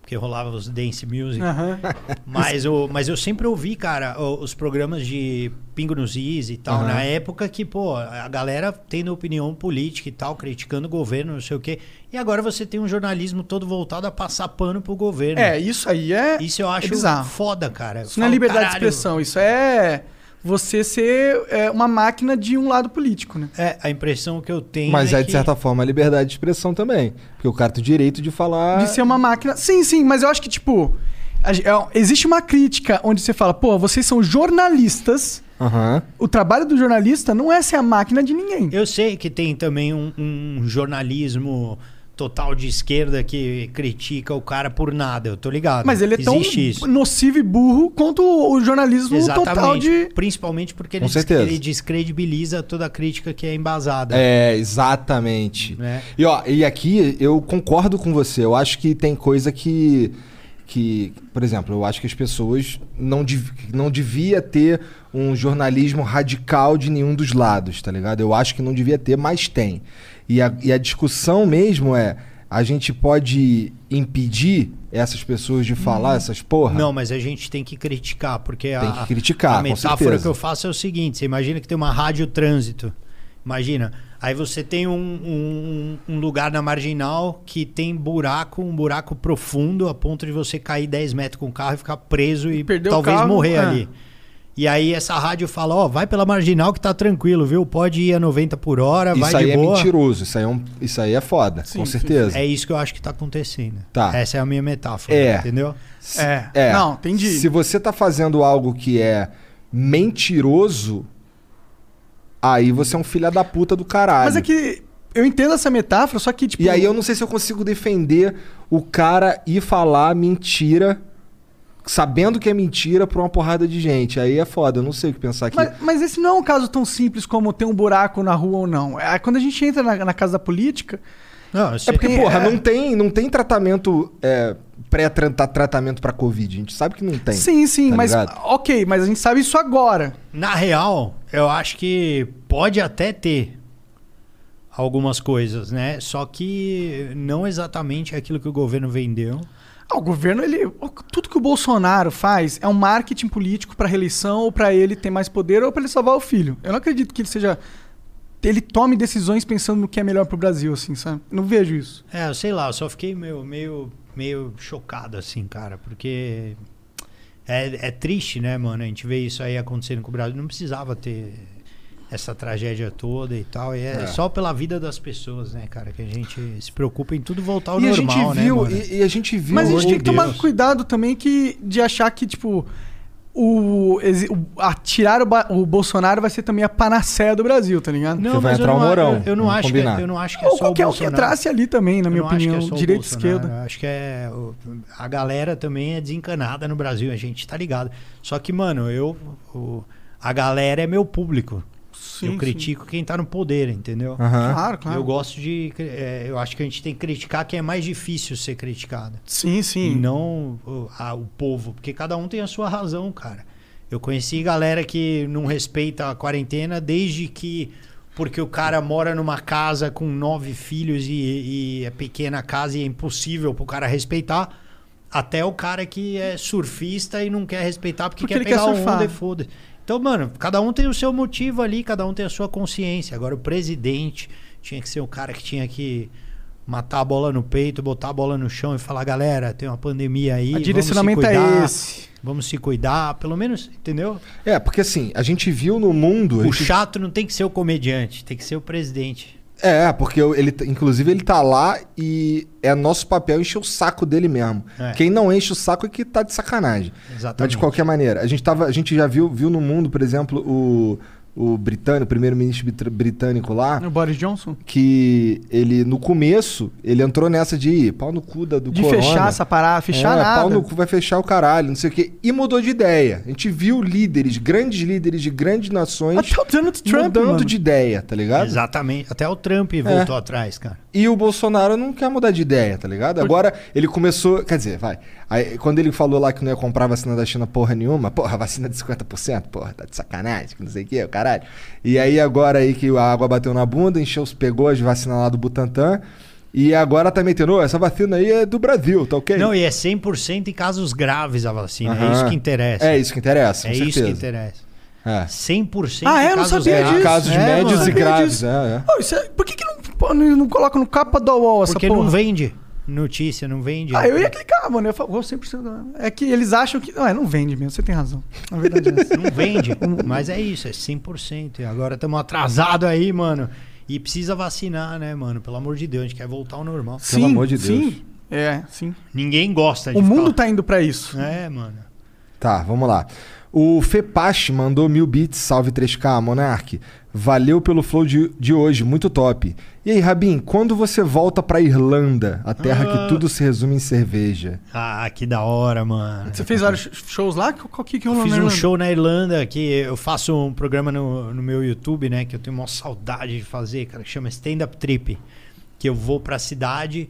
Speaker 4: porque rolava os dance music.
Speaker 3: Aham.
Speaker 4: Mas eu, mas eu sempre ouvi, cara, o- os programas de Pingo nos Is e tal, na época que, pô, a galera tendo opinião política e tal, criticando o governo, não sei o quê. E agora você tem um jornalismo todo voltado a passar pano pro governo.
Speaker 3: É, isso aí é.
Speaker 4: Isso eu acho
Speaker 3: é bizarro.
Speaker 4: foda, cara. Eu
Speaker 3: Isso não é
Speaker 4: falo,
Speaker 3: liberdade de
Speaker 4: "Caralho".
Speaker 3: expressão, isso é você ser é, uma máquina de um lado político, né?
Speaker 4: É, a impressão que eu tenho.
Speaker 2: Mas
Speaker 4: é,
Speaker 2: é, de
Speaker 4: que-
Speaker 2: certa forma, a liberdade de expressão também. Porque o cara tem o direito de falar.
Speaker 3: De ser uma máquina. Sim, sim, mas eu acho que, tipo, a ge- é, existe uma crítica onde você fala, pô, vocês são jornalistas.
Speaker 2: Aham.
Speaker 3: O trabalho do jornalista não é ser a máquina de ninguém.
Speaker 4: Eu sei que tem também um, um jornalismo total de esquerda que critica o cara por nada, eu tô ligado.
Speaker 3: Mas ele é tão
Speaker 4: Existe isso.
Speaker 3: nocivo e burro quanto o o jornalismo um total de.
Speaker 4: Principalmente porque ele,
Speaker 2: Com
Speaker 4: des-
Speaker 2: certeza.
Speaker 4: ele descredibiliza toda a crítica que é embasada.
Speaker 2: É, exatamente.
Speaker 4: Né?
Speaker 2: E, ó, e aqui eu concordo com você. Eu acho que tem coisa que. que por exemplo, eu acho que as pessoas não, dev- não devia ter um jornalismo radical de nenhum dos lados, tá ligado? Eu acho que não devia ter, mas tem. E a, e a discussão mesmo é: a gente pode impedir essas pessoas de falar essas porra?
Speaker 4: Não, mas a gente tem que criticar, porque
Speaker 2: Tem
Speaker 4: a,
Speaker 2: que criticar,
Speaker 4: a
Speaker 2: com
Speaker 4: metáfora
Speaker 2: certeza.
Speaker 4: que eu faço é o seguinte: você imagina que tem uma rádio trânsito. Imagina. Aí você tem um, um- um lugar na marginal que tem buraco, um buraco profundo, a ponto de você cair 10 metros com o carro e ficar preso e
Speaker 3: Perder o
Speaker 4: talvez
Speaker 3: carro,
Speaker 4: morrer
Speaker 3: é.
Speaker 4: ali. E aí essa rádio fala, ó, vai pela marginal que tá tranquilo, viu? Pode ir a 90 por hora, vai
Speaker 2: Isso
Speaker 4: de
Speaker 2: aí é
Speaker 4: boa.
Speaker 2: mentiroso, isso aí é, um- isso aí é foda, com certeza.
Speaker 4: É isso que eu acho que tá acontecendo.
Speaker 2: Tá.
Speaker 4: Essa é a minha metáfora,
Speaker 2: É.
Speaker 4: entendeu?
Speaker 2: Se-
Speaker 3: É. Não, entendi.
Speaker 2: Se você tá fazendo algo que é mentiroso, aí você é um filho da puta do caralho.
Speaker 3: Mas é que eu entendo essa metáfora, só que, tipo.
Speaker 2: E aí eu não sei se eu consigo defender o cara ir falar mentira, sabendo que é mentira, pra uma porrada de gente. Aí é foda, eu não sei o que pensar aqui.
Speaker 3: Mas, mas esse não é um caso tão simples como ter um buraco na rua ou não. É, quando a gente entra na, na casa da política,
Speaker 4: Não, eu
Speaker 2: É
Speaker 4: sei.
Speaker 2: porque,
Speaker 3: Tem-
Speaker 2: porra,
Speaker 3: é.
Speaker 2: não tem, não tem tratamento é, pré-tratamento pra Covid. A gente sabe que não tem.
Speaker 3: Sim, sim,
Speaker 2: tá
Speaker 3: mas
Speaker 2: ligado?
Speaker 3: ok, mas a gente sabe isso agora.
Speaker 4: Na real, eu acho que pode até ter algumas coisas, né? Só que não exatamente aquilo que o governo vendeu.
Speaker 3: Ah, o governo, ele, tudo que o Bolsonaro faz é um marketing político para reeleição ou para ele ter mais poder ou para ele salvar o filho. Eu não acredito que ele seja ele tome decisões pensando no que é melhor pro Brasil, assim, sabe? Não vejo isso.
Speaker 4: É, eu sei lá, eu só fiquei meio, meio, meio chocado, assim, cara, porque é, é triste, né, mano? A gente vê isso aí acontecendo com o Brasil. Não precisava ter essa tragédia toda e tal. E é, só pela vida das pessoas, né, cara, que a gente se preocupa em tudo voltar ao
Speaker 2: E a
Speaker 4: normal,
Speaker 2: gente viu,
Speaker 4: né? mano?
Speaker 2: e, e a gente viu.
Speaker 3: Mas a gente
Speaker 4: amor
Speaker 3: tem
Speaker 4: de
Speaker 3: que tomar
Speaker 4: Deus.
Speaker 3: cuidado também que, de achar que, tipo, o, exi- o atirar o, Ba- o Bolsonaro vai ser também a panaceia do Brasil, tá ligado?
Speaker 4: Não,
Speaker 2: Porque vai
Speaker 4: mas eu
Speaker 2: entrar o
Speaker 4: não a-
Speaker 2: Mourão,
Speaker 4: Eu, eu não
Speaker 2: vamos
Speaker 4: acho que,
Speaker 2: combinar.
Speaker 4: eu não acho que é
Speaker 3: Ou
Speaker 4: só o
Speaker 3: qualquer um que
Speaker 4: Bolsonaro.
Speaker 3: entrasse ali também, na
Speaker 4: Eu
Speaker 3: minha
Speaker 4: não acho que é
Speaker 3: opinião,
Speaker 4: só o
Speaker 3: direita e
Speaker 4: Bolsonaro,
Speaker 3: esquerda.
Speaker 4: eu Acho que é. o- A galera também é desencanada no Brasil, a gente tá ligado. Só que, mano, eu. o- a galera é meu público.
Speaker 3: Sim,
Speaker 4: eu critico quem tá no poder, entendeu?
Speaker 2: Aham.
Speaker 3: Claro, claro.
Speaker 4: Eu gosto de. cri- é, eu acho que a gente tem que criticar quem é mais difícil ser criticado.
Speaker 3: Sim,
Speaker 4: E
Speaker 3: sim.
Speaker 4: não o, a- o povo, porque cada um tem a sua razão, cara. Eu conheci galera que não respeita a quarentena desde que. Porque o cara mora numa casa com nove filhos e, e é pequena a casa e é impossível pro cara respeitar. Até o cara que é surfista e não quer respeitar porque,
Speaker 3: Porque
Speaker 4: quer
Speaker 3: ele quer
Speaker 4: pegar um o
Speaker 3: surfar.
Speaker 4: onda e foda Então, mano, cada um tem o seu motivo ali, cada um tem a sua consciência. Agora, o presidente tinha que ser o cara que tinha que matar a bola no peito, botar a bola no chão e falar, galera, tem uma pandemia aí,
Speaker 3: A
Speaker 4: vamos se
Speaker 3: direcionamento é
Speaker 4: cuidar,
Speaker 3: esse.
Speaker 4: Vamos se cuidar, pelo menos, entendeu?
Speaker 2: É, porque assim, a gente viu no mundo. a
Speaker 4: O
Speaker 2: gente-
Speaker 4: chato não tem que ser o comediante, tem que ser o presidente.
Speaker 2: É, porque eu- ele, t- inclusive, ele tá lá e é nosso papel encher o saco dele mesmo.
Speaker 4: É.
Speaker 2: Quem não enche o saco é que tá de sacanagem.
Speaker 4: Exatamente.
Speaker 2: Mas de qualquer maneira, a gente, tava, a gente já viu, viu no mundo, por exemplo, o, o britânico, o primeiro-ministro brit- britânico lá,
Speaker 3: Ah, O Boris Johnson?
Speaker 2: que ele, no começo, ele entrou nessa de "Ih, pau no cu da, do
Speaker 3: De
Speaker 2: corona.
Speaker 3: fechar essa parada, fechar
Speaker 2: É,
Speaker 3: nada.
Speaker 2: Pau no cu vai fechar o caralho, não sei o quê. E mudou de ideia. A gente viu líderes, grandes líderes de grandes nações
Speaker 3: Até o Donald Trump,
Speaker 2: mudando
Speaker 3: mano.
Speaker 2: de ideia, tá ligado?
Speaker 4: Exatamente. Até o Trump
Speaker 3: É.
Speaker 4: voltou atrás, cara.
Speaker 2: E o Bolsonaro não quer mudar de ideia, tá ligado? Agora ele começou. Quer dizer, vai. Aí, quando ele falou lá que não ia comprar vacina da China porra nenhuma, porra, vacina de 50%, porra, tá de sacanagem, que não sei o que, caralho. E aí agora aí que a água bateu na bunda, encheu, pegou as vacinas lá do Butantan. E agora tá metendo, "Ô, essa vacina aí é do Brasil, tá ok?
Speaker 4: Não, e é 100% em casos graves a vacina.
Speaker 2: Aham.
Speaker 4: É isso que interessa.
Speaker 2: É isso que interessa,
Speaker 4: É
Speaker 2: com
Speaker 4: isso
Speaker 2: certeza.
Speaker 4: que interessa.
Speaker 2: É.
Speaker 4: 100%
Speaker 3: Ah, é? Eu
Speaker 4: em
Speaker 3: não
Speaker 4: casos
Speaker 3: sabia
Speaker 2: É,
Speaker 4: graves.
Speaker 3: disso.
Speaker 2: casos
Speaker 4: É,
Speaker 2: médios
Speaker 4: mano.
Speaker 2: e
Speaker 3: sabia
Speaker 2: graves,
Speaker 3: disso.
Speaker 2: é, é.
Speaker 3: Pô, isso é- Por que, que não, pô, não não coloca no capa da UOL essa
Speaker 4: Porque
Speaker 3: porra?
Speaker 4: não vende notícia, não vende.
Speaker 3: Ah, eu ia clicar, mano. Eu ia falar, "Uou, 100%. da-". É que eles acham que. Não, é, não vende mesmo, você tem razão. Na verdade é essa.
Speaker 4: <laughs> Não vende, mas é isso, é 100%. E agora estamos atrasados aí, mano. E precisa vacinar, né, mano? Pelo amor de Deus, a gente quer voltar ao normal.
Speaker 2: Pelo amor de Deus.
Speaker 3: <laughs> Sim. É, sim.
Speaker 4: Ninguém gosta de
Speaker 3: O mundo
Speaker 4: ficar-
Speaker 3: tá indo pra isso.
Speaker 4: É, mano.
Speaker 2: Tá, vamos lá. O Fepache mandou mil bits, salve 3K, Monark. Valeu pelo flow de, de hoje, muito top. E aí, Rabin, quando você volta pra Irlanda, a terra
Speaker 3: Ah.
Speaker 2: que tudo se resume em cerveja?
Speaker 4: Ah, que da hora, mano.
Speaker 3: Você fez vários shows lá? Qual qual que que rolou
Speaker 4: É, Fiz
Speaker 3: na
Speaker 4: um
Speaker 3: Irlanda?
Speaker 4: show na Irlanda que eu faço um programa no, no meu YouTube, né? Que eu tenho uma saudade de fazer, cara, que chama Stand Up Trip. Que eu vou pra cidade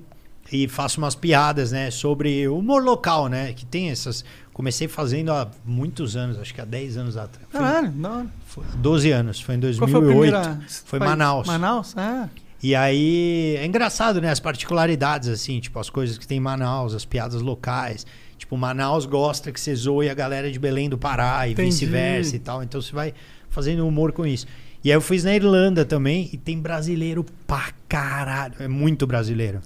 Speaker 4: e faço umas piadas, né? Sobre o humor local, né? Que tem essas. Comecei fazendo há muitos anos, acho que há 10 anos atrás. Foi-
Speaker 3: Caralho, da hora.
Speaker 4: foi- 12 anos, foi em
Speaker 3: Ah, é? Qual foi a
Speaker 4: 2008.
Speaker 3: primeira?
Speaker 4: Foi
Speaker 3: país?
Speaker 4: Manaus.
Speaker 3: Manaus? Ah.
Speaker 4: E aí é engraçado, né? As particularidades, assim, tipo, as coisas que tem em Manaus, as piadas locais. Tipo, Manaus gosta que você zoe a galera de Belém do Pará e
Speaker 3: Entendi.
Speaker 4: vice-versa e tal. Então você vai fazendo humor com isso. E aí eu fiz na Irlanda também e tem brasileiro pra caralho. É muito brasileiro.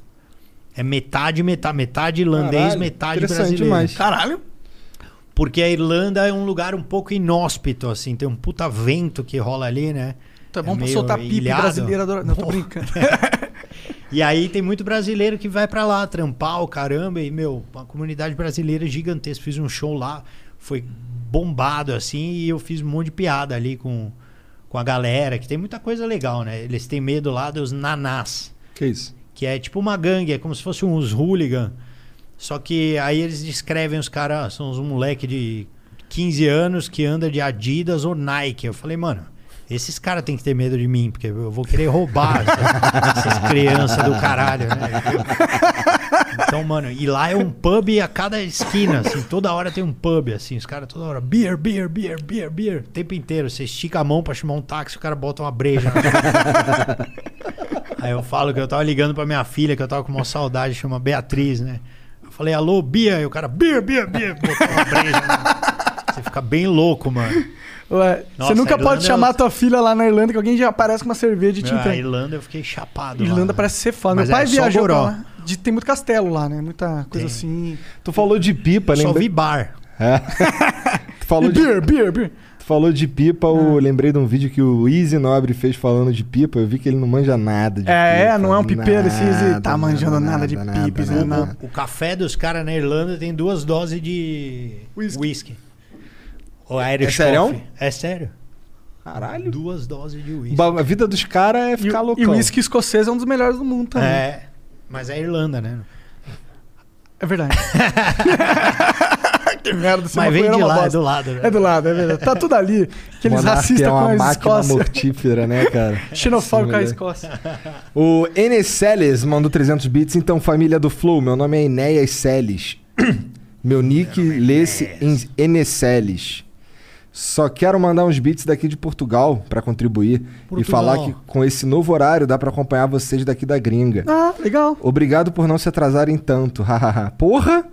Speaker 4: É metade, metade, metade irlandês,
Speaker 2: Caralho,
Speaker 4: metade
Speaker 2: interessante
Speaker 4: brasileiro.
Speaker 2: demais.
Speaker 3: Caralho.
Speaker 4: Porque a Irlanda é um lugar um pouco inóspito, assim, tem um puta vento que rola ali, né?
Speaker 3: Tá
Speaker 4: É
Speaker 3: bom pra
Speaker 4: meio
Speaker 3: soltar pipa
Speaker 4: ilhado.
Speaker 3: brasileira. adora- Não, tô
Speaker 4: Porra.
Speaker 3: brincando.
Speaker 4: E aí tem muito brasileiro que vai pra lá trampar o caramba e meu, uma comunidade brasileira gigantesca. Fiz um show lá, foi bombado assim e eu fiz um monte de piada ali com com a galera, que tem muita coisa legal, né? Eles têm medo lá dos nanás,
Speaker 2: Que isso?
Speaker 4: que é tipo uma gangue, é como se fosse uns hooligan. Só que aí eles descrevem os caras, são uns moleque de 15 anos que anda de Adidas ou Nike. Eu falei, mano, esses caras têm que ter medo de mim, porque eu vou querer roubar essas, essas crianças do caralho, né? Então, mano, e lá é um pub a cada esquina, assim, toda hora tem um pub, assim, os caras toda hora, beer, beer, beer, beer, beer, o tempo inteiro. Você estica a mão pra chamar um táxi, o cara bota uma breja. na cara. Aí eu falo que eu tava ligando pra minha filha, que eu tava com uma saudade, chama Beatriz, né? Eu falei, alô, Bia, e o cara, Bia, Bia, Bia, botou uma breja. né? Você fica bem louco, mano.
Speaker 3: Ué,
Speaker 4: Nossa,
Speaker 3: você nunca
Speaker 4: a Irlanda
Speaker 3: pode
Speaker 4: é
Speaker 3: chamar
Speaker 4: outra-
Speaker 3: tua filha lá na Irlanda que alguém já aparece com uma cerveja e te
Speaker 4: Meu, a
Speaker 3: entrega.
Speaker 4: Irlanda eu fiquei chapado. lá,
Speaker 3: Irlanda
Speaker 4: né?
Speaker 3: parece ser foda. Meu
Speaker 4: Mas
Speaker 3: pai
Speaker 4: é só
Speaker 3: viajou pra
Speaker 4: goró.
Speaker 3: lá. De- tem muito castelo lá, né? Muita coisa assim.
Speaker 2: Tu falou de pipa,
Speaker 4: Eu Só
Speaker 2: lembra?
Speaker 4: vi bar.
Speaker 2: Tu falou, de,
Speaker 3: Beer, Ah. beer, beer.
Speaker 2: tu falou de pipa, eu lembrei de um vídeo que o Easy Nobre fez falando de pipa, eu vi que ele não manja nada de
Speaker 3: É,
Speaker 2: pipa.
Speaker 3: é, não é um pipeiro esse Easy, tá
Speaker 2: nada,
Speaker 3: manjando nada de pipa, isso é
Speaker 2: nada.
Speaker 3: nada.
Speaker 4: O café dos caras na Irlanda tem duas doses de
Speaker 3: Whisky.
Speaker 4: whisky. Ou Irish
Speaker 2: É serião?
Speaker 4: coffee. É sério.
Speaker 2: Caralho.
Speaker 4: Duas doses de whisky.
Speaker 2: Ba- A vida dos caras é
Speaker 3: E,
Speaker 2: ficar
Speaker 3: o-
Speaker 2: loucão.
Speaker 3: e o uísque escocês é um dos melhores do mundo também. É,
Speaker 4: É. <laughs> Mas é Irlanda, né?
Speaker 3: verdade. merda. Ser
Speaker 4: Mas vem
Speaker 3: maconheiro
Speaker 4: de
Speaker 3: é uma
Speaker 4: lá, é
Speaker 3: bosta.
Speaker 4: do lado, né?
Speaker 3: É do lado, é verdade. Tá tudo ali. Aqueles
Speaker 2: Monark
Speaker 3: racistas
Speaker 2: é
Speaker 3: com
Speaker 2: uma
Speaker 3: a
Speaker 2: máquina
Speaker 3: Escócia. é
Speaker 2: mortífera, né,
Speaker 3: <laughs>
Speaker 2: cara?
Speaker 3: Xenofóbico com a
Speaker 2: Sim, né?
Speaker 3: Escócia.
Speaker 2: O Enes Celes mandou 300 bits. Então, família do Flow, meu nome é Enéas Celes. <clears throat> meu nick lê-se em Enes Celes. Só quero mandar uns bits daqui de Portugal pra contribuir e
Speaker 4: Portugal.
Speaker 2: falar que com esse novo horário dá pra acompanhar vocês daqui da gringa.
Speaker 3: Ah, legal.
Speaker 2: Obrigado por não se atrasarem tanto. <laughs> hahaha. Porra!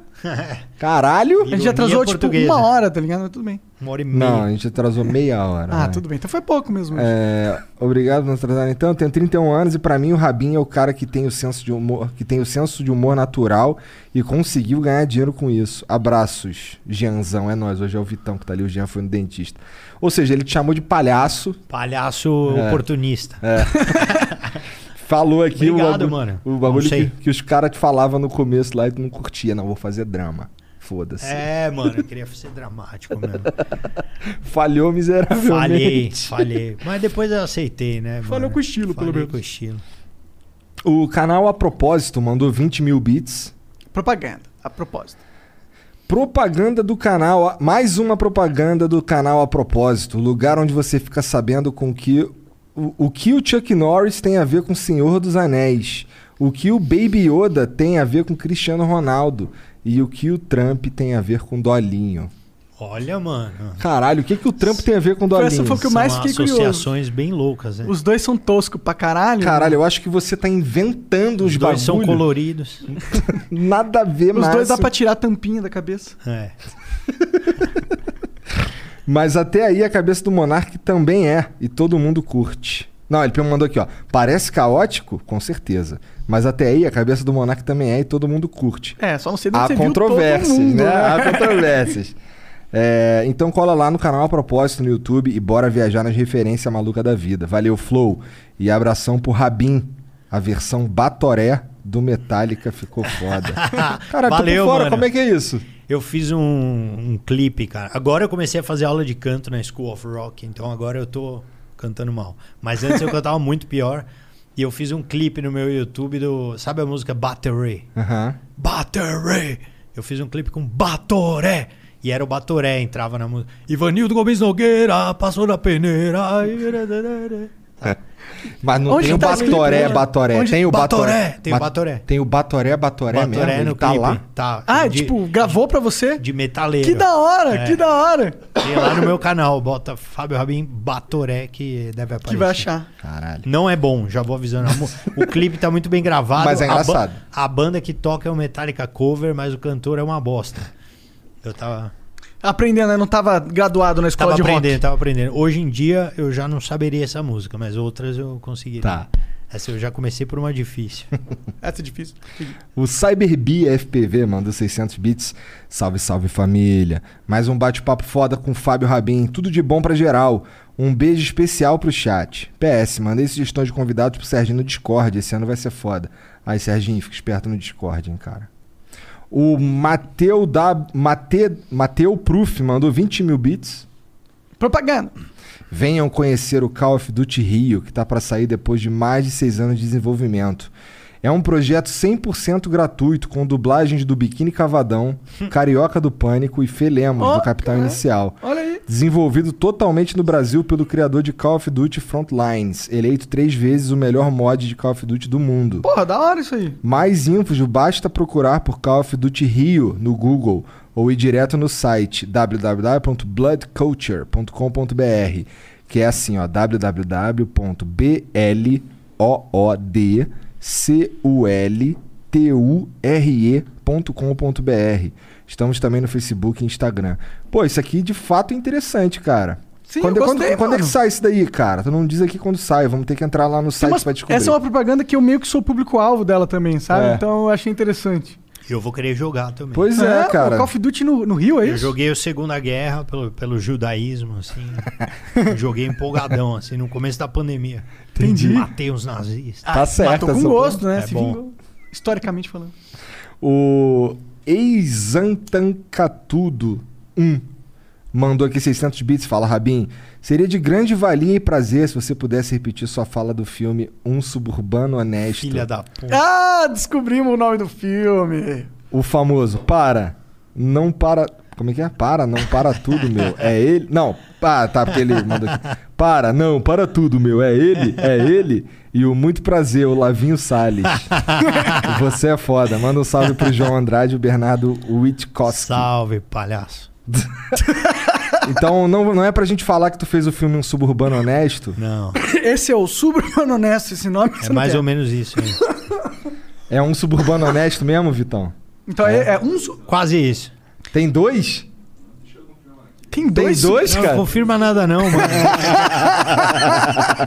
Speaker 2: Caralho!
Speaker 3: A gente
Speaker 4: Ironia
Speaker 3: atrasou tipo
Speaker 4: portuguesa.
Speaker 3: uma hora, tá ligado? Mas tudo bem.
Speaker 4: Uma hora e meia.
Speaker 2: Não, a gente atrasou meia hora.
Speaker 3: Ah,
Speaker 2: né?
Speaker 3: tudo bem. Então foi pouco mesmo. hoje.
Speaker 2: É, obrigado por nos tratarem tanto. Tenho 31 anos e pra mim o Rabinho é o cara que tem o senso de humor, que tem o senso de humor natural e conseguiu ganhar dinheiro com isso. Abraços, Jeanzão, é nóis. Hoje é o Vitão que tá ali, o Jean foi no dentista. Ou seja, ele te chamou de palhaço,
Speaker 4: Palhaço oportunista.
Speaker 2: falou aqui o
Speaker 4: Obrigado,
Speaker 2: bagulho,
Speaker 4: mano.
Speaker 2: o bagulho que,
Speaker 4: Não sei.
Speaker 2: que os caras te falavam no começo lá e tu não curtia, não vou fazer drama. Foda-se.
Speaker 4: É, mano, eu queria ser
Speaker 3: <laughs>
Speaker 4: dramático mesmo.
Speaker 2: Falhou miseravelmente.
Speaker 4: Falhei, falhei. Mas depois eu aceitei, né? mano?
Speaker 3: Falhou com estilo, pelo
Speaker 4: Falhei
Speaker 3: menos.
Speaker 4: com estilo.
Speaker 2: O canal A Propósito mandou 20 mil bits.
Speaker 3: Propaganda, a propósito.
Speaker 2: Propaganda do canal, a- mais uma propaganda do canal a propósito, lugar onde você fica sabendo com que o, o que o Chuck Norris tem a ver com o Senhor dos Anéis, o que o Baby Yoda tem a ver com Cristiano Ronaldo e o que o Trump tem a ver com Dolinho.
Speaker 4: Olha, mano.
Speaker 2: Caralho, o que que o Trump tem a ver com
Speaker 3: Foi
Speaker 2: Dolinho?
Speaker 3: essa foi o que eu
Speaker 4: São
Speaker 3: mais fiquei curioso.
Speaker 4: associações bem loucas, né?
Speaker 3: Os dois são toscos pra caralho.
Speaker 2: Caralho, eu acho que você tá inventando uns
Speaker 4: Os dois são
Speaker 2: bagulho.
Speaker 4: coloridos.
Speaker 2: Nada a ver,
Speaker 3: né? Os dois dá
Speaker 2: Márcio.
Speaker 3: pra tirar a tampinha da cabeça.
Speaker 4: É.
Speaker 2: Mas até aí a cabeça do Monark também é, e todo mundo curte. Não, ele mandou aqui, ó. Parece caótico? Com certeza. Mas até aí a cabeça do Monark também é e todo mundo curte.
Speaker 3: É, só não sei de onde
Speaker 2: Há
Speaker 3: você viu todo
Speaker 2: controvérsias,
Speaker 3: mundo,
Speaker 2: né?
Speaker 3: né?
Speaker 2: Há
Speaker 3: <laughs>
Speaker 2: controvérsias. É, então cola lá no canal a propósito no YouTube e bora viajar nas referências maluca da vida. Valeu, Flow. E abração pro Rabin. A versão Batoré do Metallica ficou
Speaker 3: <laughs>
Speaker 2: foda. Caralho, tô
Speaker 4: Valeu,
Speaker 2: por fora,
Speaker 4: mano.
Speaker 2: como é que é isso?
Speaker 4: Eu fiz um, um clipe, cara. Agora eu comecei a fazer aula de canto na School of Rock, então agora eu tô cantando mal. Mas antes eu cantava muito pior. E eu fiz um clipe no meu YouTube do. Sabe a música Battery?
Speaker 2: Aham.
Speaker 4: Batoré. Eu fiz um clipe com Batoré. E era o Batoré, entrava na música. Ivanildo Gomes Nogueira passou na peneira.
Speaker 2: Tá. Mas não
Speaker 3: Onde
Speaker 2: tem o
Speaker 3: tá
Speaker 2: Batoré,
Speaker 3: escrito?
Speaker 2: Batoré.
Speaker 4: Onde-
Speaker 2: Tem o Batoré.
Speaker 4: Batoré, tem
Speaker 2: Ba-
Speaker 4: o Batoré.
Speaker 2: Tem o Batoré, Batoré, mesmo.
Speaker 4: Batoré
Speaker 2: ele
Speaker 4: no
Speaker 2: tá
Speaker 4: clipe.
Speaker 2: lá.
Speaker 4: Tá.
Speaker 3: Ah,
Speaker 4: de-
Speaker 3: tipo, gravou pra você?
Speaker 4: De metaleiro.
Speaker 3: Que da hora,
Speaker 4: É.
Speaker 3: que da hora.
Speaker 4: Tem lá no meu canal, bota Fábio Rabin Batoré que deve aparecer.
Speaker 3: Que vai achar.
Speaker 2: Caralho.
Speaker 4: Não é bom, já vou avisando. A mu- O clipe tá muito bem gravado.
Speaker 2: Mas é
Speaker 4: A ba-
Speaker 2: engraçado.
Speaker 4: A, banda que toca é o Metallica cover, mas o cantor é uma bosta. Eu tava,
Speaker 3: Aprendendo, né? Não tava graduado na escola de
Speaker 4: tava aprendendo,
Speaker 3: rock.
Speaker 4: tava aprendendo. Hoje em dia eu já não saberia essa música, mas outras eu conseguiria.
Speaker 2: Tá.
Speaker 4: Essa eu já comecei por uma difícil.
Speaker 3: Essa é difícil.
Speaker 2: O Cyberbi FPV mandou 600 bits. Salve, salve família. Mais um bate-papo foda com o Fábio Rabin. Tudo de bom pra geral. Um beijo especial pro chat. PS, mandei sugestões de convidados pro Serginho no Discord. Esse ano vai ser foda. Aí, Serginho, fica esperto no Discord, hein, cara. O Mateu da Mate, Mateu Proof mandou 20 mil bits.
Speaker 3: Propaganda.
Speaker 2: Venham conhecer o Call of Duty Rio, que está para sair depois de mais de seis anos de desenvolvimento. É um projeto 100% gratuito, com dublagens do Biquíni Cavadão, Carioca do Pânico e Felemos,
Speaker 3: Ó,
Speaker 2: do Capital Inicial.
Speaker 3: Olha aí.
Speaker 2: Desenvolvido totalmente no Brasil pelo criador de Call of Duty Frontlines, eleito três vezes o melhor mod de Call of Duty do mundo.
Speaker 3: Porra, da hora isso aí.
Speaker 2: Mais infos basta procurar por Call of Duty Rio no Google ou ir direto no site www.bloodculture.com.br, que é assim, ó, www.bloodculture.com.br. Estamos também no Facebook e Instagram. Pô, isso aqui de fato é interessante, cara.
Speaker 3: Sim,
Speaker 2: quando,
Speaker 3: eu
Speaker 2: quando-
Speaker 3: gostei,
Speaker 2: quando é que
Speaker 3: mano.
Speaker 2: sai isso daí, cara? Tu não diz aqui quando sai, vamos ter que entrar lá no
Speaker 3: Tem
Speaker 2: site
Speaker 3: umas-
Speaker 2: pra descobrir.
Speaker 3: Essa é uma propaganda que eu meio que sou público-alvo dela também, sabe?
Speaker 2: É.
Speaker 3: Então eu achei interessante.
Speaker 4: E <laughs> eu vou querer jogar também.
Speaker 2: Pois é,
Speaker 3: o
Speaker 2: cara.
Speaker 3: Call of Duty no, no Rio, é
Speaker 4: eu
Speaker 3: isso?
Speaker 4: joguei o Segunda Guerra pelo, pelo judaísmo, <laughs> assim. joguei empolgadão, assim, no começo da pandemia.
Speaker 3: Entendi.
Speaker 4: Matei os Ah, nazistas.
Speaker 2: Tá certo,
Speaker 3: Ah, Matou com
Speaker 2: essa-
Speaker 3: gosto, né?
Speaker 4: É
Speaker 3: Se
Speaker 4: bom.
Speaker 3: vingou. Historicamente falando.
Speaker 2: OEixantancatudo 1 mandou aqui 600 bits, fala Rabin. Seria de grande valia e prazer se você pudesse repetir sua fala do filme Um Suburbano Honesto.
Speaker 4: Filha da
Speaker 3: É.
Speaker 4: puta.
Speaker 3: Ah, descobrimos o nome do filme.
Speaker 2: O famoso para, não para Como é que é? Para, não, para tudo, meu. É ele. Não, pá, tá, porque ele mandou aqui. Para, não, para tudo, meu. É ele, é ele. E o muito prazer, o Lavinho
Speaker 4: <laughs>
Speaker 2: Salles. Você é foda. Manda um salve pro João Andrade e o Bernardo Witkowski.
Speaker 4: Salve, palhaço.
Speaker 2: Então, não, não é pra gente falar que tu fez o filme Um Suburbano Honesto.
Speaker 4: Não,
Speaker 3: Esse é o Suburbano Honesto, esse nome.
Speaker 4: é mais ou menos isso. hein?
Speaker 2: É um suburbano honesto mesmo, Vitão?
Speaker 3: Então é, é um. su-
Speaker 4: Quase isso.
Speaker 2: Tem dois?
Speaker 3: Tem
Speaker 2: Tem
Speaker 3: dois.
Speaker 2: dois,
Speaker 4: Não,
Speaker 2: cara?
Speaker 4: não confirma nada não, <laughs> mano.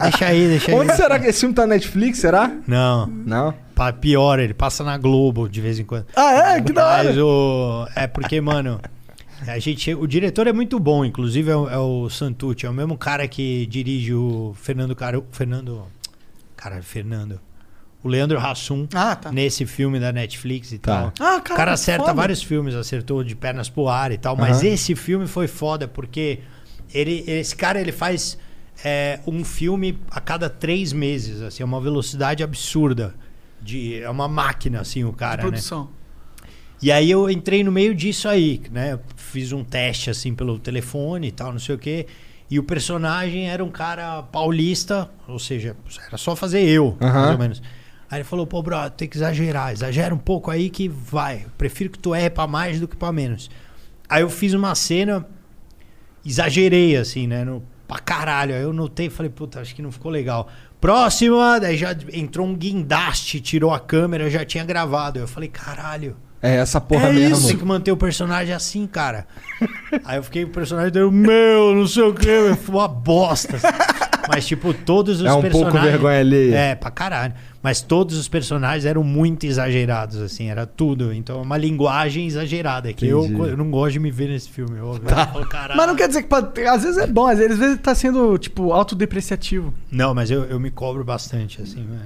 Speaker 4: deixa aí, deixa aí.
Speaker 2: Onde será que esse filme tá na Netflix, será?
Speaker 4: Não,
Speaker 2: Não.
Speaker 4: pa- pior, ele passa na Globo de vez em quando.
Speaker 3: Ah, é? Que da hora.
Speaker 4: Mas o. É porque, mano. A gente chega- O diretor é muito bom, inclusive é o, é o Santucci, é o mesmo cara que dirige o Fernando Caro. Fernando. Caralho, Fernando. O Leandro Hassum
Speaker 3: Ah, tá.
Speaker 4: nesse filme da Netflix e
Speaker 2: Tá.
Speaker 4: tal.
Speaker 3: Ah,
Speaker 4: o cara
Speaker 3: que
Speaker 4: acerta
Speaker 3: foda.
Speaker 4: vários filmes, acertou de pernas pro ar e tal, mas
Speaker 2: Aham.
Speaker 4: esse filme foi foda porque ele, esse cara ele faz é, um filme a cada três meses, assim, é uma velocidade absurda. De, é uma máquina, assim, o cara. né?
Speaker 3: Produção.
Speaker 4: E aí eu entrei no meio disso aí, né? Fiz um teste assim pelo telefone e tal, não sei o quê. E o personagem era um cara paulista, ou seja, era só fazer eu, mais
Speaker 2: Aham.
Speaker 4: ou menos. Aí ele falou, pô, bro, tem que exagerar, exagera um pouco aí que vai. Prefiro que tu erre pra mais do que pra menos. Aí eu fiz uma cena, exagerei assim, né? No, pra caralho. Aí eu notei e falei, puta, acho que não ficou legal. Próxima, daí já entrou um guindaste, tirou a câmera, já tinha gravado. Aí eu falei, caralho
Speaker 2: É essa porra
Speaker 4: é
Speaker 2: mesmo.
Speaker 4: isso. Tem que manter o personagem assim, cara. <laughs> Aí eu fiquei o personagem dele, meu, não sei o que, foi uma bosta. assim. Mas, tipo, todos os
Speaker 2: É um pouco
Speaker 4: personagens.
Speaker 2: vergonha alheia.
Speaker 4: É, pra caralho. Mas todos os personagens eram muito exagerados, assim, era tudo. Então, é uma linguagem exagerada. Que eu,
Speaker 2: Entendi. Tá.
Speaker 4: eu não gosto de me ver nesse filme. Eu, eu falo, caralho.
Speaker 3: Mas não quer dizer que. pode- Às vezes é bom, às vezes, às vezes tá sendo, tipo, autodepreciativo.
Speaker 4: Não, mas eu, eu me cobro bastante, assim. mas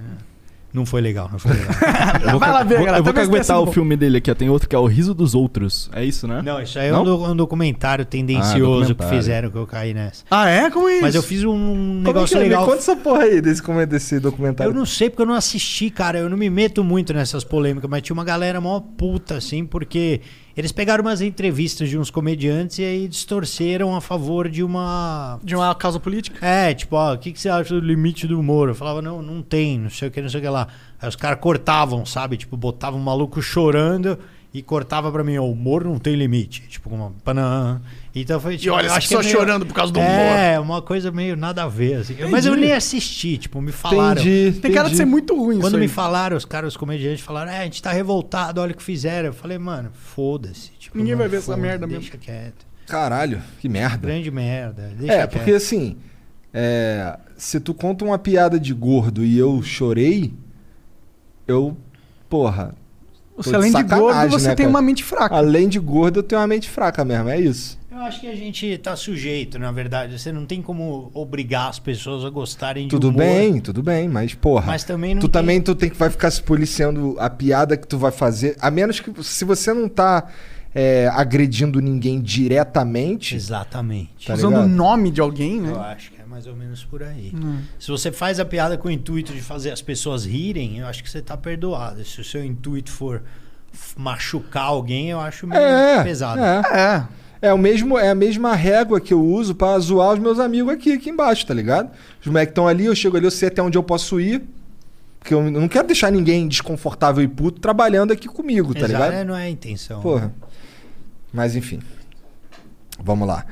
Speaker 4: Não foi legal, não
Speaker 2: <laughs>
Speaker 4: foi legal.
Speaker 3: Vai
Speaker 9: Vou- eu
Speaker 3: lá ver, galera. tá
Speaker 9: vou
Speaker 3: talvez tenha
Speaker 9: caguetar
Speaker 3: sido
Speaker 9: o
Speaker 3: bom.
Speaker 9: filme dele aqui, ó. Tem outro que é O Riso dos Outros. É isso, né?
Speaker 4: não, isso aí é
Speaker 9: Não?
Speaker 4: um, do- um documentário tendencioso que
Speaker 2: Ah, documentário.
Speaker 4: fizeram que eu caí nessa.
Speaker 3: Ah, é? Como é isso?
Speaker 4: Mas eu fiz um
Speaker 2: Como é
Speaker 4: negócio
Speaker 2: que é? Me
Speaker 4: legal.
Speaker 2: Conta essa porra aí desse, como é desse
Speaker 4: Eu
Speaker 2: documentário.
Speaker 4: não sei porque eu não assisti, cara. Eu não me meto muito nessas polêmicas, mas tinha uma galera mó puta, assim, porque eles pegaram umas entrevistas de uns comediantes e aí distorceram a favor de uma.
Speaker 3: De uma causa política?
Speaker 4: É, tipo, ó, o que, que você acha do limite do humor? Eu falava, não, não tem, não sei o que, não sei o que lá. Aí os caras cortavam, sabe? Tipo, botavam um maluco chorando e cortava pra mim, ó, o humor não tem limite. Tipo, uma panã. Então foi tipo.
Speaker 3: olha,
Speaker 4: eu
Speaker 3: as
Speaker 4: acho que é
Speaker 3: pessoas chorando por causa do
Speaker 4: É, uma coisa meio nada a ver, assim. Mas eu nem assisti, tipo, me falaram.
Speaker 2: Entendi.
Speaker 3: Tem cara de ser muito ruim
Speaker 4: Quando
Speaker 3: isso
Speaker 4: me
Speaker 3: aí.
Speaker 4: falaram, os caras, os comediantes falaram, é, a gente tá revoltado, olha o que fizeram. Eu falei, mano, foda-se. Tipo,
Speaker 3: Ninguém
Speaker 4: não,
Speaker 3: vai ver essa
Speaker 4: foda-se,
Speaker 3: merda
Speaker 4: Deixa quieto.
Speaker 2: Caralho, que merda.
Speaker 4: Grande merda. Deixa
Speaker 2: É, porque assim, é, se tu conta uma piada de gordo e eu chorei, eu. Porra.
Speaker 3: Você
Speaker 2: Tô
Speaker 3: além de
Speaker 2: sacanagem,
Speaker 3: gordo, você
Speaker 2: né,
Speaker 3: tem
Speaker 2: cara?
Speaker 3: uma mente fraca.
Speaker 2: Além de gordo, eu tenho uma mente fraca mesmo, é isso.
Speaker 4: Eu acho que a gente tá sujeito, na verdade. Você não tem como obrigar as pessoas a gostarem de
Speaker 2: Tudo
Speaker 4: humor.
Speaker 2: bem, tudo bem, mas porra.
Speaker 4: Mas também não
Speaker 2: tu
Speaker 4: tem-
Speaker 2: também tu tem que vai ficar se policiando a piada que tu vai fazer, a menos que se você não tá é, agredindo ninguém diretamente,
Speaker 4: Exatamente.
Speaker 2: Tá
Speaker 3: Usando o
Speaker 2: ligado?
Speaker 3: nome de alguém, né?
Speaker 4: Eu acho que é mais ou menos por aí.
Speaker 3: Hum.
Speaker 4: Se você faz a piada com o intuito de fazer as pessoas rirem, eu acho que você tá perdoado. Se o seu intuito for f- machucar alguém, eu acho meio
Speaker 2: é,
Speaker 4: pesado.
Speaker 2: é.
Speaker 3: É.
Speaker 2: É, o mesmo, é a mesma régua que eu uso pra zoar os meus amigos aqui, aqui embaixo, tá ligado? Os moleques estão ali, eu chego ali, eu sei até onde eu posso ir. Porque eu não quero deixar ninguém desconfortável e puto trabalhando aqui comigo, tá
Speaker 4: Exato,
Speaker 2: ligado?
Speaker 4: é, Não é a intenção. né?
Speaker 2: Porra. Mas enfim. Vamos lá.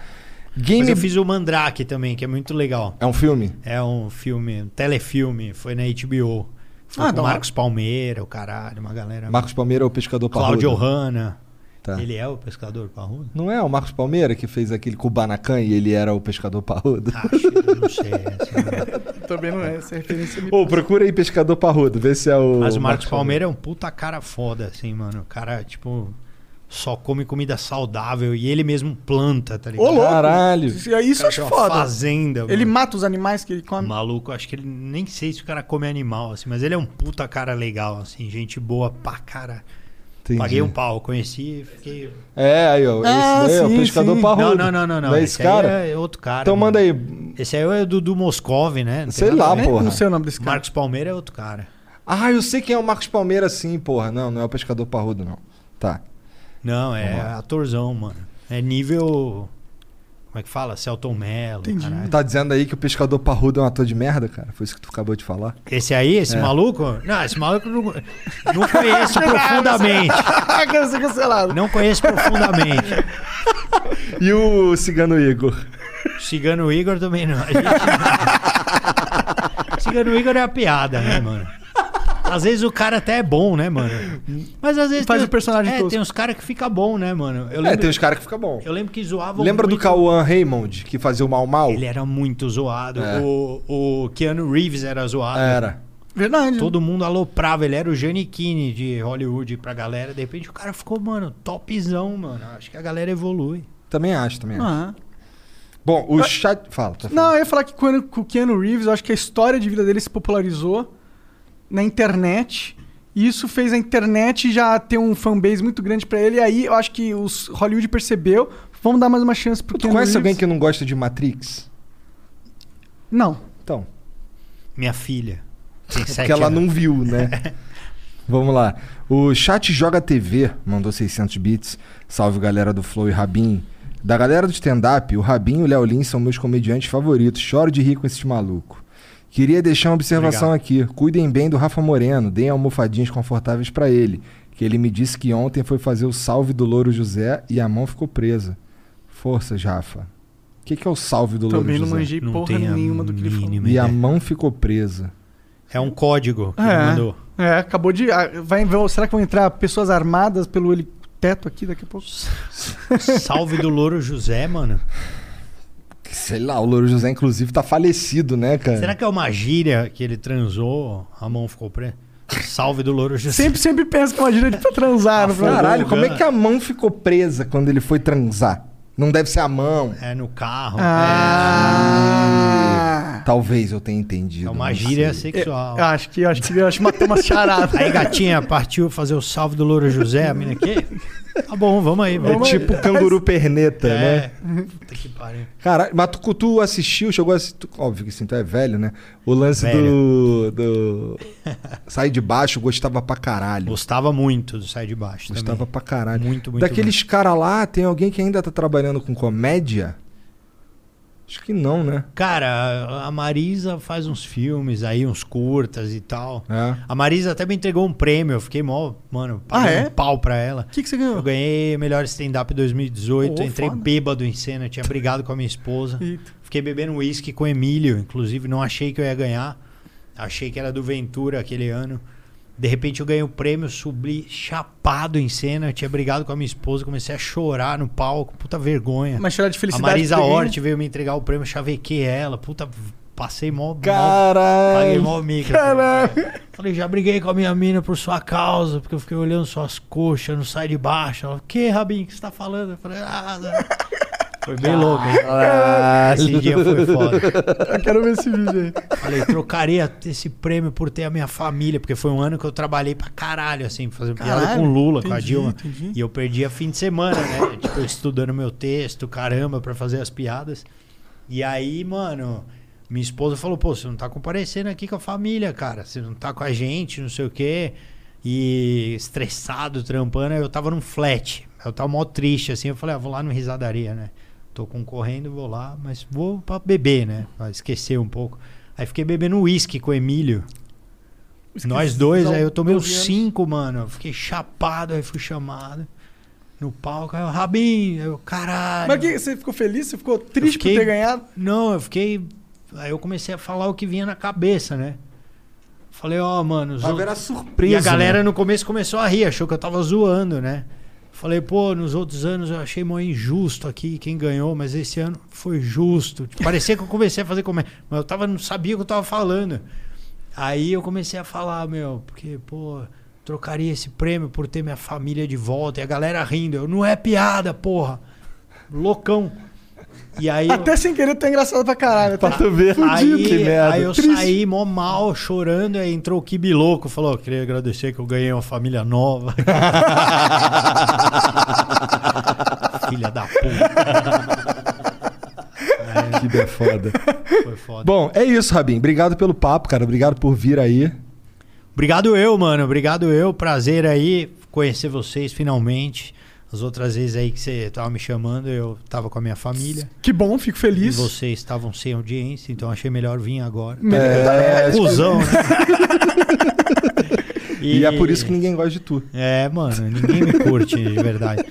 Speaker 2: Game.
Speaker 4: Mas eu fiz o Mandrake também, que é muito legal.
Speaker 2: É um filme?
Speaker 4: É um filme, um telefilme, foi na HBO. Foi
Speaker 3: Ah,
Speaker 4: com
Speaker 3: da
Speaker 4: o
Speaker 3: hora.
Speaker 4: Marcos Palmeira, o caralho, uma galera.
Speaker 2: Marcos Palmeira é o pescador parrudo.
Speaker 4: Cláudio Hanna.
Speaker 2: Tá.
Speaker 4: Ele é o pescador parrudo?
Speaker 2: Não é o Marcos Palmeira que fez aquele Kubanacan e ele era o pescador parrudo?
Speaker 4: Acho, não sei. assim.
Speaker 3: Também não é essa referência. me-
Speaker 2: Ô, procura aí pescador parrudo, vê se é <laughs> o.
Speaker 4: Mas o Marcos Palmeira é um puta cara foda, assim, mano. O cara, tipo, só come comida saudável e ele mesmo planta, tá ligado?
Speaker 3: Ô, louco!
Speaker 2: Caralho.
Speaker 3: Isso isso eu acho
Speaker 4: Tem uma
Speaker 3: foda.
Speaker 4: Fazenda,
Speaker 3: Ele
Speaker 4: mano.
Speaker 3: mata os animais que ele come.
Speaker 4: Maluco, acho que ele nem sei se o cara come animal, assim, mas ele é um puta cara legal, assim, gente boa pra cara.
Speaker 2: Entendi.
Speaker 4: Paguei um pau, conheci, fiquei.
Speaker 2: É, aí, ó.
Speaker 3: Ah,
Speaker 2: esse daí é
Speaker 3: sim,
Speaker 2: o pescador
Speaker 3: sim.
Speaker 2: parrudo.
Speaker 4: Não, não, não, não, não.
Speaker 2: Não é esse, cara?
Speaker 4: aí é outro cara.
Speaker 2: Então
Speaker 4: mano.
Speaker 2: manda aí.
Speaker 4: Esse aí é o Dudu Moscov, né? Não tem
Speaker 2: Sei
Speaker 4: nada
Speaker 2: lá,
Speaker 4: a ver.
Speaker 3: Nem-
Speaker 2: porra.
Speaker 3: Ah, Não sei o nome desse cara.
Speaker 4: Marcos Palmeira é outro cara.
Speaker 2: Ah, eu sei quem é o Marcos Palmeira, sim, porra. Não, não é o pescador parrudo, não. Tá.
Speaker 4: Não, é atorzão, mano. É nível. Como é que fala? Celton Mello.
Speaker 2: Entendi.
Speaker 4: caralho.
Speaker 2: Tá dizendo aí que o pescador parrudo é um ator de merda, cara? Foi isso que tu acabou de falar?
Speaker 4: Esse aí, esse
Speaker 2: É.
Speaker 4: maluco? Não, esse maluco eu não, não
Speaker 2: <laughs>
Speaker 4: conheço profundamente.
Speaker 3: Quero ser é cancelado.
Speaker 4: Não conheço profundamente.
Speaker 2: E o Cigano Igor?
Speaker 4: Cigano Igor
Speaker 3: <laughs>
Speaker 4: também não. A gente- Cigano Igor é a piada, né, mano? Às vezes o cara até é bom, né, mano? Mas às vezes.
Speaker 3: Faz
Speaker 4: tem-
Speaker 3: o personagem
Speaker 4: É,
Speaker 3: tosco.
Speaker 4: tem uns caras que fica bom, né, mano? Eu
Speaker 2: É, tem uns caras que fica bom.
Speaker 4: Eu lembro que zoavam.
Speaker 2: Lembra do
Speaker 4: muito-
Speaker 2: Cauã Raymond, que fazia o Mal Mal?
Speaker 4: Ele é era muito zoado.
Speaker 2: É.
Speaker 4: O, o Keanu Reeves era zoado.
Speaker 2: Era.
Speaker 3: Verdade.
Speaker 4: Todo mundo aloprava, ele era o Giannichini de Hollywood pra galera. De repente o cara ficou, mano, topzão, mano. Acho que a galera evolui.
Speaker 2: Também acho, também acho.
Speaker 3: Ah.
Speaker 2: Bom, o chat... Fala, tá
Speaker 3: Não, eu ia falar que quando com o Keanu Reeves, eu acho que a história de vida dele se popularizou na internet. E isso fez a internet já ter um fanbase muito grande pra ele. E aí eu acho que os Hollywood percebeu. Vamos dar mais uma chance pro
Speaker 2: Tu
Speaker 3: Keanu
Speaker 2: conhece
Speaker 3: Reeves.
Speaker 2: alguém que não gosta de Matrix?
Speaker 3: Não.
Speaker 2: Então,
Speaker 4: Minha
Speaker 2: <laughs>
Speaker 4: filha. Tem
Speaker 2: porque
Speaker 4: sete
Speaker 2: ela
Speaker 4: anos.
Speaker 2: não viu, né? Vamos lá. O chat Joga TV mandou 600 bits. Salve galera do Flow e Rabin. Da galera do stand-up, o Rabin e o Léo Lins são meus comediantes favoritos. Choro de rir com esses malucos. Queria deixar uma observação aqui. Cuidem bem do Rafa Moreno. Deem almofadinhas confortáveis pra ele. Que ele me disse que ontem foi fazer o salve do Louro José e a mão ficou presa. Forças, Rafa. O que, que é o salve do Louro
Speaker 3: Também não
Speaker 2: José?
Speaker 3: manjei né?
Speaker 4: Não
Speaker 3: porra
Speaker 4: tem a
Speaker 3: nenhuma do que ele falou.
Speaker 4: mínima
Speaker 2: E a
Speaker 4: ideia.
Speaker 2: mão ficou presa.
Speaker 4: É um código que ele mandou.
Speaker 3: É, é, acabou de. ah, Vai, vai- será que vão entrar pessoas armadas pelo ele teto aqui daqui a pouco?
Speaker 4: Salve do Louro José, mano.
Speaker 2: Sei lá, o Louro José, inclusive, tá falecido, né, cara?
Speaker 4: Será que é uma gíria que ele transou? A mão ficou presa? Salve do Louro José.
Speaker 3: Sempre, sempre pensa que imagina ele pra transar. não pra-
Speaker 2: Caralho, como é
Speaker 4: Louro.
Speaker 2: que a mão ficou presa quando ele foi transar? Não deve ser a mão.
Speaker 4: É no carro.
Speaker 3: Ah.
Speaker 2: Talvez eu tenha
Speaker 4: é,
Speaker 2: entendido.
Speaker 4: é uma
Speaker 2: não
Speaker 4: gíria
Speaker 2: sei.
Speaker 4: sexual.
Speaker 3: Eu acho que, eu acho que, eu acho que matou uma charada.
Speaker 4: Aí, gatinha, partiu fazer o salve do Louro José, a mina aqui. Tá bom, vamos aí.
Speaker 2: É
Speaker 4: Vamos aí.
Speaker 2: tipo
Speaker 4: <laughs>
Speaker 2: canguru perneta,
Speaker 4: É.
Speaker 2: né?
Speaker 4: Puta que pariu.
Speaker 2: Caralho, mas tu, tu assistiu, chegou a assi- tu- Óbvio que assim, tu é velho, né? O lance do.
Speaker 4: <laughs>
Speaker 2: do... Sair de baixo, gostava pra caralho.
Speaker 4: Gostava muito do Sai de Baixo
Speaker 2: Gostava
Speaker 4: também.
Speaker 2: pra caralho.
Speaker 4: Muito, muito
Speaker 2: Daqueles caras lá, tem alguém que ainda tá trabalhando com comédia? Acho que não, né?
Speaker 4: Cara, a Marisa faz uns filmes aí, uns curtas e tal.
Speaker 2: É.
Speaker 4: A Marisa até me entregou um prêmio, eu fiquei mó, mano,
Speaker 3: Ah,
Speaker 4: paguei
Speaker 3: é?
Speaker 4: um pau pra ela.
Speaker 3: O que, que você
Speaker 4: Eu
Speaker 3: ganhou?
Speaker 4: ganhei melhor stand-up 2018,
Speaker 3: Oh,
Speaker 4: entrei
Speaker 3: foda.
Speaker 4: bêbado em cena, tinha brigado com a minha esposa.
Speaker 3: Eita.
Speaker 4: Fiquei bebendo uísque com o Emílio, inclusive, não achei que eu ia ganhar. Achei que era do Ventura aquele ano. De repente eu ganhei o prêmio, subi chapado em cena, tinha brigado com a minha esposa, comecei a chorar no palco, puta vergonha.
Speaker 3: Mas chorar de
Speaker 4: a
Speaker 3: felicidade. né?
Speaker 4: Marisa
Speaker 3: porque-
Speaker 4: Hort veio me entregar o prêmio, chavequei ela, puta, passei mó. mó- Paguei
Speaker 2: Caralho!
Speaker 4: mó mica. Caralho. Falei, já briguei com a minha mina por sua causa, porque eu fiquei olhando suas coxas, não sai de baixo. Ela, que, Rabinho, o que você tá falando? Eu falei, ah, não." Foi bem louco, hein? Esse dia foi foda.
Speaker 3: Eu quero ver esse vídeo aí.
Speaker 4: Falei, trocaria esse prêmio por ter a minha família, porque foi um ano que eu trabalhei pra caralho, assim, fazendo piada
Speaker 3: Caralho,
Speaker 4: com o Lula, com a
Speaker 3: entendi,
Speaker 4: Dilma.
Speaker 3: entendi.
Speaker 4: E eu perdia fim de semana, né? <laughs> tipo, eu estudando meu texto, caramba, pra fazer as piadas. E aí, mano, minha esposa falou: pô, você não tá comparecendo aqui com a família, cara. Você não tá com a gente, não sei o quê. E estressado, trampando. Aí Eu tava num flat. Eu tava mó triste, assim. Eu falei: ah, vou lá no risadaria, né? Tô concorrendo, vou lá, mas vou pra beber, né? Pra esquecer um pouco. Aí fiquei bebendo uísque com o Emílio. Nós dois, aí eu tomei uns cinco, mano. Eu fiquei chapado, aí fui chamado no palco. Aí eu, Rabinho, aí eu, caralho.
Speaker 3: Mas que, você ficou feliz? Você ficou triste
Speaker 4: fiquei-
Speaker 3: por ter ganhado?
Speaker 4: Não, eu fiquei. Aí eu comecei a falar o que vinha na cabeça, né? Falei, ó, mano. os
Speaker 2: Pra
Speaker 4: outros-
Speaker 2: ver a surpresa.
Speaker 4: E a galera
Speaker 2: né?
Speaker 4: no começo começou a rir, achou que eu tava zoando, né? Falei, pô, nos outros anos eu achei mó injusto aqui quem ganhou, mas esse ano foi justo. Parecia que eu comecei a fazer comédia, mas eu tava, não sabia o que eu tava falando. Aí eu comecei a falar, meu, porque, pô, trocaria esse prêmio por ter minha família de volta. E a galera rindo, eu, não é piada, porra. Loucão. E aí. eu-
Speaker 3: Até sem querer, tá engraçado pra caralho. Tá
Speaker 2: Pra tu ver.
Speaker 4: Aí,
Speaker 2: que merda.
Speaker 4: aí eu
Speaker 2: Triste.
Speaker 4: saí mó mal, chorando, aí entrou o Kibi Louco, falou, "Ó, queria agradecer que eu ganhei uma família nova. <laughs> Filha da puta,
Speaker 2: Que ideia foda.
Speaker 4: foi <laughs> foda.
Speaker 2: Bom, é isso, Rabin. Obrigado pelo papo, cara. Obrigado por vir aí.
Speaker 4: Obrigado eu, mano, obrigado eu, prazer aí conhecer vocês finalmente. As outras vezes aí que você tava me chamando, eu tava com a minha família.
Speaker 3: Que bom, fico feliz.
Speaker 4: E vocês estavam sem audiência, então achei melhor vir agora.
Speaker 2: É,
Speaker 4: É, cuzão, né?
Speaker 2: <laughs> E... é por isso que ninguém gosta de tu.
Speaker 4: É, mano, ninguém me curte, de verdade.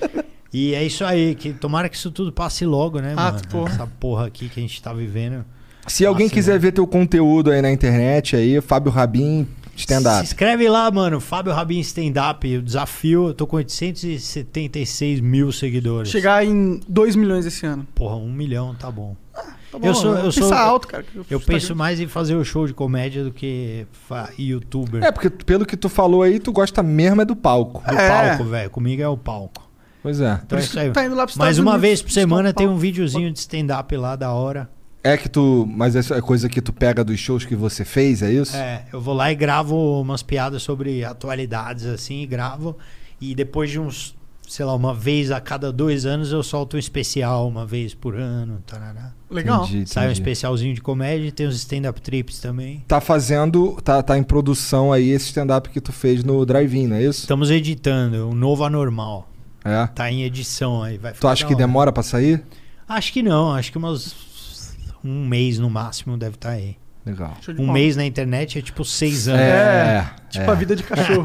Speaker 4: E é isso aí, que tomara que isso tudo passe logo, né,
Speaker 3: Ah,
Speaker 4: mano?
Speaker 3: porra.
Speaker 4: Essa porra aqui que a gente tá vivendo.
Speaker 2: Se alguém
Speaker 4: né?
Speaker 2: quiser ver teu conteúdo aí na internet, aí, Fábio Rabin,
Speaker 4: Se
Speaker 2: stand-up.
Speaker 4: inscreve lá, mano. Fábio Rabin Stand Up, o desafio. Eu tô com 876 mil seguidores.
Speaker 3: Chegar em 2 milhões esse ano.
Speaker 4: Porra, um milhão, tá bom.
Speaker 3: Tá
Speaker 4: eu sou,
Speaker 3: mano,
Speaker 4: eu sou,
Speaker 3: pensa alto, cara. que
Speaker 4: Eu
Speaker 3: tá
Speaker 4: penso
Speaker 3: grande.
Speaker 4: mais em fazer o show de comédia do que fa- youtuber.
Speaker 2: É, porque pelo que tu falou aí, tu gosta mesmo é do palco.
Speaker 4: Do
Speaker 3: é.
Speaker 4: palco, velho. Comigo é o palco.
Speaker 2: Pois é.
Speaker 4: Então é isso aí.
Speaker 3: tá indo lá pros
Speaker 4: Mais
Speaker 3: Estados
Speaker 4: uma
Speaker 3: Unidos,
Speaker 4: vez por
Speaker 3: buscar
Speaker 4: semana
Speaker 3: um
Speaker 4: tem um
Speaker 3: palco.
Speaker 4: videozinho de stand-up lá da hora.
Speaker 2: É que tu. Mas essa é coisa que tu pega dos shows que você fez, é isso?
Speaker 4: É, eu vou lá e gravo umas piadas sobre atualidades, assim, e gravo. E depois de uns, sei lá, uma vez a cada dois anos eu solto um especial, uma vez por ano. Tarará.
Speaker 3: Legal.
Speaker 2: Entendi,
Speaker 4: Sai um
Speaker 2: entendi.
Speaker 4: especialzinho de comédia e tem os stand-up trips também.
Speaker 2: Tá fazendo. Tá, tá em produção aí esse stand-up que tu fez no drive-in, não é isso?
Speaker 4: Estamos editando, um novo anormal.
Speaker 2: É.
Speaker 4: Tá em edição aí, vai
Speaker 2: Tu
Speaker 4: ficar
Speaker 2: acha
Speaker 4: da
Speaker 2: que
Speaker 4: hora.
Speaker 2: demora pra sair?
Speaker 4: Acho que não, acho que umas. Um mês no máximo deve estar aí.
Speaker 2: Legal.
Speaker 3: Show de
Speaker 4: Um
Speaker 3: bola.
Speaker 4: mês É. na internet é tipo seis anos.
Speaker 2: é.
Speaker 3: Tipo a vida de
Speaker 4: <laughs>
Speaker 3: cachorro.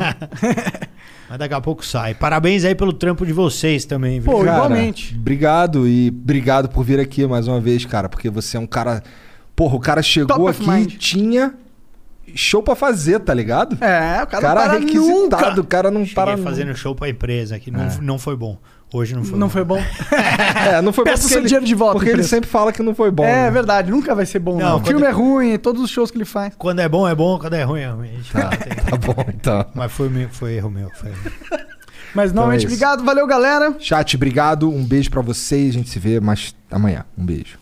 Speaker 4: Mas daqui a pouco sai. Parabéns aí pelo trampo de vocês também, viu?
Speaker 3: Pô,
Speaker 2: Cara,
Speaker 3: igualmente.
Speaker 2: Obrigado e obrigado por vir aqui mais uma vez, cara, porque você é um cara. Porra, o cara chegou
Speaker 3: Top of
Speaker 2: aqui e
Speaker 3: mind.
Speaker 2: tinha show pra fazer, tá ligado?
Speaker 3: É, o
Speaker 2: O
Speaker 3: cara,
Speaker 2: cara
Speaker 3: não para
Speaker 2: requisitado, o
Speaker 3: nunca.
Speaker 2: cara não
Speaker 4: Cheguei né?
Speaker 2: para.
Speaker 4: fazendo show pra empresa que não, não foi bom. Hoje não foi
Speaker 3: Não
Speaker 4: bom.
Speaker 3: foi bom?
Speaker 2: É, não foi bom
Speaker 3: Peça
Speaker 2: porque
Speaker 3: seu
Speaker 2: ele-
Speaker 3: dinheiro de volta,
Speaker 2: Porque ele
Speaker 3: empresa.
Speaker 2: sempre fala que não foi bom.
Speaker 3: é
Speaker 2: né?
Speaker 3: verdade, nunca vai ser bom.
Speaker 4: Não,
Speaker 3: Não, O
Speaker 4: quando-
Speaker 3: filme é ruim, todos os shows que ele faz.
Speaker 4: Quando é bom, é bom. Quando é ruim, é ruim. A gente não tem-
Speaker 2: Tá bom, então.
Speaker 4: <laughs> Mas foi, meu- foi erro meu. Foi erro meu.
Speaker 3: Mas
Speaker 2: é
Speaker 3: novamente,
Speaker 2: isso.
Speaker 3: obrigado, valeu, galera.
Speaker 2: Chat, obrigado. Um beijo pra vocês. A gente se vê mais amanhã. Um beijo.